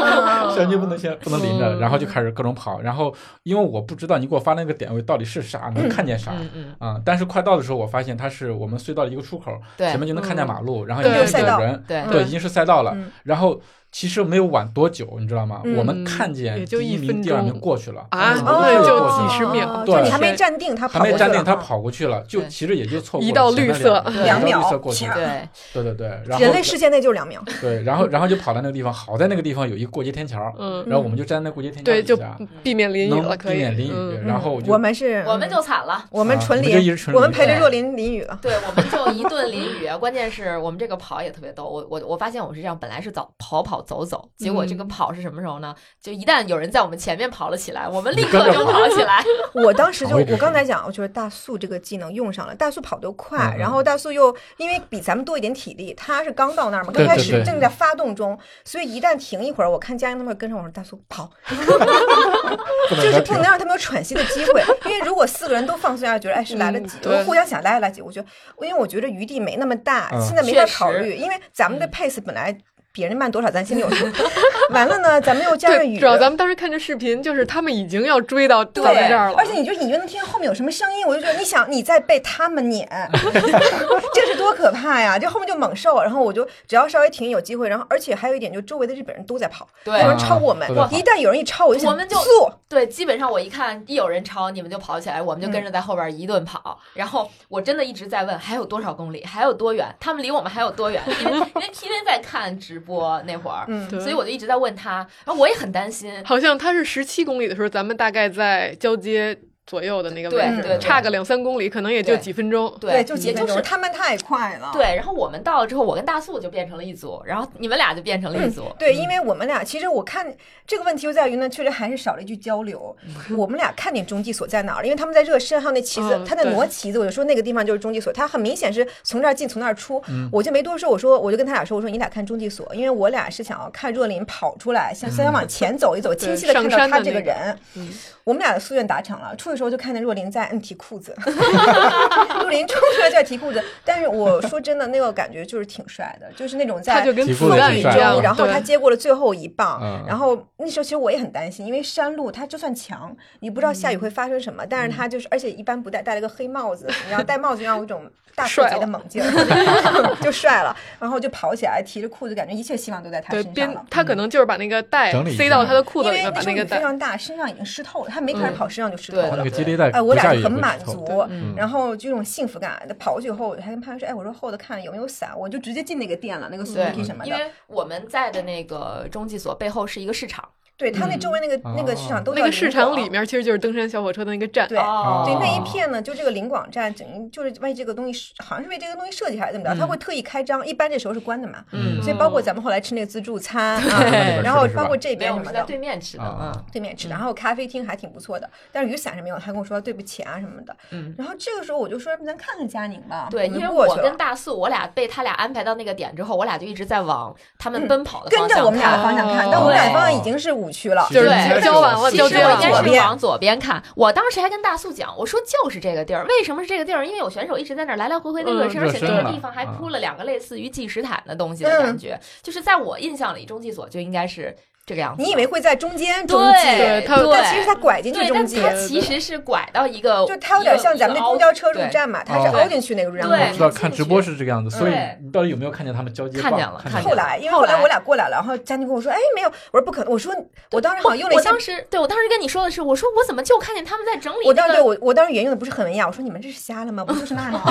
Speaker 2: 相机不能先不能拎
Speaker 3: 哦
Speaker 2: 着，
Speaker 4: 嗯
Speaker 2: 然后就开始各种跑。然后因为我不知道你给我发那个点位到底是啥，能看见啥。
Speaker 1: 嗯嗯，
Speaker 2: 啊、但是快到的时候，我发现它是我们隧道的一个出口，
Speaker 1: 对
Speaker 2: 前面就能看见马路，然后已
Speaker 4: 对
Speaker 2: 经是
Speaker 3: 嗯对
Speaker 2: 有
Speaker 3: 对
Speaker 2: 人，
Speaker 1: 对
Speaker 2: 对，已经是赛 道了。
Speaker 3: 嗯
Speaker 2: 然后其实没有晚多久，你知道吗？
Speaker 3: 嗯
Speaker 2: 我们看见
Speaker 4: 也就
Speaker 2: 第一
Speaker 4: 一
Speaker 2: 名、
Speaker 4: 分
Speaker 2: 第二名
Speaker 4: 钟
Speaker 2: 过去了
Speaker 4: 啊，
Speaker 2: 嗯
Speaker 3: 哦
Speaker 2: 我
Speaker 4: 那
Speaker 2: 们
Speaker 4: 就
Speaker 2: 过去
Speaker 4: 几十秒，
Speaker 3: 哦
Speaker 2: 对
Speaker 3: 就你还没
Speaker 4: 对
Speaker 3: 站定，他
Speaker 2: 还
Speaker 3: 跑
Speaker 2: 没
Speaker 3: 过
Speaker 2: 站
Speaker 3: 去
Speaker 2: 定，
Speaker 3: 了
Speaker 2: 他跑过去了，就
Speaker 1: 对
Speaker 2: 其实也就错过
Speaker 4: 一道
Speaker 2: 前面
Speaker 4: 绿色
Speaker 2: 两
Speaker 1: 两
Speaker 2: 一道
Speaker 3: 秒
Speaker 2: 绿色过去了，
Speaker 1: 对，
Speaker 2: 对对对，然后
Speaker 3: 人类世界内就两秒，
Speaker 2: 对，然后然后就跑到那个地方，好在那个地方有一个过街天桥，
Speaker 4: 嗯，
Speaker 2: 然后我们就站在那过街天桥
Speaker 4: 对，就
Speaker 2: 底下，
Speaker 4: 避免淋雨
Speaker 2: 能
Speaker 4: 了，
Speaker 2: 避
Speaker 4: 可以，
Speaker 2: 免淋雨，
Speaker 4: 嗯
Speaker 2: 然后
Speaker 3: 嗯
Speaker 2: 就
Speaker 3: 我们是
Speaker 1: 我们就惨了。
Speaker 3: 我们
Speaker 2: 啊
Speaker 3: 纯
Speaker 2: 你们就一
Speaker 3: 淋
Speaker 2: 直，纯
Speaker 3: 我们
Speaker 2: 淋
Speaker 3: 陪着
Speaker 1: 对
Speaker 3: 若琳淋雨了。
Speaker 1: 对，啊我们就一顿淋雨，关键是我们这个跑也特别逗。我我我发现我们是这样，本来是早跑跑跑走走。结果这个跑是什么时候呢？就一旦有人在我们前面跑了起来，我们立刻
Speaker 2: 跟着
Speaker 1: 就跑起来。
Speaker 3: 我当时就
Speaker 2: 好位置
Speaker 3: 我刚
Speaker 2: 是
Speaker 3: 才讲，我就是大速这个技能用上了，大速跑得快
Speaker 2: 嗯，嗯
Speaker 3: 然后大速又因为比咱们多一点体力，他是刚到那儿嘛，
Speaker 2: 对
Speaker 3: 刚开
Speaker 2: 对
Speaker 3: 始
Speaker 2: 对
Speaker 3: 正在发动中，所以一旦停一会儿，我看佳英他们跟上，我说大速跑，
Speaker 2: 不能
Speaker 3: 就
Speaker 2: 让
Speaker 3: 是
Speaker 2: 他
Speaker 3: 不
Speaker 2: 停
Speaker 3: 能。让他们有喘息的机会，因为如果四个人都放松下来，觉得哎是来了
Speaker 4: 嗯
Speaker 3: 几，
Speaker 4: 对
Speaker 3: 我互相想来了几，我觉得因为我觉得余地没那么大，
Speaker 2: 嗯
Speaker 3: 现在没法
Speaker 1: 确实
Speaker 3: 考虑，因为咱们的 pace 本来别人慢多少，咱心里有数，完了呢，咱们又加上
Speaker 4: 对，
Speaker 3: 雨
Speaker 4: 主。要咱们当时看这视频，就是他们已经要追到咱
Speaker 3: 对，
Speaker 4: 们这儿了，
Speaker 3: 而且你就隐约能听见后面有什么声音，我就觉得你想你在被他们撵，这是多可怕呀！就后面就猛兽，然后我就只要稍微停有机会，然后而且还有一点，就周围的日本人都在跑，
Speaker 1: 对
Speaker 3: 有人超我们
Speaker 2: 啊都在，跑
Speaker 3: 一旦有人一超我就想
Speaker 1: 我们就
Speaker 3: 速，
Speaker 1: 对，基本上我一看一有人超，你们就跑起来，我们就跟着在后边一顿跑。然后我真的一直在问还有多少公里，还有多远，他们离我们还有多远？因为因为天天在看直播那会儿，
Speaker 3: 嗯，
Speaker 4: 对
Speaker 1: 所以我就一直在问他，然后我也很担心。
Speaker 4: 好像他是十七公里的时候，咱们大概在交接左右的那个位
Speaker 1: 对
Speaker 4: 置，
Speaker 1: 对对
Speaker 4: 差个两三公里，可能也就
Speaker 1: 对
Speaker 4: 几分钟。
Speaker 1: 对，
Speaker 3: 就几
Speaker 1: 也
Speaker 3: 分
Speaker 1: 就
Speaker 3: 钟，
Speaker 1: 是
Speaker 3: 他们太快了，
Speaker 1: 对。然后我们到了之后，我跟大素就变成了一组，然后你们俩就变成了一组。
Speaker 3: 嗯
Speaker 1: 嗯
Speaker 4: 嗯
Speaker 3: 对，因为我们俩其实我看这个问题就在于呢，确实还是少了一句交流。我们俩看点终极所在哪儿了？因为他们在热身，还有那旗子
Speaker 4: 嗯，
Speaker 3: 他在
Speaker 4: 对
Speaker 3: 挪旗子，我就说那个地方就是终极所，他很明显是从这儿进，从那儿出，
Speaker 4: 嗯
Speaker 3: 我就没多说。我说我就跟他俩说，我说你俩看终极所，因为我俩是想要看若琳跑出来，想想往前走一走，清晰的
Speaker 4: 嗯上
Speaker 3: 看到
Speaker 4: 山
Speaker 3: 他
Speaker 4: 的
Speaker 3: 这
Speaker 4: 那
Speaker 3: 个
Speaker 4: 个
Speaker 3: 人
Speaker 4: 嗯。
Speaker 3: 我们俩的夙愿达成了，出去的时候就看见若琳在嗯摁提裤 子，若琳冲出来就在提裤子，但是我说真的，那个感觉就是挺帅的，就是那种在
Speaker 4: 他就跟
Speaker 2: 几乎
Speaker 4: 子
Speaker 2: 都
Speaker 4: 弹
Speaker 2: 是
Speaker 4: 一
Speaker 2: 这样
Speaker 4: 样，
Speaker 3: 然后
Speaker 4: 对
Speaker 3: 他接过了最后一棒
Speaker 2: 嗯，
Speaker 3: 然后那时候其实我也很担心，因为山路它就算强，你不知道下雨会发生什么，但
Speaker 4: 嗯
Speaker 3: 是他就是，而且一般不戴，戴了个黑帽 子，你要戴帽子让我有一种大师
Speaker 4: 帅
Speaker 3: 级
Speaker 4: 了
Speaker 3: 的猛劲儿， 就帅了，然后就跑起来，提着裤子，感觉一切希望都在他
Speaker 4: 对
Speaker 3: 身上
Speaker 4: 边
Speaker 3: 了。
Speaker 4: 他可能就是把那个带
Speaker 2: 嗯整理一下
Speaker 4: 塞到他的裤
Speaker 3: 因
Speaker 4: 子里
Speaker 3: 为
Speaker 4: 面，把
Speaker 3: 那时候雨
Speaker 4: 个
Speaker 3: 非
Speaker 4: 带嗯
Speaker 3: 常大，身上已经湿透了，他没开始跑，身上就湿透
Speaker 1: 对
Speaker 2: 那
Speaker 3: 了
Speaker 2: 个。接力带
Speaker 3: 哎，我
Speaker 2: 不
Speaker 3: 俩
Speaker 2: 下
Speaker 3: 就
Speaker 2: 雨
Speaker 3: 很
Speaker 2: 会
Speaker 3: 满
Speaker 2: 臭
Speaker 3: 足，
Speaker 2: 嗯
Speaker 3: 然后就这种幸福感。跑过去以后，我还跟潘说：“哎，我说后头看有没有伞，我就直接进那个店了，那个 Suzuki 什么
Speaker 1: 因
Speaker 3: 的。
Speaker 1: 为我们在的那个中继所背后是一个市场，
Speaker 3: 对他那周围
Speaker 1: 嗯
Speaker 3: 那个那个市场都
Speaker 4: 那
Speaker 3: 叫
Speaker 4: 个市
Speaker 3: 林
Speaker 4: 场
Speaker 3: 广
Speaker 4: 里面其实就是登山小火车的那个站。
Speaker 3: 对
Speaker 1: 哦
Speaker 3: 对，那一片呢，就这个临广站，整一就是为这个东西设，好像是为这个东西设计还是怎么着，他会特意开张，一般这时候是关的嘛。
Speaker 1: 嗯
Speaker 3: 所以包括咱们后来吃那个自 助餐啊
Speaker 2: 对，
Speaker 3: 然后包括这
Speaker 1: 没有，
Speaker 3: 边
Speaker 1: 我们
Speaker 3: 什么
Speaker 1: 是在
Speaker 3: 的，
Speaker 1: 对面吃的，
Speaker 2: 啊
Speaker 1: 嗯，
Speaker 3: 对面吃的，然后咖啡厅还挺不错的，但是雨伞是没有，他跟我说对不起啊什么的。
Speaker 1: 嗯
Speaker 3: 然后这个时候我就说，要不咱看看佳宁吧，
Speaker 1: 对，
Speaker 3: 我
Speaker 1: 因
Speaker 3: 们
Speaker 1: 为
Speaker 3: 就过
Speaker 1: 我
Speaker 3: 去
Speaker 1: 跟
Speaker 3: 了。
Speaker 1: 大素，我俩被他俩安排到那个点之后，我俩就一直在往他们奔跑的
Speaker 3: 嗯跟
Speaker 1: 方
Speaker 3: 着
Speaker 1: 向
Speaker 3: 我们俩的
Speaker 1: 看。
Speaker 3: 方向看
Speaker 4: 哦，
Speaker 3: 但我们俩的方向已经是五区了，
Speaker 4: 就是
Speaker 1: 对
Speaker 4: 交完了，
Speaker 1: 其
Speaker 4: 交
Speaker 1: 实
Speaker 4: 接
Speaker 1: 我
Speaker 4: 完
Speaker 1: 应该
Speaker 3: 左
Speaker 4: 了。
Speaker 1: 是
Speaker 3: 边
Speaker 1: 往左边看，我当时还跟大素讲，我说就是这个地儿，为什么是这个地儿？因为有选手一直在那儿来来回回的热身，
Speaker 2: 嗯
Speaker 1: 而且
Speaker 2: 热
Speaker 1: 那
Speaker 2: 身
Speaker 1: 个
Speaker 2: 了
Speaker 1: 地方还铺了两个类似于计时毯的东西
Speaker 3: 嗯
Speaker 1: 的感觉，就是在我印象里，中继所就应该是这个样子的。
Speaker 3: 你以为会在中间中继，
Speaker 1: 对，
Speaker 4: 他
Speaker 1: 对
Speaker 3: 但其实他拐进去
Speaker 1: 对，但
Speaker 3: 中继，
Speaker 1: 它其实是拐到哦一个，
Speaker 3: 就他有点像咱们那公交车入站嘛，他是
Speaker 2: 对
Speaker 3: 凹进去那个入站
Speaker 2: 我
Speaker 1: 对
Speaker 3: 口
Speaker 2: 知道看直播是这个样子，所以
Speaker 1: 对
Speaker 2: 你到底有没有看见他们交接棒？
Speaker 1: 看见了看见
Speaker 3: 后
Speaker 1: 了
Speaker 3: 来，因为
Speaker 1: 后
Speaker 3: 后来
Speaker 1: 来
Speaker 3: 我俩过来了，然后佳宁跟我说：“哎，没有。”我说：“不可能。”我说：“我当时好像用了一
Speaker 1: 我
Speaker 3: 下
Speaker 1: 当，时对我当时跟你说的是，我说我怎么就看见他们在整理、那个？
Speaker 3: 我当时对我我当时原用的不是很文雅，我说你们这是瞎了吗？不就是那吗？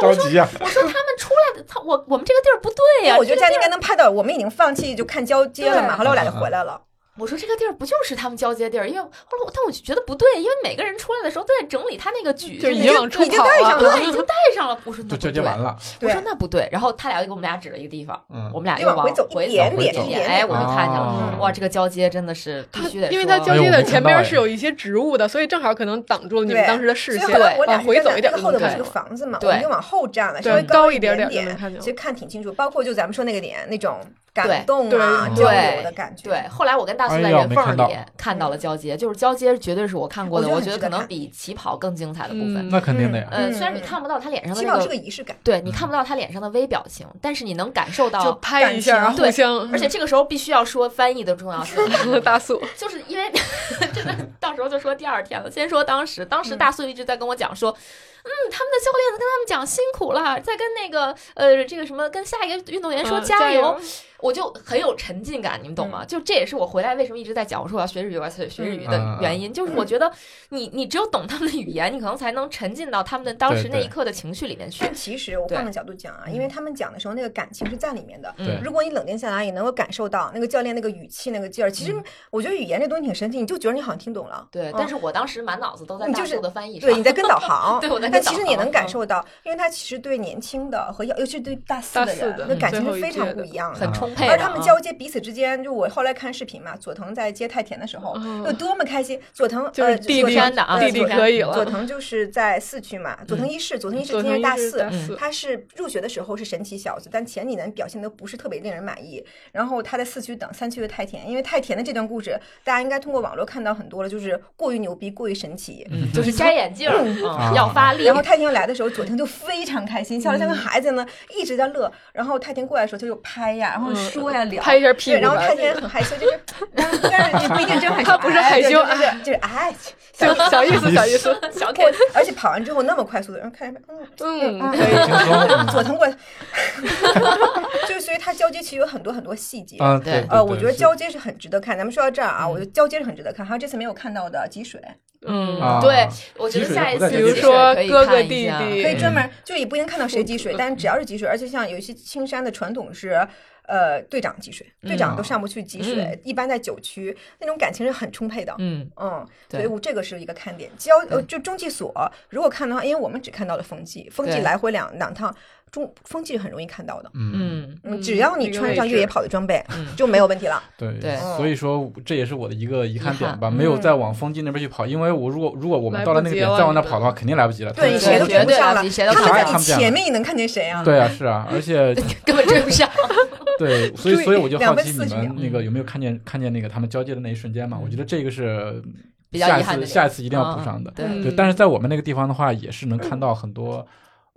Speaker 2: 着急呀、
Speaker 1: 我说他们出来的，他我我们这个地儿不对呀、
Speaker 3: 我觉得
Speaker 1: 这
Speaker 3: 佳
Speaker 1: 个地
Speaker 3: 宁应
Speaker 1: 儿
Speaker 3: 该能拍到，我们已经放弃就看交接了嘛。
Speaker 1: 对
Speaker 3: 后来我俩就回来了，
Speaker 1: 我说这个地儿不就是他们交接地儿？因为后来我但我就觉得不对，因为每个人出来的时候都在整理他那个局，
Speaker 4: 就
Speaker 1: 已
Speaker 4: 已
Speaker 1: 经
Speaker 4: 经往出
Speaker 3: 已经
Speaker 4: 跑
Speaker 3: 带上
Speaker 4: 了，
Speaker 3: 了，
Speaker 1: 已经带上了。我说
Speaker 2: 就
Speaker 1: 那不
Speaker 2: 交
Speaker 1: 对
Speaker 2: 接完，了，
Speaker 1: 我说
Speaker 3: 对
Speaker 1: 那不对。然后他俩又给我们俩指了一个地方，
Speaker 2: 嗯
Speaker 1: 我们俩
Speaker 3: 就
Speaker 1: 又
Speaker 3: 往
Speaker 1: 往
Speaker 3: 回走一
Speaker 1: 回
Speaker 3: 点
Speaker 2: 点
Speaker 1: 一
Speaker 2: 一
Speaker 1: 点，
Speaker 3: 点
Speaker 1: 哎，我就看见了
Speaker 2: 哦，
Speaker 1: 哇，这个交接真的是必须得说，
Speaker 4: 因为他交
Speaker 2: 哎呦
Speaker 4: 接
Speaker 2: 我
Speaker 4: 的
Speaker 2: 没
Speaker 4: 前
Speaker 2: 看到
Speaker 4: 边
Speaker 2: 哎
Speaker 4: 是有一些植物的，所以正好可能挡住你们
Speaker 3: 对
Speaker 4: 当时的视
Speaker 3: 所以
Speaker 4: 线
Speaker 3: 后来我，俩
Speaker 4: 往
Speaker 3: 是
Speaker 4: 回
Speaker 3: 在
Speaker 4: 走
Speaker 3: 那
Speaker 4: 一点
Speaker 3: 那
Speaker 4: 就
Speaker 3: 个后头
Speaker 4: 能
Speaker 3: 不是
Speaker 4: 看
Speaker 3: 个
Speaker 4: 见。
Speaker 3: 房子嘛，
Speaker 1: 对
Speaker 3: 我们就往后站了，
Speaker 4: 对
Speaker 3: 稍微
Speaker 4: 高
Speaker 3: 一
Speaker 4: 一点
Speaker 3: 点
Speaker 4: 点就能看见
Speaker 3: 其实看挺清楚。包括就咱们说那个点，那种感动
Speaker 4: 对
Speaker 3: 啊、
Speaker 4: 对
Speaker 3: 交流的感觉，
Speaker 1: 对，后来我跟大苏在
Speaker 2: 哎呀
Speaker 1: 人缝
Speaker 2: 没
Speaker 1: 儿
Speaker 2: 看到
Speaker 1: 里看到了交接，就是交接绝对是我看过的，
Speaker 3: 我
Speaker 1: 我
Speaker 3: 觉
Speaker 1: 觉
Speaker 3: 得很
Speaker 1: 得可
Speaker 3: 值得
Speaker 1: 能
Speaker 3: 看
Speaker 1: 比起跑更精彩的部分。
Speaker 4: 嗯，
Speaker 2: 那肯定的呀。
Speaker 1: 呃，虽然
Speaker 3: 嗯
Speaker 1: 你看不到他脸上的
Speaker 3: 起
Speaker 1: 那
Speaker 3: 码是
Speaker 1: 个，
Speaker 3: 个仪式感。
Speaker 1: 对你看不到他脸上的微表情，但是你能感受
Speaker 4: 就
Speaker 1: 到。
Speaker 4: 拍一下，
Speaker 3: 感
Speaker 1: 情
Speaker 4: 互 相，
Speaker 1: 而且这个时候必须要说翻译的重要性，
Speaker 4: 大素
Speaker 1: 就是因为 真的到时候就说第二天了。先说当时，
Speaker 3: 嗯
Speaker 1: 当时大素一直在跟我讲说，嗯，他们的教练在跟他们讲辛苦了，在跟那个呃这个什么跟下一个运动员说
Speaker 4: 嗯
Speaker 1: 加
Speaker 4: 油。
Speaker 1: 油，我就很有沉浸感，你们懂
Speaker 3: 嗯
Speaker 1: 吗？就这也是我回来为什么一直在讲我说我要学日语，我要学学日语
Speaker 3: 嗯
Speaker 1: 的原因，就是我觉得你你只有懂他们的语言，你可能才能沉浸到他们的当时
Speaker 2: 对
Speaker 1: 那
Speaker 2: 对
Speaker 1: 一刻的情绪里面去
Speaker 3: 但。其实我
Speaker 1: 对
Speaker 3: 换个角度讲啊，因
Speaker 4: 嗯
Speaker 3: 为他们讲的时候那个感情是在里面的。
Speaker 1: 嗯
Speaker 2: 对
Speaker 3: 如果你冷静下来，也能够感受到那个教练那个语气、那个劲儿。其实
Speaker 4: 嗯
Speaker 3: 我觉得语言这东西挺神奇，你就觉得你好像听懂了，
Speaker 1: 对
Speaker 3: 嗯，
Speaker 1: 但是我当时满脑子都在
Speaker 3: 你
Speaker 1: 大
Speaker 3: 就是
Speaker 1: 叔的翻译上
Speaker 3: 对，你在跟导 航。
Speaker 1: 对我在
Speaker 3: 但
Speaker 1: 跟导
Speaker 3: 其
Speaker 1: 航。
Speaker 3: 实你也能
Speaker 4: 嗯
Speaker 3: 感受到，因为他其实对年轻的和尤其对大四
Speaker 4: 大
Speaker 3: 的
Speaker 4: 四
Speaker 3: 人
Speaker 4: 的，嗯
Speaker 3: 那感
Speaker 4: 最
Speaker 3: 情
Speaker 4: 后
Speaker 3: 是
Speaker 4: 一
Speaker 3: 非常
Speaker 4: 届
Speaker 3: 不
Speaker 4: 的
Speaker 3: 一样
Speaker 1: 很
Speaker 3: 的。
Speaker 1: 冲充沛的啊，
Speaker 3: 而他们
Speaker 4: 嗯
Speaker 3: 交接彼此之间，就我后来看视频嘛，佐藤在接太田的时候，
Speaker 4: 嗯
Speaker 3: 有多么开心。佐藤
Speaker 4: 就
Speaker 3: 呃，
Speaker 4: 是弟
Speaker 3: 佐
Speaker 4: 弟
Speaker 3: 藤
Speaker 1: 的啊
Speaker 3: 呃
Speaker 4: 弟弟
Speaker 3: 佐藤
Speaker 4: 可以了嗯
Speaker 3: 佐藤就是在四区嘛，佐藤一世，佐藤一世
Speaker 4: 佐
Speaker 3: 今年
Speaker 4: 藤一
Speaker 3: 大
Speaker 4: 世
Speaker 3: 四
Speaker 4: 大四，
Speaker 3: 他是入学的时候是神奇小子，但前几年表现的不是特别令人满意。然后他在四区等三区的太田，因为太田的这段故事，大家应该通过网络看到很多了，就是过于牛逼，过于神奇，
Speaker 4: 嗯
Speaker 3: 就是
Speaker 1: 摘眼镜儿
Speaker 2: 啊
Speaker 1: 嗯要发力
Speaker 3: 然，后太田来的时候，佐藤就非常开心，笑得像
Speaker 4: 嗯
Speaker 3: 个孩子呢，一直在乐。然后太田过来的时候，他就拍呀，然后说呀，聊。
Speaker 4: 嗯拍一下屁
Speaker 3: 对，
Speaker 4: 股
Speaker 3: 然后
Speaker 4: 吧。
Speaker 3: 太田很害羞，就是， 嗯但 是你不一定真害羞，
Speaker 4: 他不是害羞啊
Speaker 3: 哎对就是就是哎，
Speaker 4: 就小意思，小意思，
Speaker 1: 小 K
Speaker 3: 过，而且跑完之后那么快速的，然后看着嗯，
Speaker 4: 嗯，
Speaker 2: 挺轻松
Speaker 3: 佐藤过来， 就所以他交接其实有很多很多细节。
Speaker 2: 啊，
Speaker 1: 对
Speaker 2: 对，
Speaker 3: 呃，我觉得
Speaker 2: 是嗯
Speaker 3: 交接是很值得看。咱们说到这儿啊，我觉得交接是很值得看。还有这次没有看到的集水，
Speaker 4: 嗯
Speaker 2: 啊
Speaker 1: 对，我觉得
Speaker 2: 积水
Speaker 1: 下一
Speaker 2: 不在
Speaker 1: 次
Speaker 2: 这
Speaker 4: 比
Speaker 2: 里
Speaker 4: 如
Speaker 1: 集水
Speaker 4: 说
Speaker 1: 可以
Speaker 4: 哥哥
Speaker 1: 看一
Speaker 4: 弟
Speaker 1: 下
Speaker 4: 弟，
Speaker 3: 可
Speaker 2: 嗯
Speaker 3: 以专门就也不一定看到谁积水，但是只要是积水，而且像有一些青山的传统是，呃，队长积水，队长
Speaker 2: 嗯
Speaker 3: 都上不去积水，一般在九区那种感情是很充沛的。
Speaker 1: 嗯，
Speaker 3: 嗯，
Speaker 1: 对
Speaker 3: 所以我这个是一个看点。交呃，就中继所，如果看的话，因为我们只看到了风纪，风纪
Speaker 1: 对
Speaker 3: 来回两两趟，中风纪很容易看到的。
Speaker 2: 嗯，
Speaker 1: 嗯，
Speaker 3: 嗯，
Speaker 4: 嗯
Speaker 3: 只要
Speaker 4: 一
Speaker 3: 你
Speaker 4: 个
Speaker 3: 穿
Speaker 4: 位
Speaker 3: 上越野
Speaker 4: 置
Speaker 3: 跑的装备
Speaker 1: 嗯，
Speaker 3: 就没有问题了。
Speaker 2: 对
Speaker 1: 对
Speaker 2: 所以说这也是我的一个遗憾点吧，
Speaker 1: 遗憾
Speaker 2: 没有再往风纪那边去跑，因为我如果如果我们
Speaker 4: 来
Speaker 2: 到了
Speaker 4: 不
Speaker 2: 那个
Speaker 4: 及
Speaker 2: 点
Speaker 4: 了
Speaker 2: 再往那
Speaker 4: 你们
Speaker 2: 跑的话，肯定来不及了。
Speaker 3: 对，
Speaker 2: 但
Speaker 3: 你
Speaker 2: 是
Speaker 3: 谁都
Speaker 1: 绝
Speaker 3: 追不
Speaker 1: 对
Speaker 3: 上
Speaker 1: 来
Speaker 3: 了
Speaker 1: 不及谁，都
Speaker 3: 他们
Speaker 2: 追
Speaker 3: 在
Speaker 2: 不
Speaker 3: 你
Speaker 2: 上
Speaker 3: 前面，你能看见谁啊？
Speaker 2: 对啊，是啊，而且
Speaker 1: 根本追不上。
Speaker 2: 对，所以所以我就好
Speaker 3: 两分
Speaker 2: 奇
Speaker 3: 四
Speaker 2: 你
Speaker 3: 十
Speaker 2: 们
Speaker 3: 秒
Speaker 2: 那个有没有看见看见那个他们交接的那一瞬间嘛？我觉得这个是
Speaker 1: 比较
Speaker 2: 下
Speaker 1: 遗
Speaker 2: 一
Speaker 1: 憾
Speaker 2: 次
Speaker 1: 的
Speaker 2: 下一
Speaker 1: 点
Speaker 2: 次一定要补上的。
Speaker 1: 对，
Speaker 4: 嗯
Speaker 2: 对，但是在我们那个地方的话，也是能看到很多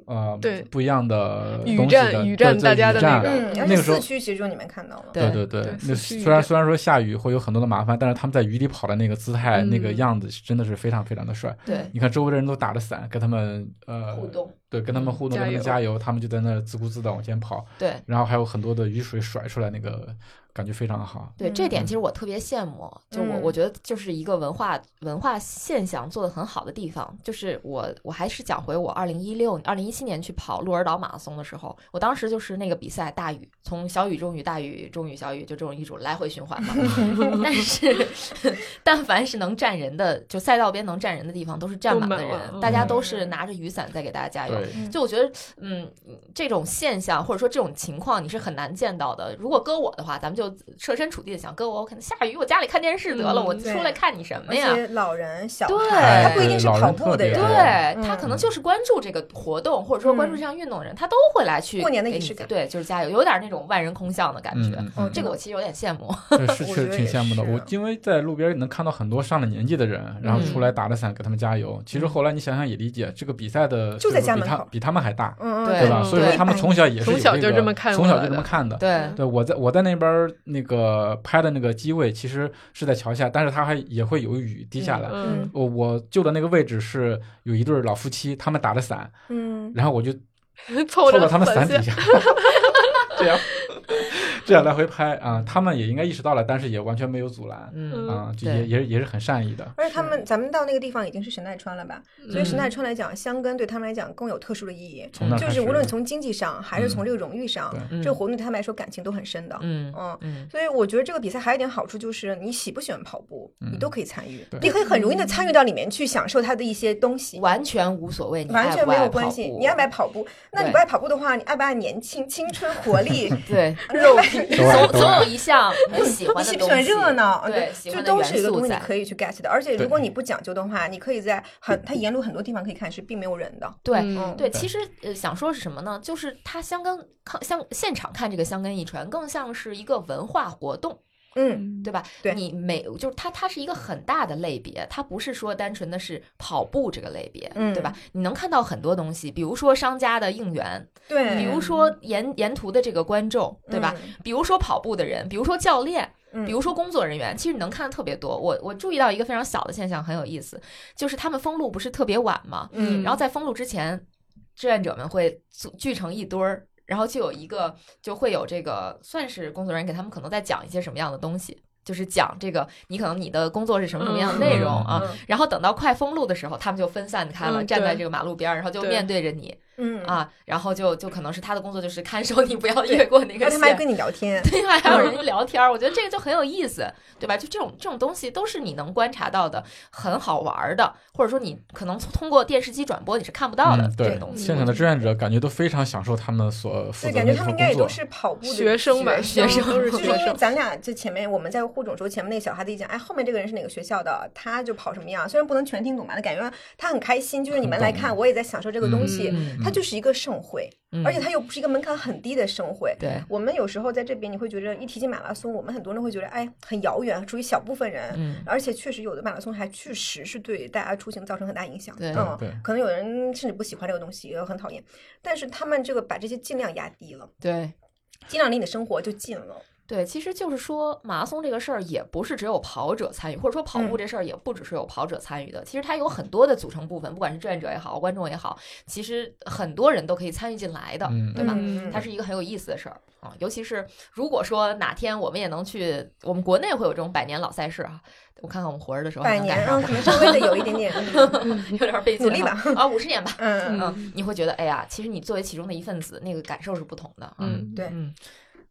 Speaker 2: 呃
Speaker 4: 对
Speaker 2: 不一样的
Speaker 4: 雨
Speaker 2: 东西
Speaker 4: 战
Speaker 2: 的
Speaker 4: 雨
Speaker 2: 对
Speaker 4: 战
Speaker 2: 对
Speaker 4: 大家
Speaker 2: 雨
Speaker 4: 的
Speaker 2: 战
Speaker 4: 那个
Speaker 3: 嗯，而
Speaker 2: 那
Speaker 3: 且
Speaker 2: 个时候
Speaker 3: 四区其实就你们看到了。
Speaker 2: 对
Speaker 1: 对
Speaker 2: 对对
Speaker 4: 对，
Speaker 2: 那
Speaker 4: 四驱
Speaker 2: 虽然
Speaker 4: 一
Speaker 2: 虽然说下雨会有很多的麻烦，但是他们在雨里跑的那个姿态、那个
Speaker 4: 嗯
Speaker 2: 样子，真的是非常非常的帅。
Speaker 1: 对
Speaker 2: 你看周围的人都打着伞，跟他们呃
Speaker 1: 互动，
Speaker 2: 对，跟他们互动，跟他
Speaker 4: 加
Speaker 2: 们
Speaker 4: 油
Speaker 2: 加油，他们就在那儿自顾自的往前跑，
Speaker 1: 对
Speaker 2: 然后还有很多的雨水甩出来，那个感觉非常好。
Speaker 1: 对，这
Speaker 4: 嗯
Speaker 1: 点其实我特别羡慕，就我
Speaker 3: 嗯
Speaker 1: 我觉得就是一个文化文化现象做得很好的地方，就是我我还是讲回我二零一六二零一七年去跑鹿儿岛马拉松的时候，我当时就是那个比赛大雨，从小雨中雨大雨中雨小雨就这种一种来回循环嘛， 但是 但凡是能站人的，就赛道边能站人的地方都是站
Speaker 4: 都
Speaker 1: 满
Speaker 4: 满
Speaker 1: 的
Speaker 4: 了
Speaker 1: 人，
Speaker 4: 嗯
Speaker 1: 大家都是拿着雨伞在给大家加油。
Speaker 2: 对，
Speaker 1: 就我觉得，嗯，这种现象或者说这种情况，你是很难见到的。如果搁我的话，咱们就设身处地的想，搁我，我可能下雨，我家里看电视得了，
Speaker 4: 嗯
Speaker 1: 我
Speaker 3: 对
Speaker 1: 出来看你什么
Speaker 3: 而
Speaker 1: 呀？
Speaker 3: 且老人小
Speaker 1: 对
Speaker 3: 孩，他不一定是
Speaker 2: 老人
Speaker 3: 跑
Speaker 2: 特
Speaker 3: 步的
Speaker 2: 别
Speaker 3: 人，
Speaker 2: 多
Speaker 1: 对他
Speaker 3: 嗯
Speaker 1: 可能就是关注这个活动，或者说关注这项运动的人，他都会来去
Speaker 3: 过年的
Speaker 1: 给
Speaker 3: 仪
Speaker 1: 你
Speaker 3: 式感
Speaker 1: 对，就是加油，有点那种万人空巷的感
Speaker 2: 嗯
Speaker 1: 觉。
Speaker 2: 嗯
Speaker 3: 哦
Speaker 2: 嗯，
Speaker 1: 这个我其实有点羡慕。
Speaker 2: 这是
Speaker 3: 我
Speaker 2: 确
Speaker 3: 觉
Speaker 2: 实
Speaker 3: 得
Speaker 2: 挺
Speaker 3: 也
Speaker 2: 羡慕的。
Speaker 3: 是
Speaker 2: 我因为在路边也能看到很多上了年纪的人，然后出来打着伞给他们加油。其实后来你想想也理解，这个比赛的
Speaker 3: 就
Speaker 2: 岁
Speaker 3: 在
Speaker 2: 数
Speaker 3: 家
Speaker 2: 比
Speaker 3: 门
Speaker 2: 他
Speaker 3: 口
Speaker 2: 比他们还大，
Speaker 3: 嗯，嗯
Speaker 1: 对
Speaker 2: 对吧？
Speaker 4: 嗯
Speaker 2: 所以说他们从小也是
Speaker 4: 从
Speaker 2: 有
Speaker 4: 小就
Speaker 2: 个
Speaker 4: 这么看
Speaker 2: 从小
Speaker 4: 过
Speaker 2: 就
Speaker 4: 来
Speaker 2: 这么
Speaker 4: 的
Speaker 2: 看的。
Speaker 1: 对
Speaker 2: 对，我在我在那边儿那个拍的那个机位，其实是在桥下，但是它还也会有雨滴下来。
Speaker 4: 嗯，
Speaker 2: 我我就的那个位置是有一对儿老夫妻，他们打着伞，
Speaker 3: 嗯，
Speaker 2: 然后我就
Speaker 4: 凑
Speaker 2: 凑到
Speaker 4: 着
Speaker 2: 他们伞
Speaker 4: 伞
Speaker 2: 底
Speaker 4: 线，
Speaker 2: 下，这样这样来回拍啊、他们也应该意识到了，但是也完全没有阻拦啊、
Speaker 1: 嗯，
Speaker 2: 就也
Speaker 1: 对
Speaker 2: 也是也是很善意的。
Speaker 3: 而且他们咱们到那个地方已经是神奈川了吧？所以神
Speaker 2: 嗯
Speaker 3: 奈川来讲，香根对他们来讲更有特殊的意义，
Speaker 2: 从那儿
Speaker 3: 就
Speaker 2: 开
Speaker 3: 是无
Speaker 2: 始
Speaker 3: 论从经济上还是从这个荣誉上，
Speaker 2: 对
Speaker 1: 嗯
Speaker 3: 这个活动对他们来说感情都很深的。
Speaker 1: 嗯
Speaker 3: 嗯
Speaker 1: 嗯，
Speaker 3: 所以我觉得这个比赛还有一点好处就是，你喜不喜欢跑步，你都可以参与
Speaker 2: 嗯对，
Speaker 3: 你可以很容易的参与到里面去，享受它的一些东西，
Speaker 1: 完全无所谓，你
Speaker 3: 完
Speaker 1: 爱
Speaker 3: 全
Speaker 1: 不
Speaker 3: 没
Speaker 1: 爱
Speaker 3: 有关
Speaker 1: 跑
Speaker 3: 系。
Speaker 1: 步
Speaker 3: 你爱不爱跑步？那你
Speaker 1: 对
Speaker 3: 不爱跑步的话，你爱不爱年轻、青春 活力？
Speaker 1: 对，
Speaker 3: 肉体
Speaker 2: 都爱
Speaker 1: 总
Speaker 2: 都
Speaker 1: 总
Speaker 2: 爱
Speaker 1: 有一项你喜
Speaker 3: 你
Speaker 1: 欢的
Speaker 3: 喜不
Speaker 1: 东
Speaker 3: 喜
Speaker 1: 西，
Speaker 3: 欢热闹？
Speaker 1: 对，喜
Speaker 3: 就
Speaker 1: 欢的
Speaker 3: 都
Speaker 1: 元
Speaker 3: 是一个
Speaker 1: 素
Speaker 3: 东西你
Speaker 1: 在。
Speaker 3: 可以去 get 的。而且
Speaker 2: 对
Speaker 3: 如果你不讲究的话，你可以在很它沿路很多地方可以看是并没有人的。
Speaker 1: 对，
Speaker 4: 嗯
Speaker 1: 对，
Speaker 2: 对
Speaker 1: 其实呃，想说是什么呢？就是它香根看香现场看这个香根一传，更像是一个文化活动，
Speaker 3: 嗯，
Speaker 1: 对吧？
Speaker 3: 对
Speaker 1: 你每就是它，它是一个很大的类别，它不是说单纯的是跑步这个类别，
Speaker 3: 嗯
Speaker 1: 对吧？你能看到很多东西，比如说商家的应援，
Speaker 3: 对，
Speaker 1: 比如说沿沿途的这个观众，对吧？比如说跑步的人，比如说教练，
Speaker 3: 嗯？
Speaker 1: 比
Speaker 3: 嗯，
Speaker 1: 如说工作人员，其实你能看的特别多。我我注意到一个非常小的现象，很有意思，就是他们封路不是特别晚吗？
Speaker 3: 嗯
Speaker 1: 然后在封路之前，志愿者们会组聚成一堆儿，然后就有一个就会有这个算是工作人员给他们可能在讲一些什么样的东西，就是讲这个你可能你的工作是什么什么样的内容啊。
Speaker 4: 嗯
Speaker 1: 然后等到快封路的时候，他们就分散开了，
Speaker 4: 嗯
Speaker 1: 站在
Speaker 4: 对
Speaker 1: 这个马路边儿，然后就
Speaker 4: 对
Speaker 1: 面对着你。
Speaker 3: 嗯，
Speaker 1: 啊，然后就就可能是他的工作就是看守你不要越过那
Speaker 3: 而
Speaker 1: 个
Speaker 3: 且还
Speaker 1: 线，
Speaker 3: 跟你 聊天，
Speaker 1: 另外还有
Speaker 3: 嗯
Speaker 1: 人聊天儿，我觉得这个就很有意思，对吧？就这种这种东西都是你能观察到的，很好玩儿的，或者说你可能通过电视机转播你是看不到的、
Speaker 2: 嗯
Speaker 1: 这个
Speaker 2: 对
Speaker 1: 东西。
Speaker 2: 现场的志愿者感觉都非常享受他们所负
Speaker 3: 对，
Speaker 2: 责
Speaker 3: 感
Speaker 2: 的那
Speaker 3: 觉他
Speaker 2: 份
Speaker 3: 们应
Speaker 2: 工
Speaker 3: 该也都
Speaker 2: 作。
Speaker 3: 是跑步的
Speaker 4: 学生吧，嗯
Speaker 1: 学生
Speaker 4: 都是
Speaker 3: 就是
Speaker 4: 学
Speaker 3: 因为
Speaker 4: 生。
Speaker 3: 咱俩就前面我们在互种时候，前面那小孩子一讲，哎，后面这个人是哪个学校的，他就跑什么样，虽然不能全听懂吧，但感觉他很开心，就是你们来看，我也在享受这个东西，
Speaker 1: 嗯
Speaker 3: 它就是一个盛会，
Speaker 1: 嗯
Speaker 3: 而且它又不是一个门槛很低的盛会。
Speaker 1: 对
Speaker 3: 我们有时候在这边，你会觉得一提起马拉松，我们很多人会觉得，哎，很遥远，属于小部分人。
Speaker 1: 嗯
Speaker 3: 而且确实有的马拉松还确实是对大家出行造成很大影响。
Speaker 1: 对
Speaker 3: 嗯，
Speaker 2: 对
Speaker 3: 可能有人甚至不喜欢这个东西，也很讨厌。但是他们这个把这些尽量压低了，
Speaker 1: 对
Speaker 3: 尽量离你的生活就近了。
Speaker 1: 对，其实就是说马拉松这个事儿也不是只有跑者参与，或者说跑
Speaker 3: 嗯
Speaker 1: 步这事儿也不只是有跑者参与的，其实它有很多的组成部分，不管是志愿者也好，观众也好，其实很多人都可以参与进来的，
Speaker 2: 嗯
Speaker 1: 对吧？
Speaker 3: 嗯
Speaker 1: 它是一个很有意思的事儿啊，尤其是如果说哪天我们也能去，我们国内会有这种百年老赛事啊，我看看我们活着的嗯时候还
Speaker 3: 百
Speaker 1: 能
Speaker 3: 年
Speaker 1: 赶
Speaker 3: 啊，
Speaker 1: 上
Speaker 3: 可
Speaker 1: 吗，
Speaker 3: 能稍微的有一 点点，
Speaker 1: 有点费劲，
Speaker 3: 努力吧，
Speaker 1: 啊，五十年吧，
Speaker 3: 嗯，
Speaker 1: 嗯，你会觉得哎呀，其实你作为其中的一份子，那个感受是不同的，啊
Speaker 4: 嗯，
Speaker 3: 对
Speaker 1: 嗯，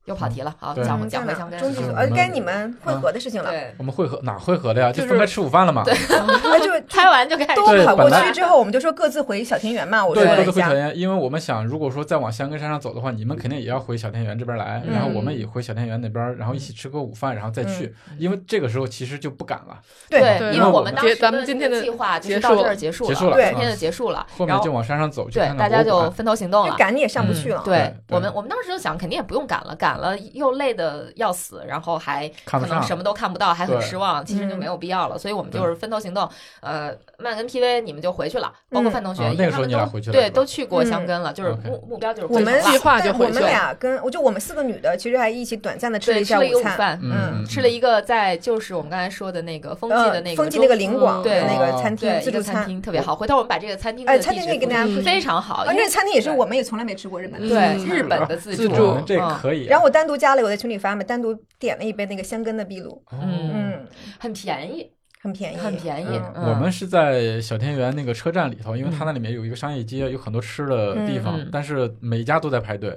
Speaker 1: 又跑题了，好，
Speaker 2: 对
Speaker 1: 讲回
Speaker 3: 嗯
Speaker 1: 讲回
Speaker 3: 在哪
Speaker 1: 讲回
Speaker 3: 终极
Speaker 2: 是
Speaker 3: 组，
Speaker 2: 我
Speaker 3: 呃，
Speaker 2: 们
Speaker 3: 该你们会合的事情了，
Speaker 1: 对，
Speaker 2: 我们会合哪会合的呀？就
Speaker 4: 就是
Speaker 2: 分开吃午饭了嘛。
Speaker 3: 啊，就
Speaker 1: 拍完就开始
Speaker 3: 都
Speaker 2: 对
Speaker 3: 跑过
Speaker 2: 本
Speaker 3: 去
Speaker 2: 来
Speaker 3: 之后，我们就说各自回小田园嘛。我说
Speaker 2: 对，
Speaker 3: 了
Speaker 2: 各
Speaker 3: 一
Speaker 2: 自回
Speaker 3: 下
Speaker 2: 小，田园，因为我们想，如果说再往香根山上走的话，你们肯定也要回小田园这边来，
Speaker 1: 嗯嗯
Speaker 2: 然后我们也回小田园那边，然后一起吃个午饭，然后再去，因为这个时候其实就不赶了，
Speaker 1: 对，
Speaker 4: 对
Speaker 1: 因为我们
Speaker 2: 嗯
Speaker 1: 当时
Speaker 4: 结咱们今天
Speaker 1: 的
Speaker 4: 的
Speaker 1: 计划就是
Speaker 4: 结
Speaker 1: 到
Speaker 4: 束
Speaker 1: 这儿
Speaker 4: 了
Speaker 1: 结束
Speaker 2: 结
Speaker 1: 了，
Speaker 2: 束了
Speaker 1: 今
Speaker 2: 嗯
Speaker 1: 天就结束了，
Speaker 2: 后
Speaker 1: 然
Speaker 2: 面
Speaker 1: 后
Speaker 2: 就往山上走去
Speaker 1: 对
Speaker 2: 看看
Speaker 1: 大家
Speaker 2: 博物
Speaker 1: 就
Speaker 2: 馆
Speaker 1: 分头行动
Speaker 3: 就
Speaker 1: 了。
Speaker 3: 赶你也上不去了。
Speaker 1: 嗯对
Speaker 2: 嗯对
Speaker 1: 我们，我们当时就想，肯定也不用赶了，赶了又累的要死，然后还
Speaker 2: 看不
Speaker 1: 可能
Speaker 2: 上
Speaker 1: 什么都看不到，还很
Speaker 2: 对
Speaker 1: 失望，其实
Speaker 3: 嗯
Speaker 1: 就没有必要了。所以我们就是分头行动。呃，曼跟 PV 你们就回去了，包括
Speaker 3: 嗯
Speaker 1: 范同学，
Speaker 2: 啊
Speaker 1: 因
Speaker 2: 那
Speaker 1: 为
Speaker 2: 个
Speaker 1: 他
Speaker 2: 时候
Speaker 1: 们
Speaker 2: 你俩
Speaker 1: 都
Speaker 2: 回去了
Speaker 1: 对
Speaker 2: 是吧
Speaker 1: 都去过
Speaker 3: 嗯
Speaker 1: 香根了，就是
Speaker 2: OK
Speaker 1: 目目标就是
Speaker 3: 我们
Speaker 1: 回去
Speaker 4: 计
Speaker 1: 了
Speaker 4: 划就
Speaker 3: 但我
Speaker 4: 回去
Speaker 3: 们
Speaker 4: 了
Speaker 3: 俩跟我就我们四个女的，其实还一起短暂的吃了
Speaker 1: 对
Speaker 3: 一
Speaker 1: 吃
Speaker 3: 下
Speaker 1: 了一个午
Speaker 3: 餐，
Speaker 1: 饭，
Speaker 2: 嗯嗯
Speaker 1: 吃了一个在就是我们刚才说的那个风纪的
Speaker 3: 呃
Speaker 1: 那，个
Speaker 3: 风纪那个
Speaker 1: 中
Speaker 3: 林广
Speaker 1: 对
Speaker 3: 的那
Speaker 2: 哦
Speaker 3: 个餐厅
Speaker 1: 对
Speaker 3: 自
Speaker 1: 一
Speaker 3: 助
Speaker 1: 个餐
Speaker 3: 餐，
Speaker 1: 厅特别好。回头我们把这个餐厅
Speaker 3: 哎，
Speaker 1: 的
Speaker 3: 餐
Speaker 1: 地
Speaker 3: 厅
Speaker 1: 址嗯
Speaker 3: 可以跟大家啊分享。
Speaker 1: 非常好，
Speaker 3: 反
Speaker 1: 因为
Speaker 3: 正餐厅也是
Speaker 1: 对
Speaker 3: 我们也从来没吃过日本的。
Speaker 1: 对
Speaker 4: 嗯
Speaker 1: 日本的自
Speaker 2: 自
Speaker 1: 助
Speaker 2: 助，这
Speaker 1: 嗯
Speaker 2: 可以。
Speaker 3: 然
Speaker 2: 后
Speaker 3: 后我单独加了，我在群里发嘛，单独点了一杯那个香根的秘鲁，
Speaker 2: 哦
Speaker 1: 嗯
Speaker 3: 嗯，
Speaker 1: 很便宜，
Speaker 3: 很便宜，
Speaker 1: 很便宜
Speaker 3: 嗯。
Speaker 1: 嗯
Speaker 2: 我们是在小田园那个车站里头，因为它那里面有一个商业街，有很多吃的地方，
Speaker 1: 嗯
Speaker 2: 但是每一家都在排 队。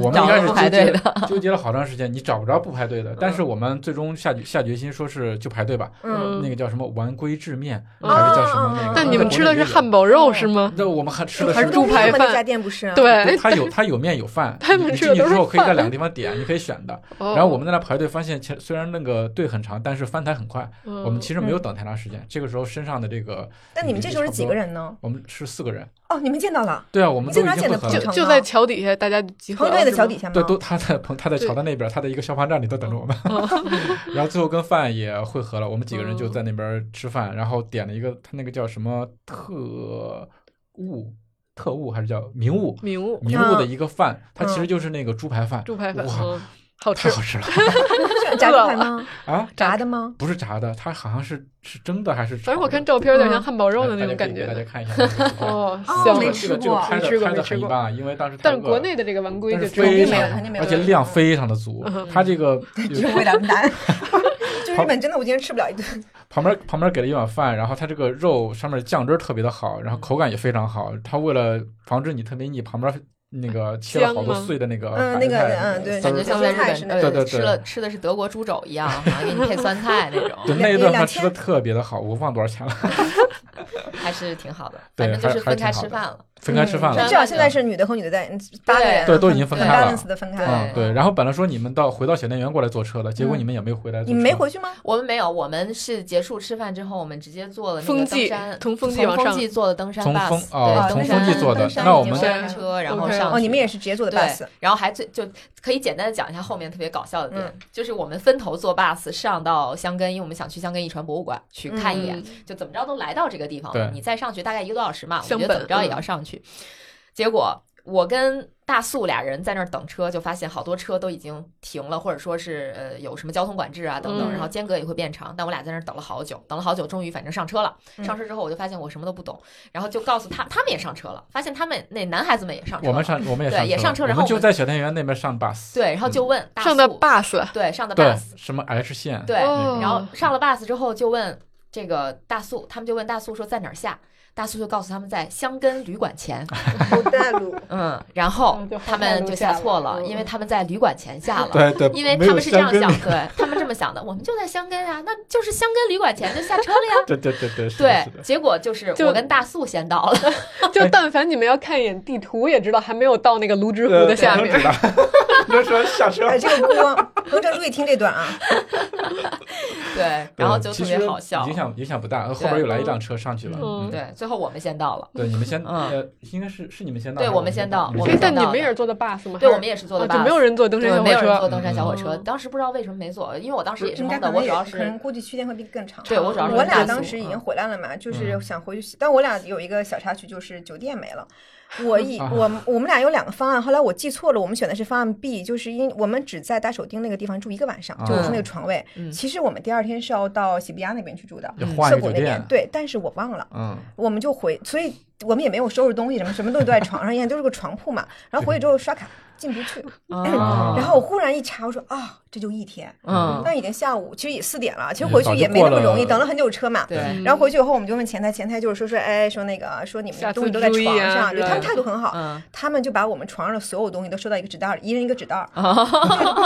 Speaker 2: 我们
Speaker 1: 找
Speaker 2: 一开始
Speaker 1: 了不
Speaker 2: 纠
Speaker 1: 排队
Speaker 2: 结
Speaker 1: 的，嗯
Speaker 2: 纠结了好长时间，你找不着不排队 的。但是我们最终下决下决心说是就排队吧。
Speaker 3: 嗯，
Speaker 2: 那个叫什么丸龟制面，
Speaker 1: 嗯
Speaker 2: 还是叫什么那
Speaker 3: 哦
Speaker 2: 个？
Speaker 4: 但你们吃的是汉
Speaker 2: 堡？
Speaker 4: 堡肉是吗？
Speaker 2: 那我们还吃的
Speaker 4: 还是猪
Speaker 3: 中
Speaker 4: 排
Speaker 3: 立嘛
Speaker 4: 饭
Speaker 3: 那家店不是？，啊
Speaker 2: 对
Speaker 4: 对，
Speaker 2: 它有它有面有饭，
Speaker 4: 他们
Speaker 2: 你
Speaker 4: 吃
Speaker 2: 进
Speaker 4: 的
Speaker 2: 去
Speaker 4: 都
Speaker 2: 之
Speaker 4: 是
Speaker 2: 后可以在
Speaker 4: 饭哦
Speaker 2: 两个地方点，你可以选的。
Speaker 4: 然
Speaker 2: 然后我们在那排队，发现前虽然那个队很长，但是翻台很快，
Speaker 4: 嗯
Speaker 2: 我们其实没有等太长时间。这个时候身上的这个，
Speaker 3: 嗯但你们这时候是几个人呢？
Speaker 2: 我们是四个人。
Speaker 3: 哦，你们见到了，
Speaker 2: 对啊，我们
Speaker 3: 你
Speaker 2: 都已
Speaker 3: 在哪
Speaker 2: 经
Speaker 3: 捡
Speaker 2: 会
Speaker 3: 的
Speaker 2: 很
Speaker 3: 朋
Speaker 4: 就
Speaker 2: 晚。
Speaker 3: 友圈呢
Speaker 4: 就在桥底下，大家集合
Speaker 3: 彭
Speaker 4: 了。
Speaker 3: 队的
Speaker 4: 是
Speaker 3: 桥
Speaker 4: 吗
Speaker 3: 底下 吗？
Speaker 2: 对， 都他在棚，他在桥的那边，他在一个消防站里都等着我们。
Speaker 4: 哦
Speaker 2: 然后最后跟饭也汇合了，我们几个人
Speaker 4: 嗯
Speaker 2: 就在那边吃饭，然后点了一个他那个叫什么特务，特务还是叫名物，
Speaker 4: 名物
Speaker 2: 名物的一个饭，它其实
Speaker 3: 嗯
Speaker 2: 就是那个猪排饭，
Speaker 4: 嗯猪排饭，
Speaker 2: 哇，
Speaker 4: 嗯好吃
Speaker 2: 太。好 吃了
Speaker 3: 是炸猪 排吗？
Speaker 2: 啊！
Speaker 3: 炸的吗？
Speaker 2: 不是炸的，它好像是是蒸的还是炒的？
Speaker 4: 反正我看照片有点像
Speaker 3: 嗯
Speaker 4: 汉堡肉的
Speaker 2: 哎
Speaker 4: 那种
Speaker 2: 大家
Speaker 4: 感
Speaker 2: 可以给
Speaker 4: 觉
Speaker 2: 大。家看一下 那个图片。
Speaker 4: 哦，
Speaker 3: 哦
Speaker 2: 这
Speaker 4: 香
Speaker 2: 个这
Speaker 3: 没
Speaker 4: 了
Speaker 2: 个
Speaker 3: 吃
Speaker 2: 这个
Speaker 3: 过
Speaker 2: 拍
Speaker 4: 没
Speaker 2: 的
Speaker 4: 吃过
Speaker 2: 拍的
Speaker 4: 没吃
Speaker 2: 很一
Speaker 4: 过
Speaker 2: 般，啊因为当时太
Speaker 4: 但是
Speaker 2: 饿
Speaker 4: 国
Speaker 2: 了
Speaker 4: 内的这个丸龟
Speaker 2: 但
Speaker 4: 就是只有啊
Speaker 2: 非
Speaker 3: 肯定没
Speaker 2: 常
Speaker 3: 有肯定没，有
Speaker 2: 而且量非常的足。
Speaker 4: 嗯
Speaker 2: 它这个
Speaker 3: 有回答 难，就日本真的我今天吃不了一顿。
Speaker 2: 旁
Speaker 1: 嗯
Speaker 2: 边旁边给了一碗饭，然后它这个肉上面酱汁儿特别的好，
Speaker 1: 嗯
Speaker 2: 然后口感也非常好。它为了防止你特别腻，旁边那
Speaker 1: 啊
Speaker 2: 个切了好多
Speaker 4: 姜吗
Speaker 2: 碎的那个
Speaker 3: 嗯
Speaker 2: 白
Speaker 3: 那个
Speaker 2: 菜
Speaker 3: 嗯对
Speaker 2: 丝
Speaker 1: 感
Speaker 2: 儿
Speaker 1: 觉像在
Speaker 3: 酸
Speaker 1: 日
Speaker 3: 菜
Speaker 1: 本
Speaker 3: 是那
Speaker 1: 呃
Speaker 2: 种对对
Speaker 1: 吃
Speaker 2: 对
Speaker 1: 了吃的是德国猪肘一样，好像给你配酸菜那种，
Speaker 2: 对那一顿饭
Speaker 3: 两两
Speaker 2: 吃的特别的好，我忘多少钱了。
Speaker 3: 嗯
Speaker 1: 还是挺好的。
Speaker 2: 对
Speaker 1: 反正就
Speaker 2: 还
Speaker 1: 是
Speaker 2: 还
Speaker 1: 分
Speaker 2: 挺
Speaker 1: 开
Speaker 2: 好的
Speaker 1: 吃饭了，
Speaker 2: 分开吃饭
Speaker 1: 嗯
Speaker 3: 那
Speaker 2: 了
Speaker 3: 至，少现在是女的和女的在嗯八个人，
Speaker 2: 对都已经分开了
Speaker 3: balance 的分开
Speaker 1: 对
Speaker 3: 了。
Speaker 2: 嗯对。然后本来说你们到回到小田园过来坐车的，结果你们也没回来坐车。
Speaker 3: 嗯你们没回去吗？
Speaker 1: 我们没有，我们是结束吃饭之后，我们直接坐了那个
Speaker 4: 风
Speaker 1: 登
Speaker 4: 纪
Speaker 1: 山，
Speaker 4: 从风纪
Speaker 1: 从
Speaker 4: 往
Speaker 1: 风
Speaker 4: 上，
Speaker 1: 纪坐的登山
Speaker 2: 从
Speaker 1: bus，
Speaker 2: 风啊
Speaker 1: 对，
Speaker 2: 从
Speaker 1: 登
Speaker 2: 风
Speaker 1: 山
Speaker 2: 纪坐的
Speaker 3: 登山
Speaker 2: 那我
Speaker 3: 已
Speaker 2: 们
Speaker 3: 经
Speaker 1: 山
Speaker 3: 上去了
Speaker 1: 车，然后
Speaker 4: OK
Speaker 1: 上
Speaker 3: 哦，你
Speaker 1: 去
Speaker 3: 们也是直接坐的 bus
Speaker 1: 对。，然后还最就可以简单的讲一下后面特别搞笑的点，就是我们分头坐 bus 上到香根，因为我们想去香根遗传博物馆去看一眼，
Speaker 4: 嗯
Speaker 1: 就怎么着都来到这个地方了，
Speaker 2: 对
Speaker 1: 你再上去大概一个多小时嘛，我觉
Speaker 4: 香
Speaker 1: 得
Speaker 4: 本嗯
Speaker 1: 怎么着也要上去。结果我跟大素俩人在那儿等车，就发现好多车都已经停了，或者说是呃有什么交通管制啊等等，
Speaker 4: 嗯
Speaker 1: 然后间隔也会变长。但我俩在那儿等了好久，等了好久，终于反正上车了。
Speaker 4: 嗯
Speaker 1: 上车之后我就发现我什么都不懂，然后就告诉他他们也上车了，发现他们那男孩子们也上车了，
Speaker 2: 我们上我们也
Speaker 1: 对
Speaker 2: 上
Speaker 1: 也上车
Speaker 2: 了
Speaker 1: 然
Speaker 2: 我们
Speaker 1: 后我
Speaker 2: 就
Speaker 1: 们
Speaker 2: 在小田园那边上 bus，
Speaker 1: 对，然后就问大
Speaker 4: 上的
Speaker 1: 素
Speaker 4: bus，
Speaker 1: 对，上的
Speaker 2: 对
Speaker 1: bus，，
Speaker 2: 什么 H 线
Speaker 1: 对，
Speaker 2: 那个
Speaker 4: 哦
Speaker 1: 然后上了 bus 之后就问这个大素，他们就问大素说在哪儿下。大苏就告诉他们在香根旅馆 前，
Speaker 3: 不带路，
Speaker 1: 嗯，然后
Speaker 4: 嗯就嗯
Speaker 1: 他们就下错了，因为他们在旅馆前下了。
Speaker 2: 对对，
Speaker 1: 因为
Speaker 2: 没
Speaker 1: 他
Speaker 2: 有
Speaker 1: 们是这样
Speaker 2: 香根
Speaker 1: 想
Speaker 2: 的，，
Speaker 1: 对他们这么想的，我们就在香根啊，那就是香根旅馆前就下车了 呀。
Speaker 2: 对对对对，是的
Speaker 1: 对
Speaker 2: 是的，
Speaker 1: 结果就是
Speaker 4: 就
Speaker 1: 我跟大素先到了，
Speaker 4: 哦
Speaker 2: 哎
Speaker 4: 就但凡你们要看一眼地图，也知道还没有到那个卢植湖
Speaker 2: 呃
Speaker 4: 的下面。
Speaker 2: 你就说下车。
Speaker 3: 哎，这个锅，彭程注意听这段啊，
Speaker 1: 对，然后就特别好笑
Speaker 2: 嗯其实影。响影响不大，后
Speaker 1: 对
Speaker 2: 边又来一辆车上去了。
Speaker 4: 嗯
Speaker 1: 对，最后我们先到了，
Speaker 2: 对，你们先，
Speaker 1: 嗯
Speaker 2: 呃，应该是是你们先到，
Speaker 1: 对
Speaker 2: 还是
Speaker 1: 我们先到
Speaker 2: 你
Speaker 1: 我
Speaker 2: 们
Speaker 4: 哎
Speaker 2: 先到
Speaker 1: 们
Speaker 4: 但
Speaker 1: 先
Speaker 4: 你
Speaker 1: 到
Speaker 4: 们
Speaker 1: 的
Speaker 4: 也是坐的 bus 吗？
Speaker 1: 对我们也是坐
Speaker 4: 啊
Speaker 1: 的
Speaker 4: 就
Speaker 1: bus，
Speaker 4: 没有人坐登
Speaker 1: 对，
Speaker 4: 山小
Speaker 1: 没
Speaker 4: 火
Speaker 1: 有人坐
Speaker 4: 车。
Speaker 1: 登山小火车，
Speaker 4: 嗯
Speaker 1: 当时不知道为什么没坐，因为我当 时也是
Speaker 3: 应该
Speaker 1: 懵
Speaker 3: 可
Speaker 1: 的，
Speaker 3: 能
Speaker 1: 我主
Speaker 3: 也
Speaker 1: 要
Speaker 3: 可能
Speaker 1: 是
Speaker 3: 估计区间会比更长。
Speaker 1: 对我主要是
Speaker 3: 我
Speaker 1: 跟大
Speaker 3: 俩
Speaker 1: 苏
Speaker 3: 当时已经回来了嘛，就是
Speaker 2: 嗯
Speaker 3: 想回去，但我俩有一个小插曲，就是酒店没了。我以
Speaker 2: 啊
Speaker 3: 我们我们俩有两个方案，后来我记错了，我们选的是方案 B，就是因我们只在大手町那个地方住一个晚上，就我住那个床位。
Speaker 1: 嗯
Speaker 3: 其实我们第二天是要到喜比亚那边去住的，
Speaker 2: 就
Speaker 1: 嗯
Speaker 2: 换
Speaker 3: 涩
Speaker 2: 一
Speaker 3: 谷
Speaker 2: 个
Speaker 3: 那
Speaker 2: 酒
Speaker 3: 边
Speaker 2: 店，
Speaker 3: 对，但是我忘了。
Speaker 2: 嗯，
Speaker 3: 我们就回，所以我们也没有收拾东西，什么什么东西都在床上，因为都是个床铺嘛。然后回去之后刷卡进不去，
Speaker 1: 啊
Speaker 3: 然
Speaker 4: 嗯
Speaker 3: 后我忽然一查，我说啊、这就一天，
Speaker 1: 嗯，
Speaker 3: 但已经下午，其实也四点了，其实回去也没那么容
Speaker 2: 早就过
Speaker 3: 易，
Speaker 2: 了
Speaker 3: 等了很久车嘛。
Speaker 1: 对，
Speaker 3: 然后回去以后，我们就问前台，前台就是说说，哎，说那个，说你们
Speaker 4: 下
Speaker 3: 的
Speaker 4: 次
Speaker 3: 东西都在
Speaker 4: 注意啊
Speaker 3: 床上，
Speaker 4: 之
Speaker 3: 对他们
Speaker 4: 类的
Speaker 3: 态度很好，
Speaker 1: 嗯
Speaker 3: 他们就把我们床上的所有东西都收到一个纸袋儿，一人一个纸袋儿，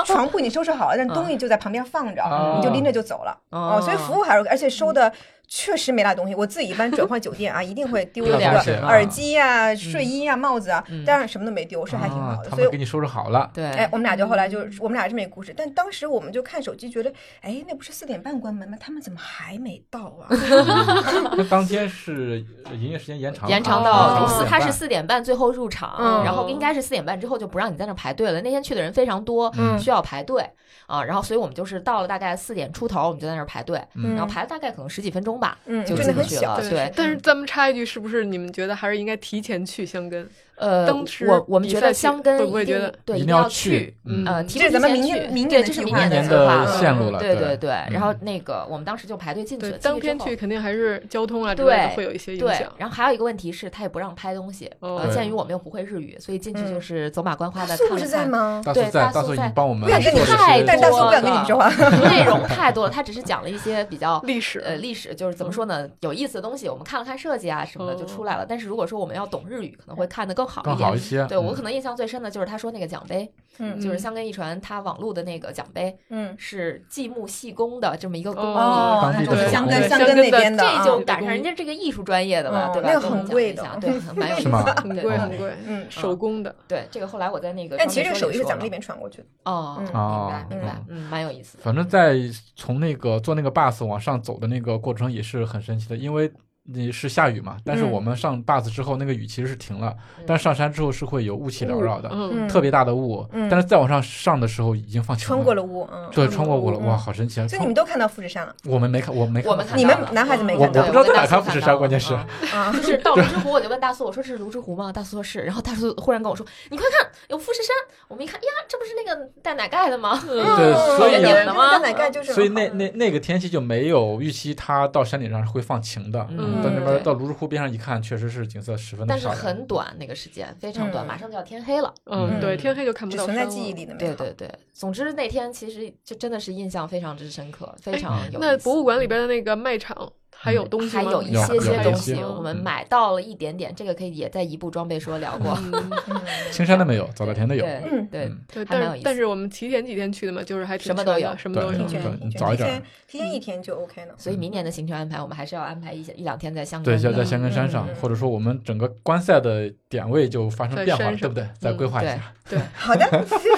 Speaker 3: 床铺已经收拾好了，但东西就在旁边放着，
Speaker 2: 哦
Speaker 3: 你就拎着就走了。
Speaker 1: 哦
Speaker 3: 哦，所以服务还是，而且收的确实没落东西。我自己一般转换酒店啊，一定会丢
Speaker 1: 丢
Speaker 3: 这
Speaker 1: 点
Speaker 3: 个
Speaker 1: 什么
Speaker 3: 耳机呀、睡衣呀、帽子啊，但是什么都没丢，是还挺
Speaker 2: 啊
Speaker 3: 好的。
Speaker 2: 他
Speaker 3: 所以
Speaker 2: 们给你收拾好 了，
Speaker 1: 对，
Speaker 3: 哎，我们俩就后来就我们俩这么一个故事，但当时我们就看手机，觉得哎，那不是四点半关门吗？他们怎么还没到啊？
Speaker 1: 嗯
Speaker 2: 嗯那当天是营业时间延长了，
Speaker 1: 延长
Speaker 4: 哦
Speaker 1: 到
Speaker 2: 4
Speaker 1: 四，
Speaker 2: 点
Speaker 1: 他是
Speaker 2: 半
Speaker 1: 四点半最后入场，
Speaker 3: 嗯
Speaker 1: 然后应该是四点半之后就不让你在那排队了。那天去的人非常多，
Speaker 3: 嗯
Speaker 1: 需要排队啊，然后所以我们就是到了大概四点出头，我们就在那儿排队，
Speaker 2: 嗯
Speaker 1: 然后排了大概可能十几分钟吧，
Speaker 3: 嗯，
Speaker 1: 就
Speaker 3: 真
Speaker 1: 进
Speaker 3: 的很
Speaker 1: 去
Speaker 3: 小
Speaker 1: 了。。对，
Speaker 4: 但是咱们插一句，是不是你们觉得还是应该提前去香根？
Speaker 1: 呃
Speaker 4: 当时，
Speaker 1: 我我们觉得
Speaker 4: 比赛去
Speaker 1: 香根
Speaker 4: 会不会
Speaker 1: 一定
Speaker 4: 觉得
Speaker 1: 对
Speaker 2: 一定
Speaker 1: 一定
Speaker 2: 要
Speaker 1: 要
Speaker 2: 去
Speaker 1: 去？
Speaker 2: 嗯
Speaker 1: 呃，提
Speaker 3: 这是
Speaker 1: 前
Speaker 3: 咱们明
Speaker 1: 去
Speaker 3: 年明
Speaker 1: 对，
Speaker 3: 年
Speaker 1: 这是
Speaker 3: 的计
Speaker 1: 明
Speaker 3: 划
Speaker 1: 年
Speaker 3: 的
Speaker 1: 计划，
Speaker 2: 明年的线路了
Speaker 1: 嗯对
Speaker 2: 对
Speaker 1: 对。然后那个我们当时就排队进去
Speaker 4: 对
Speaker 1: 了，，
Speaker 4: 当天
Speaker 1: 之后
Speaker 4: 去肯定还是交通啊之类的
Speaker 1: 对
Speaker 4: 会有一些影
Speaker 1: 对
Speaker 4: 响，。
Speaker 1: 然后还有一个问题是，他也不让拍东西。
Speaker 4: 哦
Speaker 1: 呃，鉴于我们又不会日语，所以进去
Speaker 3: 嗯
Speaker 1: 就是走马观花的看
Speaker 3: 素
Speaker 1: 了
Speaker 3: 是
Speaker 1: 看。
Speaker 3: 在吗？
Speaker 2: 大
Speaker 1: 对
Speaker 2: 叔在，
Speaker 1: 大
Speaker 2: 大
Speaker 1: 叔
Speaker 2: 叔已经
Speaker 1: 在
Speaker 2: 帮我们
Speaker 3: 不想跟你
Speaker 2: 做
Speaker 1: 说
Speaker 2: 了
Speaker 1: 太
Speaker 2: 一些
Speaker 3: 但大叔不想跟你说话。
Speaker 1: 内容太多了，他只是讲了一些比 较
Speaker 4: 历史
Speaker 1: 呃历史，就是怎么说呢，有意思的东西，我们看了看设计啊什么的就出来了。但是如果说我们要懂日语，可能会看得更好
Speaker 2: 更
Speaker 1: 一
Speaker 2: 好
Speaker 1: 点。
Speaker 2: 一些，
Speaker 1: 对我
Speaker 2: 嗯
Speaker 1: 可能印象最深的就是他说那个奖杯，
Speaker 3: 嗯
Speaker 1: 就是香根一传他网络的那个奖杯
Speaker 3: 嗯，
Speaker 1: 是季木细工的这么一个工艺，
Speaker 4: 哦
Speaker 2: 当地
Speaker 3: 那就是
Speaker 2: 的
Speaker 3: 香
Speaker 2: 手
Speaker 3: 根
Speaker 4: 工
Speaker 3: 香根
Speaker 4: 香根
Speaker 3: 那
Speaker 4: 的
Speaker 3: 边的啊，
Speaker 1: 这就赶上人家这个艺术专业的了，
Speaker 3: 哦
Speaker 1: 对吧？
Speaker 3: 那个
Speaker 1: 跟我们
Speaker 3: 很
Speaker 1: 讲
Speaker 3: 贵
Speaker 1: 一
Speaker 3: 的
Speaker 1: 下对，很蛮有意
Speaker 2: 是
Speaker 1: 思
Speaker 2: 吗
Speaker 1: 的。
Speaker 4: 很
Speaker 1: 对
Speaker 4: 贵
Speaker 1: 对
Speaker 4: 很贵，
Speaker 3: 嗯。
Speaker 4: 手工的。
Speaker 1: 对，这个后来我在那个
Speaker 3: 但
Speaker 1: 装
Speaker 3: 其
Speaker 1: 备
Speaker 3: 实这
Speaker 1: 说
Speaker 3: 个
Speaker 1: 里
Speaker 3: 手艺是
Speaker 1: 说
Speaker 3: 咱们
Speaker 1: 了
Speaker 3: 这边传过去的，
Speaker 1: 哦，
Speaker 3: 嗯
Speaker 1: 明白明白
Speaker 2: 哦，
Speaker 1: 嗯，蛮有意思的。
Speaker 2: 反正，在从那个坐那个 bus 往上走的那个过程也是很神奇的，因为你是下雨嘛，但是
Speaker 3: 嗯
Speaker 2: 我们上 bus 之后，那个雨其实是停了，
Speaker 1: 嗯
Speaker 2: 但是上山之后是会有雾气缭绕的，
Speaker 4: 嗯，
Speaker 2: 特别大的雾。
Speaker 3: 嗯
Speaker 2: 但是再往上上的时候已经放晴
Speaker 3: 穿过，了屋，嗯，
Speaker 2: 对，穿过雾了，
Speaker 3: 嗯
Speaker 2: 哇，好神奇啊！
Speaker 3: 所以你们都看到富士山了，
Speaker 2: 我们没看，我没看到，
Speaker 1: 我们看
Speaker 3: 你
Speaker 1: 到
Speaker 3: 们
Speaker 1: 了
Speaker 3: 男孩子没
Speaker 2: 我
Speaker 3: 看到
Speaker 2: 我不知道他哪
Speaker 1: 对我跟大
Speaker 2: 看
Speaker 1: 苏
Speaker 2: 富士
Speaker 1: 看
Speaker 2: 山，
Speaker 1: 到
Speaker 2: 关键
Speaker 1: 了
Speaker 2: 是
Speaker 1: 嗯
Speaker 3: 啊
Speaker 1: 就是到泸沽湖，我就问大苏，我说是泸沽湖吗？大苏说是，然后大苏忽然跟我说，你快看有富士山，我们一看呀，这不是那个带奶盖的吗？
Speaker 2: 对
Speaker 3: 嗯
Speaker 2: 所以
Speaker 3: 你们
Speaker 1: 呢
Speaker 3: 蛋奶盖就是很好，
Speaker 2: 所以那那那个天气就没有预期，它到山顶上是会放晴的。
Speaker 1: 嗯
Speaker 2: 到那
Speaker 1: 对
Speaker 2: 边到泸沽湖边上一看，确实是景色十分的
Speaker 1: 但是
Speaker 2: 漂亮。
Speaker 1: 很短，那个时间非常短，
Speaker 3: 嗯
Speaker 1: 马上就要天黑了。
Speaker 4: 嗯，对，
Speaker 3: 嗯
Speaker 4: 天黑就看不
Speaker 3: 只
Speaker 4: 到
Speaker 3: 存
Speaker 4: 山
Speaker 3: 在
Speaker 4: 了。
Speaker 3: 记忆里的美
Speaker 1: 对
Speaker 3: 好。
Speaker 1: 对对，总之那天其实就真的是印象非常之深刻，非
Speaker 2: 哎
Speaker 1: 常有意思。嗯
Speaker 4: 那博物馆里边的那个卖场还有东西
Speaker 1: 还
Speaker 4: 吗？
Speaker 1: 有一
Speaker 2: 有
Speaker 1: 些些
Speaker 2: 有
Speaker 1: 东
Speaker 2: 一
Speaker 1: 西，
Speaker 2: 些
Speaker 1: 我们
Speaker 2: 嗯
Speaker 1: 买到了一点点，这个可以也在一部装备说聊过。
Speaker 4: 嗯，
Speaker 3: 嗯
Speaker 2: 青山的没有，早稻田的有。
Speaker 1: 对对
Speaker 2: 嗯，
Speaker 4: 对，
Speaker 1: 还蛮有意
Speaker 4: 但是
Speaker 1: 思
Speaker 4: 但是我们提前几天去的嘛，就是还挺
Speaker 1: 什么都
Speaker 4: 全的
Speaker 1: 有
Speaker 4: 什么都
Speaker 2: 对
Speaker 4: 有
Speaker 2: 嗯。
Speaker 3: 提前
Speaker 2: 对
Speaker 3: 提前
Speaker 2: 早一
Speaker 3: 提
Speaker 2: 点
Speaker 3: 前提前一天就 OK 了。
Speaker 1: 所以明年的行程安排，我们还是要安排一些一两天在香港
Speaker 2: 对，
Speaker 1: 的。
Speaker 2: 要在香根山上
Speaker 3: 嗯嗯，嗯
Speaker 2: 或者说我们整个观赛的点位就发生
Speaker 4: 在
Speaker 2: 变化了，
Speaker 4: 山
Speaker 2: 对
Speaker 4: 上
Speaker 2: 不对？
Speaker 1: 嗯
Speaker 2: 再规划一下。
Speaker 3: 好的，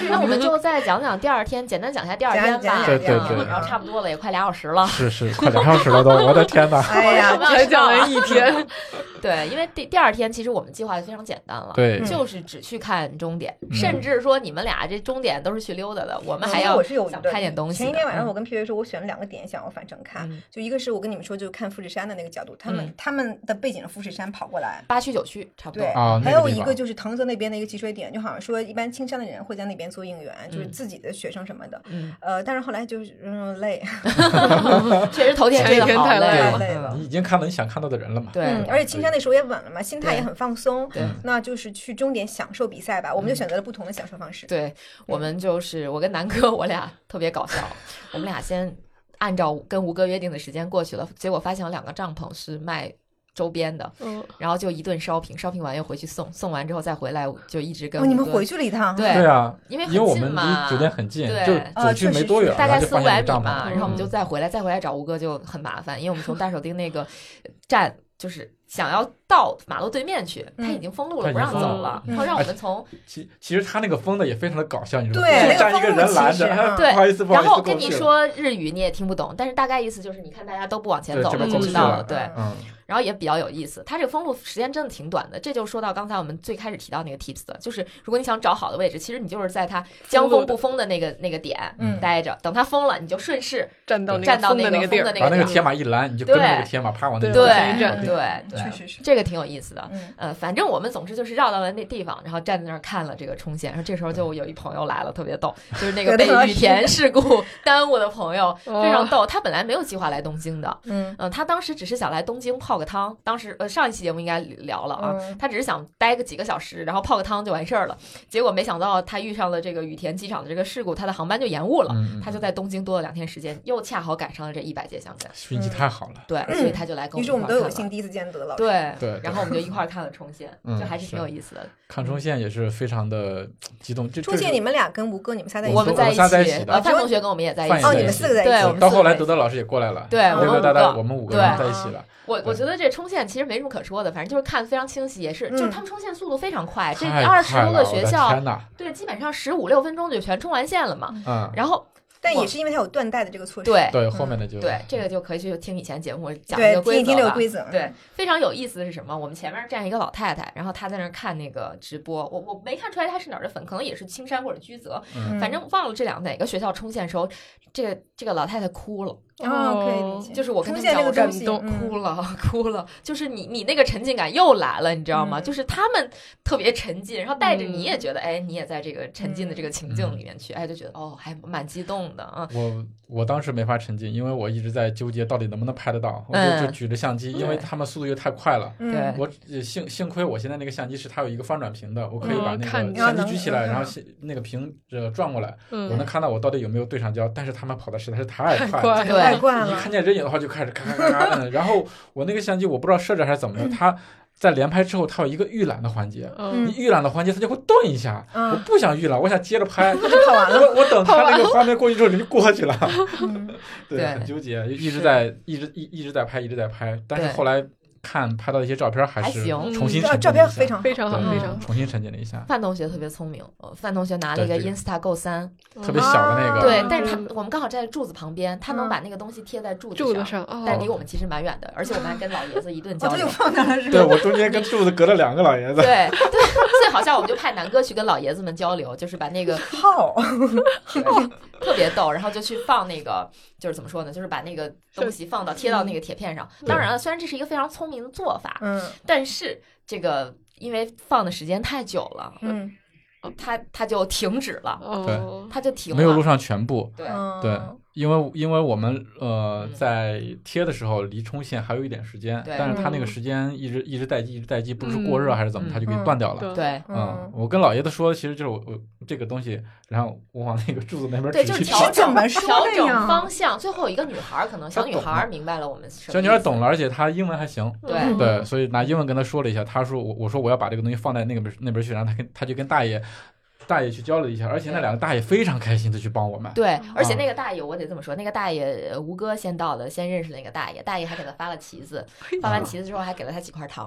Speaker 1: 那我们就再讲讲第二天，简单讲一下第二天吧。
Speaker 3: 讲讲
Speaker 2: 讲讲对对对
Speaker 1: 然后差不多了，也快俩小时了。
Speaker 2: 是 是，快两小时了都，我的天哪！
Speaker 3: 哎呀，
Speaker 4: 才讲完一天，
Speaker 1: 对，因为第第二天其实我们计划的非常简单了。。
Speaker 2: 对，
Speaker 1: 就是只去看终点，甚至说你们俩这终点都是去溜达的，我们还
Speaker 3: 其实
Speaker 1: 要
Speaker 3: 嗯我是有
Speaker 1: 想
Speaker 3: 的
Speaker 1: 看点东西的。
Speaker 3: 前一天晚上，我
Speaker 1: 嗯
Speaker 3: 跟 P V 说，我选了两个点想要返程看，
Speaker 1: 嗯
Speaker 3: 就一个是我跟你们说，就是看富士山的那个角度，他们、
Speaker 1: 嗯
Speaker 3: 他们的背景是富士山跑过来。
Speaker 1: 八区九区差不
Speaker 3: 对，
Speaker 1: 多。
Speaker 2: 啊那
Speaker 3: 还
Speaker 2: 个
Speaker 3: 有
Speaker 2: 地
Speaker 3: 一个
Speaker 2: 方
Speaker 3: 就是藤泽那边的一个集水点，就好像说一般青山的人会在那边做应援，就是自己的学生什么的。
Speaker 1: 嗯，
Speaker 3: 呃，但是后来就是嗯累，
Speaker 1: 确实头天
Speaker 4: 前一
Speaker 1: 真的
Speaker 4: 天
Speaker 1: 好
Speaker 4: 太累
Speaker 3: 太
Speaker 1: 累。
Speaker 3: 累了
Speaker 2: 你。已经看到你想看到的人了嘛？
Speaker 1: 对
Speaker 3: 嗯， 而且青山那时候也稳了嘛，心态也很放松
Speaker 1: 对。嗯
Speaker 3: 那就是去终点享受比赛吧，我们就选择了不同的享受方式。
Speaker 1: 对，我们就是我跟南哥，我俩特别搞 笑，我们俩先按照跟吴哥约定的时间过去了，结果发现有两个帐篷是卖周边的，
Speaker 4: 嗯，
Speaker 1: 然后就一顿 shopping shopping 完又回去送，送完之后再回来就一直跟
Speaker 3: 哦，你们
Speaker 1: 吴哥
Speaker 3: 回去了一趟，
Speaker 1: 对
Speaker 2: 对啊，
Speaker 1: 因为很
Speaker 2: 因为我
Speaker 1: 近
Speaker 2: 们
Speaker 1: 嘛
Speaker 2: 离酒店很近，
Speaker 1: 对
Speaker 2: 就
Speaker 1: 啊
Speaker 2: 走
Speaker 3: 确
Speaker 2: 去
Speaker 3: 实
Speaker 2: 没多远，
Speaker 3: 是
Speaker 1: 大
Speaker 2: 然
Speaker 1: 概
Speaker 2: 后就
Speaker 1: 四五
Speaker 2: 发现
Speaker 1: 百
Speaker 2: 有
Speaker 1: 米
Speaker 2: 帐
Speaker 1: 嘛，
Speaker 2: 篷。
Speaker 1: 然后我们就
Speaker 2: 嗯
Speaker 1: 再回来，再回来找吴哥就很麻烦，因为我们从大手町那个站就是想要到马路对面去，
Speaker 3: 嗯
Speaker 1: 他已经封路
Speaker 2: 他
Speaker 1: 了，
Speaker 2: 已经
Speaker 1: 不让
Speaker 2: 封哎
Speaker 1: 走
Speaker 4: 路
Speaker 1: 了
Speaker 4: 了，
Speaker 1: 然后让我们从
Speaker 2: 其其实他那个封的也非常的搞笑，你知道吗？
Speaker 3: 对
Speaker 2: 就站一个人拦着，哎
Speaker 3: 那个封路其实啊
Speaker 1: 对
Speaker 2: 不好意思，不好
Speaker 1: 然
Speaker 2: 意思，
Speaker 1: 后跟
Speaker 2: 过
Speaker 1: 你
Speaker 2: 去了，
Speaker 1: 说日语你也听不懂，但是大概意思就是，你看大家都不往前
Speaker 2: 对
Speaker 1: 走
Speaker 2: 这
Speaker 1: 了，
Speaker 2: 边
Speaker 1: 就
Speaker 4: 过不
Speaker 1: 知
Speaker 4: 去
Speaker 1: 道
Speaker 2: 了
Speaker 1: 了。对，
Speaker 2: 嗯，
Speaker 1: 然后也比较有意思。它这个封路时间真的挺短的，这就说到刚才我们最开始提到那个 tips 的，就是如果你想找好的位置，其实你就是在它将封不封的那个那个点
Speaker 3: 嗯
Speaker 1: 待着，等它封了，你就顺势
Speaker 4: 站到那
Speaker 1: 站
Speaker 4: 个
Speaker 1: 到
Speaker 4: 风
Speaker 1: 那
Speaker 4: 的
Speaker 1: 个
Speaker 4: 个地
Speaker 1: 风的
Speaker 4: 儿，
Speaker 1: 那
Speaker 2: 把那
Speaker 1: 个
Speaker 2: 个
Speaker 1: 点。
Speaker 2: 铁马一拦，你就跟着
Speaker 1: 对
Speaker 2: 那个铁马啪往那嗯
Speaker 4: 对
Speaker 2: 个地
Speaker 4: 往前一
Speaker 1: 对
Speaker 4: 站
Speaker 1: 对
Speaker 3: 确
Speaker 1: 对，
Speaker 3: 实是。
Speaker 1: 这个挺有意思的。
Speaker 3: 嗯，
Speaker 1: 呃，反正我们总之就是绕到了那地方，然后站在那儿看了这个冲线。然后这时候就有一朋友来了，特别逗，就是那个
Speaker 3: 对
Speaker 1: 被
Speaker 3: 他
Speaker 1: 雨田事故耽误的朋友，
Speaker 4: 哦
Speaker 1: 非常逗。他本来没有计划来东京的，
Speaker 3: 嗯
Speaker 1: 嗯，他当时只是想来东京泡个汤。当时呃，上一期节目应该聊了啊，
Speaker 3: 嗯
Speaker 1: 他只是想待个几个小时，然后泡个汤就完事儿了。结果没想到他遇上了这个羽田机场的这个事故，他的航班就延误了。
Speaker 2: 嗯，嗯
Speaker 1: 他就在东京多了两天时间，又恰好赶上了这一百节相战，
Speaker 2: 运气太好了，
Speaker 1: 对，所以他就来跟我
Speaker 3: 嗯
Speaker 1: 们一
Speaker 3: 于是
Speaker 1: 块
Speaker 3: 我
Speaker 1: 儿
Speaker 3: 们
Speaker 1: 看
Speaker 3: 都有
Speaker 1: 了。
Speaker 3: 幸第一次见德老师。
Speaker 1: 对，
Speaker 2: 对对
Speaker 1: 然后我们就一块儿看了冲线，
Speaker 2: 嗯
Speaker 1: 就还是
Speaker 2: 是
Speaker 1: 挺有意思的。
Speaker 2: 看冲线也是非常的激动，就
Speaker 3: 出现你们俩跟吴哥你们仨在一
Speaker 1: 我
Speaker 3: 起
Speaker 1: 们
Speaker 2: 们
Speaker 1: 在
Speaker 2: 在
Speaker 1: 一
Speaker 2: 一
Speaker 1: 起，
Speaker 2: 起
Speaker 1: 呃，
Speaker 2: 啊
Speaker 1: 范同学跟我们也在一
Speaker 2: 范
Speaker 1: 起。
Speaker 2: 也
Speaker 3: 哦，
Speaker 2: 在
Speaker 3: 你们
Speaker 2: 一
Speaker 3: 四
Speaker 2: 起
Speaker 3: 个在
Speaker 1: 对哎我
Speaker 3: 一
Speaker 1: 们
Speaker 3: 起，
Speaker 2: 嗯到
Speaker 1: 四
Speaker 2: 后
Speaker 1: 个
Speaker 2: 来
Speaker 1: 人
Speaker 2: 德德老师也过来了，
Speaker 1: 对
Speaker 2: 对
Speaker 1: 我们
Speaker 2: 对
Speaker 1: 五
Speaker 2: 大家我
Speaker 1: 个。
Speaker 2: 们五个
Speaker 1: 对
Speaker 2: 人在一起了，
Speaker 1: 我我觉得这冲线其实没什么可说的，反正就是看非常清晰，也是就是
Speaker 3: 嗯
Speaker 1: 他们冲线速度非常快，哎这
Speaker 2: 太
Speaker 1: 二十
Speaker 2: 快
Speaker 1: 多
Speaker 2: 了
Speaker 1: 个
Speaker 2: 我
Speaker 1: 学
Speaker 2: 的
Speaker 1: 校，
Speaker 2: 天 哪，
Speaker 1: 对，基本上十五六分钟就全冲完线了嘛。
Speaker 2: 嗯，
Speaker 1: 然后
Speaker 3: 但也是因为他有断代的这个措施。
Speaker 1: 对
Speaker 2: 对，后面的就
Speaker 1: 嗯对，这个就可以去听以前节目讲这
Speaker 3: 对
Speaker 1: 个，
Speaker 3: 听
Speaker 1: 规
Speaker 3: 一听
Speaker 1: 则
Speaker 3: 这个
Speaker 1: 吧。
Speaker 3: 规则。
Speaker 1: 对，非常有意思的是什么？我们前面站一个老太太，然后她在那儿看那个直播，我我没看出来她是哪儿的粉，可能也是青山或者居泽，
Speaker 3: 嗯，
Speaker 1: 反正忘了这两哪个学校冲线时候，这个这个老太太哭了，
Speaker 3: 啊，可以理解。
Speaker 1: 嗯就是我跟
Speaker 3: 出
Speaker 1: 你
Speaker 3: 现
Speaker 1: 讲，
Speaker 3: 这
Speaker 1: 我
Speaker 3: 个
Speaker 1: 真
Speaker 3: 东西，
Speaker 4: 感动
Speaker 3: 嗯
Speaker 1: 哭了，哭了，就是你你那个沉浸感又来了，你知道吗？
Speaker 3: 嗯
Speaker 1: 就是他们特别沉浸，然后带着你
Speaker 4: 嗯
Speaker 1: 也觉得，哎，你也在这个沉浸的这
Speaker 3: 嗯
Speaker 1: 个情境里面去，哎，就觉得哦，还蛮激动的啊。
Speaker 2: 我我当时没法沉浸，因为我一直在纠结到底能不能拍得到，我就
Speaker 1: 嗯
Speaker 2: 就举着相机，因为
Speaker 1: 对
Speaker 2: 他们速度又太快了。
Speaker 3: 嗯
Speaker 1: 对
Speaker 2: 我呃幸幸亏我现在那个相机是它有一个翻转屏的，我可以
Speaker 4: 嗯
Speaker 2: 把那
Speaker 4: 看
Speaker 2: 个
Speaker 4: 见
Speaker 2: 相机举起来，
Speaker 3: 嗯
Speaker 2: 然后先那个屏呃转过来，我
Speaker 4: 嗯
Speaker 2: 能，看到我到底有没有对上焦。但是他们跑的实在是太快了，
Speaker 4: 快
Speaker 1: 对
Speaker 3: 太惯
Speaker 2: 一
Speaker 3: 了。
Speaker 2: 看见人影的话就开始咔咔咔咔摁。然后我那个相机我不知道设置还是怎么的，它在连拍之后它有一个预览的环节，
Speaker 4: 嗯
Speaker 2: 你预览的环节它就会顿一下，
Speaker 3: 嗯
Speaker 2: 我 不想预览，我想接着拍，
Speaker 3: 泡完了，
Speaker 2: 我我等他那个画面过去之后，人就过去了，
Speaker 3: 嗯
Speaker 2: 对，
Speaker 1: 对
Speaker 2: 很纠结，一
Speaker 1: 是
Speaker 2: 直在一直一一直在拍，一直在拍，但是
Speaker 1: 对
Speaker 2: 后来看拍到一些照片，还
Speaker 1: 还
Speaker 2: 是
Speaker 1: 行
Speaker 2: 重新
Speaker 3: 照
Speaker 2: 沉
Speaker 3: 照
Speaker 2: 浸了一
Speaker 3: 片
Speaker 2: 下
Speaker 3: 非常好
Speaker 4: 非常好，
Speaker 2: 对
Speaker 4: 非常好，
Speaker 2: 重新沉浸了一下，
Speaker 1: 范同学特别聪明，呃范同学拿了一个
Speaker 2: 对这个
Speaker 1: Instago 三，
Speaker 2: 特别小的那个，
Speaker 1: 对
Speaker 4: 嗯，
Speaker 3: 哦
Speaker 1: 但是他我们刚好站在柱子旁边，他能把那个东西贴在柱
Speaker 4: 柱
Speaker 1: 子
Speaker 4: 子
Speaker 1: 上，
Speaker 4: 上啊，
Speaker 1: 但离我们其实蛮远的，而且我们还跟老爷子一顿
Speaker 3: 我
Speaker 1: 交
Speaker 3: 都
Speaker 1: 流
Speaker 3: 有。放那儿了是
Speaker 2: 对
Speaker 3: 吧？
Speaker 2: 我中间跟柱子隔了两个老爷子，
Speaker 1: 对 对，最好笑，我们就派南哥去跟老爷子们交流，就是把那个
Speaker 3: 泡，
Speaker 1: 特别逗，然后就去放那个，就是怎么说呢，就是把那个东西放到贴到那个铁片上。当然了，虽然这是一个非常聪明的做法，
Speaker 3: 嗯
Speaker 1: 但是这个因为放的时间太久了，
Speaker 3: 嗯
Speaker 1: 它它就停止了，
Speaker 4: 哦，
Speaker 1: 它就停了，
Speaker 2: 没有录上全部，
Speaker 1: 对。
Speaker 3: 嗯，
Speaker 2: 对。因为因为我们呃
Speaker 1: 嗯
Speaker 2: 在贴的时候离冲线还有一点时间，
Speaker 1: 对
Speaker 2: 但是他那个
Speaker 4: 嗯
Speaker 2: 时间一直一直待机一直待机，不知过热
Speaker 4: 嗯
Speaker 2: 还是怎么，
Speaker 1: 嗯
Speaker 2: 他就给
Speaker 3: 嗯
Speaker 2: 断掉了。
Speaker 1: 对
Speaker 2: 嗯
Speaker 3: 嗯，，
Speaker 2: 我跟老爷子说，其实就是我我这个东西，然后我往那个柱子那边
Speaker 1: 对，
Speaker 2: 指
Speaker 1: 就是
Speaker 2: 一指
Speaker 1: 调
Speaker 3: 这
Speaker 1: 整
Speaker 3: 怎么说
Speaker 1: 调
Speaker 3: 的
Speaker 1: 整
Speaker 3: 呀
Speaker 1: 方向。最后有一个女孩儿，可能小
Speaker 2: 她
Speaker 1: 女
Speaker 2: 懂
Speaker 1: 孩儿
Speaker 2: 了
Speaker 1: 明白了我们什么。
Speaker 2: 小女孩懂了，，而且她英文还行，
Speaker 3: 嗯
Speaker 4: 嗯
Speaker 1: 对
Speaker 2: 对，所以拿英文跟她说了一下，她说我我说我要把这个东西放在那个边那边去，然后她跟她就跟大爷大爷去交流一下，而且那两个大爷非常开心的去帮我们，
Speaker 1: 对，
Speaker 3: 嗯
Speaker 1: 而且
Speaker 2: 啊
Speaker 1: 那个大爷，我得这么说，那个大爷呃吴哥先到的，先认识那个大爷，大爷还给他发了旗子，
Speaker 3: 哎
Speaker 1: 发完旗子之后还给了他几块糖，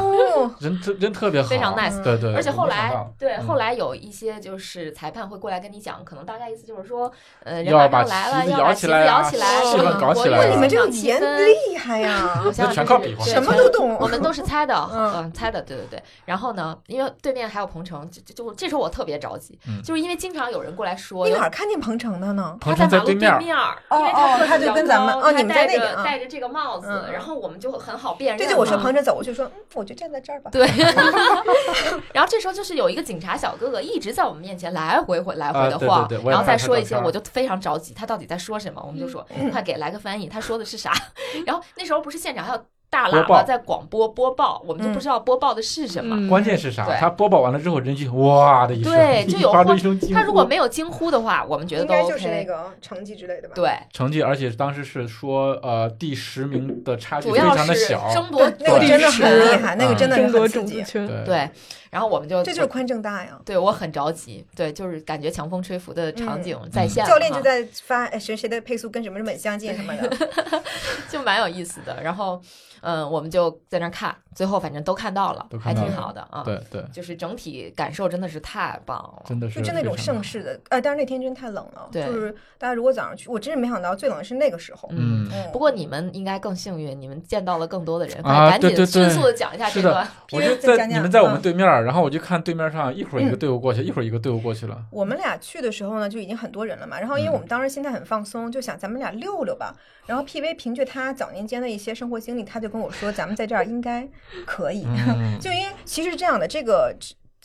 Speaker 3: 哦，
Speaker 2: 人特人特别好，
Speaker 1: 非常 nice
Speaker 2: 对对，
Speaker 1: 而且
Speaker 2: 我没
Speaker 1: 后
Speaker 2: 想
Speaker 1: 来
Speaker 2: 到，
Speaker 1: 对
Speaker 2: 嗯
Speaker 1: 后来有一些就是裁判会过来跟你讲，可能大概意思就是说，呃，人
Speaker 2: 要
Speaker 1: 马
Speaker 2: 把
Speaker 1: 上
Speaker 2: 旗
Speaker 1: 来了，
Speaker 2: 子
Speaker 1: 要把
Speaker 2: 摇
Speaker 1: 旗
Speaker 2: 起
Speaker 1: 子
Speaker 2: 来
Speaker 1: 摇
Speaker 2: 啊
Speaker 1: 起来，
Speaker 2: 气
Speaker 1: 我
Speaker 2: 氛
Speaker 1: 们
Speaker 2: 搞起
Speaker 1: 活跃
Speaker 2: 来啊
Speaker 1: 一
Speaker 3: 你们这
Speaker 1: 下
Speaker 3: 种
Speaker 1: 气
Speaker 3: 颜
Speaker 1: 氛
Speaker 3: 厉害呀
Speaker 1: 好，像
Speaker 2: 全
Speaker 1: 就是
Speaker 2: 靠比划
Speaker 1: 对
Speaker 3: 什么
Speaker 1: 全
Speaker 3: 都懂
Speaker 1: 我。们都是猜的，
Speaker 3: 嗯
Speaker 1: 嗯，猜的，对对对。然后呢，因为对面还有鹏程，就就就这时候我特别着急，
Speaker 2: 嗯
Speaker 1: 就是因为经常有人过来说，
Speaker 3: 你哪儿看见鹏程的呢？
Speaker 1: 他
Speaker 2: 彭程
Speaker 1: 在马
Speaker 2: 在
Speaker 1: 路对
Speaker 2: 面儿，
Speaker 1: 儿，
Speaker 3: 哦
Speaker 1: 因为
Speaker 3: 哦
Speaker 1: 他个
Speaker 3: 他
Speaker 1: 子
Speaker 3: 就
Speaker 1: 比较
Speaker 3: 跟咱们
Speaker 1: 高
Speaker 3: 哦你们
Speaker 1: 他戴
Speaker 3: 在那
Speaker 1: 着
Speaker 3: 边啊
Speaker 1: 戴着这个帽子，
Speaker 3: 嗯
Speaker 1: 然后我们就很好辨认
Speaker 3: 这
Speaker 1: 嘛。
Speaker 3: 就我说鹏程走过去说，嗯，我就站在这儿吧。
Speaker 1: 对， 然后这时候就是有一个警察小哥哥一直在我们面前来回回来回
Speaker 2: 啊
Speaker 1: 的
Speaker 2: 对对
Speaker 1: 晃，
Speaker 2: 对我也
Speaker 1: 然后再
Speaker 2: 看他
Speaker 1: 说一
Speaker 2: 照
Speaker 1: 些，
Speaker 2: 片
Speaker 1: 我就非常
Speaker 3: 嗯
Speaker 1: 着急，他到底在说什么？我们就说、快给来个翻译，他说的是啥？然后那时候不是现场还有大喇
Speaker 5: 播
Speaker 1: 叭
Speaker 5: 报
Speaker 1: 在广播播报，我们
Speaker 3: 嗯
Speaker 1: 就不知道播报的是什么。
Speaker 4: 嗯
Speaker 5: 关键是啥
Speaker 1: 对？
Speaker 5: 它播报完了之后，人就哇的一声，
Speaker 1: 对就有
Speaker 5: 发出
Speaker 1: 欢
Speaker 5: 一声惊呼。
Speaker 1: 他如果没有惊呼的话，我们觉得
Speaker 3: 应
Speaker 1: 都
Speaker 3: 该
Speaker 1: OK。
Speaker 3: 就是那个成绩之类的吧？
Speaker 1: 对，
Speaker 5: 成绩，而且当时是说，呃，第十名的差距
Speaker 1: 主
Speaker 5: 非
Speaker 1: 要
Speaker 5: 常的
Speaker 1: 是
Speaker 5: 小，
Speaker 1: 争夺
Speaker 3: 那个
Speaker 5: 对
Speaker 3: 真的
Speaker 1: 第
Speaker 3: 很
Speaker 1: 十
Speaker 3: 厉害，那个真的是
Speaker 4: 争夺
Speaker 3: 很刺
Speaker 4: 种
Speaker 3: 激
Speaker 4: 子，圈，
Speaker 5: 对
Speaker 1: 对，然后我们就
Speaker 3: 这就是宽正大呀。
Speaker 1: 对我很着急，对，就是感觉强风吹拂的场景再
Speaker 2: 嗯
Speaker 1: 现了
Speaker 3: 嗯教练
Speaker 1: 哈
Speaker 3: 就在发哎谁谁的配速跟什么什么很相近什么的，
Speaker 1: 就蛮有意思的。然后，嗯，我们就在那儿看，最后反正都看到了，
Speaker 5: 都
Speaker 1: 还
Speaker 5: 看到
Speaker 1: 挺
Speaker 5: 了
Speaker 1: 好的啊。，
Speaker 5: 对对，
Speaker 1: 就是整体感受真的是太棒了。
Speaker 5: 真的是
Speaker 3: 就真的一种
Speaker 5: 非常
Speaker 3: 盛世的。呃，但是那天真太冷了，
Speaker 1: 对
Speaker 3: 就是大家如果早上去，我真是没想到最冷是那个时候。
Speaker 1: 嗯，
Speaker 5: 嗯。
Speaker 3: 嗯
Speaker 1: 不过你们应该更幸运，你们见到了更多的人。
Speaker 5: 啊
Speaker 1: 赶
Speaker 5: 对
Speaker 1: 紧
Speaker 5: 对
Speaker 1: 迅
Speaker 5: 对
Speaker 1: 速的讲一下这
Speaker 5: 是的
Speaker 1: 段。
Speaker 5: 我
Speaker 3: 因
Speaker 5: 就
Speaker 3: 为
Speaker 5: 在
Speaker 3: 讲讲
Speaker 5: 你们在我们
Speaker 3: 嗯
Speaker 5: 对面儿，然后我就看对面上一会儿
Speaker 1: 嗯
Speaker 5: 一个队伍过去，一会儿一个队伍过去了。
Speaker 3: 我们俩去的时候呢，就已经很多人了嘛。然后因为我们
Speaker 1: 嗯
Speaker 3: 当时心态很放松，就想咱们俩溜溜吧。然后 PV 凭借他早年间的一些生活经历，他就跟我说，咱们在这儿应该可以。
Speaker 5: 嗯，
Speaker 3: 就因为其实是这样的，这个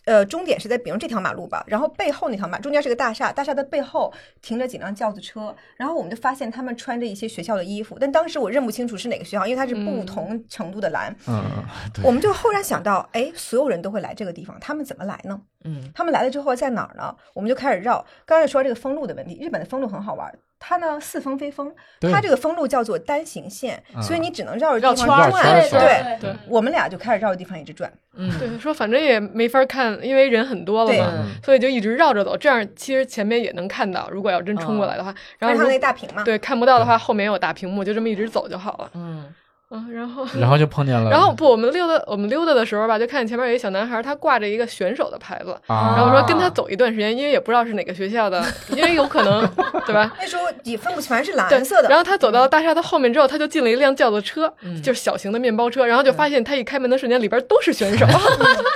Speaker 3: 呃终点是在北京这条马路吧，然后背后那条马中间是个大厦，大厦的背后停着几辆轿子车，然后我们就发现他们穿着一些学校的衣服，但当时我认不清楚是哪个学校，因为它是不
Speaker 4: 嗯
Speaker 3: 同程度的蓝，
Speaker 5: 嗯，嗯对
Speaker 3: 我们就忽然想到，哎，所有人都会来这个地方，他们怎么来呢？
Speaker 1: 嗯，
Speaker 3: 他们来了之后在哪儿呢？我们就开始绕。刚才说这个封路的问题，日本的封路很好玩，它呢似风非风，
Speaker 5: 对
Speaker 3: 它这个封路叫做单行线，
Speaker 5: 啊
Speaker 3: 所以你只能绕着
Speaker 1: 绕
Speaker 3: 地
Speaker 1: 圈
Speaker 3: 方
Speaker 5: 绕
Speaker 1: 儿，
Speaker 5: 哦圈
Speaker 3: 转。
Speaker 5: 儿
Speaker 1: 对
Speaker 5: 转
Speaker 1: 对
Speaker 4: 对
Speaker 3: 我们俩就开始绕着地方一直转，
Speaker 1: 嗯，
Speaker 4: 对，说反正也没法看，因为人很多了
Speaker 3: 对
Speaker 4: 嘛，
Speaker 1: 嗯
Speaker 4: 所以就一直绕着走。这样其实前面也能看到，如果要真冲
Speaker 1: 嗯
Speaker 4: 过来的话，然
Speaker 3: 看
Speaker 4: 后
Speaker 3: 它
Speaker 4: 如
Speaker 3: 那大屏嘛。
Speaker 4: 对看不到的话，后面有大屏幕，就这么一直走就好了。
Speaker 1: 嗯，
Speaker 4: 嗯，然后。
Speaker 5: 然后就碰见了，
Speaker 4: 然后不，我们溜达，我们溜达的时候吧，就看见前面有一小男孩，他挂着一个选手的牌子，
Speaker 5: 啊，
Speaker 4: 然后说跟他走一段时间，因为也不知道是哪个学校 的，因为有可能，对吧？
Speaker 3: 那时候也分不全是
Speaker 4: 对
Speaker 3: 蓝色的，
Speaker 4: 然后他走到大厦的后面之后，他就进了一辆轿子车，
Speaker 1: 嗯
Speaker 4: 就是小型的面包车，然后就发现他一开门的瞬间，里边都是选 手，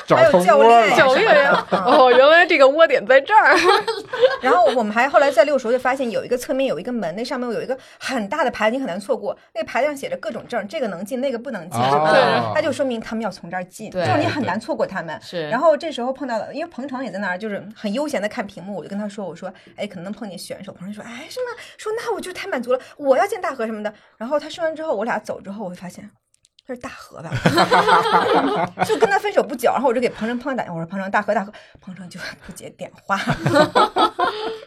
Speaker 5: 找
Speaker 3: 还有
Speaker 5: 蜂
Speaker 3: 教
Speaker 5: 窝
Speaker 3: 练
Speaker 5: 了，
Speaker 4: 教练呀，哦，原来这个窝点在这儿，
Speaker 3: 然后我们还后来在六熟就发现有一个侧面有一个门，那上面有一个很大的牌子，你很难错过。那牌子上写着各种证，这个能进，那个不能进，
Speaker 5: 哦
Speaker 3: 对，它就说明他们要从这儿进，
Speaker 1: 啊对
Speaker 3: 就是你很难错过他们。
Speaker 1: 是。
Speaker 3: 然后这时候碰到了，因为彭程也在那儿，就是很悠闲的看屏幕，我就跟他说，我说，哎，可能能碰见选手。彭程说，哎，是吗？说那我就太满足了，我要见大河什么的。然后他说完之后，我俩走之后，我会发现。这是大河吧？ 就跟他分手不久，然后我就给彭程彭程打电话，我说彭程大河大河，彭程就不接电话。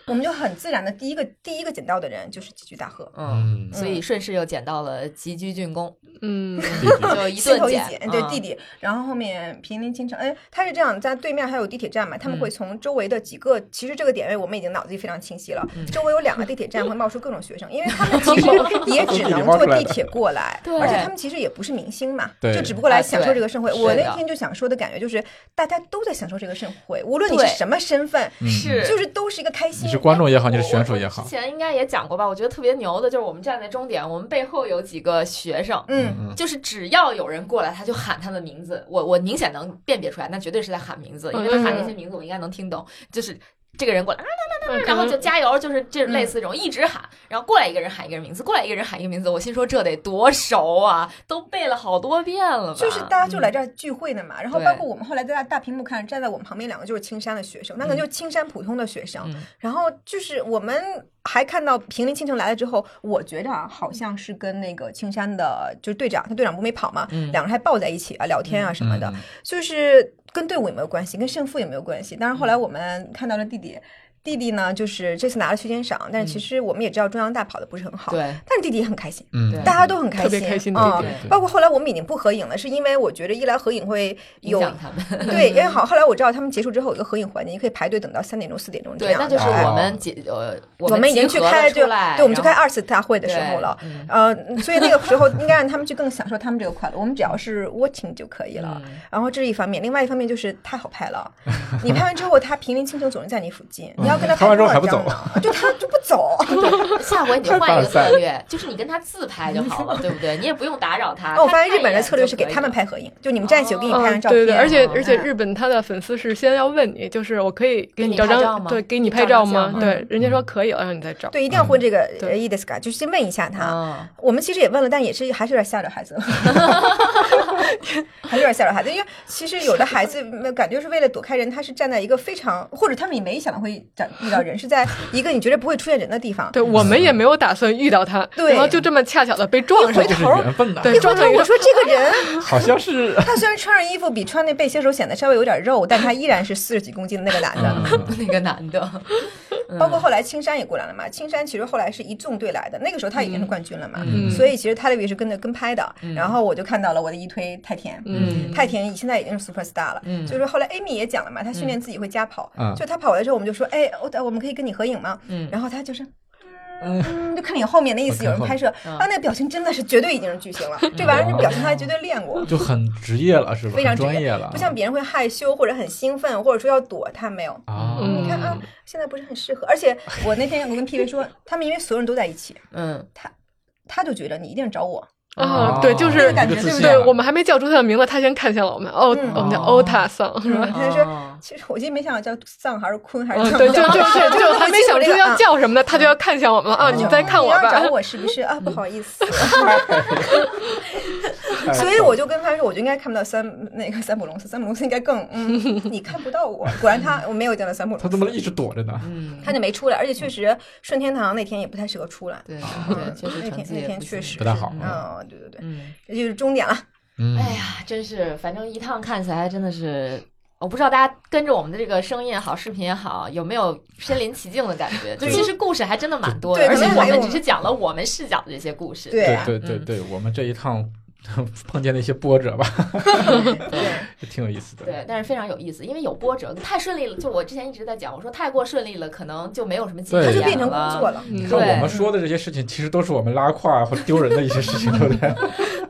Speaker 3: 我们就很自然的第一个第一个捡到的人就是寄居大河，
Speaker 1: 嗯，
Speaker 5: 嗯，
Speaker 1: 所以顺势又捡到了吉居俊公，
Speaker 4: 嗯，
Speaker 1: 就一
Speaker 3: 心
Speaker 1: 顿
Speaker 3: 头一紧
Speaker 1: 捡，，
Speaker 3: 对
Speaker 1: 嗯
Speaker 3: 弟弟。然后后面平林清城，哎，他是这样，在对面还有地铁站嘛，他们
Speaker 1: 嗯
Speaker 3: 会从周围的几个，其实这个点位我们已经脑子里非常清晰了，
Speaker 1: 嗯
Speaker 3: 周围有两个地铁站会冒出各种学生，因为他们其实 也只能坐地铁过来，
Speaker 1: 对
Speaker 3: 而且他们其实也不是明星嘛，
Speaker 5: 对
Speaker 3: 就只不过来享受这个社会。
Speaker 1: 啊对
Speaker 3: 我
Speaker 1: 是
Speaker 3: 那
Speaker 1: 的
Speaker 3: 天就想说的感觉就是，大家都在享受这个社会，无论你
Speaker 1: 对
Speaker 3: 是什么身份，
Speaker 5: 嗯
Speaker 1: 是
Speaker 3: 就是都是一个开心。
Speaker 5: 你是观众也好，你是选手也
Speaker 1: 之
Speaker 5: 好，
Speaker 1: 前应该也讲过吧？我觉得特别牛的就是我们站在终点，我们背后有几个学生，
Speaker 3: 嗯，
Speaker 5: 嗯，
Speaker 1: 就是只要有人过来，他就喊他的名字，我我明显能辨别出来，那绝对是在喊名字，因为
Speaker 4: 嗯
Speaker 1: 喊那些名字我应该能听懂，就是。这个人过来，啊
Speaker 4: 嗯
Speaker 1: 然后就
Speaker 4: 可能
Speaker 1: 加油，就是这
Speaker 3: 嗯
Speaker 1: 类似这种一直喊，然后过来一个人喊一个人名字，过来一个人喊一个名字，我心说这得多熟啊，都背了好多遍了吧？嗯
Speaker 3: 就是大家就来这儿聚会的嘛，然后
Speaker 1: 啊对
Speaker 3: 包括我们后来在大大屏幕看，站在我们旁边两个就是青山的学生，那可能就是青山普通的学生，
Speaker 1: 嗯
Speaker 3: 然后就是我们还看到平林青城来了之后，我觉着啊，好像是跟那个青山的，就是队长，他队长不没跑嘛，
Speaker 1: 嗯
Speaker 3: 两个人还抱在一起啊，聊天啊什么的，
Speaker 5: 嗯
Speaker 3: 就是跟队伍有没有关系，跟胜负有没有关系。当然后
Speaker 1: 嗯
Speaker 3: 来我们看到了弟弟。弟弟呢，就是这次拿了区间赏，但是其实我们也知道中央大跑的不是很好，
Speaker 1: 嗯对
Speaker 3: 但是弟弟也很开心，
Speaker 5: 嗯，
Speaker 1: 对
Speaker 3: 大家都很开
Speaker 4: 特
Speaker 3: 心，
Speaker 4: 别开心的一
Speaker 3: 嗯
Speaker 4: 点，
Speaker 5: 对
Speaker 3: 包括后来我们已经不合影了，是因为我觉得一来合影会
Speaker 1: 影
Speaker 3: 有
Speaker 1: 响他们，
Speaker 3: 对，因为好后来我知道他们结束之后有一个合影环节，你可以排队等到三点钟四点钟这
Speaker 1: 对，
Speaker 3: 样
Speaker 1: 那
Speaker 3: 的。
Speaker 1: 就是
Speaker 5: 哦
Speaker 1: 我们解呃，我
Speaker 3: 我们已经
Speaker 1: 集
Speaker 3: 去
Speaker 1: 合了
Speaker 3: 开
Speaker 1: 出
Speaker 3: 就
Speaker 1: 来
Speaker 3: 对，我们去开
Speaker 1: 然后
Speaker 3: 二次大会的时候了，
Speaker 1: 对嗯
Speaker 3: 呃，所以那个时候应该让他们去更享受他们这个快乐，我们只要是 watching 就可以了。
Speaker 1: 嗯
Speaker 3: 然后这是一方面，另外一方面就是太好拍 了，你拍完之后，他平林清城总是在你附近，你要跟他
Speaker 5: 拍完之后
Speaker 3: 多
Speaker 5: 还
Speaker 3: 少
Speaker 5: 不
Speaker 3: 张
Speaker 5: 走
Speaker 3: 呢？就他就不走，
Speaker 1: 下回你就换一个策略，就是你跟他自拍就好了，对不对？你也不用打扰
Speaker 4: 啊
Speaker 1: 他。
Speaker 3: 哦，我
Speaker 1: 他
Speaker 3: 发
Speaker 1: 看
Speaker 3: 现日
Speaker 1: 一
Speaker 3: 本的
Speaker 1: 眼
Speaker 3: 策略
Speaker 1: 就是
Speaker 3: 给
Speaker 1: 可以
Speaker 3: 他们
Speaker 1: 了。
Speaker 3: 拍合影，就你们站一起，我给你拍张照片。哦
Speaker 4: 哦
Speaker 3: 啊
Speaker 4: 对对，而且而且
Speaker 1: 嗯
Speaker 4: 日本他的粉丝是先要问你，就是我可以给
Speaker 1: 你
Speaker 4: 照
Speaker 1: 拍照
Speaker 4: 张，
Speaker 1: 吗
Speaker 4: 对，给你
Speaker 1: 你
Speaker 4: 拍
Speaker 1: 照
Speaker 4: 照
Speaker 1: 张
Speaker 4: 吗
Speaker 1: 相？
Speaker 4: 对，人家说可以了，然后你再照。
Speaker 3: 对，一定要问这个
Speaker 4: 嗯对嗯
Speaker 3: e d i s 就先问一下他。
Speaker 1: 啊，
Speaker 3: 我们其实也问了，但也是还是有点吓着孩子， 还是有点吓着孩子，因为其实有的孩子嗯感觉是为了躲开人，他是站在一个非常，或者他们也没想到会遇到人，是在一个你绝对不会出确诊的地方。
Speaker 4: 对我们也没有打算遇到他，
Speaker 3: 对
Speaker 4: 然后就这么恰巧的被撞上
Speaker 5: 这是
Speaker 3: 回
Speaker 4: 了。
Speaker 3: 头儿
Speaker 5: 缘分呐，
Speaker 4: 对
Speaker 3: 一回
Speaker 4: 撞
Speaker 3: 头
Speaker 4: 上一
Speaker 3: 我
Speaker 4: 个
Speaker 3: 说这 个人，
Speaker 5: 好像是。
Speaker 3: 他虽然穿上衣服比穿那背心儿时候显得稍微有点肉，但他依然是四十几公斤 的那个男的。
Speaker 5: 嗯
Speaker 1: 那个男的，
Speaker 3: 包括后来青山也过来了嘛，青山其实后来是一纵队来的，那个时候他已经是冠军了嘛，
Speaker 1: 嗯
Speaker 3: 所以其实他的位是跟着跟拍的。然后我就看到了我的一推太田，
Speaker 4: 嗯
Speaker 3: 太田现在已经是 super star 了，
Speaker 1: 嗯
Speaker 3: 就是后来 Amy 也讲了嘛，他训练自己会加跑，
Speaker 5: 嗯
Speaker 3: 就他跑的时候我们就说，哎，我我们可以跟你合影吗？
Speaker 1: 嗯
Speaker 3: 然后他就是。
Speaker 5: 嗯
Speaker 3: 嗯，就看你后面的意思，
Speaker 5: 我看
Speaker 3: 有人拍摄，啊
Speaker 1: 后面嗯
Speaker 3: 他那个表情真的是绝对已经是巨星了，这玩意儿这表情他绝对练
Speaker 2: 嗯
Speaker 3: 过，
Speaker 5: 就很职业了，是吧？
Speaker 3: 非常
Speaker 5: 很
Speaker 3: 职业
Speaker 5: 专业了，
Speaker 3: 不像别人会害羞或者很兴奋，或者说要躲，他没有。
Speaker 5: 啊，
Speaker 4: 嗯
Speaker 3: 你看啊，现在不是很适合。而且我那天我跟 P V 说，他们因为所有人都在一 起，
Speaker 1: 嗯，
Speaker 3: 他就觉得你一定找我。
Speaker 4: 啊，对，就是
Speaker 3: 感觉
Speaker 5: 一个自信啊
Speaker 4: 对
Speaker 5: 了
Speaker 4: 我们还没叫出他的名字，他先看向了我们。哦，
Speaker 3: 嗯
Speaker 4: 我们叫
Speaker 1: 哦
Speaker 4: 欧塔桑，是吧？
Speaker 3: 他就说，
Speaker 1: 哦
Speaker 3: 其实我今天没想好叫丧还是坤还
Speaker 4: 嗯
Speaker 3: 是，
Speaker 4: 对，就 就
Speaker 3: 这啊
Speaker 4: 是就还没想出要叫什么呢，他就要看向我们了啊！你再看我
Speaker 3: 嗯要
Speaker 4: 吧嗯
Speaker 3: 找。我是不是啊？不好意 思，
Speaker 4: 哎
Speaker 5: 哎
Speaker 3: 所以我就跟他说，我就应该看不到三那个三浦龙司，三浦龙司应该更 嗯，你看不到我。果然他我没有见到三浦龙
Speaker 5: 他
Speaker 3: 司，
Speaker 5: 怎么一直躲着呢？
Speaker 1: 嗯，
Speaker 3: 他就没出来，而且确实顺天堂那天也不太适合出来。
Speaker 1: 对
Speaker 3: 嗯
Speaker 1: 对，确实
Speaker 3: 那
Speaker 1: 成
Speaker 3: 天
Speaker 1: 绩
Speaker 3: 那
Speaker 1: 也
Speaker 3: 天
Speaker 1: 不
Speaker 3: 确
Speaker 1: 行
Speaker 3: 实
Speaker 5: 不太好
Speaker 3: 嗯，对对对，
Speaker 1: 嗯，
Speaker 3: 这就是终点了。
Speaker 5: 嗯
Speaker 1: 哎呀，真是，反正一趟看起来真的是。我不知道大家跟着我们的这个声音也好，视频也好，有没有身临其境的感觉？就其实故事还真的蛮多的，
Speaker 3: 对
Speaker 1: 而且
Speaker 3: 可能
Speaker 1: 我
Speaker 3: 还有
Speaker 1: 们只是讲了我们视角的这些故事。
Speaker 3: 对啊
Speaker 5: 对对对对，我们这一趟 碰见了一些波折吧，
Speaker 3: 对。
Speaker 5: 挺有意思的。
Speaker 1: 对，但是非常有意思，因为有波折，太顺利了。就我之前一直在讲，我说太过顺利了，可能就没有什么经
Speaker 5: 对
Speaker 3: 它
Speaker 1: 验
Speaker 3: 就变成工作了。
Speaker 5: 你
Speaker 4: 嗯
Speaker 5: 看
Speaker 1: 对
Speaker 5: 我们说的这些事情，其实都是我们拉胯或丢人的一些事情，对不对？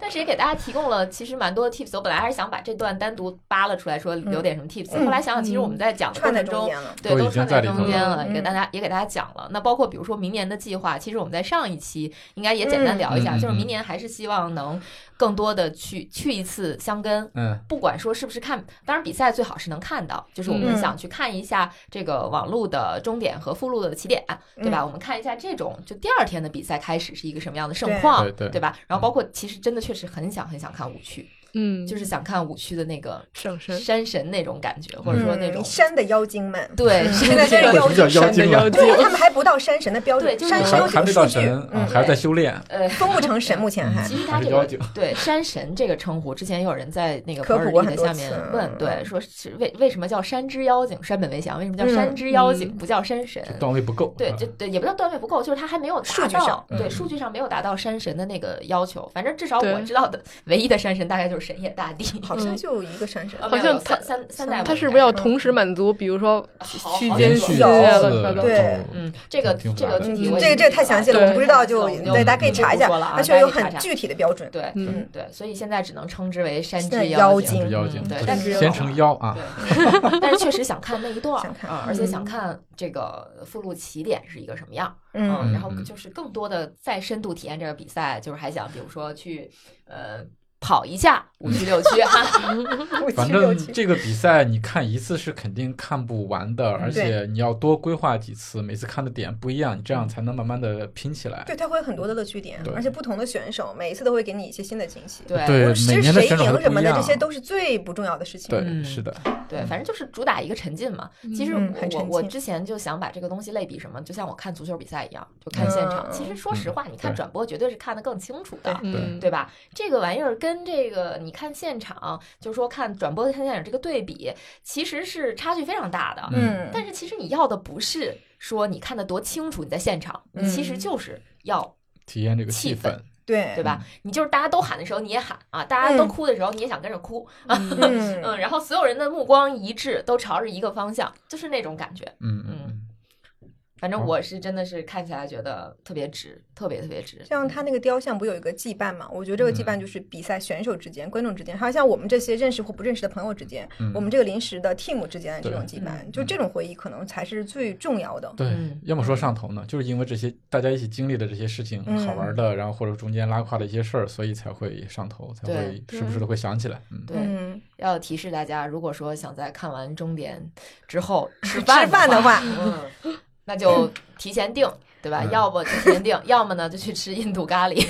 Speaker 1: 但是也给大家提供了其实蛮多的 tips。我本来还是想把这段单独扒了出来说留点什么 tips，、
Speaker 3: 嗯
Speaker 1: 后来想想，其实我们在讲的过
Speaker 3: 串在
Speaker 1: 程
Speaker 3: 中
Speaker 1: 中，
Speaker 3: 间了。
Speaker 1: 对，
Speaker 5: 都已
Speaker 1: 都
Speaker 5: 经
Speaker 1: 串
Speaker 5: 在
Speaker 1: 在
Speaker 5: 里头
Speaker 1: 中间
Speaker 3: 了
Speaker 1: 了，也
Speaker 3: 嗯
Speaker 1: 给大家也给大家讲了。那包括比如说明年的计划，其实我们在上一期应该也简单聊一下，
Speaker 5: 嗯嗯
Speaker 1: 就是
Speaker 5: 嗯
Speaker 1: 明年还是希望能更多的去去一次香根，
Speaker 5: 嗯，
Speaker 1: 不管说是不是看，当然比赛最好是能看到，就是我们
Speaker 3: 嗯
Speaker 1: 想去看一下这个网路的终点和附录的起点，对
Speaker 3: 嗯
Speaker 1: 吧？我们看一下这种就第二天的比赛开始是一个什么样的盛
Speaker 3: 啊
Speaker 1: 况，
Speaker 5: 对对对
Speaker 1: 吧？然后包括其实真的确实很想很想看五区，
Speaker 4: 嗯，
Speaker 1: 就是想看五区的那个
Speaker 4: 上身。
Speaker 1: 山神那种感觉，或者说那种、
Speaker 3: 嗯山的妖精们，
Speaker 1: 对
Speaker 3: 现在这
Speaker 1: 山
Speaker 3: 是
Speaker 1: 神。
Speaker 3: 妖精，
Speaker 5: 妖精了，
Speaker 3: 对他们还不到山神的标准
Speaker 1: 对，就是
Speaker 3: 山神
Speaker 5: 还
Speaker 3: 有
Speaker 5: 还没
Speaker 3: 几
Speaker 5: 到
Speaker 3: 个数据
Speaker 5: 神，啊，
Speaker 3: 嗯，
Speaker 5: 还是在修炼。
Speaker 1: 呃，
Speaker 3: 封不成神，目前还
Speaker 1: 其实
Speaker 5: 还
Speaker 1: 他
Speaker 5: 是
Speaker 1: 这
Speaker 5: 妖
Speaker 1: 个
Speaker 5: 精
Speaker 1: 对“山神”这个称呼，之前也有人在那个
Speaker 3: 科普
Speaker 1: 博
Speaker 3: 过
Speaker 1: 尔利
Speaker 3: 很
Speaker 1: 的
Speaker 3: 多
Speaker 1: 下面
Speaker 3: 次嗯
Speaker 1: 问，对，说是为为什么叫山之妖精？山本为祥为什么叫山
Speaker 3: 嗯
Speaker 1: 之妖精，
Speaker 4: 嗯
Speaker 1: 不叫山神？
Speaker 5: 段位不够，
Speaker 1: 对，
Speaker 5: 啊
Speaker 1: 就对，也不叫段位不够，就是他还没有
Speaker 3: 数
Speaker 1: 达
Speaker 3: 据
Speaker 1: 到
Speaker 3: 上，
Speaker 1: 对，
Speaker 5: 嗯
Speaker 1: 数据上没有达到山神的那个要求。反正至少我
Speaker 4: 对
Speaker 1: 知道的唯一的山神大概就是神野大帝，
Speaker 3: 好像就一个山神嗯
Speaker 1: 啊，
Speaker 4: 好
Speaker 1: 没有
Speaker 4: 像
Speaker 1: 三三三代文
Speaker 4: 他
Speaker 1: 化，
Speaker 4: 是不是要同时满足，比如说
Speaker 1: 好
Speaker 4: 区
Speaker 1: 好
Speaker 4: 间啊
Speaker 5: 连
Speaker 3: 续
Speaker 5: 续
Speaker 3: 有
Speaker 2: 啊
Speaker 4: 了，
Speaker 5: 四
Speaker 3: 对
Speaker 5: 周
Speaker 1: 嗯，这个
Speaker 5: 挺复
Speaker 1: 这
Speaker 5: 杂
Speaker 1: 个
Speaker 5: 的
Speaker 1: 具体
Speaker 3: 嗯
Speaker 1: 我也
Speaker 3: 这个这个太详细了，我们不知道就
Speaker 1: 对
Speaker 3: 对，大家可以查一下
Speaker 1: 我们就不说了啊，
Speaker 3: 而且有
Speaker 1: 大家
Speaker 3: 很
Speaker 1: 可以查查
Speaker 3: 具体的标准。
Speaker 1: 对
Speaker 4: 嗯，
Speaker 1: 对，所以现在只能称之为山
Speaker 3: 现在
Speaker 1: 之
Speaker 3: 妖
Speaker 1: 精
Speaker 3: 精。
Speaker 5: 妖精
Speaker 1: 嗯，对
Speaker 5: 对
Speaker 1: 但
Speaker 3: 是
Speaker 5: 先 成妖啊，
Speaker 1: 对，但是确实想看那一段儿，
Speaker 3: 想看
Speaker 1: 嗯而且想看这个附录起点是一个什么样，
Speaker 3: 嗯，
Speaker 1: 然后
Speaker 5: 嗯嗯
Speaker 1: 就是更多的再深度体验这个比赛，就是还想比如说去呃跑一下五区六区哈，
Speaker 3: 五
Speaker 5: 反
Speaker 3: 七六
Speaker 5: 正
Speaker 3: 七，
Speaker 5: 这个比赛你看一次是肯定看不完的，而且你要多规划几次，每次看的点不一样，你这样才能慢慢的拼起来。
Speaker 3: 对，它会有很多的乐趣点
Speaker 5: 对，
Speaker 3: 而且不同的选手每一次都会给你一些新的惊喜。
Speaker 1: 对
Speaker 5: 对
Speaker 3: 无论是
Speaker 5: 每年的
Speaker 3: 谁
Speaker 5: 选手还
Speaker 3: 赢
Speaker 5: 都
Speaker 3: 什
Speaker 5: 不
Speaker 3: 么
Speaker 5: 一
Speaker 3: 的，
Speaker 5: 样
Speaker 3: 这些都是最不重要的事情。
Speaker 5: 对，
Speaker 1: 嗯
Speaker 5: 是的，
Speaker 1: 对，反正就是主打一个沉浸嘛。其实
Speaker 3: 嗯很
Speaker 1: 我
Speaker 3: 沉
Speaker 1: 我
Speaker 3: 浸
Speaker 1: 之前就想把这个东西类比什么，就像我看足球比赛一样，就看现场。
Speaker 3: 嗯
Speaker 1: 其实说实话，你看
Speaker 5: 对
Speaker 1: 转播绝对是看得更清楚的。
Speaker 4: 嗯，
Speaker 1: 对吧？这个玩意儿跟这个你看现场，就是说看转播的看现场这个对比，其实是差距非常大的。
Speaker 3: 嗯，
Speaker 1: 但是其实你要的不是说你看得多清楚，你在现场，你其实
Speaker 3: 嗯
Speaker 1: 就是要
Speaker 5: 体验这个
Speaker 1: 气
Speaker 5: 气
Speaker 1: 氛
Speaker 5: 氛。
Speaker 3: 对
Speaker 1: 对，吧？你就是大家都喊的时候你也喊啊，大家都哭的时候你也想跟着哭，
Speaker 3: 嗯，
Speaker 1: 嗯，然后所有人的目光一致，都朝着一个方向，就是那种感觉。
Speaker 5: 嗯
Speaker 1: 嗯
Speaker 5: 嗯
Speaker 1: 反正
Speaker 5: 好
Speaker 1: 我是真的是看起来觉得特别值，特别特别值。
Speaker 3: 像他那个雕像不有一个羁绊嘛？我觉得这个羁绊就是比赛选手之间、观众之间，还有像我们这些认识或不认识的朋友之间，
Speaker 5: 嗯，
Speaker 3: 我们这个临时的 team 之间的这
Speaker 5: 对
Speaker 3: 种羁绊，就这种回忆可能才是最重要的。
Speaker 5: 对
Speaker 1: 嗯，
Speaker 5: 要么说上头呢，就是因为这些大家一起经历的这些事情，
Speaker 3: 嗯
Speaker 5: 好玩的，然后或者中间拉胯的一些事儿，所以才会上头，才会
Speaker 4: 对
Speaker 5: 时不时的会想起来。嗯，
Speaker 1: 对，
Speaker 3: 嗯，
Speaker 1: 要提示 大家，如果说想在看完终点之后吃
Speaker 3: 吃
Speaker 1: 饭
Speaker 3: 饭的
Speaker 1: 话，
Speaker 3: 话，
Speaker 1: 嗯，那就提前定，对吧？
Speaker 2: 嗯
Speaker 1: 要不就提前定，要么呢就去吃印度咖喱，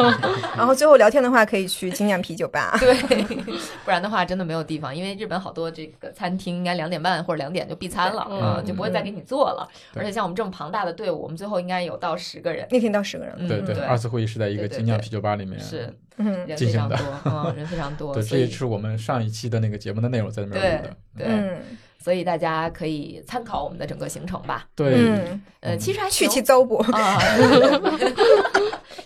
Speaker 3: 然后最后聊天的话，可以去精酿啤酒吧。
Speaker 1: 对，不然的话真的没有地方，因为日本好多这个餐厅应该两点半或者两点就闭餐了，
Speaker 4: 嗯
Speaker 1: 嗯，就不会再给你做了。
Speaker 2: 对
Speaker 1: 而且像我们这么庞大的队伍，我们最后应该有到十个人，
Speaker 3: 那天到十个人，
Speaker 1: 嗯
Speaker 2: 对
Speaker 1: 对，
Speaker 2: 二次会议是在一个
Speaker 1: 对对
Speaker 2: 精酿
Speaker 1: 对
Speaker 2: 啤酒吧里面，
Speaker 1: 是
Speaker 3: 嗯
Speaker 1: 人
Speaker 2: 进
Speaker 1: 非
Speaker 2: 行
Speaker 1: 常
Speaker 2: 的
Speaker 1: 多，嗯，人非常 多，
Speaker 2: 对，这
Speaker 1: 所
Speaker 2: 也
Speaker 1: 以
Speaker 2: 是我们上一期的那个节目的内容在里面录的。
Speaker 1: 对。
Speaker 3: 嗯
Speaker 1: 所以大家可以参考我们的整个行程吧。
Speaker 2: 对，
Speaker 3: 嗯，
Speaker 1: 呃，
Speaker 2: 嗯
Speaker 1: 其实还
Speaker 3: 去
Speaker 1: 行
Speaker 3: 其糟粕。
Speaker 1: 啊，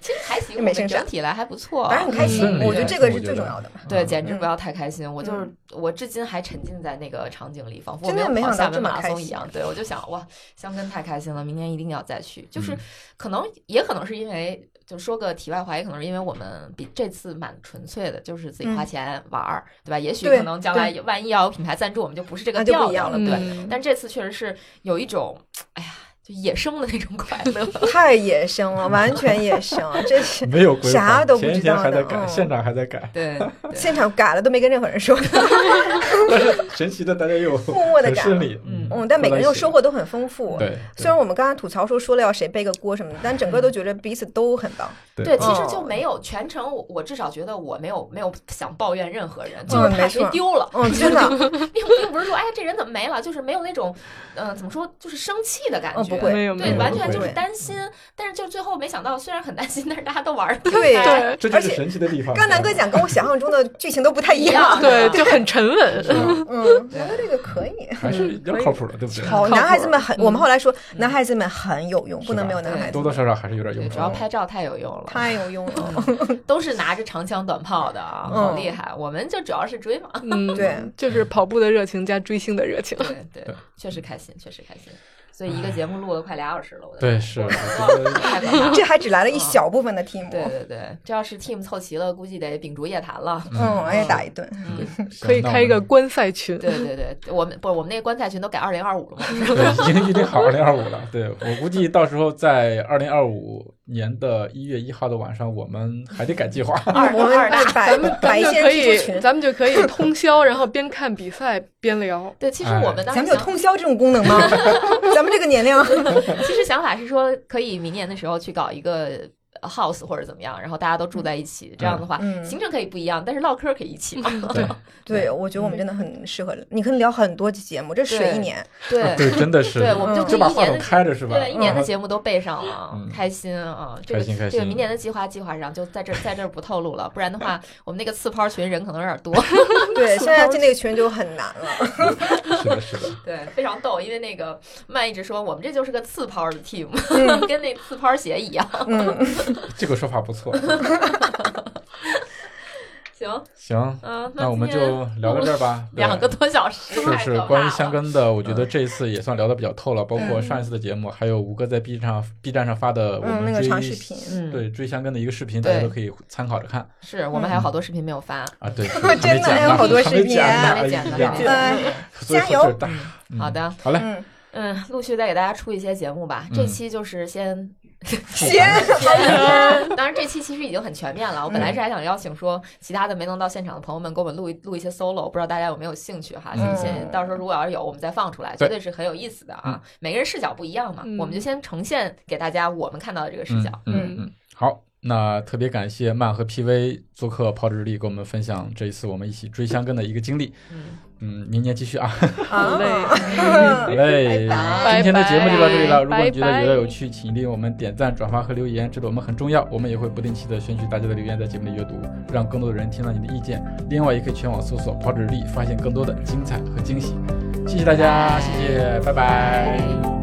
Speaker 1: 其实还行，我
Speaker 3: 没
Speaker 1: 们
Speaker 3: 剩
Speaker 1: 整
Speaker 3: 啥
Speaker 1: 体来还不错。
Speaker 3: 反正很开心
Speaker 1: 嗯，
Speaker 2: 啊
Speaker 3: 我觉得这个是最重要的嘛。
Speaker 1: 对，
Speaker 2: 嗯
Speaker 1: 简直
Speaker 3: 嗯
Speaker 1: 不要太开心。我就是我，至今还沉浸在那个场景里，仿佛我
Speaker 3: 真的
Speaker 1: 有
Speaker 3: 没
Speaker 1: 跑
Speaker 3: 想到
Speaker 1: 厦门
Speaker 3: 这么
Speaker 1: 马拉
Speaker 3: 开
Speaker 1: 松一
Speaker 3: 心
Speaker 1: 样。对，我就想哇，香根太开心了，明年一定要再去。就是
Speaker 2: 嗯
Speaker 1: 可能也可能是因为，就说个题外话，也可能是因为我们比这次蛮纯粹的，就是自己花
Speaker 3: 嗯
Speaker 1: 钱玩儿，对吧？也许
Speaker 3: 对
Speaker 1: 可能将来
Speaker 3: 对
Speaker 1: 有万一要有品牌赞助，我们就不是这个
Speaker 3: 那就不
Speaker 1: 调调
Speaker 3: 一样
Speaker 1: 了，
Speaker 3: 了
Speaker 1: 对。
Speaker 4: 嗯
Speaker 1: 但这次确实是有一种，哎呀，就野生的那种快 乐。
Speaker 3: 太野生了，完全野生，这是
Speaker 2: 没有规划，
Speaker 3: 啥都不
Speaker 2: 前一
Speaker 3: 知
Speaker 2: 天
Speaker 3: 道
Speaker 2: 还在
Speaker 3: 的
Speaker 2: 改，
Speaker 3: 嗯
Speaker 2: 现场还在 改，
Speaker 1: 对，对
Speaker 3: 现场改了都没跟任何人说，
Speaker 2: 但是神奇的大家又
Speaker 3: 默默的
Speaker 2: 很
Speaker 3: 改
Speaker 2: 顺
Speaker 3: 了。
Speaker 2: 利，
Speaker 1: 嗯
Speaker 3: 嗯，但每个人又收获都很丰富。
Speaker 2: 对，
Speaker 3: 虽然我们刚刚吐槽说说了要谁背个锅什么的，但整个都觉得彼此都很棒。
Speaker 1: 对，嗯
Speaker 2: 对嗯
Speaker 1: 其实
Speaker 3: 哦
Speaker 1: 就没有全程我，我至少觉得我没有没有想抱怨任何人，
Speaker 2: 嗯
Speaker 1: 就是怕
Speaker 3: 没
Speaker 1: 谁
Speaker 3: 错
Speaker 1: 丢了，
Speaker 3: 嗯，真的，
Speaker 1: 并并不是说哎这人怎么没了，就是没有那种呃怎么说就是生气的感觉，
Speaker 3: 哦不会
Speaker 4: 没有没
Speaker 1: 对，
Speaker 4: 有
Speaker 1: 完
Speaker 2: 不
Speaker 1: 全
Speaker 2: 会
Speaker 1: 就是
Speaker 3: 对
Speaker 1: 担心，但是就最后没想到，虽然很担心，但是大家都玩儿得
Speaker 3: 对
Speaker 1: 开
Speaker 4: 对
Speaker 2: 这就
Speaker 3: 而
Speaker 2: 是
Speaker 3: 且
Speaker 2: 神奇的地方。
Speaker 3: 刚南哥讲跟我想象中的剧情都不太一
Speaker 1: 一样
Speaker 3: 样。
Speaker 4: 对，就很 沉稳。
Speaker 2: 是
Speaker 1: 啊
Speaker 2: 吧，
Speaker 3: 嗯，南哥这个可以。
Speaker 2: 嗯还是比较靠谱的，对不对？
Speaker 3: 好，
Speaker 4: 靠谱
Speaker 3: 男孩子们很，
Speaker 1: 嗯
Speaker 3: 我们后来说男孩子们很有用，不能没有男孩子
Speaker 2: 多，多少少还 是有点
Speaker 1: 对，
Speaker 2: 用嗯
Speaker 1: 主要
Speaker 2: 处。
Speaker 1: 拍照太有用了，嗯
Speaker 3: 太有用 了。
Speaker 1: 都是拿着长枪短炮的啊，好
Speaker 3: 嗯
Speaker 1: 厉害！我们就主要是追嘛，
Speaker 4: 嗯，
Speaker 3: 对，
Speaker 4: 就是跑步的热情加追星的热情。
Speaker 1: 对 对，确实开心，确实开心。所以一个节目录了快俩小时了，我的
Speaker 2: 对， 是，啊
Speaker 1: 太可怕了。
Speaker 3: 这还只来了一小部分的 team，
Speaker 1: 对对对，这要是 team 凑齐了，估计得秉烛夜谈了。
Speaker 3: 嗯，而且打一顿。
Speaker 1: 嗯，
Speaker 4: 可以开一个观赛群，
Speaker 1: 对对对，我们不是我们那个观赛群都改二零二五了嘛？
Speaker 2: 对，已经预定好二零二五了。对我估计到时候在二零二五年的一月一号的晚上，我们还得改计 划。
Speaker 1: 二
Speaker 3: 我们
Speaker 1: 二大
Speaker 3: 摆
Speaker 4: 咱们咱
Speaker 3: 摆
Speaker 4: 们
Speaker 3: 一
Speaker 4: 就
Speaker 3: 些
Speaker 4: 可
Speaker 3: 人
Speaker 4: 以
Speaker 3: 蜘蛛，群，
Speaker 4: 咱们就可以通宵，然后边看比赛边聊。
Speaker 1: 对，其实我们当
Speaker 3: 哎咱
Speaker 1: 时
Speaker 3: 们有
Speaker 1: 想，
Speaker 3: 通宵这种功能吗？咱们这个年龄，
Speaker 1: 其实想法是说，可以明年的时候去搞一个 house 或者怎么样，然后大家都住在一起，这样的话
Speaker 3: 嗯
Speaker 1: 行程可以不一样，但是唠嗑可以一起嘛。
Speaker 2: 对
Speaker 3: 对我觉得我们真的很适合，你可以聊很多期节目，这水一年，
Speaker 1: 对
Speaker 2: 啊对，真的是，
Speaker 1: 对，我们就
Speaker 3: 嗯
Speaker 1: 可
Speaker 2: 就
Speaker 1: 以
Speaker 2: 把
Speaker 1: 一
Speaker 2: 话
Speaker 1: 年
Speaker 2: 筒
Speaker 1: 的。
Speaker 2: 开着是吧？
Speaker 1: 对，一年的
Speaker 2: 嗯
Speaker 1: 节目都备上了，
Speaker 2: 嗯
Speaker 1: 开心啊！这个
Speaker 2: 开心开
Speaker 1: 这个
Speaker 2: 心
Speaker 1: 明年的计划计划上就在这在这儿不透露了，不然的 话，我们那个刺抛群人可能有点多。
Speaker 3: 对，现在进那个群就很难了。
Speaker 2: 是的，是的，
Speaker 1: 对，非常逗，因为那个曼一直说我们这就是个次抛的 team，
Speaker 3: 嗯
Speaker 1: 跟那次抛鞋一样。
Speaker 3: 嗯，
Speaker 2: 这个说法不错。
Speaker 1: 行，
Speaker 2: 行，
Speaker 1: 嗯、
Speaker 2: 那我们
Speaker 1: 今天
Speaker 2: 就聊到这儿吧。对
Speaker 1: 两个多小时，
Speaker 2: 就
Speaker 1: 太可
Speaker 2: 是
Speaker 1: 怕
Speaker 2: 关于
Speaker 1: 了
Speaker 2: 香根的，我觉得这一次也算聊得比较透了，包括上一次的节目，还有吴哥在 B 站 B 站上发的我
Speaker 3: 嗯
Speaker 2: 们
Speaker 3: 那个
Speaker 2: 追
Speaker 3: 长 视频
Speaker 1: 嗯
Speaker 2: 对追香根的一个视频，大家
Speaker 1: 对
Speaker 2: 都可以参考着看
Speaker 1: 是我们还有好多视频没有发，
Speaker 2: 啊。对，
Speaker 3: 真的还有好多视频
Speaker 1: 啊还
Speaker 2: 还
Speaker 1: 没
Speaker 2: 没
Speaker 1: 剪
Speaker 2: 讲呢
Speaker 1: 呢，还没
Speaker 2: 哎呀
Speaker 1: 剪
Speaker 3: 呃
Speaker 1: 呢。，
Speaker 2: 所以
Speaker 3: 加
Speaker 2: 说
Speaker 3: 油
Speaker 2: 就是大。嗯
Speaker 1: 好的，
Speaker 2: 好嘞，
Speaker 3: 嗯，
Speaker 1: 嗯，陆续再给大家出一些节目吧。这
Speaker 2: 嗯
Speaker 1: 期就是先，
Speaker 3: 先
Speaker 1: 当然这期其实已经很全面了。我本
Speaker 2: 嗯
Speaker 1: 来是还想邀请说其他的没能到现场的朋友们给我们录一录一些 solo，不知道大家有没有兴趣哈？
Speaker 2: 嗯
Speaker 1: 谢谢。到时候如果要是有，我们再放出来，绝
Speaker 2: 对
Speaker 1: 对是很有意思的
Speaker 2: 嗯
Speaker 1: 啊。每个人视角不一样嘛，
Speaker 4: 嗯
Speaker 1: 我们就先呈现给大家我们看到的这个视
Speaker 2: 嗯
Speaker 1: 角。
Speaker 2: 嗯嗯，好。那特别感谢曼和 PV 做客跑者日历，给我们分享这一次我们一起追香根的一个经历。
Speaker 1: 嗯，
Speaker 2: 嗯，明年继续啊。
Speaker 4: 好
Speaker 3: 啊，
Speaker 4: 嘞。
Speaker 2: 好嘞，今天的节目就到这里了。如果你觉得有料有趣，请一定我们点赞、转发和留言，这对我们很重要。我们也会不定期的选取大家的留言，在节目里阅读，让更多的人听到你的意见。另外，也可以全网搜索“跑者日历”，发现更多的精彩和惊喜。谢谢大家，谢谢，拜拜